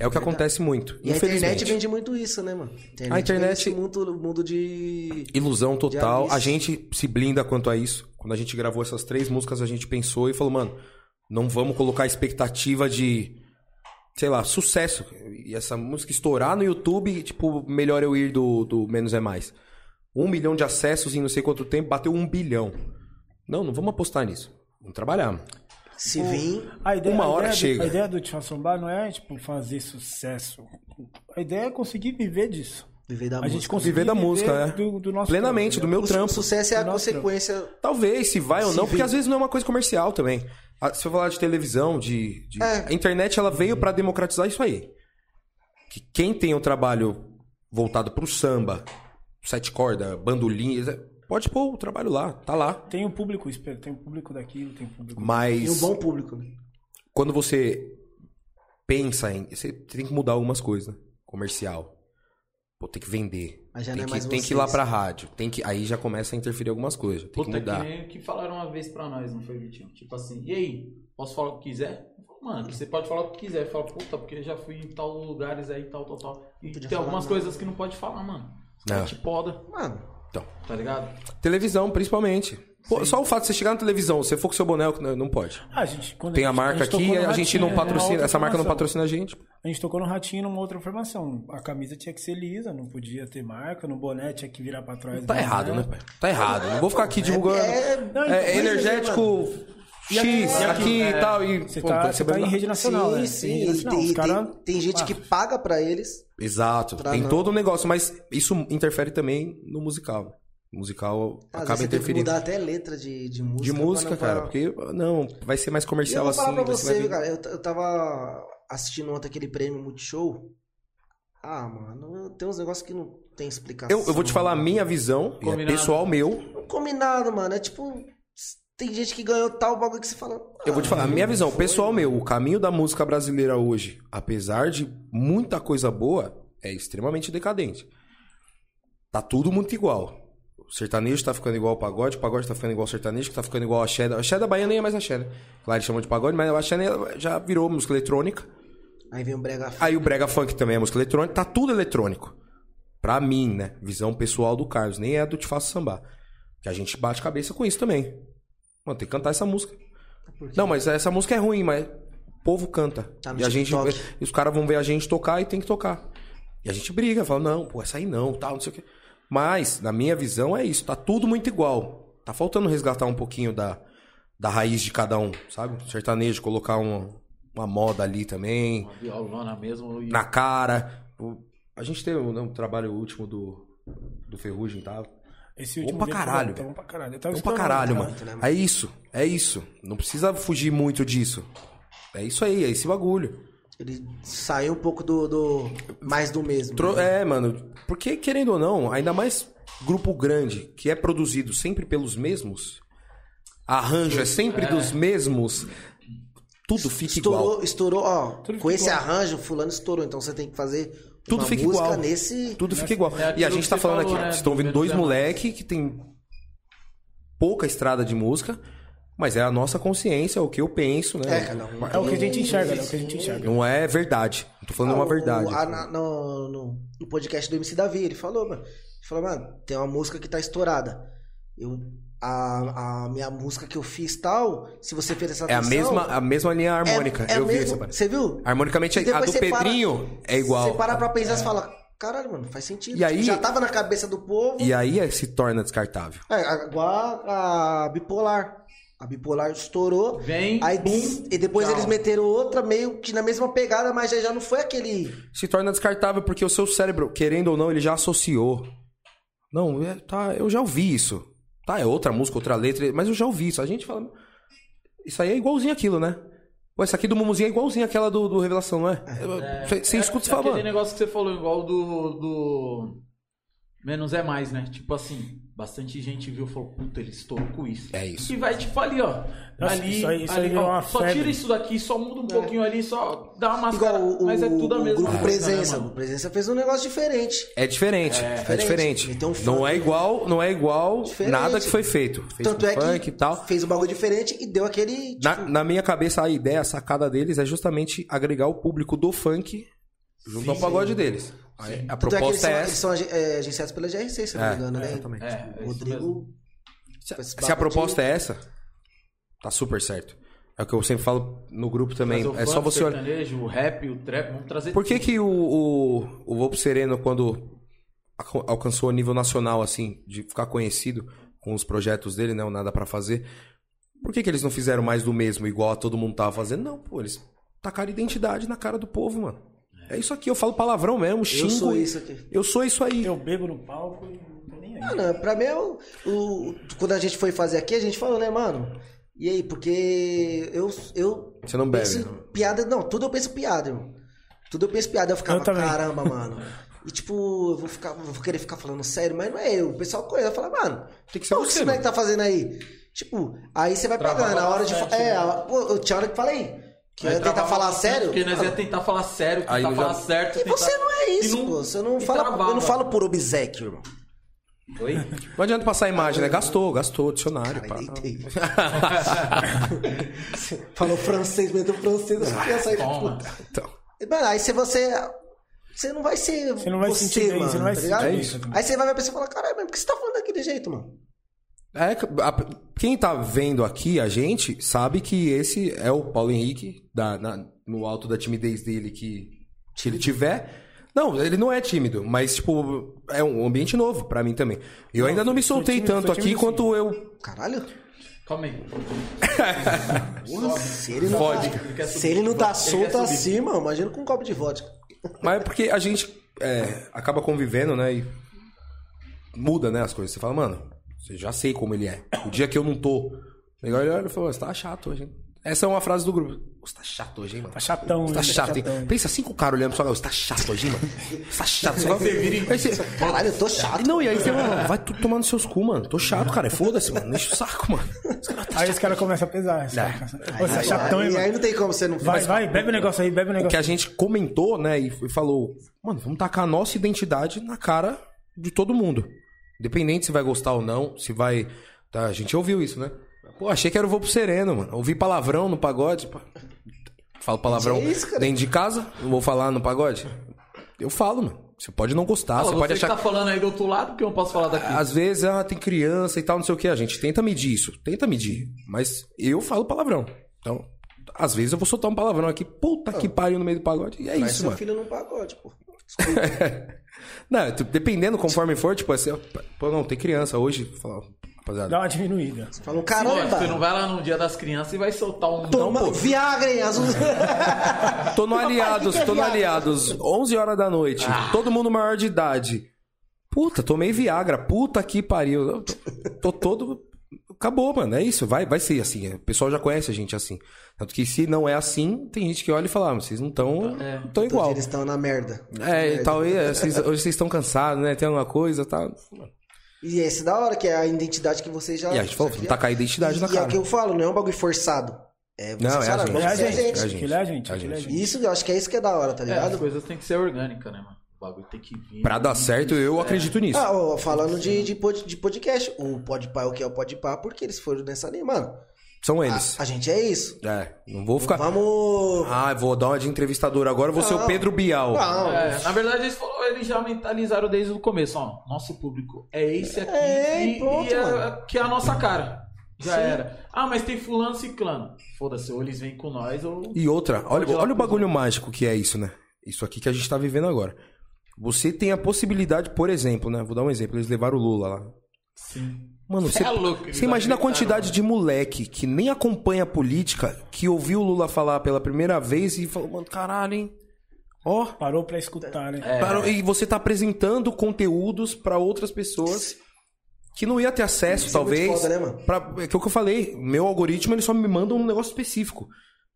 Speaker 3: É o que acontece muito.
Speaker 1: E a internet
Speaker 3: infelizmente.
Speaker 1: vende muito isso, né, mano?
Speaker 3: A internet-
Speaker 1: vende muito o mundo de.
Speaker 3: Ilusão total.
Speaker 1: Já
Speaker 3: A
Speaker 1: disse.
Speaker 3: gente se blinda quanto a isso. Quando a gente gravou essas três músicas, a gente pensou e falou, mano, não vamos colocar expectativa de, sei lá, sucesso. E essa música estourar no YouTube, tipo, melhor eu ir do, do Menos é Mais. Um milhão de acessos em não sei quanto tempo, bateu um bilhão. Não, não vamos apostar nisso. Vamos trabalhar.
Speaker 1: Se vir.
Speaker 4: A ideia,
Speaker 3: Uma
Speaker 4: a
Speaker 3: hora
Speaker 4: ideia do-
Speaker 3: chega.
Speaker 4: a ideia do Tio Assombar não é, tipo, fazer sucesso. A ideia é conseguir viver disso.
Speaker 1: Viver da
Speaker 4: a gente
Speaker 1: música.
Speaker 4: conseguir
Speaker 3: Viver da música, é.
Speaker 4: do, do nosso
Speaker 3: Plenamente, do
Speaker 4: trampo, né?
Speaker 3: meu
Speaker 1: O su-
Speaker 3: trampo.
Speaker 1: sucesso é a
Speaker 4: Nosso
Speaker 1: consequência.
Speaker 3: Talvez, se vai ou
Speaker 1: Se
Speaker 3: não, porque
Speaker 1: vem.
Speaker 3: às vezes não é uma coisa comercial também. Ah, Se eu falar de televisão, de. de-
Speaker 1: É.
Speaker 3: A internet ela veio pra democratizar isso aí. Que quem tem um trabalho voltado pro samba, sete corda, bandolim, pode pôr o trabalho lá, tá lá.
Speaker 4: Tem um público, espero. Tem um público daquilo, tem um público.
Speaker 1: E
Speaker 3: Mas
Speaker 1: um bom público. né?
Speaker 3: quando você pensa em. Você tem que mudar algumas coisas, né? Comercial. Pô, tem que vender.
Speaker 1: Mas já
Speaker 3: tem
Speaker 1: não é
Speaker 3: que,
Speaker 1: mais
Speaker 3: tem que ir lá
Speaker 1: vocês.
Speaker 3: pra rádio. Tem que, aí já começa a interferir algumas coisas. Tem que
Speaker 2: Puta que
Speaker 3: mudar.
Speaker 2: nem o que falaram uma vez pra nós, não foi, Vitinho? Tipo assim, e aí? Posso falar o que quiser? Eu falo, Mano, você pode falar o que quiser. Fala, puta, porque eu já fui em tal lugares aí, tal, tal, tal. E
Speaker 1: Podia
Speaker 2: tem
Speaker 1: falar
Speaker 2: algumas
Speaker 1: nada.
Speaker 2: coisas que não pode falar, mano. Os caras
Speaker 3: É.
Speaker 2: te poda,
Speaker 1: Mano,
Speaker 2: tá ligado?
Speaker 3: Televisão, principalmente. Pô, só o fato de você chegar na televisão, você for com seu boné, não não pode.
Speaker 4: Ah, A gente, quando
Speaker 3: Tem a
Speaker 4: gente- tá
Speaker 3: marca
Speaker 4: tocou
Speaker 3: aqui,
Speaker 4: no
Speaker 3: a gente
Speaker 4: Ratinho,
Speaker 3: não
Speaker 4: numa
Speaker 3: patrocina,
Speaker 4: né? outra
Speaker 3: essa marca não
Speaker 4: formação.
Speaker 3: patrocina a gente. Tá
Speaker 4: A gente tocou no Ratinho numa outra formação. A camisa tinha que ser lisa, não podia ter marca, no boné tinha que virar pra trás.
Speaker 3: Tá
Speaker 4: do
Speaker 3: errado,
Speaker 4: boné.
Speaker 3: né, pai? Tá errado. Não vou ficar aqui divulgando.
Speaker 1: é-
Speaker 3: É,
Speaker 4: Não, então, mas-
Speaker 3: energético
Speaker 4: E aqui,
Speaker 3: X
Speaker 4: e aqui,
Speaker 3: aqui e tal. E,
Speaker 4: Você
Speaker 3: pô, então
Speaker 4: tá,
Speaker 3: tem que
Speaker 4: você
Speaker 3: ser
Speaker 4: tá em
Speaker 3: bem-
Speaker 4: rede nacional,
Speaker 1: sim,
Speaker 4: né?
Speaker 1: sim.
Speaker 4: Em rede
Speaker 1: E
Speaker 4: nacional.
Speaker 1: tem,
Speaker 4: Os cara-
Speaker 1: tem- tem gente
Speaker 4: Ah,
Speaker 1: que paga pra eles.
Speaker 3: Exato.
Speaker 1: Pra
Speaker 3: tem
Speaker 1: não.
Speaker 3: todo o negócio, mas isso interfere também no musical. O musical
Speaker 1: Às
Speaker 3: acaba
Speaker 1: vezes você tem que
Speaker 3: interferindo.
Speaker 1: mudar até letra de, de música.
Speaker 3: De música,
Speaker 1: pra não-
Speaker 3: cara. Porque, não, vai ser mais
Speaker 1: E eu
Speaker 3: comercial
Speaker 1: vou
Speaker 3: assim.
Speaker 1: falar pra
Speaker 3: vai ser mais-
Speaker 1: você, viu, cara. Eu, t- eu tava assistindo ontem aquele prêmio Multishow. Ah, mano, tem uns negócios que não tem explicação.
Speaker 3: Eu, eu vou te falar a minha visão, e é
Speaker 2: Combinado.
Speaker 3: pessoal meu.
Speaker 1: Não combinado, mano. É tipo. Tem gente que ganhou tal bagulho que você fala.
Speaker 3: Eu vou te
Speaker 1: ah,
Speaker 3: falar, a minha visão,
Speaker 1: foi,
Speaker 3: pessoal meu, o caminho da música brasileira hoje, apesar de muita coisa boa, é extremamente decadente. Tá tudo muito igual. O sertanejo tá ficando igual ao pagode, o pagode tá ficando igual ao sertanejo, que tá ficando igual a axé. A axé da Bahia nem é mais axé, né? Claro, eles chamam de pagode, mas a axé né, já virou música eletrônica.
Speaker 1: Aí vem um brega f-
Speaker 3: Aí o brega funk também é música eletrônica, tá tudo eletrônico. Pra mim, né? Visão pessoal do Carlos, nem é do Te Faço Sambar. Que a gente bate cabeça com isso também. Mano, tem que cantar essa música. Não, mas essa música é ruim, mas o povo canta.
Speaker 1: Tá no
Speaker 3: e a gente,
Speaker 1: TikTok.
Speaker 3: e os caras vão ver a gente tocar e tem que tocar. E a gente briga, fala, não, pô, essa aí não, tal, não sei o quê. Mas, na minha visão, é isso. Tá tudo muito igual. Tá faltando resgatar um pouquinho da, da raiz de cada um, sabe? Sertanejo, colocar um- uma moda ali também
Speaker 2: Uma violona mesmo. E...
Speaker 3: na cara. O- A gente teve né, um trabalho último do, do Ferrugem, tá?
Speaker 4: Esse
Speaker 3: Bom
Speaker 4: último
Speaker 3: pra
Speaker 4: dia-
Speaker 3: caralho,
Speaker 4: Bom
Speaker 3: velho.
Speaker 4: pra caralho. Eu tava um
Speaker 3: Então pra
Speaker 4: esperando,
Speaker 3: caralho,
Speaker 4: cara.
Speaker 3: mano.
Speaker 1: muito, né, mano?
Speaker 3: É isso, é isso. Não precisa fugir muito disso. É isso aí, é esse bagulho.
Speaker 1: Ele saiu um pouco do. do- mais do mesmo.
Speaker 3: Tro-
Speaker 1: né?
Speaker 3: É, mano, porque querendo ou não, ainda mais grupo grande, que é produzido sempre pelos mesmos, arranjo é sempre dos mesmos, tudo fica
Speaker 1: estourou,
Speaker 3: igual.
Speaker 1: estourou, ó.
Speaker 4: Tudo
Speaker 1: com
Speaker 4: fica
Speaker 1: esse
Speaker 4: igual.
Speaker 1: arranjo, fulano estourou. Então você tem que fazer
Speaker 3: Tudo
Speaker 1: uma
Speaker 3: fica
Speaker 1: música
Speaker 3: igual.
Speaker 1: nesse.
Speaker 3: Tudo fica igual.
Speaker 2: É aquilo
Speaker 3: e a gente
Speaker 2: que
Speaker 3: tá
Speaker 2: você
Speaker 3: falando
Speaker 2: falou,
Speaker 3: aqui,
Speaker 2: né,
Speaker 3: vocês estão ouvindo
Speaker 2: do
Speaker 3: dois
Speaker 2: Menos é Mais.
Speaker 3: moleque que tem pouca estrada de música, mas é a nossa consciência, é o que eu penso, né?
Speaker 1: É, cada um
Speaker 4: É o que a gente
Speaker 1: tem-
Speaker 4: enxerga, né? É o que a gente enxerga.
Speaker 3: Não é verdade. Não tô falando
Speaker 1: Ah,
Speaker 3: uma
Speaker 1: o-
Speaker 3: verdade. assim.
Speaker 1: o- a- na- no, no- no podcast do MC Davi, ele falou, mano. Ele falou, mano, tem uma música que tá estourada. Eu a, a minha música que eu fiz tal, se você fez essa é
Speaker 3: É a mesma, a mesma linha harmônica. eu vi essa parada.
Speaker 1: Você viu?
Speaker 3: Harmonicamente,
Speaker 1: E
Speaker 3: a
Speaker 1: depois
Speaker 3: do
Speaker 1: você para-
Speaker 3: Pedrinho é igual.
Speaker 1: Você para pra pensar e fala, caralho, mano, faz sentido.
Speaker 3: E aí-
Speaker 1: Já tava na cabeça do povo.
Speaker 3: E aí é, se torna descartável.
Speaker 1: É, igual a, a bipolar. A bipolar estourou.
Speaker 2: Vem,
Speaker 1: Aí,
Speaker 2: bum,
Speaker 1: e depois
Speaker 2: tchau.
Speaker 1: eles meteram outra meio que na mesma pegada, mas já, já não foi aquele.
Speaker 3: Se torna descartável porque o seu cérebro, querendo ou não, ele já associou. Não, é, tá, eu já ouvi isso. Tá, é outra música, outra letra, mas eu já ouvi isso. A gente fala. Isso aí é igualzinho aquilo, né? Ué, essa aqui do Mumuzinho é igualzinho aquela do, do Revelação, não é? Você você escuta e
Speaker 1: tá
Speaker 2: é
Speaker 3: fala,
Speaker 2: Aquele
Speaker 3: mano.
Speaker 2: negócio que você falou, igual do, do. Menos é mais, né? Tipo assim, bastante gente viu e falou, puta, ele estourou com isso.
Speaker 3: É isso.
Speaker 2: E vai, tipo, ali, ó.
Speaker 4: Nossa,
Speaker 2: ali,
Speaker 4: isso aí- isso
Speaker 2: ali,
Speaker 4: aí é
Speaker 2: ó.
Speaker 4: uma
Speaker 2: Só
Speaker 4: febre.
Speaker 2: tira isso daqui, só muda um pouquinho ali, só dá uma máscara.
Speaker 1: Igual o,
Speaker 2: mas é tudo a
Speaker 1: o
Speaker 2: mesma
Speaker 1: grupo
Speaker 2: coisa,
Speaker 1: Presença.
Speaker 2: né,
Speaker 1: O
Speaker 2: mano?
Speaker 1: grupo Presença fez um negócio diferente.
Speaker 3: É diferente. É,
Speaker 1: diferente.
Speaker 3: diferente.
Speaker 1: Então, funk-
Speaker 3: não é igual, não é igual
Speaker 1: Diferente.
Speaker 3: nada que foi feito. Fez
Speaker 1: Tanto
Speaker 3: com
Speaker 1: é que
Speaker 3: funk e tal.
Speaker 1: fez um bagulho diferente e deu aquele. tipo,
Speaker 3: Na, na minha cabeça, a ideia, a sacada deles é justamente agregar o público do funk junto ao pagode deles. Aí, A
Speaker 1: Tanto é que eles
Speaker 3: proposta
Speaker 1: são,
Speaker 3: é
Speaker 1: eles
Speaker 3: essa.
Speaker 1: são agi- é, agenciados pela GRC, se eu não me
Speaker 3: É,
Speaker 1: engano, né?
Speaker 3: exatamente.
Speaker 2: É,
Speaker 1: Tipo,
Speaker 2: é isso
Speaker 1: Rodrigo.
Speaker 3: Se,
Speaker 1: com esse
Speaker 3: se a
Speaker 1: babadinho.
Speaker 3: proposta é essa, tá super certo. É o que eu sempre falo no grupo também.
Speaker 2: Trazer o
Speaker 3: É só
Speaker 2: funk,
Speaker 3: você
Speaker 2: o
Speaker 3: olhar.
Speaker 2: sertanejo, o rap, o trap, vamos trazer
Speaker 3: Por que, que o, o, o Vou Pro Sereno, quando alca- alcançou o nível nacional, assim, de ficar conhecido com os projetos dele, né? O Nada Pra Fazer, por que, que eles não fizeram mais do mesmo, igual a todo mundo tava fazendo? Não, pô, eles tacaram identidade na cara do povo, mano. É isso aqui, eu falo palavrão mesmo, xingo.
Speaker 1: Eu sou isso aqui.
Speaker 3: Eu sou isso aí.
Speaker 4: Eu bebo no palco e não tô nem aí.
Speaker 1: Mano, pra mim, é o, o- quando a gente foi fazer aqui, a gente falou, né, mano? E aí, porque eu, eu
Speaker 3: Você não bebe.
Speaker 1: penso
Speaker 3: né?
Speaker 1: em piada. Não, tudo eu penso em piada, irmão. Tudo eu penso em piada. Eu ficava,
Speaker 4: Eu também.
Speaker 1: caramba, mano. E tipo, eu vou, ficar, eu vou querer ficar falando sério, mas não é eu. O pessoal conhece, fala, mano,
Speaker 3: Tem que ser
Speaker 1: pô,
Speaker 3: você,
Speaker 1: esse moleque tá fazendo aí? Tipo, aí você vai pegando, a hora de. fa-
Speaker 2: né?
Speaker 1: É, a- pô, eu tinha hora que falei. Que eu ia tentar falar sério.
Speaker 2: Porque nós ia
Speaker 1: mano,
Speaker 2: tentar falar sério, tentar
Speaker 3: Aí eu já-
Speaker 2: falar certo.
Speaker 1: E
Speaker 2: tentar-
Speaker 1: você não é isso,
Speaker 2: E não-
Speaker 1: pô. Você não
Speaker 2: e
Speaker 1: fala, eu
Speaker 2: travava.
Speaker 1: não falo por obsequio, irmão.
Speaker 3: <laughs>
Speaker 2: Oi?
Speaker 3: Não adianta passar a imagem, né? Gastou, gastou, dicionário.
Speaker 1: Cara,
Speaker 3: pá.
Speaker 1: deitei. Falou francês, mas do francês, eu ia sair da
Speaker 2: Toma.
Speaker 1: puta.
Speaker 3: Então,
Speaker 1: Mano, aí se você. Você não vai ser. Você
Speaker 4: não vai
Speaker 1: você,
Speaker 4: sentir bem,
Speaker 1: mano,
Speaker 4: você não vai
Speaker 1: tá
Speaker 4: sentir
Speaker 1: ligado?
Speaker 3: bem, isso.
Speaker 1: Aí você vai ver a pessoa e fala: caralho, mas por que você tá falando daquele jeito, mano?
Speaker 3: é, a- quem tá vendo aqui a gente sabe que esse é o Paulo Henrique, da- na- no alto da timidez dele que se ele tiver. Não, ele não é tímido, mas, tipo, é um ambiente novo pra mim também. Eu ainda não me
Speaker 4: sou
Speaker 3: soltei
Speaker 4: tímido,
Speaker 3: tanto
Speaker 4: sou
Speaker 3: aqui
Speaker 4: tímido,
Speaker 3: quanto eu.
Speaker 1: Caralho.
Speaker 2: Calma aí.
Speaker 1: Porra, se ele não
Speaker 3: Vodka.
Speaker 1: tá,
Speaker 2: Ele quer
Speaker 1: se
Speaker 2: subir.
Speaker 1: ele não tá
Speaker 2: Ele quer
Speaker 1: solto
Speaker 2: subir.
Speaker 1: assim, mano, imagina com um copo de vodka.
Speaker 3: Mas é porque a gente é, acaba convivendo, né? E muda, né, as coisas. Você fala, mano, você já sei como ele é. O dia que eu não tô. Legal, ele olha e fala, você tá chato hoje, hein? Essa é uma frase do grupo. Você tá chato hoje, hein, mano?
Speaker 4: Tá chatão,
Speaker 3: Você tá
Speaker 4: né?
Speaker 3: chato, hein?
Speaker 4: Chatão.
Speaker 3: Pensa cinco caras olhando pra sua cara, você tá chato hoje, hein, mano? Você tá chato. Você vai...
Speaker 2: Você vira em-
Speaker 3: Aí você-
Speaker 1: Caralho, eu tô chato.
Speaker 3: Não, e aí você vai, vai tudo tomando seus cu, mano. Tô chato, cara. É Foda-se, mano. Deixa o saco, mano. Os caras tá
Speaker 4: Aí os caras começam a pesar. Os caras começam- Ô, Você é chatão, hein,
Speaker 1: e aí
Speaker 4: mano?
Speaker 1: não tem como você não
Speaker 4: Vai, vai, bebe o negócio aí, bebe o
Speaker 3: o que
Speaker 4: negócio.
Speaker 3: a gente comentou, né, e e falou, mano, vamos tacar a nossa identidade na cara de todo mundo. Independente se vai gostar ou não, se vai. Tá, a gente ouviu isso, né? Pô, achei que era o Vou pro Sereno, mano. Ouvi palavrão no pagode. pá. Falo palavrão
Speaker 1: Que isso, cara?
Speaker 3: dentro de casa, não vou falar no pagode. Eu falo, mano. Você pode não gostar,
Speaker 2: Fala,
Speaker 3: Ah, você pode achar
Speaker 2: que tá falando aí do outro lado, porque eu não posso falar daqui.
Speaker 3: às vezes, ah, tem criança e tal, não sei o que. A gente tenta medir isso, tenta medir. Mas eu falo palavrão. Então, às vezes eu vou soltar um palavrão aqui, puta que pariu no meio do pagode. E é
Speaker 1: Traz
Speaker 3: isso,
Speaker 1: seu
Speaker 3: mano.
Speaker 1: filho num pacote, pô.
Speaker 3: Não, tu- dependendo conforme for, tipo assim, ó, pô, não, tem criança hoje. Fala, rapaziada.
Speaker 4: Dá uma diminuída.
Speaker 1: Fala,
Speaker 2: Lógico, você não
Speaker 1: caramba.
Speaker 2: vai lá no dia das crianças e vai soltar um.
Speaker 1: Toma, Viagra, hein, azul. <laughs>
Speaker 3: Tô no Aliados,
Speaker 1: que que é
Speaker 3: tô no
Speaker 1: Viagra?
Speaker 3: Aliados, 11 horas da noite. Todo mundo maior de idade. Puta, tomei Viagra, puta que pariu. Eu Tô, tô todo. Acabou, mano. É isso, vai, vai ser assim. O pessoal já conhece a gente assim. Tanto que se não é assim, tem gente que olha e fala, ah, mas vocês não
Speaker 4: Então,
Speaker 3: estão
Speaker 2: É.
Speaker 3: tão igual.
Speaker 1: Eles estão na merda.
Speaker 3: É, e tal, e, é, vocês- hoje vocês estão cansados, né? Tem alguma coisa, tá?
Speaker 1: E esse da hora, que é a identidade que você já.
Speaker 3: E a gente falou, vamos tacar a identidade
Speaker 1: e,
Speaker 3: na
Speaker 1: e é o
Speaker 3: cara.
Speaker 1: que eu falo, não é um bagulho forçado. É você
Speaker 3: Não, é a
Speaker 1: falar,
Speaker 3: gente.
Speaker 1: vamos
Speaker 4: É a
Speaker 1: ser
Speaker 4: gente,
Speaker 3: é a gente.
Speaker 4: aquilo é a gente,
Speaker 3: É a
Speaker 4: aquilo é a
Speaker 3: gente.
Speaker 4: gente.
Speaker 1: Isso, eu acho que é isso que é da hora, tá
Speaker 2: É, as
Speaker 1: ligado?
Speaker 2: coisas têm que ser orgânicas, né, mano? O bagulho tem que vir.
Speaker 3: Pra dar certo, eu acredito nisso.
Speaker 1: Ah, um é ó, falando de, de, pod- de podcast, o Podpah, o que é o Podpah, porque eles foram nessa linha, mano.
Speaker 3: São eles.
Speaker 1: A, a gente é isso.
Speaker 3: É, não vou ficar.
Speaker 1: Vamos.
Speaker 3: Ah, eu vou dar uma de entrevistador agora, eu vou ser o
Speaker 1: Não.
Speaker 3: Pedro Bial.
Speaker 1: Não.
Speaker 2: É, na verdade, eles, falou, eles já mentalizaram desde o começo, ó. Nosso público é esse aqui
Speaker 1: É,
Speaker 2: e,
Speaker 1: pronto,
Speaker 2: e é-
Speaker 1: mano.
Speaker 2: que é a nossa cara. Já
Speaker 1: Sim.
Speaker 2: era. Ah, mas tem fulano ciclano. Foda-se, ou eles vêm com nós ou.
Speaker 3: E outra, olha,
Speaker 2: Pode ir lá
Speaker 3: olha o
Speaker 2: pro
Speaker 3: bagulho mágico que é isso, né? Isso aqui que a gente tá vivendo agora. Você tem a possibilidade, por exemplo, né? Vou dar um exemplo, eles levaram o Lula lá.
Speaker 2: Sim.
Speaker 3: Mano, você,
Speaker 2: É louco, um eles
Speaker 3: você imagina a
Speaker 2: acreditaram,
Speaker 3: quantidade de moleque que nem acompanha a política, que ouviu o Lula falar pela primeira vez e falou, mano, caralho, hein? Ó,
Speaker 4: Parou pra escutar, né?
Speaker 2: É.
Speaker 3: Claro, e você tá apresentando conteúdos pra outras pessoas que não ia ter acesso,
Speaker 1: Isso é muito
Speaker 3: talvez.
Speaker 1: foda, né, mano?
Speaker 3: pra, é que é o que eu falei, meu algoritmo ele só me manda um negócio específico.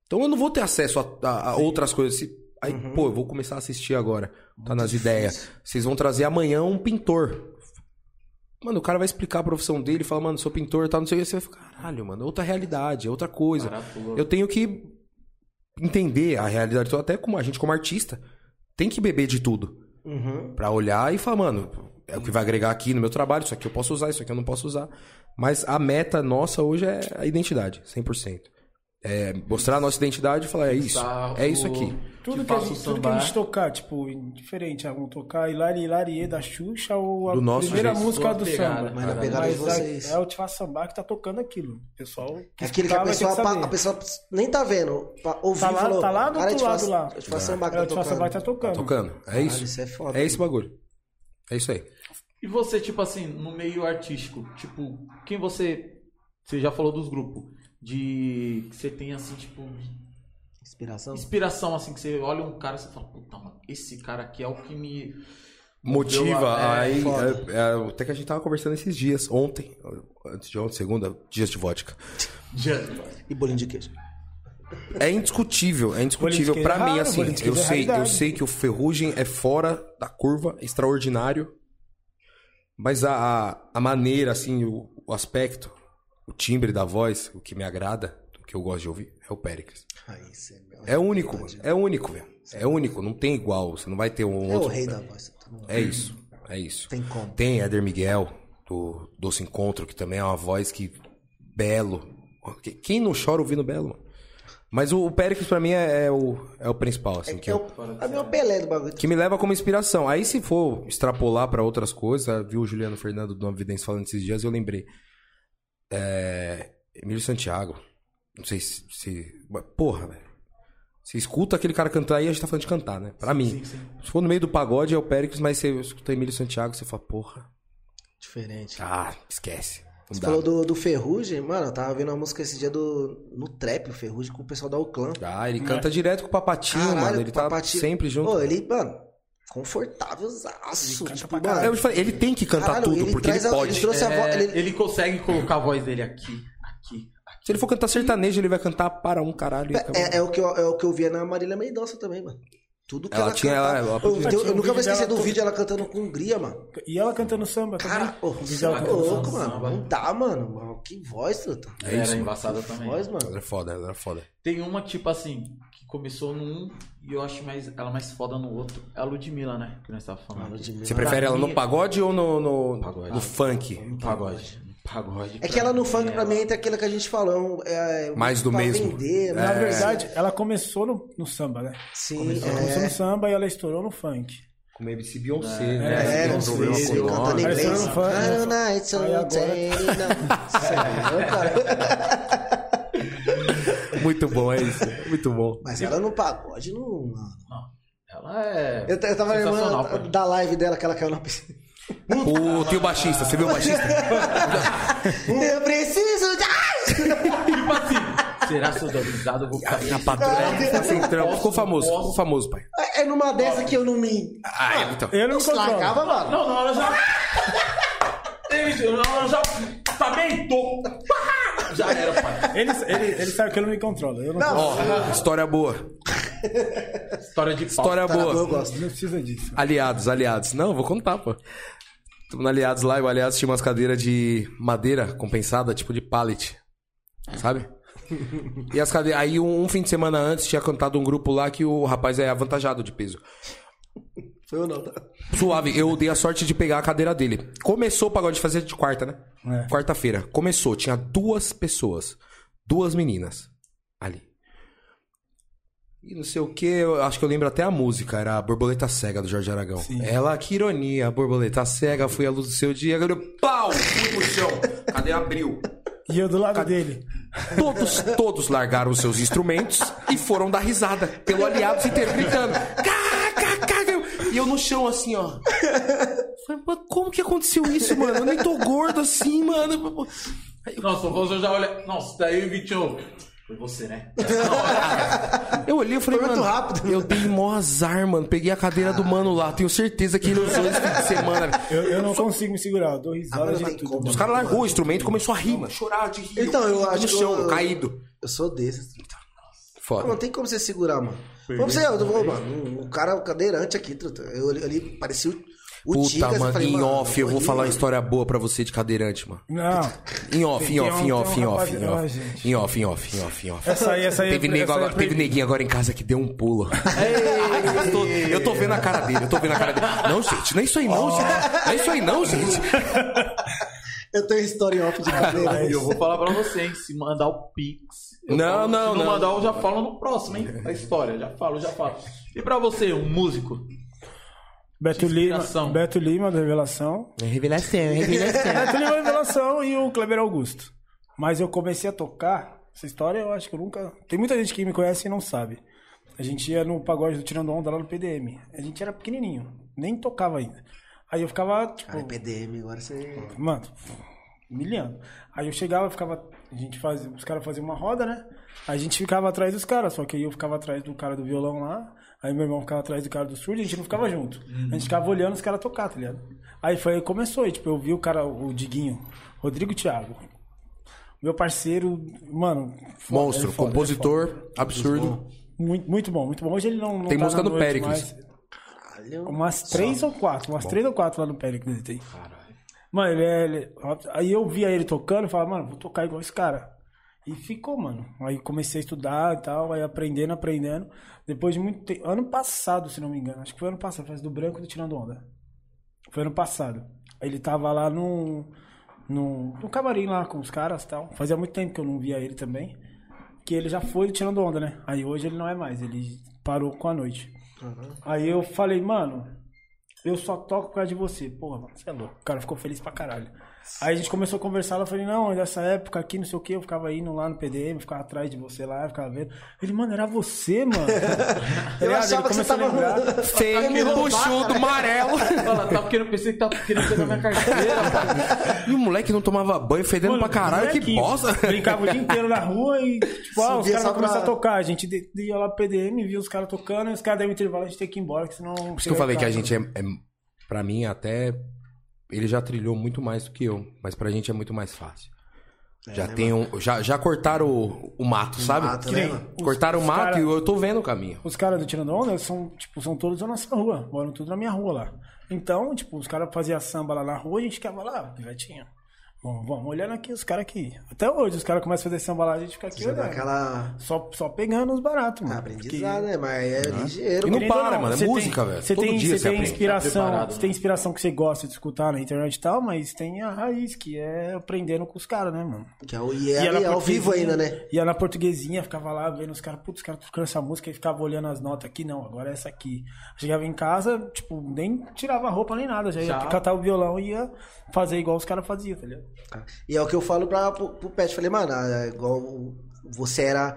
Speaker 3: Então eu não vou ter acesso a, a- a outras coisas. Se- Aí, pô, eu vou começar a assistir agora. Tá nas ideias. Vocês vão trazer amanhã um pintor. Mano, o cara vai explicar a profissão dele, fala, mano, sou pintor, tá, não sei o que. Você vai ficar, caralho, mano, outra realidade, é outra coisa.
Speaker 2: Maravilhoso.
Speaker 3: Eu tenho que entender a realidade. Então, até como a gente, como artista, tem que beber de tudo.
Speaker 1: Uhum.
Speaker 3: Pra olhar e falar, mano, é o que vai agregar aqui no meu trabalho. Isso aqui eu posso usar, isso aqui eu não posso usar. Mas a meta nossa hoje é a identidade, 100%. É mostrar a nossa identidade e falar, é isso.
Speaker 2: Tá,
Speaker 3: É isso
Speaker 2: o-
Speaker 3: aqui.
Speaker 4: Tudo, que a,
Speaker 2: faça o
Speaker 4: gente, tudo que
Speaker 2: samba.
Speaker 4: a gente tocar, tipo, indiferente, ah, vamos tocar Hilari Hilarie da Xuxa ou a
Speaker 3: Do nosso
Speaker 4: primeira
Speaker 3: jeito.
Speaker 4: música do
Speaker 2: Sua pegada.
Speaker 4: samba.
Speaker 1: Mas na
Speaker 2: Caralho.
Speaker 1: pegada de
Speaker 4: Mas a-
Speaker 1: vocês.
Speaker 4: é o Tifa Samba que tá tocando aquilo. O pessoal que
Speaker 1: É aquele que a
Speaker 4: escutar vai ter
Speaker 1: pessoa,
Speaker 4: que
Speaker 1: pa-
Speaker 4: saber.
Speaker 1: a pessoa nem tá vendo. pa- Ouviu
Speaker 4: Tá
Speaker 1: e
Speaker 4: lá-
Speaker 1: falou.
Speaker 4: tá lá do
Speaker 1: "Cara,
Speaker 4: outro
Speaker 1: eu te
Speaker 4: lado
Speaker 1: faço-
Speaker 4: lá."
Speaker 1: Eu te faço samba que
Speaker 4: É o
Speaker 1: tá
Speaker 4: Tifa Samba que tá
Speaker 1: tocando.
Speaker 3: Tá
Speaker 4: tocando.
Speaker 3: tocando. É
Speaker 1: Caralho,
Speaker 3: isso.
Speaker 1: isso é foda.
Speaker 3: É esse bagulho. É isso aí.
Speaker 2: E você, tipo assim, no meio artístico, tipo, quem você. Você já falou dos grupos. De. Que você tem assim, tipo.
Speaker 1: Inspiração.
Speaker 2: Inspiração, assim, que você olha um cara e você fala, puta, mano, esse cara aqui é o que me. Deu
Speaker 3: Motiva.
Speaker 2: a- é,
Speaker 3: aí,
Speaker 1: foda.
Speaker 3: é- é, até que a gente tava conversando esses dias, ontem, antes de ontem, segunda, dias de vodka.
Speaker 1: E bolinho de queijo.
Speaker 3: É indiscutível, é indiscutível
Speaker 4: Bolinho
Speaker 3: pra
Speaker 4: de queijo é
Speaker 3: mim
Speaker 4: raro,
Speaker 3: assim.
Speaker 4: bolinho de
Speaker 3: Eu
Speaker 4: queijo é
Speaker 3: sei, eu
Speaker 4: raridade.
Speaker 3: sei que o Ferrugem é fora da curva, extraordinário. Mas a, a, a maneira assim, o, o aspecto, o timbre da voz, o que me agrada, o que eu gosto de ouvir é o Péricles.
Speaker 1: Aí, isso é,
Speaker 3: É único, mano. é único, velho. É único, não tem igual, você não vai ter um
Speaker 1: É o
Speaker 3: outro.
Speaker 1: rei da voz. tá bom?
Speaker 3: É isso. É isso.
Speaker 1: Tem como.
Speaker 3: Tem Éder Miguel, do Doce Encontro, que também é uma voz que. Belo. Que- Quem não chora ouvindo Belo, mano? Mas o, o Péricles, pra mim, é, é o, é o principal, assim. que,
Speaker 1: É
Speaker 3: eu-
Speaker 1: o, é o meu Pelé do bagulho.
Speaker 3: que me leva como inspiração. Aí, se for extrapolar pra outras coisas, ah, viu o Juliano Fernando do Novidência falando esses dias, eu lembrei. É, Emílio Santiago. Não sei se. se mas, porra, velho. Você escuta aquele cara cantar e a gente tá falando de cantar, né? Pra mim.
Speaker 2: Sim, sim.
Speaker 3: Se for no meio do pagode, é o Péricles, mas você escuta Emílio Santiago, você fala, porra.
Speaker 1: Diferente.
Speaker 3: Ah, esquece. Não
Speaker 1: Você
Speaker 3: dá.
Speaker 1: falou do, do Ferrugem, mano, eu tava vendo uma música esse dia do. No trap, o Ferrugem, com o pessoal da Oclan.
Speaker 3: Ah, ele canta direto com o Papatinho,
Speaker 1: Caralho,
Speaker 3: mano. Ele tá
Speaker 1: Papatinho.
Speaker 3: sempre junto.
Speaker 1: Pô, ele, mano, confortável zaço. Tipo, mano,
Speaker 3: É, Eu te falei, ele tem que cantar
Speaker 1: Caralho,
Speaker 3: tudo,
Speaker 1: ele
Speaker 3: porque ele
Speaker 1: traz a-
Speaker 3: pode.
Speaker 1: ele trouxe a voz.
Speaker 2: É,
Speaker 1: Ele...
Speaker 2: ele consegue colocar a voz dele aqui, aqui.
Speaker 3: Se ele for cantar sertanejo, ele vai cantar para um caralho. e acabou.
Speaker 1: É, é o que eu, é o que eu via na Marília Mendonça também, mano. Tudo que
Speaker 3: Ela
Speaker 1: ela,
Speaker 3: tinha-
Speaker 1: cantava.
Speaker 3: ela- ela
Speaker 1: eu,
Speaker 3: podia-
Speaker 1: eu- eu
Speaker 4: Tinha um
Speaker 1: nunca vou
Speaker 4: vídeo
Speaker 1: esquecer
Speaker 4: dela
Speaker 1: do
Speaker 4: todo-
Speaker 1: vídeo ela cantando com Hungria,
Speaker 3: Tá
Speaker 1: mano.
Speaker 4: E ela cantando samba também.
Speaker 1: Cara, ô,
Speaker 4: Diz
Speaker 1: você
Speaker 4: ela
Speaker 1: tá
Speaker 4: cantando
Speaker 1: louco,
Speaker 4: samba.
Speaker 1: mano. Não dá, mano. Mano, Que voz, Truta.
Speaker 3: É
Speaker 2: Era
Speaker 3: isso, mano.
Speaker 2: embaçada
Speaker 1: Que
Speaker 2: também.
Speaker 1: voz, mano.
Speaker 3: Ela era foda, ela era foda.
Speaker 2: Tem uma, tipo assim, que começou num e eu acho mais, ela mais foda no outro. É a Ludmilla, né? Que nós tava falando.
Speaker 1: Mano, de mim,
Speaker 3: é Você
Speaker 1: mano.
Speaker 3: prefere ela no
Speaker 2: mim-
Speaker 3: pagode ou no, no,
Speaker 2: Pagode.
Speaker 3: no
Speaker 1: Ah,
Speaker 3: funk?
Speaker 2: um Pagode. Pagode.
Speaker 1: É
Speaker 2: pra
Speaker 1: que ela no
Speaker 2: mim,
Speaker 1: funk, pra
Speaker 2: ela-
Speaker 1: mim, entra aquilo que a gente falou. É, é,
Speaker 3: Mais do
Speaker 1: pra
Speaker 3: mesmo. É.
Speaker 1: Vender,
Speaker 4: Na
Speaker 1: mano.
Speaker 4: verdade, ela começou no, no samba, né?
Speaker 1: Sim,
Speaker 4: Ela começou no
Speaker 1: é.
Speaker 4: samba e ela estourou no funk.
Speaker 3: Como MC Beyoncé, né?
Speaker 1: É,
Speaker 3: Ela
Speaker 1: é,
Speaker 3: tem
Speaker 1: não
Speaker 3: um problema
Speaker 1: sei,
Speaker 3: com
Speaker 1: ele
Speaker 3: o nome.
Speaker 1: cantando em
Speaker 4: Parece
Speaker 1: inglês.
Speaker 4: um fã, né?
Speaker 1: Cara, não, it's
Speaker 4: Aí
Speaker 1: a
Speaker 4: agora-
Speaker 1: day, não. Sério, cara.
Speaker 3: Muito bom, é isso. Muito bom.
Speaker 1: Mas ela no pagode, não, mano.
Speaker 2: Ela é.
Speaker 1: Eu, eu tava
Speaker 2: sensacional,
Speaker 1: lembrando
Speaker 2: pô.
Speaker 1: da live dela que ela caiu na piscina.
Speaker 3: O tio baixista, você viu o baixista?
Speaker 4: É.
Speaker 1: Eu preciso de...
Speaker 2: Tipo assim, será que eu dou risada? Eu vou ficar
Speaker 3: Na
Speaker 2: feliz.
Speaker 3: patroa.
Speaker 1: Não,
Speaker 3: Ficou sem trampo.
Speaker 2: posso,
Speaker 3: Ficou famoso,
Speaker 2: posso.
Speaker 3: ficou famoso, pai.
Speaker 1: É numa dessa que eu não me...
Speaker 3: Ah, é, então.
Speaker 4: Eu
Speaker 1: Eu
Speaker 4: não me
Speaker 1: se
Speaker 4: controlo.
Speaker 1: largava, mano.
Speaker 2: Não, não, ela já. Ei, gente, Não, ela já. Tá bem? Tô. Já era, pai.
Speaker 4: Ele, ele, ele sabe que eu não me controlo. Eu não,
Speaker 1: Não.
Speaker 3: Ó, história boa.
Speaker 2: História de pau.
Speaker 3: História
Speaker 1: Tá, eu
Speaker 3: boa.
Speaker 1: gosto.
Speaker 4: não precisa disso.
Speaker 3: Aliados, aliados. Não, vou contar, pô. Tamo na Aliados lá e o Aliados tinha umas cadeiras de madeira compensada, tipo de pallet. Sabe? E as cadeiras. Aí um, um fim de semana antes tinha cantado um grupo lá que o rapaz é avantajado de peso.
Speaker 1: Foi eu não. tá?
Speaker 3: Suave, eu dei a sorte de pegar a cadeira dele. Começou o pagode de fazer de quarta, né?
Speaker 4: É.
Speaker 3: Quarta-feira. Começou, tinha duas pessoas. duas meninas ali. E não sei o que, eu acho que eu lembro até a música, era a Borboleta Cega do Jorge Aragão. Ela, que ironia, a borboleta cega, fui a luz do seu dia, agora eu, pau, fui pro chão. Cadê abriu?
Speaker 4: E eu do lado dele.
Speaker 3: Todos, todos largaram os seus instrumentos e foram dar risada pelo aliado inteiro gritando. "Cá, cá, cá", eu- E eu no chão assim, ó. Falei, "Mas como que aconteceu isso, mano? Eu nem tô gordo assim, mano.
Speaker 2: Nossa, o Fonso já olha. Nossa, daí o Vitinho. Foi você, né?
Speaker 3: Eu olhei e falei,
Speaker 1: Foi muito
Speaker 3: mano,
Speaker 1: rápido." né?"
Speaker 3: eu dei mó azar, mano. Peguei a cadeira do mano lá. Tenho certeza que ele usou esse fim de semana. velho.
Speaker 4: Eu, eu não consigo me segurar, eu dou risada
Speaker 1: Agora
Speaker 4: de
Speaker 1: tem
Speaker 4: tudo.
Speaker 1: como.
Speaker 3: Os caras largou o instrumento e começou a rir, mano. Chorar de rir.
Speaker 1: Então, eu acho
Speaker 3: no
Speaker 1: que eu-
Speaker 3: chão, caído.
Speaker 1: Eu sou desses. Não,
Speaker 3: Foda.
Speaker 1: tem como você segurar, mano. Vamos você, eu vou, mano. O cara, é o cadeirante aqui, truta. Eu olhei ali, parecia o, o Tigas,
Speaker 3: Puta,
Speaker 1: eu
Speaker 3: mano,
Speaker 1: falei,
Speaker 3: em off, eu vou
Speaker 1: ali,
Speaker 3: falar uma
Speaker 1: mano.
Speaker 3: história boa pra você de cadeirante, mano.
Speaker 4: Não.
Speaker 3: Em off, em
Speaker 4: Tem
Speaker 3: off,
Speaker 4: um-
Speaker 3: em off,
Speaker 4: tem
Speaker 3: em
Speaker 4: um
Speaker 3: off,
Speaker 4: rapaz-
Speaker 3: em
Speaker 4: Ah,
Speaker 3: off.
Speaker 4: gente.
Speaker 3: Em off, em off, em off, em off.
Speaker 4: Essa aí, essa aí. é
Speaker 3: Teve, nego
Speaker 4: essa aí
Speaker 3: agora, teve neguinho agora em casa que deu um pulo. eu, tô, eu tô vendo a cara dele, eu tô vendo a cara dele. Não, gente, não é isso aí não, gente. Não é isso aí não, gente.
Speaker 1: Eu tenho história em off de
Speaker 2: E eu
Speaker 1: cadeirante.
Speaker 2: vou falar pra vocês, se mandar o Pix. eu
Speaker 3: Não,
Speaker 2: falo,
Speaker 3: não,
Speaker 2: se não.
Speaker 3: não.
Speaker 2: mandar, eu já falo no próximo, hein? A história, já falo, já falo. E pra você, um músico?
Speaker 4: Beto Lima,
Speaker 2: Explicação.
Speaker 4: Beto Lima da Revelação.
Speaker 3: É Revelação,
Speaker 4: É, Beto Lima da Revelação e o Kleber Augusto. Mas eu comecei a tocar. Essa história eu acho que eu nunca. Tem muita gente que me conhece e não sabe. A gente ia no pagode do Tirando Onda lá no PDM. A gente era pequenininho, nem tocava ainda. Aí eu ficava, tipo,
Speaker 1: Cara, é PDM, agora você.
Speaker 4: mano, humilhando. Aí eu chegava, ficava. A gente fazia, os caras faziam uma roda, né? A gente ficava atrás dos caras, só que aí eu ficava atrás do cara do violão lá, aí meu irmão ficava atrás do cara do surdo, a gente não ficava junto. A gente ficava olhando os caras tocar, tá ligado? Aí foi aí que começou, e, tipo, eu vi o cara, o Diguinho, Rodrigo Thiago. Meu parceiro, mano. foda,
Speaker 3: Monstro,
Speaker 4: ele é foda, ele é foda.
Speaker 3: compositor, absurdo.
Speaker 4: Muito, muito bom, muito bom. Hoje ele não. não
Speaker 3: Tem
Speaker 4: tá
Speaker 3: música
Speaker 4: na
Speaker 3: do
Speaker 4: noite
Speaker 3: Péricles.
Speaker 4: mais.
Speaker 1: Caralho.
Speaker 4: Umas três ou quatro, umas três ou quatro lá no Péricles ele tem. Mano, ele, é- ele- aí eu via ele tocando e falava, mano, vou tocar igual esse cara. E ficou, mano. Aí comecei a estudar e tal, aí aprendendo, aprendendo. Depois de muito tempo, ano passado, se não me engano, acho que foi ano passado, faz do Branco e do Tirando Onda. Foi ano passado. Ele tava lá num, num, num camarim lá com os caras e tal. Fazia muito tempo que eu não via ele também. Que ele já foi do tirando onda, né? Aí hoje ele não é mais, ele parou com a noite.
Speaker 3: Uhum.
Speaker 4: Aí eu falei, mano, eu só toco por causa de você. Porra, mano, você é louco. O cara ficou feliz pra caralho. Aí a gente começou a conversar, ela falei, não, nessa época aqui, não sei o que, eu ficava indo lá no PDM, ficava atrás de você lá, ficava vendo. Ele, mano, era você, mano.
Speaker 3: <laughs>
Speaker 4: Tá
Speaker 1: Eu
Speaker 4: Ele
Speaker 1: achava que você
Speaker 4: começou a
Speaker 1: tava.
Speaker 4: lembrar.
Speaker 3: Feio, buchudo, amarelo.
Speaker 2: Fala, tá querendo, pensei que tá querendo pegar minha carteira, pai.
Speaker 3: E o moleque não tomava banho, fedendo
Speaker 4: Mano,
Speaker 3: pra caralho, que
Speaker 4: molequinho.
Speaker 3: bosta.
Speaker 4: Brincava o dia inteiro na rua e, tipo, ah, os
Speaker 1: Subia
Speaker 4: caras
Speaker 1: só
Speaker 4: vão começar
Speaker 1: pra-
Speaker 4: a tocar. A gente de- ia lá pro PDM, via os caras tocando, e os caras deram um intervalo, a gente tem que ir embora, que senão.
Speaker 3: Por isso que eu falei que a gente é, é. Pra mim, até. Ele já trilhou muito mais do que eu, mas pra gente é muito mais fácil. já tem um. Já, já cortaram o, o mato, sabe?
Speaker 1: mato, né, mano?
Speaker 3: Cortaram
Speaker 4: Os-
Speaker 3: o
Speaker 4: os
Speaker 3: mato
Speaker 4: cara-
Speaker 3: e eu tô vendo o caminho.
Speaker 4: Os caras do Tirando Onda são, tipo, são todos da nossa rua, moram tudo na minha rua lá. Então, tipo, os caras faziam samba lá na rua, a gente ficava lá, pivetinho. Bom, vamos olhando aqui os caras aqui. Até hoje, os caras começam a fazer samba lá, a gente fica aqui
Speaker 1: Você dá
Speaker 4: olhando.
Speaker 1: aquela.
Speaker 4: Só, só pegando os baratos, mano.
Speaker 1: Aprendizado, né? Mas é ligeiro,
Speaker 3: E
Speaker 1: mano.
Speaker 3: não
Speaker 4: Querendo ou
Speaker 3: para, mano, é
Speaker 4: você tem-
Speaker 3: música, velho.
Speaker 4: Você
Speaker 3: Todo
Speaker 4: tem,
Speaker 3: dia
Speaker 4: você
Speaker 3: você
Speaker 4: tem
Speaker 3: aprende.
Speaker 2: Tá
Speaker 4: inspiração,
Speaker 2: preparado,
Speaker 4: você
Speaker 2: né?
Speaker 4: tem inspiração que você gosta de escutar na internet e tal, mas tem a raiz que é aprendendo com os caras, né, mano?
Speaker 1: Que é o e é, ali, ao vivo ainda, né?
Speaker 4: E ela é portuguesinha, ficava lá vendo os caras, putz, os caras tocando essa música e ficava olhando as notas aqui, não, agora é essa aqui. Chegava em casa, tipo, nem tirava a roupa nem nada, já ia
Speaker 2: Já.
Speaker 4: catar o violão e ia fazer igual os caras faziam, tá ligado?
Speaker 1: E é o que eu falo pra, pro, pro Pet. Falei, mano, é igual o- você era.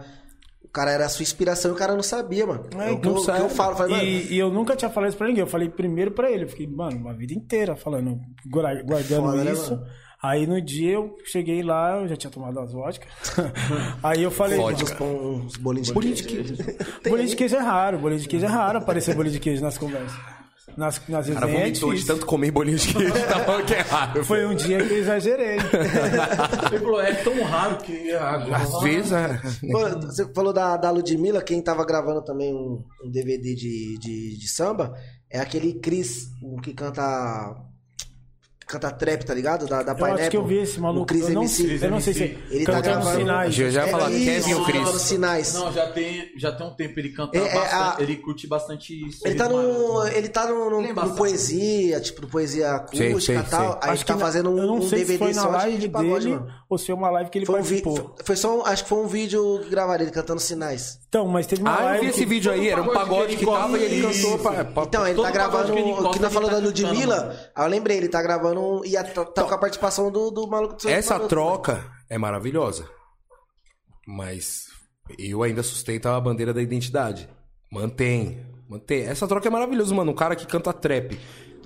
Speaker 1: O cara era a sua inspiração e o cara não sabia, mano. É, o que, eu- que eu falo. Falei, mano,
Speaker 4: e, e eu nunca tinha falado isso pra ninguém. Eu falei primeiro pra ele. Eu fiquei, mano, uma vida inteira falando, guar- guardando
Speaker 1: Foda, né,
Speaker 4: isso.
Speaker 1: mano?
Speaker 4: Aí no dia eu cheguei lá, eu já tinha tomado as vodkas. <laughs> Aí eu falei,
Speaker 3: Vodka.
Speaker 1: uns, pão- uns bolinhos de
Speaker 4: Bolinho de
Speaker 1: queijo.
Speaker 4: Bolinho de queijo é raro, bolinho de queijo é raro aparecer bolinho de queijo nas conversas. Nas, nas
Speaker 3: O cara
Speaker 4: resenhas é
Speaker 3: vomitou de
Speaker 4: difícil.
Speaker 3: tanto comer bolinho de queijo, tá falando que é raro.
Speaker 4: Foi um dia que
Speaker 1: <laughs>
Speaker 4: eu exagerei.
Speaker 2: Ele falou, é tão raro que. agora-
Speaker 3: Às vezes. é-
Speaker 1: Mano, Você falou da, da Ludmilla, quem tava gravando também um, um DVD de, de, de samba é aquele Chris, o que canta. Canta trap, tá ligado? Da, da
Speaker 4: Eu acho que eu vi esse maluco.
Speaker 1: O Chris
Speaker 4: eu não,
Speaker 1: MC.
Speaker 4: sei- eu não sei se
Speaker 1: Ele tá
Speaker 4: cantando
Speaker 1: gravando-
Speaker 4: sinais.
Speaker 3: Eu já ia falar,
Speaker 1: isso,
Speaker 3: Kevin ou
Speaker 1: cantando
Speaker 3: Chris?
Speaker 1: sinais.
Speaker 2: Não, já tem, já tem um tempo ele canta
Speaker 1: É, é,
Speaker 2: bastante.
Speaker 1: a-
Speaker 2: Ele curte bastante isso.
Speaker 1: Ele tá no. Ele tá no, no-
Speaker 2: Ele é
Speaker 1: no
Speaker 2: bastante.
Speaker 1: poesia, tipo, no poesia acústica
Speaker 3: Sei, sei,
Speaker 1: e tal.
Speaker 3: sei.
Speaker 1: Aí ele tá
Speaker 4: na-
Speaker 1: fazendo um,
Speaker 4: eu não
Speaker 1: um
Speaker 4: sei se
Speaker 1: DVD
Speaker 4: foi na
Speaker 1: só de-
Speaker 4: live
Speaker 1: de pagode,
Speaker 4: dele
Speaker 1: mano.
Speaker 4: postei uma live que ele
Speaker 1: Foi, um vi...
Speaker 4: participou.
Speaker 1: foi só um... Acho que foi um vídeo que gravaram ele cantando sinais.
Speaker 4: Então, mas teve uma
Speaker 3: Ah, eu
Speaker 4: live.
Speaker 3: vi esse
Speaker 4: que-
Speaker 3: vídeo aí, era um pagode que tava e ele cantou pra. é, pra-
Speaker 1: Então, ele
Speaker 2: Todo
Speaker 1: tá
Speaker 2: pagode que
Speaker 1: gravando.
Speaker 2: ele
Speaker 1: O que
Speaker 2: encosta,
Speaker 1: tá
Speaker 2: ele
Speaker 1: falando
Speaker 2: tá
Speaker 1: da
Speaker 2: cantando,
Speaker 1: Ludmilla, aí eu lembrei, ele tá gravando um. E a- tá, tá com a participação do, do maluco do Santos
Speaker 3: Então, Essa
Speaker 1: Maroto.
Speaker 3: troca é maravilhosa. Mas eu ainda sustento a bandeira da identidade. Mantém. Mantém. Essa troca é maravilhosa, mano. Um cara que canta trap.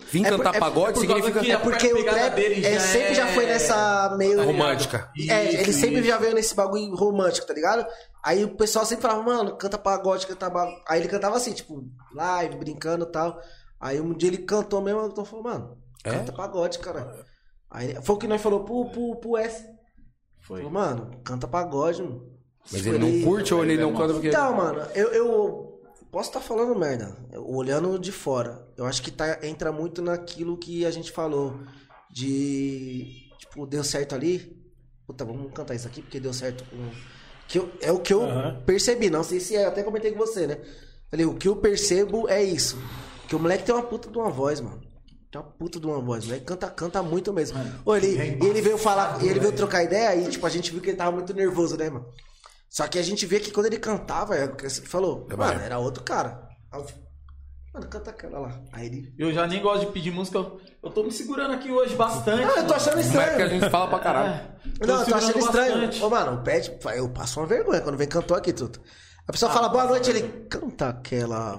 Speaker 3: Vim
Speaker 1: É por-
Speaker 3: cantar
Speaker 1: é-
Speaker 3: pagode
Speaker 1: é por
Speaker 2: causa
Speaker 3: significa
Speaker 2: que
Speaker 1: É porque
Speaker 2: A
Speaker 1: o
Speaker 2: pegada
Speaker 1: trap
Speaker 2: dele
Speaker 1: é,
Speaker 2: já
Speaker 1: sempre já foi
Speaker 2: é-
Speaker 1: nessa meio.
Speaker 3: romântica.
Speaker 1: É,
Speaker 2: Isso,
Speaker 1: ele sempre
Speaker 2: isso.
Speaker 1: já veio nesse bagulho romântico, tá ligado? Aí o pessoal sempre falava, mano, canta pagode, canta bagulho. Aí ele cantava assim, tipo, live, brincando e tal. Aí um dia ele cantou mesmo, o Tom falou, mano,
Speaker 3: É?
Speaker 1: canta pagode, cara. Aí foi o que nós falou pro, pro, pro S.
Speaker 2: Foi.
Speaker 1: Falou, mano, canta pagode, mano.
Speaker 3: Mas ele não curte ou ele não canta porque.
Speaker 1: Então, mano, eu, eu posso estar falando merda, eu- olhando de fora. Eu acho que tá, entra muito naquilo que a gente falou de tipo, deu certo ali. Puta, vamos cantar isso aqui porque deu certo com- que eu- é o que eu
Speaker 4: Aham.
Speaker 1: percebi, não sei se é, eu até comentei com você, né? Falei, o que eu percebo é isso. Que o moleque tem uma puta de uma voz, mano. Tem uma puta de uma voz, o moleque canta, canta muito mesmo. Ô, ele, e ele veio falar, e ele veio trocar ideia e, tipo, a gente viu que ele tava muito nervoso, né, mano? Só que a gente vê que quando ele cantava, é o que você falou,
Speaker 3: É
Speaker 1: mano,
Speaker 3: bom.
Speaker 1: era outro cara. Aí eu falei, Mano, canta aquela lá. Aí ele.
Speaker 2: Eu já nem gosto de pedir música. Eu, eu tô me segurando aqui hoje bastante.
Speaker 1: Ah, eu tô achando
Speaker 3: Mas é que a
Speaker 1: estranho.
Speaker 3: gente fala pra caralho.
Speaker 2: É,
Speaker 1: Não, eu tô
Speaker 2: segurando
Speaker 1: achando estranho.
Speaker 2: bastante.
Speaker 1: Ô, mano, o Pet, eu passo uma vergonha quando vem cantor aqui, tudo. A pessoa fala boa noite, ele canta aquela.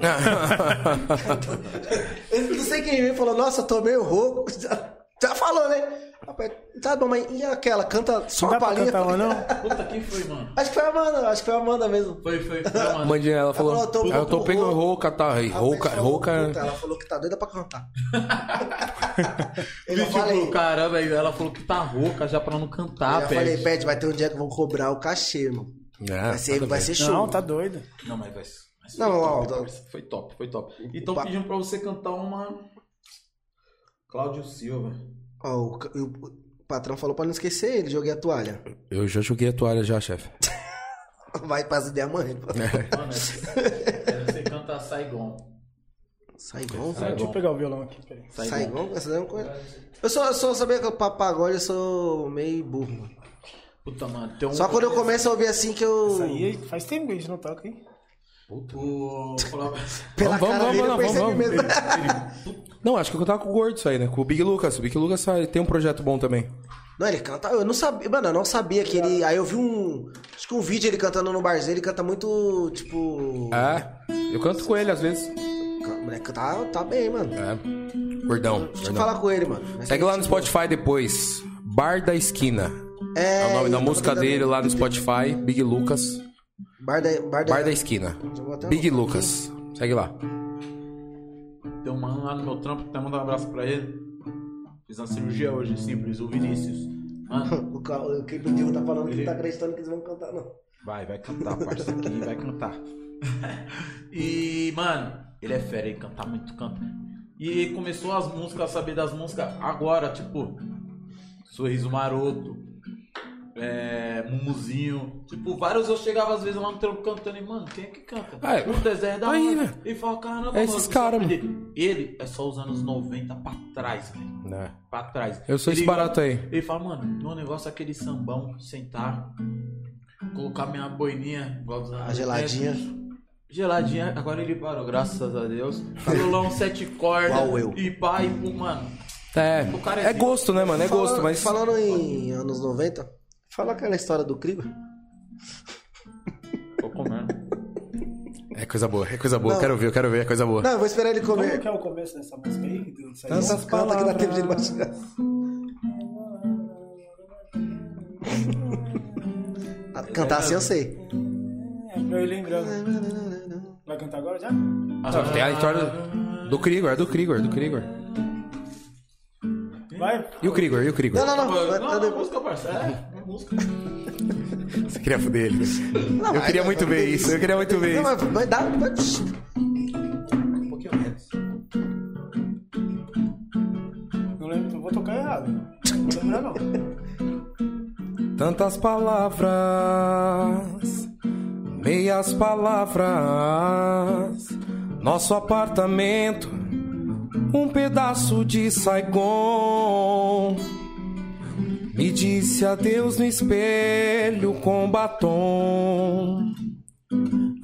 Speaker 3: É.
Speaker 1: Eu não sei quem veio e falou, nossa, eu tô meio rouco. Já, já falou, né? Rapaz, Tá bom, mas e aquela? Canta só uma
Speaker 4: Não dá pra
Speaker 1: palhinha.
Speaker 4: cantar uma, não? <laughs>
Speaker 2: Puta, quem foi, mano?
Speaker 1: <laughs> Acho que foi a Amanda, acho que foi a Amanda mesmo.
Speaker 2: Foi, foi, foi, mano.
Speaker 3: <laughs> Mandinha, ela falou.
Speaker 1: Ela falou,
Speaker 3: "Ah, Eu tô
Speaker 1: tô- Ah,
Speaker 3: pegando rouca, tá? aí,
Speaker 1: A
Speaker 3: Rouca,
Speaker 1: Pet falou,
Speaker 3: rouca. é-
Speaker 1: "Puta, Ela falou que tá doida pra
Speaker 3: <laughs>
Speaker 1: cantar. eu já
Speaker 2: Vídeo pro
Speaker 1: falei.
Speaker 2: caramba, aí ela falou que tá rouca já pra não
Speaker 1: Eu
Speaker 2: cantar,
Speaker 3: Ah,
Speaker 1: já
Speaker 2: Pet.
Speaker 1: falei, Pet, vai ter um dia que vão cobrar o cachê, irmão.
Speaker 3: É,
Speaker 1: Vai ser,
Speaker 3: nada a
Speaker 1: vai
Speaker 3: ver.
Speaker 1: ser show.
Speaker 4: Não, tá doido.
Speaker 2: Não, mas vai. mas
Speaker 1: Não,
Speaker 2: foi,
Speaker 1: ó,
Speaker 2: top,
Speaker 1: ó,
Speaker 2: parça, foi top, foi top. E tão
Speaker 1: Pa-
Speaker 2: pedindo pra você cantar uma. Cláudio Silva.
Speaker 1: Ó, o, ca- o- o patrão falou pra não esquecer ele, joguei a toalha. <laughs>
Speaker 3: Eu já joguei a toalha já, chefe.
Speaker 1: Vai pras ideias, mãe.
Speaker 2: Mano, é- é você cantar Saigon. Sai-
Speaker 1: Saigon, velho.
Speaker 4: Deixa eu pegar o violão aqui, peraí.
Speaker 1: Saigon, essa daí é uma coisa. Eu só, eu só sabia que eu pa- pagode eu sou meio burro, mano.
Speaker 2: Puta, mano, tem um.
Speaker 1: Só quando eu começo a ouvir assim que eu.
Speaker 4: Isso aí é- faz tempo que a gente não toca, hein?
Speaker 2: O...
Speaker 4: é-
Speaker 1: Pela
Speaker 3: Vamos,
Speaker 1: cara
Speaker 3: vamos,
Speaker 1: dele eu
Speaker 3: vamos,
Speaker 1: percebi
Speaker 3: vamos,
Speaker 1: mesmo. <laughs>
Speaker 3: Não, acho que eu tava com o Gordo isso aí, né? Com o Big Lucas. O Big Lucas sai- tem um projeto bom também.
Speaker 1: Não, ele canta. Eu não sabia. Mano, eu não sabia que ele. Aí eu vi um. Acho que um vídeo ele cantando no barzinho, ele canta muito, tipo.
Speaker 3: É. Eu canto com ele às vezes.
Speaker 1: O moleque tá, tá bem, mano.
Speaker 3: É. Gordão.
Speaker 1: Deixa eu
Speaker 3: gordão.
Speaker 1: falar com ele, mano. tipo,
Speaker 3: Segue lá no Spotify depois. Bar da Esquina. É, o nome da
Speaker 1: eu
Speaker 3: música
Speaker 1: tava
Speaker 3: dele
Speaker 1: tentando-
Speaker 3: lá no Spotify. Big Lucas.
Speaker 1: Bar da, bar da...
Speaker 3: Bar da Esquina.
Speaker 1: Eu vou até
Speaker 3: Big Lucas. Segue lá.
Speaker 2: Tem um mano lá no meu trampo, até mandar um abraço pra ele. Fiz uma cirurgia hoje, simples, o Vinícius. Mano,
Speaker 1: O ca- o que o Diego tá falando que não tá acreditando que eles vão cantar, não.
Speaker 2: vai, vai cantar, parça aqui, vai cantar. <laughs> E, mano, ele é fera, ele canta muito, canta. E ele começou as músicas, a saber das músicas agora, tipo, Sorriso Maroto, é, Mumuzinho. Tipo, vários eu chegava às vezes lá no trampo cantando e, mano, quem é que canta?
Speaker 3: Ah, é.
Speaker 2: o deserto da
Speaker 3: Aí,
Speaker 2: Mata.
Speaker 3: velho.
Speaker 2: E fala, caramba,
Speaker 3: É esses
Speaker 2: mano,
Speaker 3: cara,
Speaker 2: sabe dele? Ele é só os anos 90 pra trás, velho
Speaker 3: É.
Speaker 2: pra trás.
Speaker 3: Eu sou
Speaker 2: Ele-
Speaker 3: esse barato aí.
Speaker 2: Ele fala, mano, meu negócio é aquele sambão, sentar, colocar minha boininha, igual dos anos
Speaker 1: A geladinha.
Speaker 2: 80. Geladinha, agora ele parou, graças a Deus. Violão, sete cordas,
Speaker 1: Igual eu.
Speaker 2: e pá, e pô, mano. O cara
Speaker 3: É.
Speaker 2: é
Speaker 3: É gosto, né, mano? É gosto,
Speaker 1: Falando-
Speaker 3: mas.
Speaker 1: Falando em anos 90, fala aquela história do Kriba.
Speaker 2: Tô comendo.
Speaker 3: É coisa boa, é coisa boa.
Speaker 1: Não.
Speaker 3: Quero ver, eu quero ver, é coisa boa.
Speaker 1: Não, eu vou esperar ele
Speaker 4: Como
Speaker 1: comer.
Speaker 4: que é o começo dessa música aí? Deus, aí?
Speaker 1: Essas palavras que dá tempo de ele mastigar. Ah, Cantar assim eu sei.
Speaker 4: É, pra eu ir lembrando.
Speaker 1: <laughs>
Speaker 4: Vai cantar agora já?
Speaker 2: Ah,
Speaker 3: Sabe, Tem a história do- do Krigor, é do Krigor, do Krigor.
Speaker 4: Vai.
Speaker 3: E o Krigor, e o Krigor?
Speaker 1: Não, não, não.
Speaker 2: Ah, Não,
Speaker 1: Tá
Speaker 2: não,
Speaker 1: depois.
Speaker 2: música, parceiro. É, música.
Speaker 3: Você queria foder ele. eu
Speaker 1: mas-
Speaker 3: queria muito ver isso, eu queria muito ver
Speaker 1: Não,
Speaker 3: isso.
Speaker 1: mas vai dar. vai-
Speaker 2: Um pouquinho menos.
Speaker 4: Não lembro, não vou tocar errado. Não vou lembrar, não.
Speaker 3: Tantas palavras, meias palavras. Nosso apartamento, um pedaço de Saigon. Me disse adeus no espelho com batom.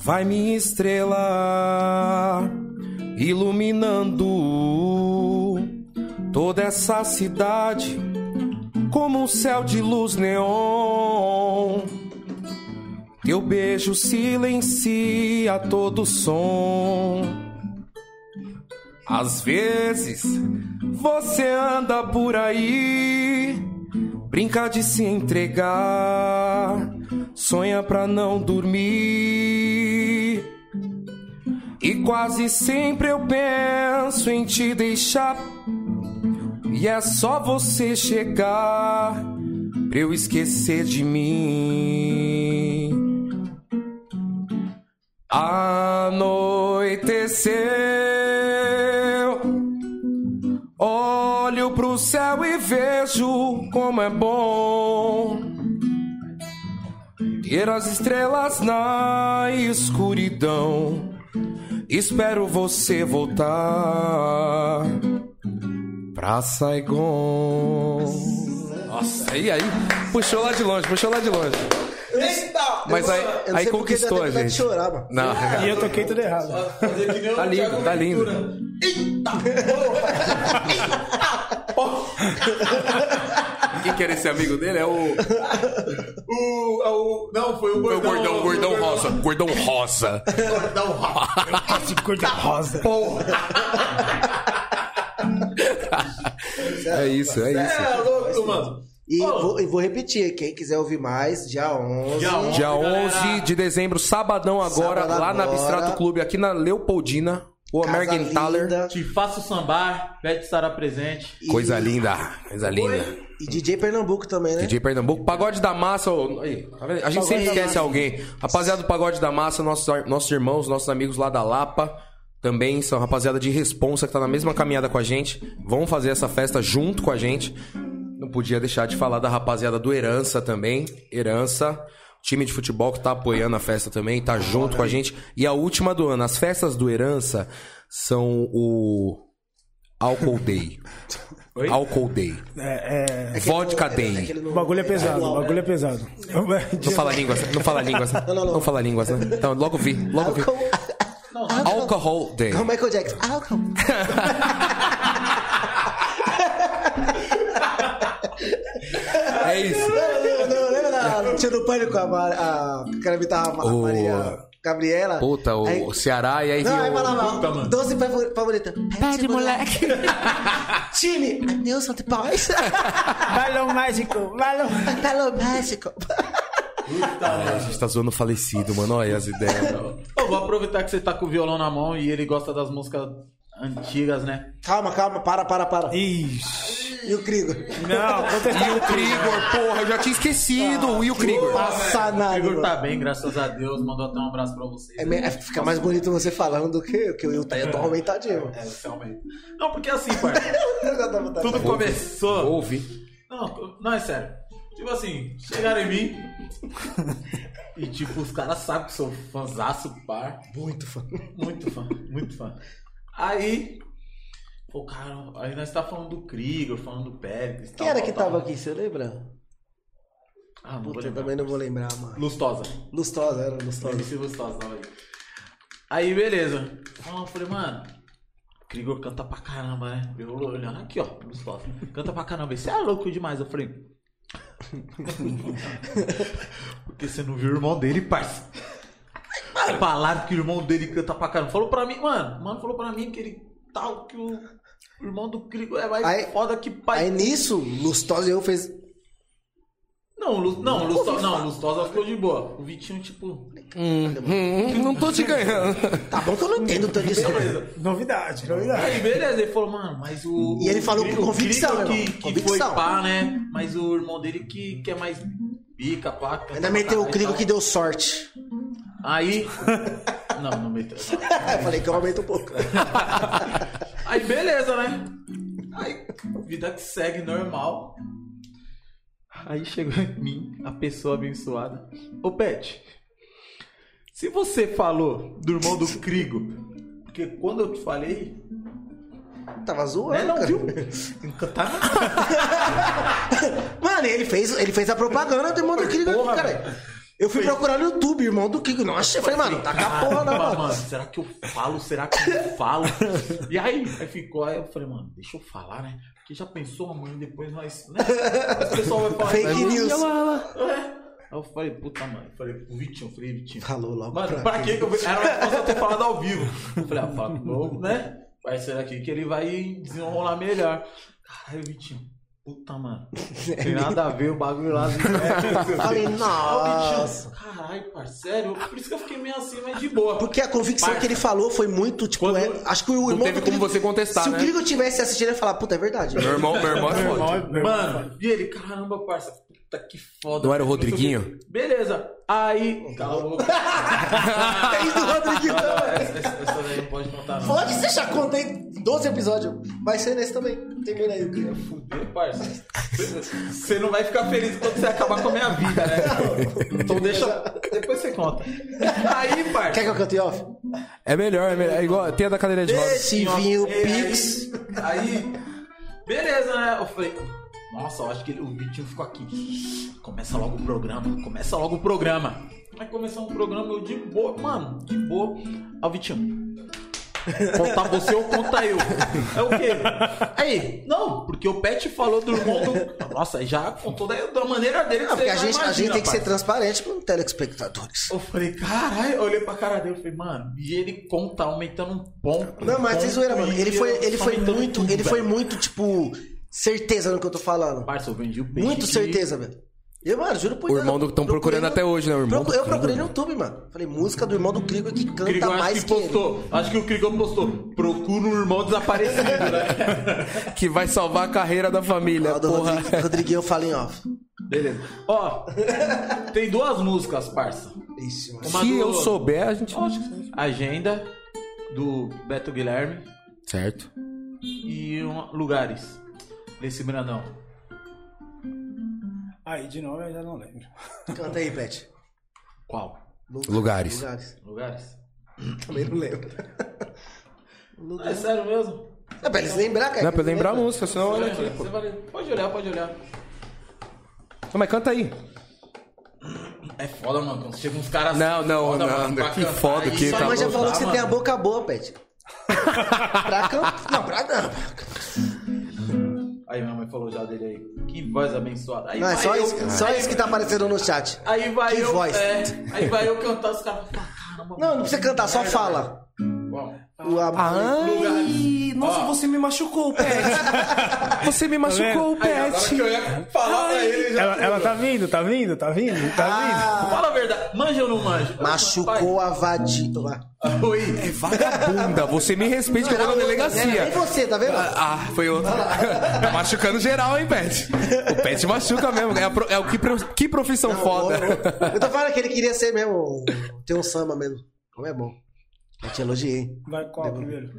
Speaker 3: Vai minha estrela iluminando toda essa cidade como um céu de luz neon. Teu beijo silencia todo som. Às vezes você anda por aí, brinca de se entregar, sonha pra não dormir. E quase sempre eu penso em te deixar. E é só você chegar pra eu esquecer de mim. Anoiteceu. Olho pro céu e vejo como é bom ter as estrelas na escuridão. Espero você voltar pra Saigon. Nossa, aí, aí, puxou lá de longe, puxou lá de longe.
Speaker 1: Eita!
Speaker 3: Mas aí- aí conquistou a
Speaker 1: De
Speaker 3: gente.
Speaker 1: chorar, mano.
Speaker 3: Não,
Speaker 4: E eu toquei tudo errado.
Speaker 2: Fazer que nem o
Speaker 3: <laughs> Tá lindo,
Speaker 2: Thiago
Speaker 3: tá lindo.
Speaker 2: Ventura.
Speaker 3: quem que era esse amigo dele? É o,
Speaker 2: O, é o- não, foi o
Speaker 3: foi
Speaker 2: gordão.
Speaker 3: o
Speaker 2: foi
Speaker 3: gordão,
Speaker 2: o
Speaker 3: gordão rosa. Gordão rosa.
Speaker 2: Gordão rosa.
Speaker 4: De cor de rosa.
Speaker 3: É isso, é isso.
Speaker 2: É louco, mano.
Speaker 1: E
Speaker 2: Ô.
Speaker 1: vou, e vou repetir, quem quiser ouvir mais, dia 11.
Speaker 2: Dia 11.
Speaker 3: Dia
Speaker 2: Galera.
Speaker 3: 11 de dezembro, sabadão agora,
Speaker 1: Sábado
Speaker 3: lá na
Speaker 1: agora.
Speaker 3: Abstrato Clube, aqui na Leopoldina, o
Speaker 1: Casa
Speaker 3: American Thaler.
Speaker 1: Linda
Speaker 2: Te faço sambar, Pet estará presente.
Speaker 1: e-
Speaker 3: Coisa linda, coisa linda.
Speaker 1: E DJ Pernambuco também, né?
Speaker 3: DJ Pernambuco, Pagode da Massa. ô, aí, tá vendo? a gente
Speaker 1: Pagode
Speaker 3: sempre
Speaker 1: da
Speaker 3: esquece
Speaker 1: Massa.
Speaker 3: alguém. Rapaziada do Pagode da Massa, nossos, ar- nossos irmãos, nossos amigos lá da Lapa. Também são rapaziada de responsa que tá na mesma caminhada com a gente. Vão fazer essa festa junto com a gente. Não podia deixar de falar da rapaziada do Herança também. Herança, time de futebol que tá apoiando a festa também, tá junto com a gente. E a última do ano, as festas do Herança são o Alcohol Day.
Speaker 2: Oi?
Speaker 3: Alcohol Day.
Speaker 4: É, é,
Speaker 3: Vodka Day.
Speaker 1: que ele não-
Speaker 4: o bagulho é pesado, o bagulho é pesado.
Speaker 3: Não fala línguas, não fala línguas. Não,
Speaker 1: não, não.
Speaker 3: fala línguas, né? Então, logo vi,
Speaker 4: é
Speaker 3: logo vi.
Speaker 1: Álcool-
Speaker 3: Alcohol Day.
Speaker 1: Não, Michael Jackson. Álcool.
Speaker 2: <laughs>
Speaker 3: É isso.
Speaker 1: Não, não, lembra da Tio do Pânico, a, Mar- a que ela imitava a
Speaker 3: O-
Speaker 1: Maria Gabriela?
Speaker 3: Puta, o,
Speaker 1: Aí-
Speaker 3: o Ceará e aí
Speaker 1: Não,
Speaker 3: Rio.
Speaker 1: aí
Speaker 2: puta,
Speaker 1: falava,
Speaker 2: mano.
Speaker 1: doce favor- favorita. Pede, moleque. <laughs> Time, adeus, Santo
Speaker 3: <laughs>
Speaker 1: Paz.
Speaker 4: Balão mágico, balão.
Speaker 1: Hello, México.
Speaker 3: A gente tá zoando falecido, mano. Olha as
Speaker 2: <laughs>
Speaker 3: ideias. mano.
Speaker 2: Eu vou aproveitar que você tá com o violão na mão e ele gosta das músicas antigas, né?
Speaker 1: Calma, calma, para, para, para.
Speaker 4: Ixi.
Speaker 1: E o Crigo?
Speaker 4: Não,
Speaker 3: E o
Speaker 4: contestar.
Speaker 3: Krigor, porra, eu já tinha esquecido. E o Krigor.
Speaker 1: Passa
Speaker 2: O
Speaker 1: nada.
Speaker 2: Igor
Speaker 1: mano.
Speaker 2: tá bem, graças a Deus. Mandou até um abraço pra vocês.
Speaker 1: Ah, É, me- é, fica mais bonito você falando do que, que eu tô, eu tô <laughs> aumentadinho.
Speaker 2: É, você aumenta. Não, porque assim, parça. Tudo
Speaker 3: Ouve.
Speaker 2: começou.
Speaker 3: Ouve.
Speaker 2: Não, não, é sério. Tipo assim, chegaram em mim. e tipo, os caras sabem que eu sou fãzaço, par.
Speaker 1: Muito fã.
Speaker 2: Muito fã, muito fã. Aí. Pô, cara, aí nós tá falando do Krieger, falando do Péricles.
Speaker 1: Quem era que tava aqui, você lembra?
Speaker 2: Ah, não vou
Speaker 1: Puta, eu
Speaker 2: lembrar.
Speaker 1: também não vou lembrar, mano.
Speaker 2: Lustosa.
Speaker 1: Lustosa, era Lustosa.
Speaker 2: MC Lustosa tava aí. Aí, beleza. Então, eu falei, mano. Krigor canta pra caramba, né? Eu olhando aqui, ó, Lustosa. Canta pra caramba. Isso é louco demais. Eu falei. <laughs> Porque você não viu o irmão dele, parça. Falaram que o irmão dele canta pra caramba. Falou pra mim, mano. o Mano, falou pra mim que ele tal, que o irmão do Krigor é mais
Speaker 1: Aí-
Speaker 2: foda que pai.
Speaker 1: Aí nisso, Lustosa e eu fez.
Speaker 2: Não, Lu- não, Lustosa,
Speaker 1: assim?
Speaker 2: não, Lustosa ficou de boa. O Vitinho, tipo.
Speaker 3: Hum, não tô te ganhando.
Speaker 1: Tá bom que eu não entendo tanto isso.
Speaker 4: Novidade, novidade.
Speaker 2: Aí, beleza, ele falou, mano, mas o.
Speaker 1: E ele falou
Speaker 2: o
Speaker 1: com convicção,
Speaker 2: Krieger
Speaker 1: né,
Speaker 2: que,
Speaker 1: mano?
Speaker 2: que
Speaker 1: Convicção.
Speaker 2: foi pá, né? Mas o irmão dele que, que é mais bica, pá. canta
Speaker 1: Ainda
Speaker 2: pra
Speaker 1: meteu o
Speaker 2: caralho e
Speaker 1: Crigo
Speaker 2: tal.
Speaker 1: que deu <laughs> sorte.
Speaker 2: Aí. Não, não meteu. não.
Speaker 1: É, eu falei que eu aumento um <laughs> pouco.
Speaker 2: Aí, beleza, né? Aí, vida que segue normal. Aí chegou em mim a pessoa abençoada. Ô, Pet, se você falou do irmão do Crigo, porque quando eu te falei,
Speaker 1: Tava zoando.
Speaker 2: É, não,
Speaker 1: cara.
Speaker 2: viu? Tá na
Speaker 1: Mano, ele fez, ele fez a propaganda do irmão do Kiko aqui,
Speaker 2: Porra,
Speaker 1: cara. Eu fui procurar no YouTube, irmão do Kiko. Nossa, eu falei, mano, tá com a porra na
Speaker 2: Caramba,
Speaker 1: mano.
Speaker 2: mano, será que eu falo? Será que eu não
Speaker 1: <laughs>
Speaker 2: falo? E aí, aí ficou, aí eu falei, mano, deixa eu falar, né? Porque já pensou, amanhã depois nós. Né? O pessoal vai falar.
Speaker 1: Fake
Speaker 2: vai-
Speaker 1: news.
Speaker 2: É. Aí eu falei, puta, mano. Eu falei pro Vitinho, eu falei, Vitinho.
Speaker 1: Falou logo
Speaker 2: Mano, pra,
Speaker 1: mim.
Speaker 2: que que eu. Era uma coisa eu ter falado ao vivo. Eu falei, ah, fala pro novo, né? Vai ser aqui que ele vai desenrolar melhor. Caralho, Vitinho. Puta, mano. Não tem nada a ver o bagulho
Speaker 1: <laughs>
Speaker 2: lá.
Speaker 1: Falei, nossa.
Speaker 2: Nossa. Caralho, parceiro. Por isso que eu fiquei meio assim, mas de boa.
Speaker 1: Porque a convicção
Speaker 2: Parça.
Speaker 1: que ele falou foi muito, tipo,
Speaker 3: Quando-
Speaker 1: é- acho que o irmão
Speaker 3: Não teve
Speaker 1: do
Speaker 3: como
Speaker 1: Kiko-
Speaker 3: você contestar,
Speaker 1: Se o
Speaker 3: né?
Speaker 1: Grigo tivesse assistindo, ele ia falar, puta, é
Speaker 3: <laughs>
Speaker 1: verdade.
Speaker 3: Meu irmão, meu irmão é foda.
Speaker 2: Mano, e ele, caramba, parça, puta que foda.
Speaker 3: Não era o
Speaker 2: sei
Speaker 3: Rodriguinho?
Speaker 2: quê. Beleza. Aí. Cala a boca.
Speaker 1: Tem do Rodriguinho
Speaker 2: Não,
Speaker 1: também.
Speaker 2: essa, essa- essa daí não pode contar, não.
Speaker 1: Pode, você já conta em 12 episódios. Vai ser nesse também. Termina aí. Grigo.
Speaker 2: Fudeu, parça. Você não vai ficar feliz quando você acabar com a minha vida, né? Então deixa. Depois você conta. Aí, parça.
Speaker 1: Quer que eu cante off?
Speaker 3: É melhor, é melhor. É igual, tem a da cadeira de rodas.
Speaker 1: Esse vinho
Speaker 2: é,
Speaker 3: é,
Speaker 2: Aí-
Speaker 1: Pix.
Speaker 2: Aí, beleza, né? Eu falei, nossa, eu acho que ele- o Vitinho ficou aqui. Começa logo o programa, começa logo o programa. Aí começou um programa, eu de boa, mano, de boa. Ó, Vitinho. Contar você ou contar eu? É o quê? Aí, não, porque o Pet falou do irmão do. Nossa, já contou da, da maneira dele. que
Speaker 1: Ah,
Speaker 2: você
Speaker 1: porque a
Speaker 2: já
Speaker 1: gente, a gente
Speaker 2: imagina,
Speaker 1: tem que
Speaker 2: pai.
Speaker 1: ser transparente com telespectadores.
Speaker 2: Eu falei, caralho, eu olhei pra cara dele, eu falei, mano, e ele conta aumentando um ponto.
Speaker 1: Não, mas
Speaker 2: um
Speaker 1: sem zoeira,
Speaker 2: ponto,
Speaker 1: mano.
Speaker 2: e
Speaker 1: Ele foi, ele foi
Speaker 2: aumentando
Speaker 1: muito,
Speaker 2: tudo,
Speaker 1: ele foi
Speaker 2: velho.
Speaker 1: muito, tipo, certeza no que eu tô falando.
Speaker 2: Parça, eu vendi o peixe.
Speaker 1: Muito
Speaker 2: que-
Speaker 1: certeza, velho. Eu, mano, juro por
Speaker 3: O
Speaker 1: Deus,
Speaker 3: irmão do- tão
Speaker 1: procurei
Speaker 3: procurando até hoje, né, o irmão
Speaker 1: Procu-
Speaker 3: do
Speaker 1: Eu procurei no
Speaker 3: Krieger.
Speaker 1: YouTube, mano. Falei, música do irmão do Krieger que canta
Speaker 2: Crigor, acho
Speaker 1: mais
Speaker 2: que
Speaker 1: que ele.
Speaker 2: postou. Acho que o Crigor postou. Procura um irmão desaparecido, né?
Speaker 1: <laughs>
Speaker 3: Que vai salvar a carreira da família,
Speaker 1: Ó, É do
Speaker 3: porra.
Speaker 1: Rodrigo- Rodriguinho, eu falei, ó.
Speaker 2: Beleza. Ó, tem duas músicas, parça.
Speaker 1: Ixi, mano.
Speaker 2: Uma
Speaker 3: Se
Speaker 2: do-
Speaker 3: eu souber, a gente.
Speaker 2: Agenda, do Beto Guilherme.
Speaker 3: Certo.
Speaker 2: E uma- Lugares, desse Brandão.
Speaker 4: Aí, de nome eu já não lembro.
Speaker 1: Canta aí, Pet.
Speaker 2: Qual?
Speaker 3: Lugares.
Speaker 1: Lugares.
Speaker 2: Lugares?
Speaker 1: Também não lembro.
Speaker 2: É sério mesmo?
Speaker 1: É pra eles lembrar, cara.
Speaker 3: Não, pra eu
Speaker 1: eles
Speaker 3: lembrar a
Speaker 1: lembram.
Speaker 3: música, senão olha aqui.
Speaker 2: Você vai- Pode olhar, pode olhar.
Speaker 3: Não, mas canta aí.
Speaker 2: É foda, mano. Quando chega uns caras.
Speaker 3: Não, não,
Speaker 2: foda,
Speaker 3: não,
Speaker 2: mano, pra
Speaker 3: que
Speaker 2: cantar
Speaker 3: foda
Speaker 2: isso,
Speaker 3: que
Speaker 2: só
Speaker 3: tá
Speaker 1: Sua mãe já
Speaker 2: mano,
Speaker 1: falou
Speaker 2: tá,
Speaker 1: que Ah, você tem a
Speaker 2: mano.
Speaker 1: boca boa,
Speaker 3: <laughs>
Speaker 1: Pet. pra cantar. Não, pra não.
Speaker 2: Aí minha mãe falou já dele aí. Que voz abençoada. Aí
Speaker 1: Não, é
Speaker 2: vai
Speaker 1: só
Speaker 2: eu-
Speaker 1: isso, só
Speaker 2: aí-
Speaker 1: isso que tá aparecendo no chat.
Speaker 2: <laughs> Aí vai
Speaker 1: Que
Speaker 2: eu.
Speaker 1: voz.
Speaker 2: é, aí vai eu cantar os caras. falam, Caramba,
Speaker 1: Não, não precisa cantar, só fala.
Speaker 2: Bom,
Speaker 1: O, a-
Speaker 3: Ah,
Speaker 2: Lugares. Ó.
Speaker 3: você me machucou, Pet. você me machucou,
Speaker 2: aí agora que eu ia falar pra ele já.
Speaker 4: Ela, ela tá vindo, tá vindo, tá vindo,
Speaker 1: Ah.
Speaker 4: tá
Speaker 2: Fala a verdade. Manja ou não manja?
Speaker 1: Machucou a
Speaker 3: tá
Speaker 1: vadia.
Speaker 2: Pai, Oi.
Speaker 3: Vagabunda, você me respeita que eu vou na
Speaker 1: É, nem
Speaker 3: delegacia.
Speaker 1: você, tá vendo?
Speaker 3: Ah, foi outro. Tá machucando geral, hein, Pet? O Pet machuca mesmo. É, a pro- é o que, pro- que profissão foda.
Speaker 1: Ô, ô, Eu tô falando que ele queria ser mesmo. Ter um samba mesmo. Como é bom. Eu te elogiei, hein?
Speaker 4: vindo. Vai qual primeiro?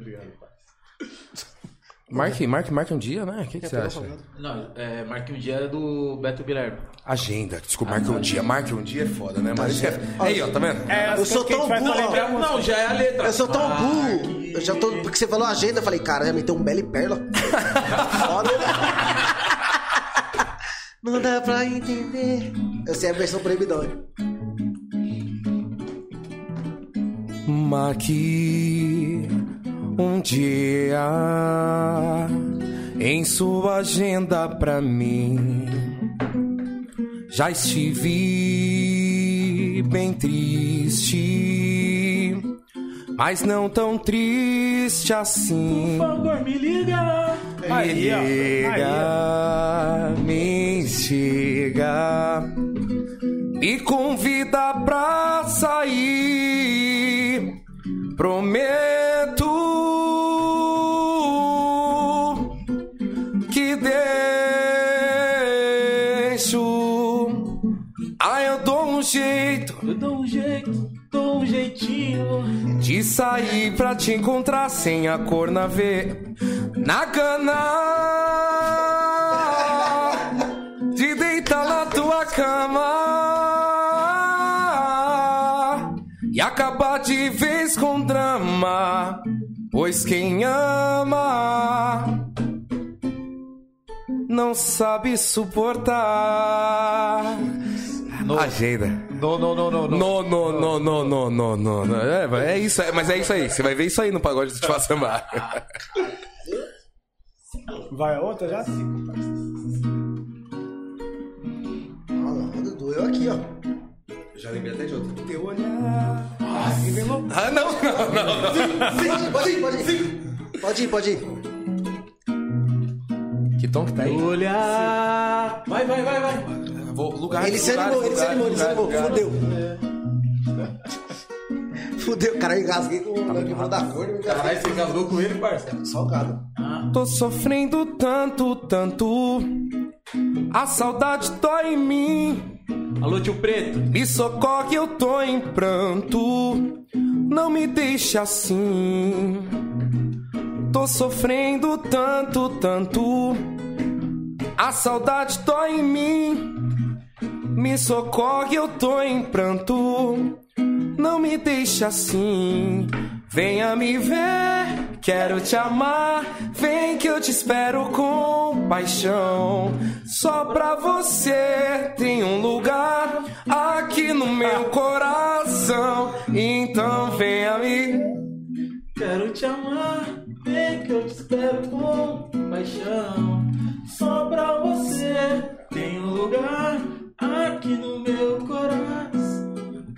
Speaker 3: Marque, marque, marque um dia, né? O que, que você acha?
Speaker 2: Não, é, marque um dia do Beto Guilherme.
Speaker 3: Agenda. Desculpa, marque um dia. Marque um dia é foda, né, mano? Isso é- Aí, ó, tá vendo?
Speaker 4: É, as
Speaker 1: Eu sou
Speaker 4: coisas que a gente
Speaker 1: tão
Speaker 4: faz pra
Speaker 1: burro, ó.
Speaker 4: lembrar, mano.
Speaker 2: Não, já é a letra.
Speaker 1: Eu sou tão burro.
Speaker 2: Marque-
Speaker 1: Eu já tô. Porque você falou agenda, eu falei, cara, já meteu um belo e perla. Foda, né? Não dá pra entender. Eu sei a versão proibidão. hein?
Speaker 3: Marque um dia em sua agenda pra mim. Já estive bem triste, mas não tão triste assim.
Speaker 2: Agora me liga.
Speaker 3: Me
Speaker 4: Aí, ó.
Speaker 3: liga, me instiga, me convida pra sair. Prometo que deixo. Ah, eu dou um jeito
Speaker 2: Eu dou um jeito, dou um jeitinho.
Speaker 3: de sair pra te encontrar sem a cor na V. Na cana, de deitar na tua cama e acabar de vez com drama. Pois quem ama não sabe suportar.
Speaker 7: No-
Speaker 3: Agenda.
Speaker 7: Não, não, não, não.
Speaker 3: Não, não, não, não, não, não, não, não. É, mas é isso, é- mas é isso aí. Você vai ver isso aí no pagode do Tchau Samba.
Speaker 4: Vai a outra já?
Speaker 1: Malandro, doeu aqui, ó.
Speaker 3: <laughs> Já lembrei até de outro. Teu olhar. Ah, não, não, não, não.
Speaker 1: Pode ir, pode ir. Pode ir, pode ir.
Speaker 3: Que tom que tá aí?
Speaker 2: Olhar. Vai, vai, vai, vai.
Speaker 3: Vou, lugar,
Speaker 1: Ele se animou,
Speaker 3: tá
Speaker 1: ele se animou, ele se animou. Fudeu. Fudeu, <laughs> cara, eu engasguei com o livro da cor. eu engasguei.
Speaker 2: Caralho, você casou com ele, parça.
Speaker 1: Salgado.
Speaker 2: Ah,
Speaker 3: Tô sofrendo tanto, tanto. A saudade dói em mim.
Speaker 2: Alô, tio Preto.
Speaker 3: Me socorre, eu tô em pranto. Não me deixe assim. Tô sofrendo tanto, tanto. A saudade dói em mim. Me socorre, eu tô em pranto. Não me deixe assim. Venha me ver, quero te amar. Vem que eu te espero com paixão. Só pra você tem um lugar aqui no meu coração. Então venha me.
Speaker 2: Quero te amar, vem que eu te espero com paixão. Só pra você tem um lugar aqui no meu coração.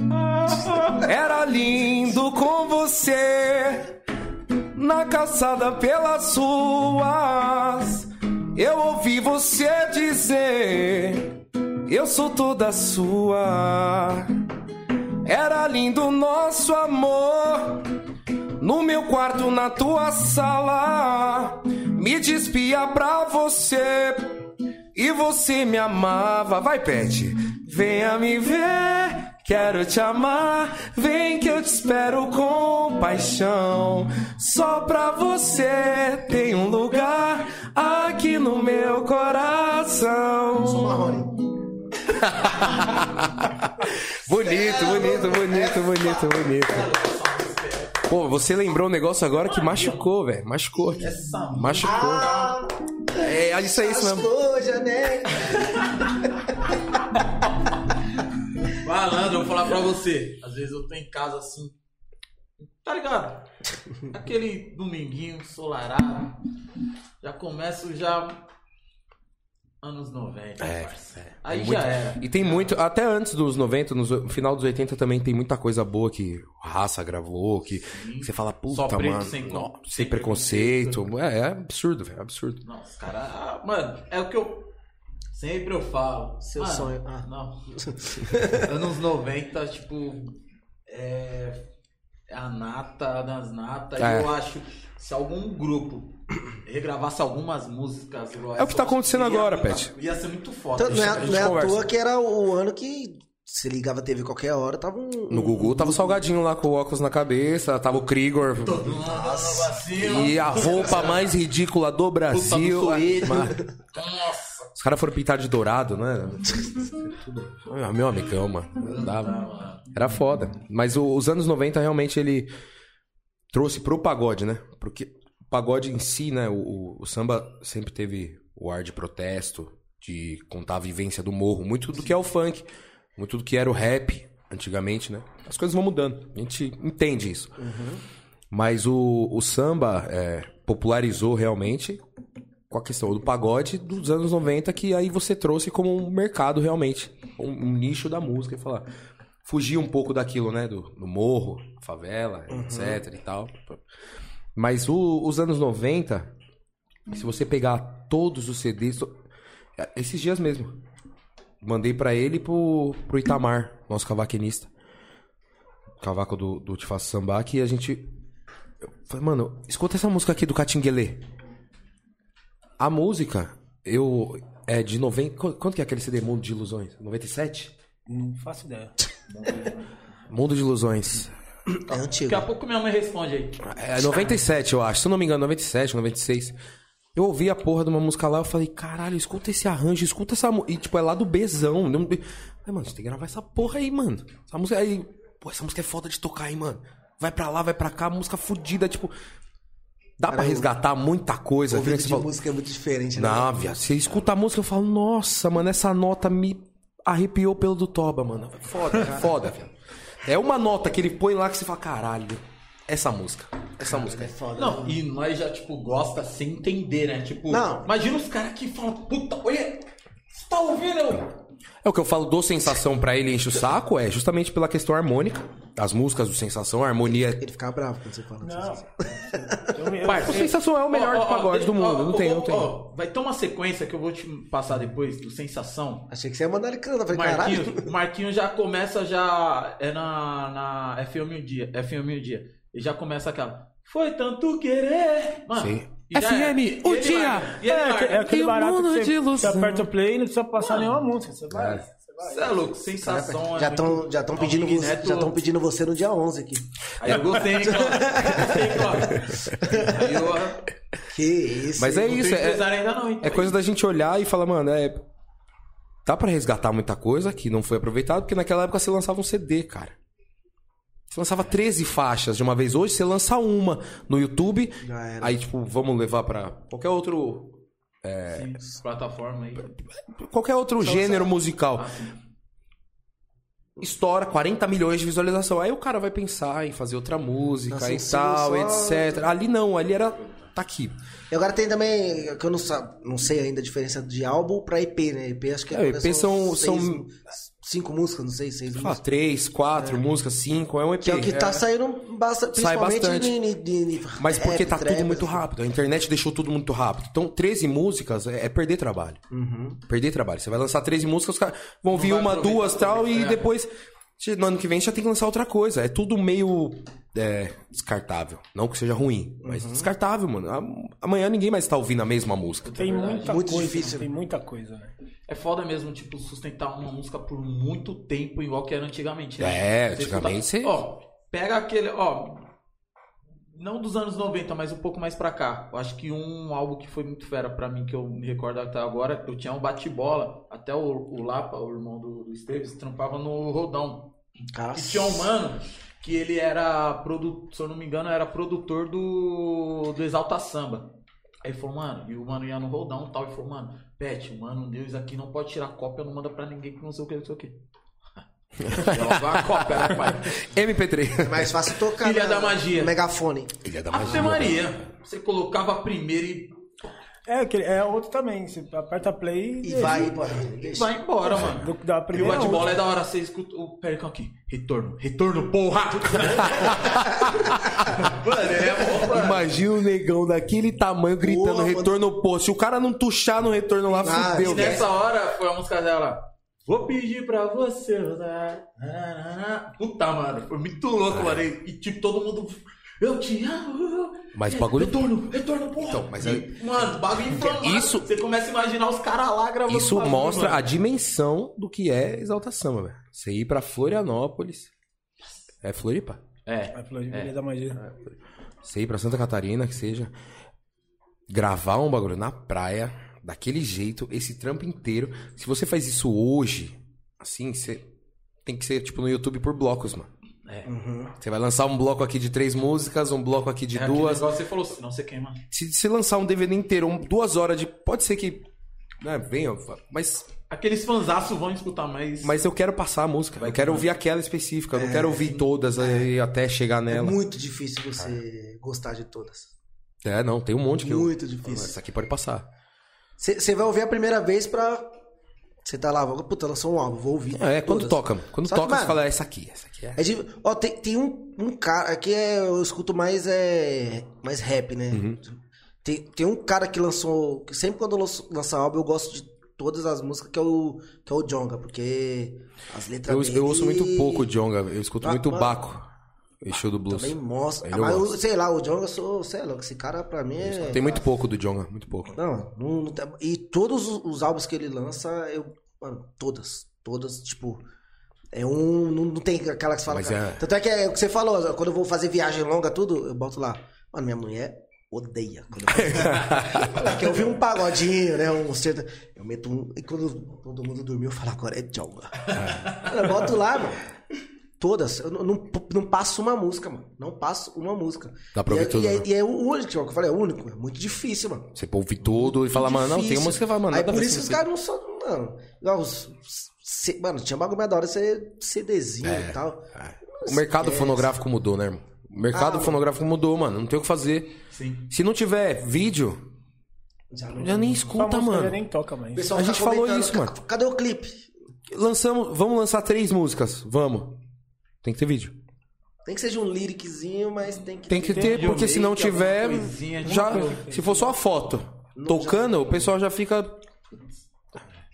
Speaker 2: Ah,
Speaker 3: Era lindo com você na calçada pelas ruas. Eu ouvi você dizer: Eu sou toda sua. Era lindo o nosso amor. No meu quarto, na tua sala, me despia pra você e você me amava. Vai, Pet. Venha me ver, quero te amar. Vem que eu te espero com paixão. Só pra você tem um lugar aqui no meu coração.
Speaker 1: Marrone.
Speaker 3: Bonito, bonito, bonito, bonito, bonito. Pô, você lembrou um negócio agora que machucou, velho. Machucou. aqui.
Speaker 2: Essa
Speaker 3: Machucou.
Speaker 1: Ah,
Speaker 3: É, é isso aí, isso mesmo.
Speaker 1: coisas, né?
Speaker 2: Malandro, eu vou falar pra você. Às vezes eu tô em casa assim. Tá ligado? Aquele dominguinho ensolarado. Já começo já. Anos 90.
Speaker 3: É,
Speaker 2: parça.
Speaker 3: é.
Speaker 2: Aí
Speaker 3: Muito-
Speaker 2: já era.
Speaker 3: E tem muito, até antes dos 90, nos- no final dos 80 também tem muita coisa boa que o Raça gravou, que, que você fala, puta,
Speaker 2: Só preto,
Speaker 3: mano,
Speaker 2: sem
Speaker 3: nó,
Speaker 2: con-
Speaker 3: sem preconceito. É, é absurdo, velho, é absurdo.
Speaker 2: Nossa, cara. ah, Mano, é o que eu. Sempre eu falo.
Speaker 1: Seu
Speaker 2: Mano,
Speaker 1: sonho. Ah. <laughs>
Speaker 2: Não. Anos 90, tipo. É. é A nata das natas.
Speaker 3: É.
Speaker 2: Eu acho. Se algum grupo regravasse algumas músicas. igual
Speaker 3: É o que tá
Speaker 2: essa,
Speaker 3: acontecendo
Speaker 2: ia-
Speaker 3: agora, Pet.
Speaker 2: Ia ser muito foda.
Speaker 1: Então, não
Speaker 3: Deixa-
Speaker 1: é,
Speaker 3: a gente
Speaker 1: não é à
Speaker 3: conversa.
Speaker 1: toa que era o ano que se ligava a TV qualquer hora, tava um.
Speaker 3: No Gugu tava o salgadinho lá com o óculos na cabeça, tava o Krigor.
Speaker 2: Todo mundo andando no vacilo.
Speaker 3: E a roupa mais ridícula do Brasil.
Speaker 2: do suíte.
Speaker 3: Mas-
Speaker 2: Nossa.
Speaker 3: Os caras foram pintar de dourado, né? Tudo- Ah, Meu amigão, mano. Não dava.
Speaker 2: Mano,
Speaker 3: Era foda. Mas o- os anos 90 realmente ele trouxe pro pagode, né? Porque o pagode em si, né? O, o- o samba sempre teve o ar de protesto, de contar a vivência do morro. Muito do que é o funk, muito do que era o rap antigamente, né? As coisas vão mudando. A gente entende isso. Mas o, o samba é, popularizou realmente com a questão do pagode dos anos 90, que aí você trouxe como um mercado realmente, um, um nicho da música e falar. Fugir um pouco daquilo, né? Do, do morro, favela, etc e tal. Mas o- os anos 90, se você pegar todos os CDs, to- é, esses dias mesmo, mandei pra ele e pro, pro Itamar, nosso cavaquinista. Cavaco do, do Te Faço Sambar, que a gente. Eu falei, mano, escuta essa música aqui do Catinguelê. A música, eu. É de 90. qu- Quanto que é aquele CD Mundo de Ilusões? 97?
Speaker 4: Não faço ideia.
Speaker 3: Mundo de Ilusões.
Speaker 1: É antigo.
Speaker 2: Daqui a pouco minha mãe responde aí.
Speaker 3: É 97, eu acho. Se eu não me engano, 97, 96. Eu ouvi a porra de uma música lá, eu falei, caralho, escuta esse arranjo, escuta essa música. E tipo, é lá do Bzão. Não... Falei, mano, você tem que gravar essa porra aí, mano. Essa música aí. Pô, essa música é foda de tocar, hein, mano. Vai pra lá, vai pra cá, música fodida, tipo. Dá pra
Speaker 1: Cara, eu-
Speaker 3: resgatar muita coisa.
Speaker 1: O
Speaker 3: que nem
Speaker 1: vídeo
Speaker 3: você
Speaker 1: de
Speaker 3: falou.
Speaker 1: música é muito diferente, né?
Speaker 3: Não, viado, você escuta a música e fala, nossa, mano, essa nota me arrepiou pelo do Toba, mano. Foda, <laughs> foda, viado. É uma nota que ele põe lá que você fala, caralho, essa música, essa música.
Speaker 1: É foda.
Speaker 2: Não, e nós já, tipo, gosta sem entender, né? Tipo,
Speaker 1: Não.
Speaker 2: imagina os caras que falam, puta, olha, você tá ouvindo?
Speaker 3: É o que eu falo do Sensação pra ele enche o saco, é justamente pela questão harmônica. As músicas do Sensação, a harmonia...
Speaker 2: É.
Speaker 1: Ele ficava bravo quando você fala
Speaker 4: Não.
Speaker 1: isso.
Speaker 4: Eu, eu,
Speaker 3: Parça, o Sensação é o melhor
Speaker 2: Ó, ó,
Speaker 3: de pagode
Speaker 2: ó,
Speaker 3: do mundo,
Speaker 2: ó,
Speaker 3: não
Speaker 2: ó,
Speaker 3: tem,
Speaker 2: ó,
Speaker 3: não tem.
Speaker 2: ó, vai ter uma sequência que eu vou te passar depois, do Sensação.
Speaker 1: Achei que você ia mandar ele cantar. Falei, <laughs> caralho.
Speaker 2: Marquinhos, Marquinhos já começa já. É na, na FM um dia. FM um dia. E já começa aquela. Foi tanto querer. Mano.
Speaker 3: Sim.
Speaker 2: e já
Speaker 3: FM,
Speaker 2: é.
Speaker 3: o
Speaker 2: E ele
Speaker 3: dia.
Speaker 2: marca, e ele
Speaker 4: é, é,
Speaker 2: marca.
Speaker 4: é aquele
Speaker 3: E o
Speaker 4: barato
Speaker 3: mundo
Speaker 4: que
Speaker 3: de
Speaker 4: você, você
Speaker 3: ilusão.
Speaker 4: aperta o play e não precisa passar
Speaker 2: Mano.
Speaker 4: nenhuma música. Você vai.
Speaker 3: É.
Speaker 4: Você
Speaker 2: Você é louco, sensação.
Speaker 1: tá- já
Speaker 2: é
Speaker 1: estão
Speaker 2: muito-
Speaker 1: já tão pedindo,
Speaker 2: Alvin
Speaker 1: você-
Speaker 2: Neto-
Speaker 1: já tão pedindo você no dia 11 aqui.
Speaker 2: Aí eu gostei, hein, Cláudio? Gostei,
Speaker 3: <laughs>
Speaker 2: Cláudio. Aí eu.
Speaker 1: Que isso.
Speaker 3: Mas é
Speaker 1: hein?
Speaker 2: Não
Speaker 3: isso,
Speaker 2: tenho
Speaker 3: é,
Speaker 2: empresário ainda não, hein?
Speaker 3: É coisa da gente olhar e falar, mano, é. Dá pra resgatar muita coisa que não foi aproveitada, porque naquela época você lançava um CD, cara. Você lançava 13 faixas de uma vez. Hoje você lança uma no YouTube.
Speaker 1: Já era.
Speaker 3: Aí, tipo, vamos levar pra qualquer outro.
Speaker 2: Sim, plataforma aí.
Speaker 3: Qualquer outro gênero musical.
Speaker 2: Ah, sim.
Speaker 3: Estoura 40 milhões de visualização. Aí o cara vai pensar em fazer outra música
Speaker 1: Nossa, um
Speaker 3: e
Speaker 1: single
Speaker 3: tal,
Speaker 1: só.
Speaker 3: etc. Ali não, ali era. Tá aqui.
Speaker 1: E agora tem também, que eu não, sa- não sei ainda a diferença de álbum pra EP, né? EP acho que
Speaker 3: É,
Speaker 1: agora
Speaker 3: EP são- Ah,
Speaker 1: seis-
Speaker 3: são-
Speaker 1: cinco músicas, não sei, seis
Speaker 3: Fala,
Speaker 1: músicas.
Speaker 3: três, quatro músicas, cinco. É um EP.
Speaker 1: Que é o que tá saindo basta-
Speaker 3: Sai
Speaker 1: principalmente
Speaker 3: bastante.
Speaker 1: de- de- de-
Speaker 3: Mas porque
Speaker 1: rap,
Speaker 3: tá
Speaker 1: trap,
Speaker 3: tudo muito
Speaker 1: assim.
Speaker 3: rápido. A internet deixou tudo muito rápido. Então, 13 músicas é, é perder trabalho.
Speaker 1: Uhum.
Speaker 3: Perder trabalho. Você vai lançar 13 músicas, os caras vão ouvir
Speaker 2: Hum. vai
Speaker 3: uma,
Speaker 2: aproveitar
Speaker 3: duas tal, e
Speaker 2: também. É.
Speaker 3: depois. che- No ano que vem já tem que lançar outra coisa. É tudo meio é, descartável. Não que seja ruim, mas
Speaker 2: Uhum.
Speaker 3: descartável, mano. Am- Amanhã ninguém mais tá ouvindo a mesma música.
Speaker 4: Tem muita
Speaker 1: É Muito
Speaker 4: coisa.
Speaker 1: difícil.
Speaker 4: Tem muita coisa, né?
Speaker 2: É foda mesmo, tipo, sustentar uma música por muito tempo, igual que era antigamente.
Speaker 3: É, antigamente
Speaker 2: escuta-
Speaker 3: você- <laughs>
Speaker 2: Ó, pega aquele, ó. Não dos anos 90, mas um pouco mais pra cá. Eu acho que um álbum que foi muito fera pra mim, que eu me recordo até agora, eu tinha um bate-bola. Até o, o Lapa, o irmão do, do Esteves, trampava no Rodão. E tinha um mano que ele era, produ- se eu não me engano, era produtor do, do Exalta Samba. Aí falou, mano, e o mano ia no roldão e tal, e falou, mano, Pet, mano, Deus aqui não pode tirar cópia, não manda pra ninguém que não sei o que, não sei o que. Ela vai a cópia, né, rapaz.
Speaker 1: É
Speaker 3: MP3.
Speaker 1: mais fácil tocar.
Speaker 2: Filha
Speaker 1: na-
Speaker 2: da magia.
Speaker 1: no Megafone.
Speaker 3: Ilha é da
Speaker 2: Ave
Speaker 3: Magia.
Speaker 2: Maria, você colocava a primeira e
Speaker 4: É, aquele, é outro também. Você aperta play
Speaker 1: E
Speaker 4: deixa.
Speaker 1: vai embora.
Speaker 2: vai embora, mano.
Speaker 4: Do, da
Speaker 2: E o
Speaker 4: primeira.
Speaker 2: bate-bola é da hora, você escuta o Pericão aqui. Retorno, retorno, porra! mano, ele é bom, mano.
Speaker 3: Imagina o negão daquele tamanho gritando
Speaker 1: Porra, mano.
Speaker 3: retorno pô. Se o cara não tuchar no retorno lá,
Speaker 1: Ah,
Speaker 3: fudeu,
Speaker 2: E
Speaker 1: esquece.
Speaker 3: velho.
Speaker 2: nessa hora foi a música dela. Vou pedir pra você usar. na, na, na." Puta, mano, foi muito louco, mano. E e, tipo, todo mundo. Eu te amo.
Speaker 3: Mas o bagulho-
Speaker 2: Retorno, retorno, porra.
Speaker 3: Então, mas
Speaker 2: E,
Speaker 3: aí- Então,
Speaker 2: Mano, bagulho inflamado.
Speaker 3: Isso-
Speaker 2: Você começa a imaginar os caras lá gravando.
Speaker 3: Isso
Speaker 2: bagulho,
Speaker 3: mostra a
Speaker 2: mano.
Speaker 3: dimensão do que é Exalta Samba, velho. Você ir pra Florianópolis. É Floripa.
Speaker 2: É.
Speaker 4: É, falou de Ilha da
Speaker 1: É.
Speaker 4: magia.
Speaker 3: Você ir pra Santa Catarina, que seja. Gravar um bagulho na praia, daquele jeito, esse trampo inteiro. Se você faz isso hoje, assim, você tem que ser tipo no YouTube por blocos, mano.
Speaker 2: É.
Speaker 3: Você vai lançar um bloco aqui de três músicas, um bloco aqui de
Speaker 2: É aquele
Speaker 3: duas.
Speaker 2: negócio que você falou, senão você queima.
Speaker 3: Se, se lançar um DVD inteiro, um- duas horas de. Pode ser que. Né, venha, mas
Speaker 2: Aqueles fanzaços vão escutar, mas.
Speaker 3: Mas eu quero passar a música. eu quero ouvir aquela específica. Eu não quero ouvir todas aí até chegar
Speaker 1: É
Speaker 3: nela.
Speaker 1: muito difícil você gostar de todas.
Speaker 3: É, não, tem um monte que eu.
Speaker 1: Muito
Speaker 3: Falo,
Speaker 1: difícil.
Speaker 3: Essa aqui pode passar.
Speaker 1: Você vai ouvir a primeira vez pra. Você tá lá, puta, lançou um álbum, vou ouvir.
Speaker 3: É, quando
Speaker 1: todas.
Speaker 3: toca, mano. Quando
Speaker 1: Só que,
Speaker 3: toca, você
Speaker 1: mano,
Speaker 3: fala, é essa aqui, essa aqui é.
Speaker 1: É de- ó, tem, tem um, um cara. Aqui é, eu escuto mais, é, mais rap, né?
Speaker 3: Uhum.
Speaker 1: Tem, tem um cara que lançou. que sempre quando eu lanço- lança álbum, eu gosto de todas as músicas, que é o, que é o Jonga, porque as letras.
Speaker 3: Eu,
Speaker 1: dele
Speaker 3: eu ouço muito pouco o Jonga, eu escuto
Speaker 1: Ah,
Speaker 3: muito
Speaker 1: mano.
Speaker 3: Baco. o Show do Blues.
Speaker 1: Também mostra.
Speaker 3: Ele
Speaker 1: mas
Speaker 3: eu
Speaker 1: eu-
Speaker 3: gosto.
Speaker 1: sei lá, o Jonga, eu sou, sei lá, esse cara pra mim é.
Speaker 3: Tem muito pouco do Jonga, muito pouco.
Speaker 1: Não, não, não
Speaker 3: tá
Speaker 1: tem- e todos os- os álbuns que ele lança, eu. Mano, todas. Todas, tipo. É um. Não, não tem aquela que você fala.
Speaker 3: Mas
Speaker 1: cara.
Speaker 3: é-
Speaker 1: Tanto é que é o que você falou, quando eu vou fazer viagem longa, tudo, eu boto lá. Mano, minha mulher odeia quando eu
Speaker 3: <laughs>
Speaker 1: faço. Ela quer ouvir um pagodinho, né? Um certo. Eu meto
Speaker 3: É.
Speaker 1: um. E quando todo mundo dormiu, eu falo, agora é Jonga. Eu boto lá, mano. todas. Eu não, não, não passo uma música, mano. Não passo uma música.
Speaker 3: Dá pra
Speaker 1: e
Speaker 3: ouvir
Speaker 1: é,
Speaker 3: tudo,
Speaker 1: E é,
Speaker 3: né?
Speaker 1: e é o único, que eu falei, é o único. É muito difícil, mano.
Speaker 3: Você ouve tudo e fala, mano, não, é tem
Speaker 1: É Difícil.
Speaker 3: uma música que fala, mano,
Speaker 1: Aí
Speaker 3: nada a
Speaker 1: por
Speaker 3: ver
Speaker 1: isso
Speaker 3: com
Speaker 1: os
Speaker 3: você.
Speaker 1: caras não são. Mano, igual os- se- mano, tinha bagulho mais da hora ser CDzinho e tal.
Speaker 3: É,
Speaker 1: é,
Speaker 3: O mercado
Speaker 1: Esquece.
Speaker 3: fonográfico mudou, né, irmão? O
Speaker 1: Ah,
Speaker 3: mercado
Speaker 1: mano.
Speaker 3: fonográfico mudou, mano. Não tem o que fazer.
Speaker 2: Sim.
Speaker 3: Se não tiver vídeo,
Speaker 1: Já não-
Speaker 3: já nem
Speaker 4: Só
Speaker 3: escuta,
Speaker 4: música já
Speaker 3: mano.
Speaker 4: nem toca, mas.
Speaker 1: O pessoal
Speaker 3: A
Speaker 1: fica
Speaker 3: gente falou
Speaker 1: comentando,
Speaker 3: isso,
Speaker 1: "Ca-
Speaker 3: mano.
Speaker 1: Cadê o clipe?
Speaker 3: Lançamos, vamos lançar três músicas. Vamos. Tem que ter vídeo.
Speaker 1: Tem que seja um lyriczinho, mas tem que.
Speaker 3: Tem que
Speaker 1: ter-
Speaker 3: ter,
Speaker 2: Vídeo,
Speaker 3: porque se não
Speaker 2: make,
Speaker 3: tiver,
Speaker 2: alguma coisinha,
Speaker 3: já,
Speaker 2: alguma coisa.
Speaker 3: se for só a foto tocando, o pessoal já fica.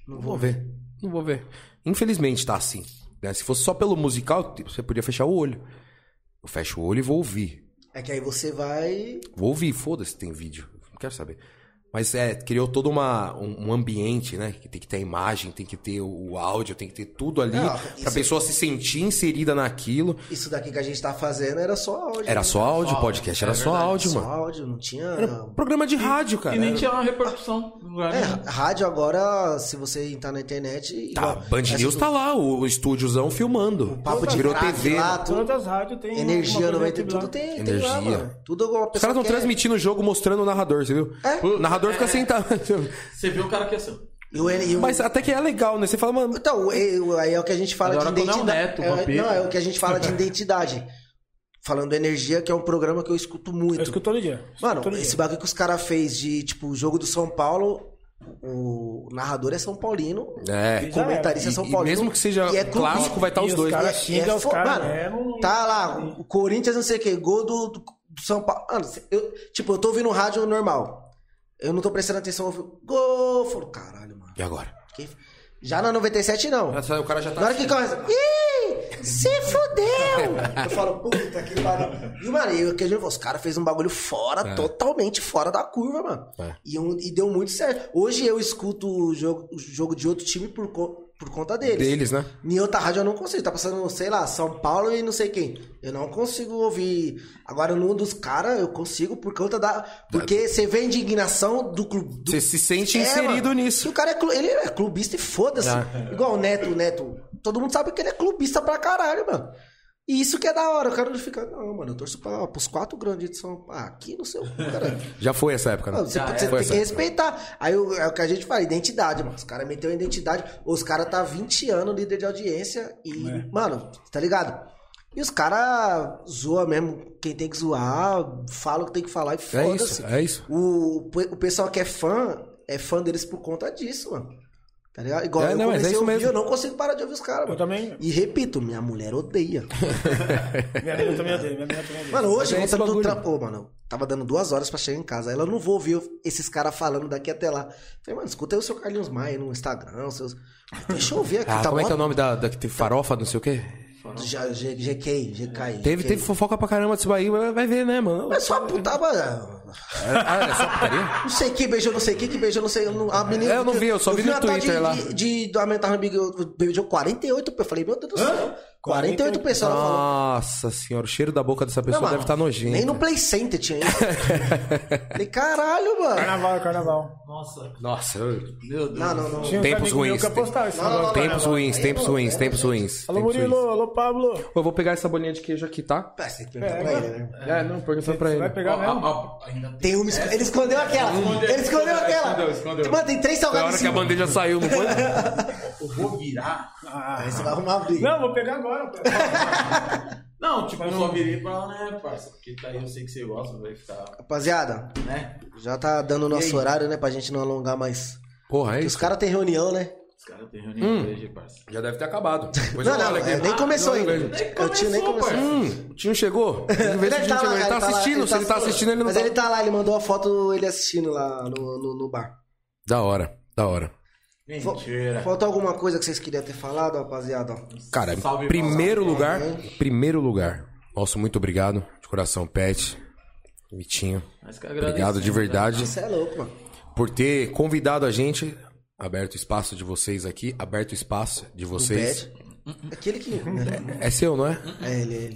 Speaker 3: Não vou ver. Não vou ver. Infelizmente tá assim. né? Se fosse só pelo musical, tipo, você podia fechar o olho. Eu fecho o olho e vou ouvir.
Speaker 1: É que aí você vai.
Speaker 3: Vou ouvir, foda-se, tem vídeo. Não quero saber. Mas é, criou todo uma, um, um ambiente, né? Que tem que ter a imagem, tem que ter o áudio, tem que ter tudo ali.
Speaker 1: Não,
Speaker 3: pra
Speaker 1: isso-
Speaker 3: pessoa se sentir inserida naquilo.
Speaker 1: Isso daqui que a gente tá fazendo era só áudio.
Speaker 3: Era
Speaker 1: né?
Speaker 3: só áudio,
Speaker 2: Só,
Speaker 3: podcast,
Speaker 2: é
Speaker 3: era só
Speaker 2: verdade,
Speaker 3: áudio,
Speaker 1: Só
Speaker 3: mano.
Speaker 1: áudio, não tinha.
Speaker 3: Programa de rádio, cara.
Speaker 2: E nem
Speaker 3: Era-
Speaker 2: tinha uma repercussão no lugar
Speaker 1: É,
Speaker 2: nenhum.
Speaker 1: rádio agora, se você entrar na internet.
Speaker 3: Tá,
Speaker 1: igual-
Speaker 3: Band
Speaker 1: essa-
Speaker 3: News tá lá, o estúdiozão filmando.
Speaker 1: O papo de
Speaker 3: virou
Speaker 1: craque
Speaker 3: TV.
Speaker 1: lá, tudo, tá
Speaker 4: Todas as rádios tem.
Speaker 1: energia
Speaker 4: alguma coisa
Speaker 1: 90, tudo
Speaker 4: dentro
Speaker 1: tem, tem lá,
Speaker 3: Energia.
Speaker 1: mano. Tudo alguma
Speaker 3: Os
Speaker 1: pessoa.
Speaker 3: caras estão
Speaker 1: quer.
Speaker 3: transmitindo o jogo mostrando o narrador, você viu?
Speaker 1: É.
Speaker 3: O narrador fica sentado. <laughs>
Speaker 2: Você viu o cara que é seu.
Speaker 1: E o, e o-
Speaker 3: Mas até que é legal, né? Você fala, mano.
Speaker 1: Então, e- o- aí é o que a gente fala
Speaker 2: Agora, quando é
Speaker 1: de
Speaker 2: um
Speaker 1: identidade.
Speaker 2: neto,
Speaker 1: É-
Speaker 2: vampiro.
Speaker 1: não, é o que a gente fala de identidade. Falando energia, que é um programa que eu escuto
Speaker 4: lá. Eu
Speaker 1: muito.
Speaker 4: escuto todo dia. Escuto
Speaker 1: Mano,
Speaker 4: todo
Speaker 1: esse
Speaker 4: dia.
Speaker 1: bagulho que os caras fez de, tipo, o jogo do São Paulo, o narrador é São Paulino,
Speaker 3: É.
Speaker 1: o comentarista é
Speaker 3: E-
Speaker 1: São
Speaker 3: e
Speaker 1: Paulino.
Speaker 3: mesmo que seja
Speaker 1: e é clubista.
Speaker 3: clássico, vai estar
Speaker 4: E
Speaker 3: os dois.
Speaker 4: caras
Speaker 1: E é-
Speaker 4: xingam
Speaker 1: e é
Speaker 4: os
Speaker 1: fo-
Speaker 4: caras
Speaker 1: mano,
Speaker 4: mesmo.
Speaker 1: Tá lá, o- o Corinthians não sei o que, gol do, do- do São Paulo. Mano, cê- eu, tipo, eu tô ouvindo rádio normal. Eu não tô prestando atenção, eu ouvi, gol! Eu falo, caralho, mano.
Speaker 3: E agora? é
Speaker 1: que- Já na 97, não.
Speaker 3: Essa- O cara já tá
Speaker 1: Na hora que começa, ih, se fudeu! Eu falo, puta que pariu. E, mano, eu, que a gente, os caras fez um bagulho fora, totalmente fora da curva, mano.
Speaker 3: É.
Speaker 1: E, um- e deu muito certo. Hoje eu escuto o jogo, o jogo de outro time por, co- por conta deles.
Speaker 3: Deles, né?
Speaker 1: Em outra rádio eu não consigo. Tá passando, sei lá, São Paulo e não sei quem. Eu não consigo ouvir. Agora, num dos caras, eu consigo por conta da. Porque você vê a indignação do clube. do-
Speaker 3: Você se sente
Speaker 1: É,
Speaker 3: inserido
Speaker 1: mano.
Speaker 3: nisso.
Speaker 1: E o cara é, clu- ele é clubista e foda-se.
Speaker 3: Ah.
Speaker 1: Igual o Neto, o Neto. Todo mundo sabe que ele é clubista pra caralho, mano. E isso que é da hora. O cara não fica, não, mano, eu torço pra, pros quatro grandes de São Paulo. Ah, aqui no seu. Cara.
Speaker 3: Já foi essa época, né?
Speaker 1: Não, você
Speaker 3: Já
Speaker 1: pode-
Speaker 3: foi
Speaker 1: você tem
Speaker 3: essa
Speaker 1: que
Speaker 3: época.
Speaker 1: respeitar. Aí o- é o que a gente fala, identidade, mano. Os caras meteu a identidade. Os caras tá 20 anos líder de audiência e,
Speaker 3: É.
Speaker 1: mano, tá ligado? E os caras zoam mesmo quem tem que zoar, fala o que tem que falar e
Speaker 3: É
Speaker 1: foda-se.
Speaker 3: isso, é isso.
Speaker 1: O, pe- o pessoal que é fã, é fã deles por conta disso, mano. Tá ligado? Igual
Speaker 3: É,
Speaker 1: eu
Speaker 3: não, mas é
Speaker 1: comecei a
Speaker 3: isso
Speaker 1: ouvir,
Speaker 3: mesmo.
Speaker 1: eu não consigo parar de ouvir os caras,
Speaker 4: Eu
Speaker 1: mano.
Speaker 4: também.
Speaker 1: E repito, minha mulher
Speaker 3: <laughs>
Speaker 1: odeia.
Speaker 4: Minha amiga também odeia. Minha amiga também odeia.
Speaker 1: Mano,
Speaker 3: Mas
Speaker 1: hoje tá
Speaker 3: é
Speaker 1: eu
Speaker 3: esse
Speaker 1: tava do
Speaker 3: bagulho.
Speaker 1: trampo, Ô, mano. Tava dando duas horas pra chegar em casa. Ela eu não vou ouvir esses caras falando daqui até lá. Falei, mano, escuta aí o seu Carlinhos Maia no Instagram, os seus. Deixa eu ver aqui,
Speaker 3: Ah,
Speaker 1: tá
Speaker 3: como é que é o
Speaker 1: bom?
Speaker 3: nome da, da que teve farofa, não sei o quê?
Speaker 1: Já, G- GK, GK.
Speaker 3: Teve,
Speaker 1: GK.
Speaker 3: teve fofoca pra caramba disso aí, vai vai ver, né,
Speaker 1: <laughs>
Speaker 3: mano?
Speaker 1: Mas só putava.
Speaker 3: Ah, é só putaria?
Speaker 1: Não sei que beijou, não sei que, que beijou, não sei. não- A menina.
Speaker 3: É, eu não vi, eu só vi
Speaker 1: uma
Speaker 3: no
Speaker 1: tal
Speaker 3: Twitter
Speaker 1: de,
Speaker 3: lá.
Speaker 1: De, de, do Aumentar no Big, eu- beijou 48 pessoas. Eu falei, meu Deus do céu. 48 pessoas. Ela falou.
Speaker 3: Nossa senhora, o cheiro da boca dessa pessoa
Speaker 1: "Não, mano,
Speaker 3: deve estar nojento.
Speaker 1: Nem no Play Center tinha
Speaker 3: <laughs>
Speaker 1: isso. falei, caralho, mano.
Speaker 4: Carnaval, carnaval.
Speaker 2: Nossa,
Speaker 3: Nossa, eu-
Speaker 2: meu Deus.
Speaker 1: Não, não, não.
Speaker 4: Tinha uns
Speaker 3: Tempos
Speaker 4: amigos meus
Speaker 3: ruins,
Speaker 4: que apostavam esse negócio do
Speaker 3: tempos
Speaker 4: carnaval.
Speaker 3: ruins, tempos ruins, tempos ruins.
Speaker 4: Alô,
Speaker 3: tempos
Speaker 4: Murilo.
Speaker 3: ruins.
Speaker 4: Alô, Pablo.
Speaker 3: Eu vou pegar essa bolinha de queijo aqui, tá?
Speaker 1: Pá, Você tem que perguntar pra ele, né?
Speaker 3: É, não, pergunta pra
Speaker 4: Você
Speaker 3: ele.
Speaker 4: vai pegar
Speaker 2: Ó,
Speaker 4: mesmo?
Speaker 2: ó, ó, ainda tem.
Speaker 1: Tem uma. esco- Ele escondeu aquela. ele escondeu aquela. Tipo,
Speaker 3: escondeu, escondeu.
Speaker 1: Mano, tem três
Speaker 3: Na
Speaker 1: salgados
Speaker 3: hora
Speaker 1: em
Speaker 3: que a
Speaker 1: cima.
Speaker 3: bandeja saiu, não foi?
Speaker 2: Eu vou virar.
Speaker 4: Ah.
Speaker 1: Aí você vai arrumar a briga.
Speaker 4: Não, vou pegar agora. pô.
Speaker 2: Não, tipo, eu só virei pra lá, né, parça? Porque tá aí, eu sei que você gosta, vai ficar,
Speaker 1: Rapaziada,
Speaker 2: né?
Speaker 1: já tá dando o
Speaker 2: E aí?
Speaker 1: nosso horário, né? Pra gente não alongar mais.
Speaker 3: Porra, é
Speaker 1: Os
Speaker 3: isso.
Speaker 1: caras têm reunião, né?
Speaker 2: Os caras têm reunião
Speaker 3: Hum.
Speaker 2: hoje, parça.
Speaker 3: Já deve ter acabado. Depois
Speaker 1: Não,
Speaker 3: eu
Speaker 1: não,
Speaker 3: olho
Speaker 1: é,
Speaker 3: aqui.
Speaker 1: nem começou
Speaker 2: não,
Speaker 1: ainda.
Speaker 2: nem
Speaker 1: Eu tinha nem
Speaker 2: começou,
Speaker 1: começou.
Speaker 2: parça.
Speaker 3: Hum, o
Speaker 1: <laughs>
Speaker 3: Tinho chegou. Tem que ver se o Tinho
Speaker 1: lá,
Speaker 3: chegou. Ele tá
Speaker 1: lá,
Speaker 3: assistindo, se ele tá assistindo, ele não
Speaker 1: Mas
Speaker 3: tá.
Speaker 1: ele tá lá, ele mandou a foto ele assistindo lá no, no, no bar.
Speaker 3: Da hora, da hora.
Speaker 1: Fal-
Speaker 2: Mentira.
Speaker 1: Faltou alguma coisa que vocês queriam ter falado, rapaziada?
Speaker 3: Cara,
Speaker 2: Salve,
Speaker 3: primeiro
Speaker 1: Paulo.
Speaker 3: lugar,
Speaker 1: Salve,
Speaker 3: primeiro lugar. Nosso muito obrigado, de coração, Pet, Vitinho.
Speaker 2: Mas que né?
Speaker 3: Obrigado de
Speaker 2: agradecemos,
Speaker 3: verdade.
Speaker 1: Você é louco, mano.
Speaker 3: por ter convidado a gente, aberto o espaço de vocês aqui, aberto o espaço de vocês.
Speaker 1: Pet. Aquele que.
Speaker 3: É seu, não é?
Speaker 1: É, ele, ele.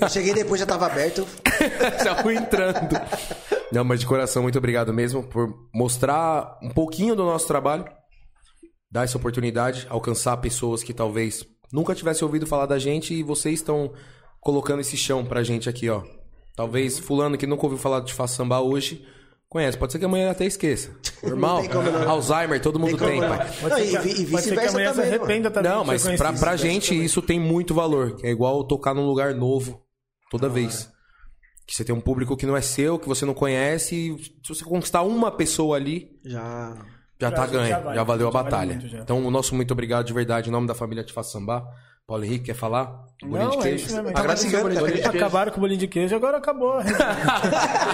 Speaker 1: Eu cheguei depois, já tava aberto.
Speaker 3: <laughs> Já fui entrando. Não, mas de coração, muito obrigado mesmo por mostrar um pouquinho do nosso trabalho, dar essa oportunidade, alcançar pessoas que talvez nunca tivesse ouvido falar da gente e vocês estão colocando esse chão pra gente aqui, ó. Talvez fulano que nunca ouviu falar de Faça Samba hoje conhece. Pode ser que amanhã ele até esqueça. Normal.
Speaker 1: tem como não.
Speaker 3: Alzheimer, todo mundo tem,
Speaker 1: como não.
Speaker 3: pai.
Speaker 1: Não, e, vi- e
Speaker 4: Pode ser que
Speaker 1: vice-versa
Speaker 4: amanhã
Speaker 1: também.
Speaker 4: se
Speaker 1: mano.
Speaker 4: arrependa também.
Speaker 3: Não,
Speaker 4: de ter
Speaker 3: mas pra,
Speaker 4: conhecido
Speaker 3: pra
Speaker 4: esse
Speaker 3: gente isso tem muito valor. É igual tocar num lugar novo
Speaker 4: Ah,
Speaker 3: toda vez.
Speaker 4: é.
Speaker 3: Que você tem um público que não é seu, que você não conhece. E se você conquistar uma pessoa ali,
Speaker 1: Já.
Speaker 3: já
Speaker 4: Já-
Speaker 3: tá
Speaker 4: já
Speaker 3: ganho. Já,
Speaker 4: vale,
Speaker 3: valeu a
Speaker 4: já vale
Speaker 3: batalha.
Speaker 4: muito, já.
Speaker 3: então, o nosso muito obrigado de verdade. Em nome da família Te Faço Sambar. Paulo Henrique, quer falar? Do bolinho
Speaker 4: Não,
Speaker 3: de
Speaker 4: é
Speaker 3: queijo?
Speaker 4: isso mesmo.
Speaker 3: Agradecer o
Speaker 1: Tá ligado,
Speaker 3: bolinho de
Speaker 2: tá
Speaker 3: queijo.
Speaker 4: Acabaram com o bolinho de queijo, agora acabou.
Speaker 3: <laughs>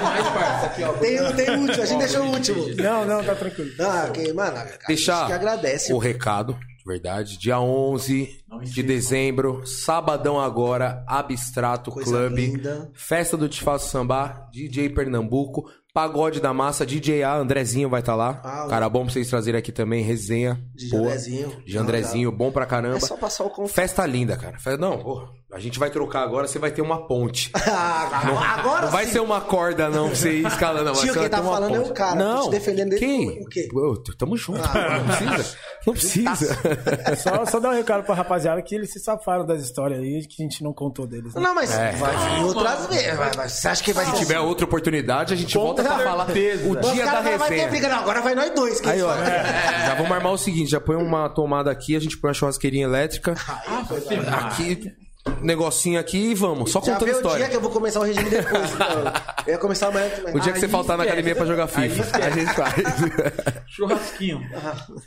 Speaker 1: Tem, tem o último, a gente deixou o último.
Speaker 4: não, não, tá tranquilo.
Speaker 1: Ah, que, mano, a gente
Speaker 3: Deixar
Speaker 1: que agradece.
Speaker 3: o recado, de verdade. Dia 11
Speaker 2: Não me
Speaker 3: de
Speaker 2: esqueçam.
Speaker 3: dezembro, sabadão agora, Abstrato
Speaker 1: Coisa
Speaker 3: Club.
Speaker 1: linda.
Speaker 3: Festa do Te Faço Sambar, DJ Pernambuco, Pagode da Massa, DJ A, Andrezinho vai estar lá.
Speaker 1: Ah,
Speaker 3: Cara, bom pra vocês trazerem aqui também, resenha.
Speaker 1: De
Speaker 3: boa.
Speaker 1: Andrezinho.
Speaker 3: De Andrezinho, bom pra caramba.
Speaker 1: É só passar o contato.
Speaker 3: Festa linda, cara. Fe- Não, pô, a gente vai trocar agora, você vai ter uma ponte.
Speaker 1: Ah, agora
Speaker 3: Não vai
Speaker 1: sim.
Speaker 3: ser uma corda, não, pra você ir escalando. não, mas
Speaker 1: Tio,
Speaker 3: você
Speaker 1: quem
Speaker 3: vai
Speaker 1: tá
Speaker 3: ter uma
Speaker 1: falando é o
Speaker 3: ponte.
Speaker 1: cara,
Speaker 3: Não,
Speaker 1: tô te defendendo dele.
Speaker 3: quem?
Speaker 1: O quê?
Speaker 3: Pô, t- tamo junto,
Speaker 1: Ah. Tá
Speaker 3: pô, não precisa. Não precisa.
Speaker 4: Só, só dar um recado pra rapaziada que eles se safaram das histórias aí que a gente não contou deles. né?
Speaker 1: Não, mas
Speaker 3: É.
Speaker 1: vai vir outras vezes. vai- vai- Você acha que vai
Speaker 3: Se tiver outra oportunidade, a gente volta pra falar o
Speaker 1: Os
Speaker 3: dia da
Speaker 1: caras falam, É. vai ter
Speaker 3: resenha.
Speaker 1: briga. Não, agora vai nós dois. que
Speaker 3: Aí, ó,
Speaker 1: isso-
Speaker 3: já vamos armar o seguinte, já põe uma tomada aqui, a gente põe uma churrasqueirinha elétrica,
Speaker 1: Ah.
Speaker 2: Ah,
Speaker 3: aqui, negocinho aqui e vamos, só
Speaker 1: Já
Speaker 3: contando
Speaker 1: vê o dia
Speaker 3: história.
Speaker 1: que eu vou começar o regime
Speaker 3: <laughs>
Speaker 1: depois. então. Eu ia começar amanhã também.
Speaker 3: O dia que você
Speaker 2: Aí
Speaker 3: faltar na
Speaker 2: esquece.
Speaker 3: academia pra jogar
Speaker 2: Aí
Speaker 3: FIFA, a gente
Speaker 1: <laughs>
Speaker 3: faz.
Speaker 2: Churrasquinho.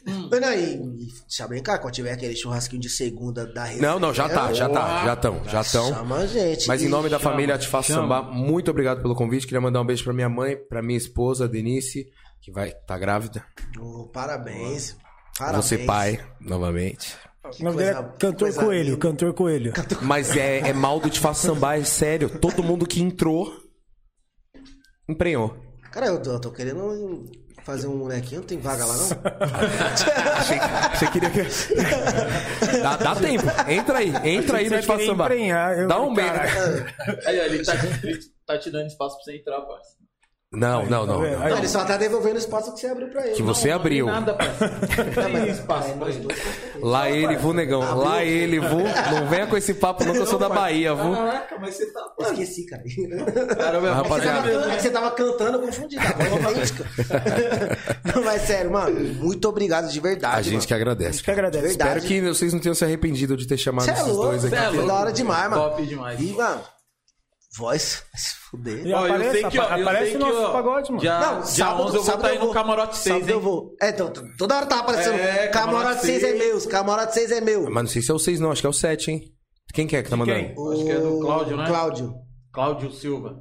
Speaker 1: Hum. Não, não, e, e deixa eu brincar, quando tiver aquele churrasquinho de segunda da rede.
Speaker 3: Não, não, já tá, já tá, já estão, já estão.
Speaker 1: Chama a gente.
Speaker 3: Mas em nome da
Speaker 2: Chama,
Speaker 3: família Te Faço
Speaker 2: chama.
Speaker 3: Sambar, muito obrigado pelo convite. Queria mandar um beijo pra minha mãe, pra minha esposa, Denise, que vai tá grávida.
Speaker 1: Ô, parabéns.
Speaker 3: Parabéns.
Speaker 1: Parabéns.
Speaker 3: Você pai, novamente.
Speaker 4: O nome dele é
Speaker 1: coisa-
Speaker 4: Cantor
Speaker 1: coisa
Speaker 4: Coelho,
Speaker 1: linda.
Speaker 4: Cantor Coelho.
Speaker 3: Mas é, é mal do Te Faço Sambar, é sério. Todo mundo que entrou, emprenhou.
Speaker 1: Cara, eu tô, eu tô querendo fazer um molequinho, não tem vaga lá
Speaker 3: <laughs>
Speaker 1: não?
Speaker 3: Achei, achei que iria... dá, dá tempo. Entra aí, entra aí
Speaker 4: Você
Speaker 3: no Te Faço
Speaker 4: queria
Speaker 3: Sambar.
Speaker 4: emprenhar, eu-
Speaker 3: Dá um beijo.
Speaker 4: Caraca.
Speaker 2: Aí, ó, ele tá, ele tá te dando espaço pra você entrar, parceiro.
Speaker 3: Não, não, não.
Speaker 4: Aí,
Speaker 3: não.
Speaker 1: Não, ele só tá devolvendo o espaço que você abriu pra ele.
Speaker 3: Que você abriu.
Speaker 2: Nada, parceiro. Não tem espaço pra ele.
Speaker 3: Lá ele, vu, negão. Lá ele, vu. Não venha com esse papo, não, que eu sou da Bahia, vu.
Speaker 2: Caraca, mas você tá.
Speaker 1: Eu Esqueci, cara.
Speaker 2: Caramba,
Speaker 1: <laughs>
Speaker 2: tá-
Speaker 3: Ah,
Speaker 1: Você tava,
Speaker 3: rapaziada.
Speaker 1: é que você tava cantando, eu confundi. Tá?
Speaker 3: <laughs>
Speaker 1: Não, mas sério, mano. Muito obrigado de
Speaker 4: Tá
Speaker 1: verdade.
Speaker 3: A gente que
Speaker 1: mano. É
Speaker 3: agradece.
Speaker 4: Que agradece.
Speaker 1: Verdade.
Speaker 3: Espero que vocês não tenham se arrependido de ter chamado
Speaker 1: Cê é
Speaker 3: esses
Speaker 1: louco,
Speaker 3: dois aqui.
Speaker 1: cê é louco. Da hora demais, mano.
Speaker 2: Top tá demais.
Speaker 1: E, mano, voz, vai se fuder.
Speaker 4: E
Speaker 2: Ó,
Speaker 4: aparece,
Speaker 2: eu sei que, ó,
Speaker 4: apa-
Speaker 2: eu
Speaker 4: aparece
Speaker 2: sei
Speaker 4: nosso
Speaker 2: que, ó,
Speaker 4: pagode, mano.
Speaker 2: Dia,
Speaker 1: Não,
Speaker 2: dia
Speaker 1: sábado-
Speaker 2: 11 eu vou
Speaker 1: sábado
Speaker 2: estar aí no
Speaker 1: vou.
Speaker 2: camarote 6,
Speaker 1: Sábado
Speaker 2: hein?
Speaker 1: eu vou. É, então, t- toda hora tá aparecendo.
Speaker 2: É,
Speaker 1: camarote
Speaker 2: camarote
Speaker 1: 6 é
Speaker 2: seis.
Speaker 1: meus, camarote 6 é meu.
Speaker 3: Mas não sei se é o 6, não. Acho que é o 7, hein? Quem que é que tá mandando?
Speaker 4: quem?
Speaker 2: Acho que é do Cláudio, né?
Speaker 1: Cláudio.
Speaker 2: Cláudio Silva.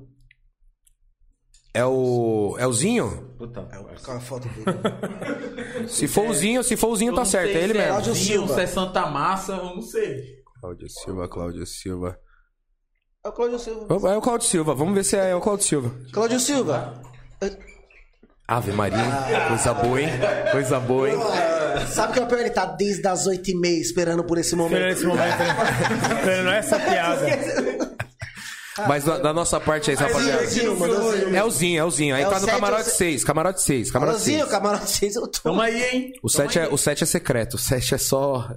Speaker 3: É o. É o Zinho?
Speaker 2: Puta, é o
Speaker 1: Com a foto dele.
Speaker 3: Se for o Zinho, se for o Zinho, tá certo. É ele
Speaker 2: Se é
Speaker 3: mesmo.
Speaker 1: Cláudio
Speaker 2: Zinho,
Speaker 1: Silva.
Speaker 2: se é Santa Massa, eu não sei.
Speaker 3: Cláudio Silva, Cláudio Silva.
Speaker 1: É o Cláudio Silva.
Speaker 3: É o Cláudio Silva. Vamos ver se é, o Cláudio Silva.
Speaker 1: Cláudio Silva.
Speaker 3: Ave Maria, hein? Coisa boa, hein? Coisa boa, hein?
Speaker 1: Ah, Sabe o que é o pior? Ele tá desde as 8h30 esperando por esse
Speaker 4: Pelo
Speaker 1: momento.
Speaker 4: esse momento. <laughs> né? Pelo não é essa piada.
Speaker 3: Mas da, da nossa parte é isso, rapaziada.
Speaker 1: Zinho, mandou Zinho.
Speaker 3: É o Zinho, é o Zinho. Aí
Speaker 1: É o
Speaker 3: tá no
Speaker 1: sete, é o
Speaker 3: camarote
Speaker 1: se-
Speaker 3: 6. Camarote 6.
Speaker 1: Alô,
Speaker 3: Camarote
Speaker 1: Zinho,
Speaker 3: 6.
Speaker 1: camarote 6, eu tô.
Speaker 2: Tamo aí, hein?
Speaker 3: O 7 é, o sete é secreto. O 7 é só.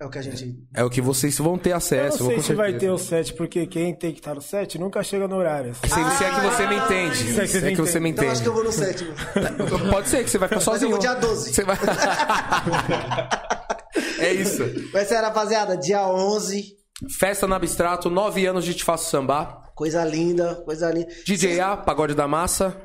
Speaker 1: É o que a gente.
Speaker 3: É o que vocês vão ter
Speaker 4: Eu não
Speaker 3: acesso.
Speaker 4: sei
Speaker 3: com
Speaker 4: se vai
Speaker 3: certeza.
Speaker 4: ter o 7, porque quem tem que estar no 7 nunca chega no horário.
Speaker 3: Se, se é que você me entende.
Speaker 4: Ah,
Speaker 3: Se é que você me
Speaker 1: Então acho que
Speaker 3: entende.
Speaker 1: eu vou no sétimo.
Speaker 3: Pode ser que você vai ficar
Speaker 1: Mas eu
Speaker 3: sozinho.
Speaker 1: vou dia 12.
Speaker 3: Você vai... <laughs> é isso.
Speaker 1: Mas sério, rapaziada, dia 11.
Speaker 3: Festa no Abstrato, 9 anos de Te Faço Sambar.
Speaker 1: Coisa linda, coisa linda.
Speaker 3: DJ A, Pagode da Massa.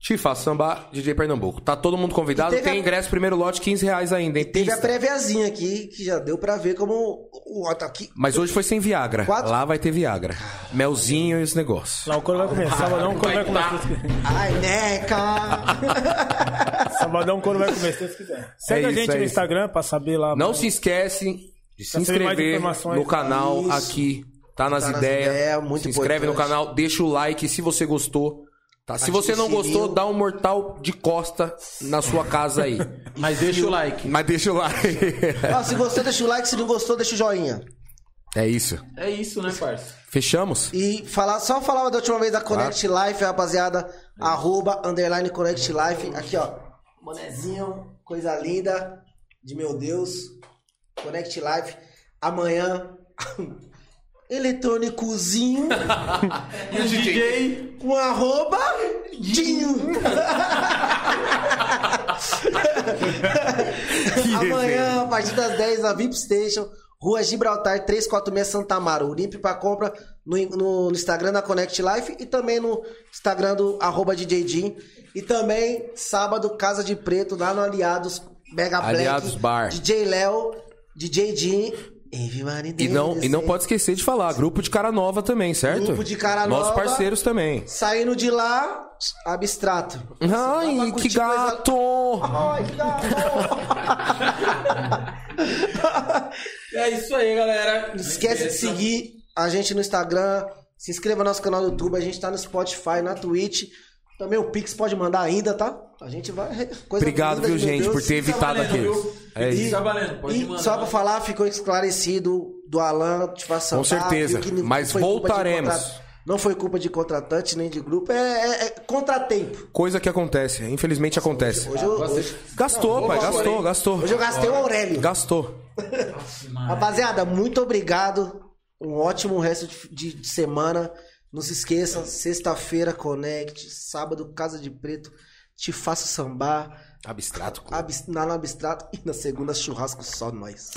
Speaker 3: Te Faço Sambar, DJ Pernambuco. Tá todo mundo convidado.
Speaker 1: E teve
Speaker 3: Tem
Speaker 1: a-
Speaker 3: ingresso, primeiro lote, 15 reais ainda, hein?
Speaker 1: Teve a
Speaker 3: Pista.
Speaker 1: préviazinha aqui, que já deu pra ver como o ataque.
Speaker 3: Mas hoje foi sem Viagra.
Speaker 1: Quatro-
Speaker 3: Lá vai ter Viagra. Melzinho e esse negócio.
Speaker 4: Lá o coro vai comer. Sabadão o coro vai
Speaker 2: Vai tá.
Speaker 4: comer.
Speaker 1: Ai, neca!
Speaker 4: Sabadão o coro vai comer, se Deus quiser. Segue
Speaker 3: É
Speaker 4: a
Speaker 3: isso,
Speaker 4: gente
Speaker 3: é
Speaker 4: no
Speaker 3: isso.
Speaker 4: Instagram pra saber lá.
Speaker 3: Não
Speaker 4: mais.
Speaker 3: se esquece de se
Speaker 4: Tá Pra saber mais
Speaker 3: inscrever
Speaker 4: informações.
Speaker 3: no canal
Speaker 1: Isso.
Speaker 3: aqui. Tá nas
Speaker 1: Tá nas
Speaker 3: ideias.
Speaker 1: ideias, muito
Speaker 3: se inscreve no
Speaker 1: importante.
Speaker 3: canal, deixa o like se você gostou. Tá? Se
Speaker 1: Ativa
Speaker 3: você
Speaker 1: o
Speaker 3: não gostou,
Speaker 1: sininho.
Speaker 3: dá um mortal de costa na sua casa
Speaker 1: <laughs>
Speaker 3: aí.
Speaker 2: Mas deixa o like.
Speaker 3: Mas deixa o like.
Speaker 1: Ó, se gostou, deixa o like. Se não gostou, deixa o joinha.
Speaker 3: É isso.
Speaker 2: É isso, né,
Speaker 1: <laughs>
Speaker 2: parça?
Speaker 3: Fechamos?
Speaker 1: E falar, só falar da última vez da Connect Life, rapaziada. Arroba, underline Connect Life. Aqui, ó. Bonezinho, coisa linda. De meu Deus. Connect Life. Amanhã, <laughs> eletrônicozinho
Speaker 2: E o DJ?
Speaker 1: com arroba
Speaker 3: <laughs>
Speaker 1: Dinho. Amanhã, a partir das 10, na VIP Station, Rua Gibraltar 346 Santa Amaro. O link pra compra no, no- no Instagram da Connect Life e também no Instagram do arroba DJ Dinho. E também, sábado, Casa de Preto, lá no Aliados Mega
Speaker 3: Aliados
Speaker 1: Black.
Speaker 3: Bar.
Speaker 1: DJ Léo, DJ Dinho. Everybody
Speaker 3: E não,
Speaker 1: dance.
Speaker 3: e não pode esquecer de falar, grupo de cara nova também, certo?
Speaker 1: Grupo de cara
Speaker 3: Nossos
Speaker 1: nova.
Speaker 3: parceiros também.
Speaker 1: Saindo de lá, abstrato. Você vai
Speaker 3: Ai, que
Speaker 1: curtir coisa-
Speaker 3: gato!
Speaker 1: Ai, que
Speaker 3: <laughs>
Speaker 1: gato!
Speaker 2: É isso aí, galera. Não
Speaker 1: Esquece de
Speaker 2: esqueça.
Speaker 1: seguir a gente no Instagram. Se inscreva no nosso canal do YouTube. A gente tá no Spotify, na Twitch. Também o Pix pode mandar ainda, tá? A gente vai. Coisa
Speaker 3: Obrigado,
Speaker 1: linda,
Speaker 3: viu,
Speaker 1: meu
Speaker 3: gente,
Speaker 1: Deus.
Speaker 3: por ter
Speaker 2: Fica
Speaker 3: evitado
Speaker 2: Tá valendo,
Speaker 3: aqueles.
Speaker 2: viu?
Speaker 3: É
Speaker 1: E-
Speaker 3: isso.
Speaker 2: Tá valendo, pode
Speaker 1: e
Speaker 2: mandar.
Speaker 1: só pra falar, ficou esclarecido do Alan, de passar
Speaker 3: Com certeza, mas voltaremos.
Speaker 1: Não foi culpa de contratante nem de grupo, é, é- é contratempo.
Speaker 3: Coisa que acontece, infelizmente acontece.
Speaker 1: Hoje, eu, hoje,
Speaker 3: Gastou, pai,
Speaker 2: agora,
Speaker 3: gastou,
Speaker 2: hein?
Speaker 3: gastou.
Speaker 1: hoje eu gastei o Aurélio.
Speaker 3: Gastou.
Speaker 1: Rapaziada, muito obrigado. Um ótimo resto de, de- de semana. Não se esqueçam, sexta-feira, Connect. Sábado, Casa de Preto. Te faço sambar.
Speaker 3: Abstrato.
Speaker 1: Abs- na na abstrato. E na segunda, churrasco só nós.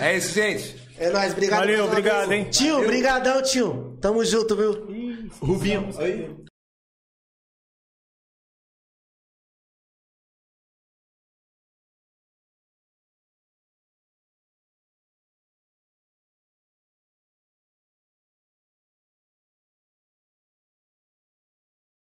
Speaker 3: É isso, gente.
Speaker 1: É nóis, obrigado.
Speaker 4: Valeu,
Speaker 1: mais uma
Speaker 4: obrigado,
Speaker 1: vez.
Speaker 4: hein?
Speaker 1: Tio, brigadão, tio. Tamo junto, viu?
Speaker 2: Rubinho. Oi?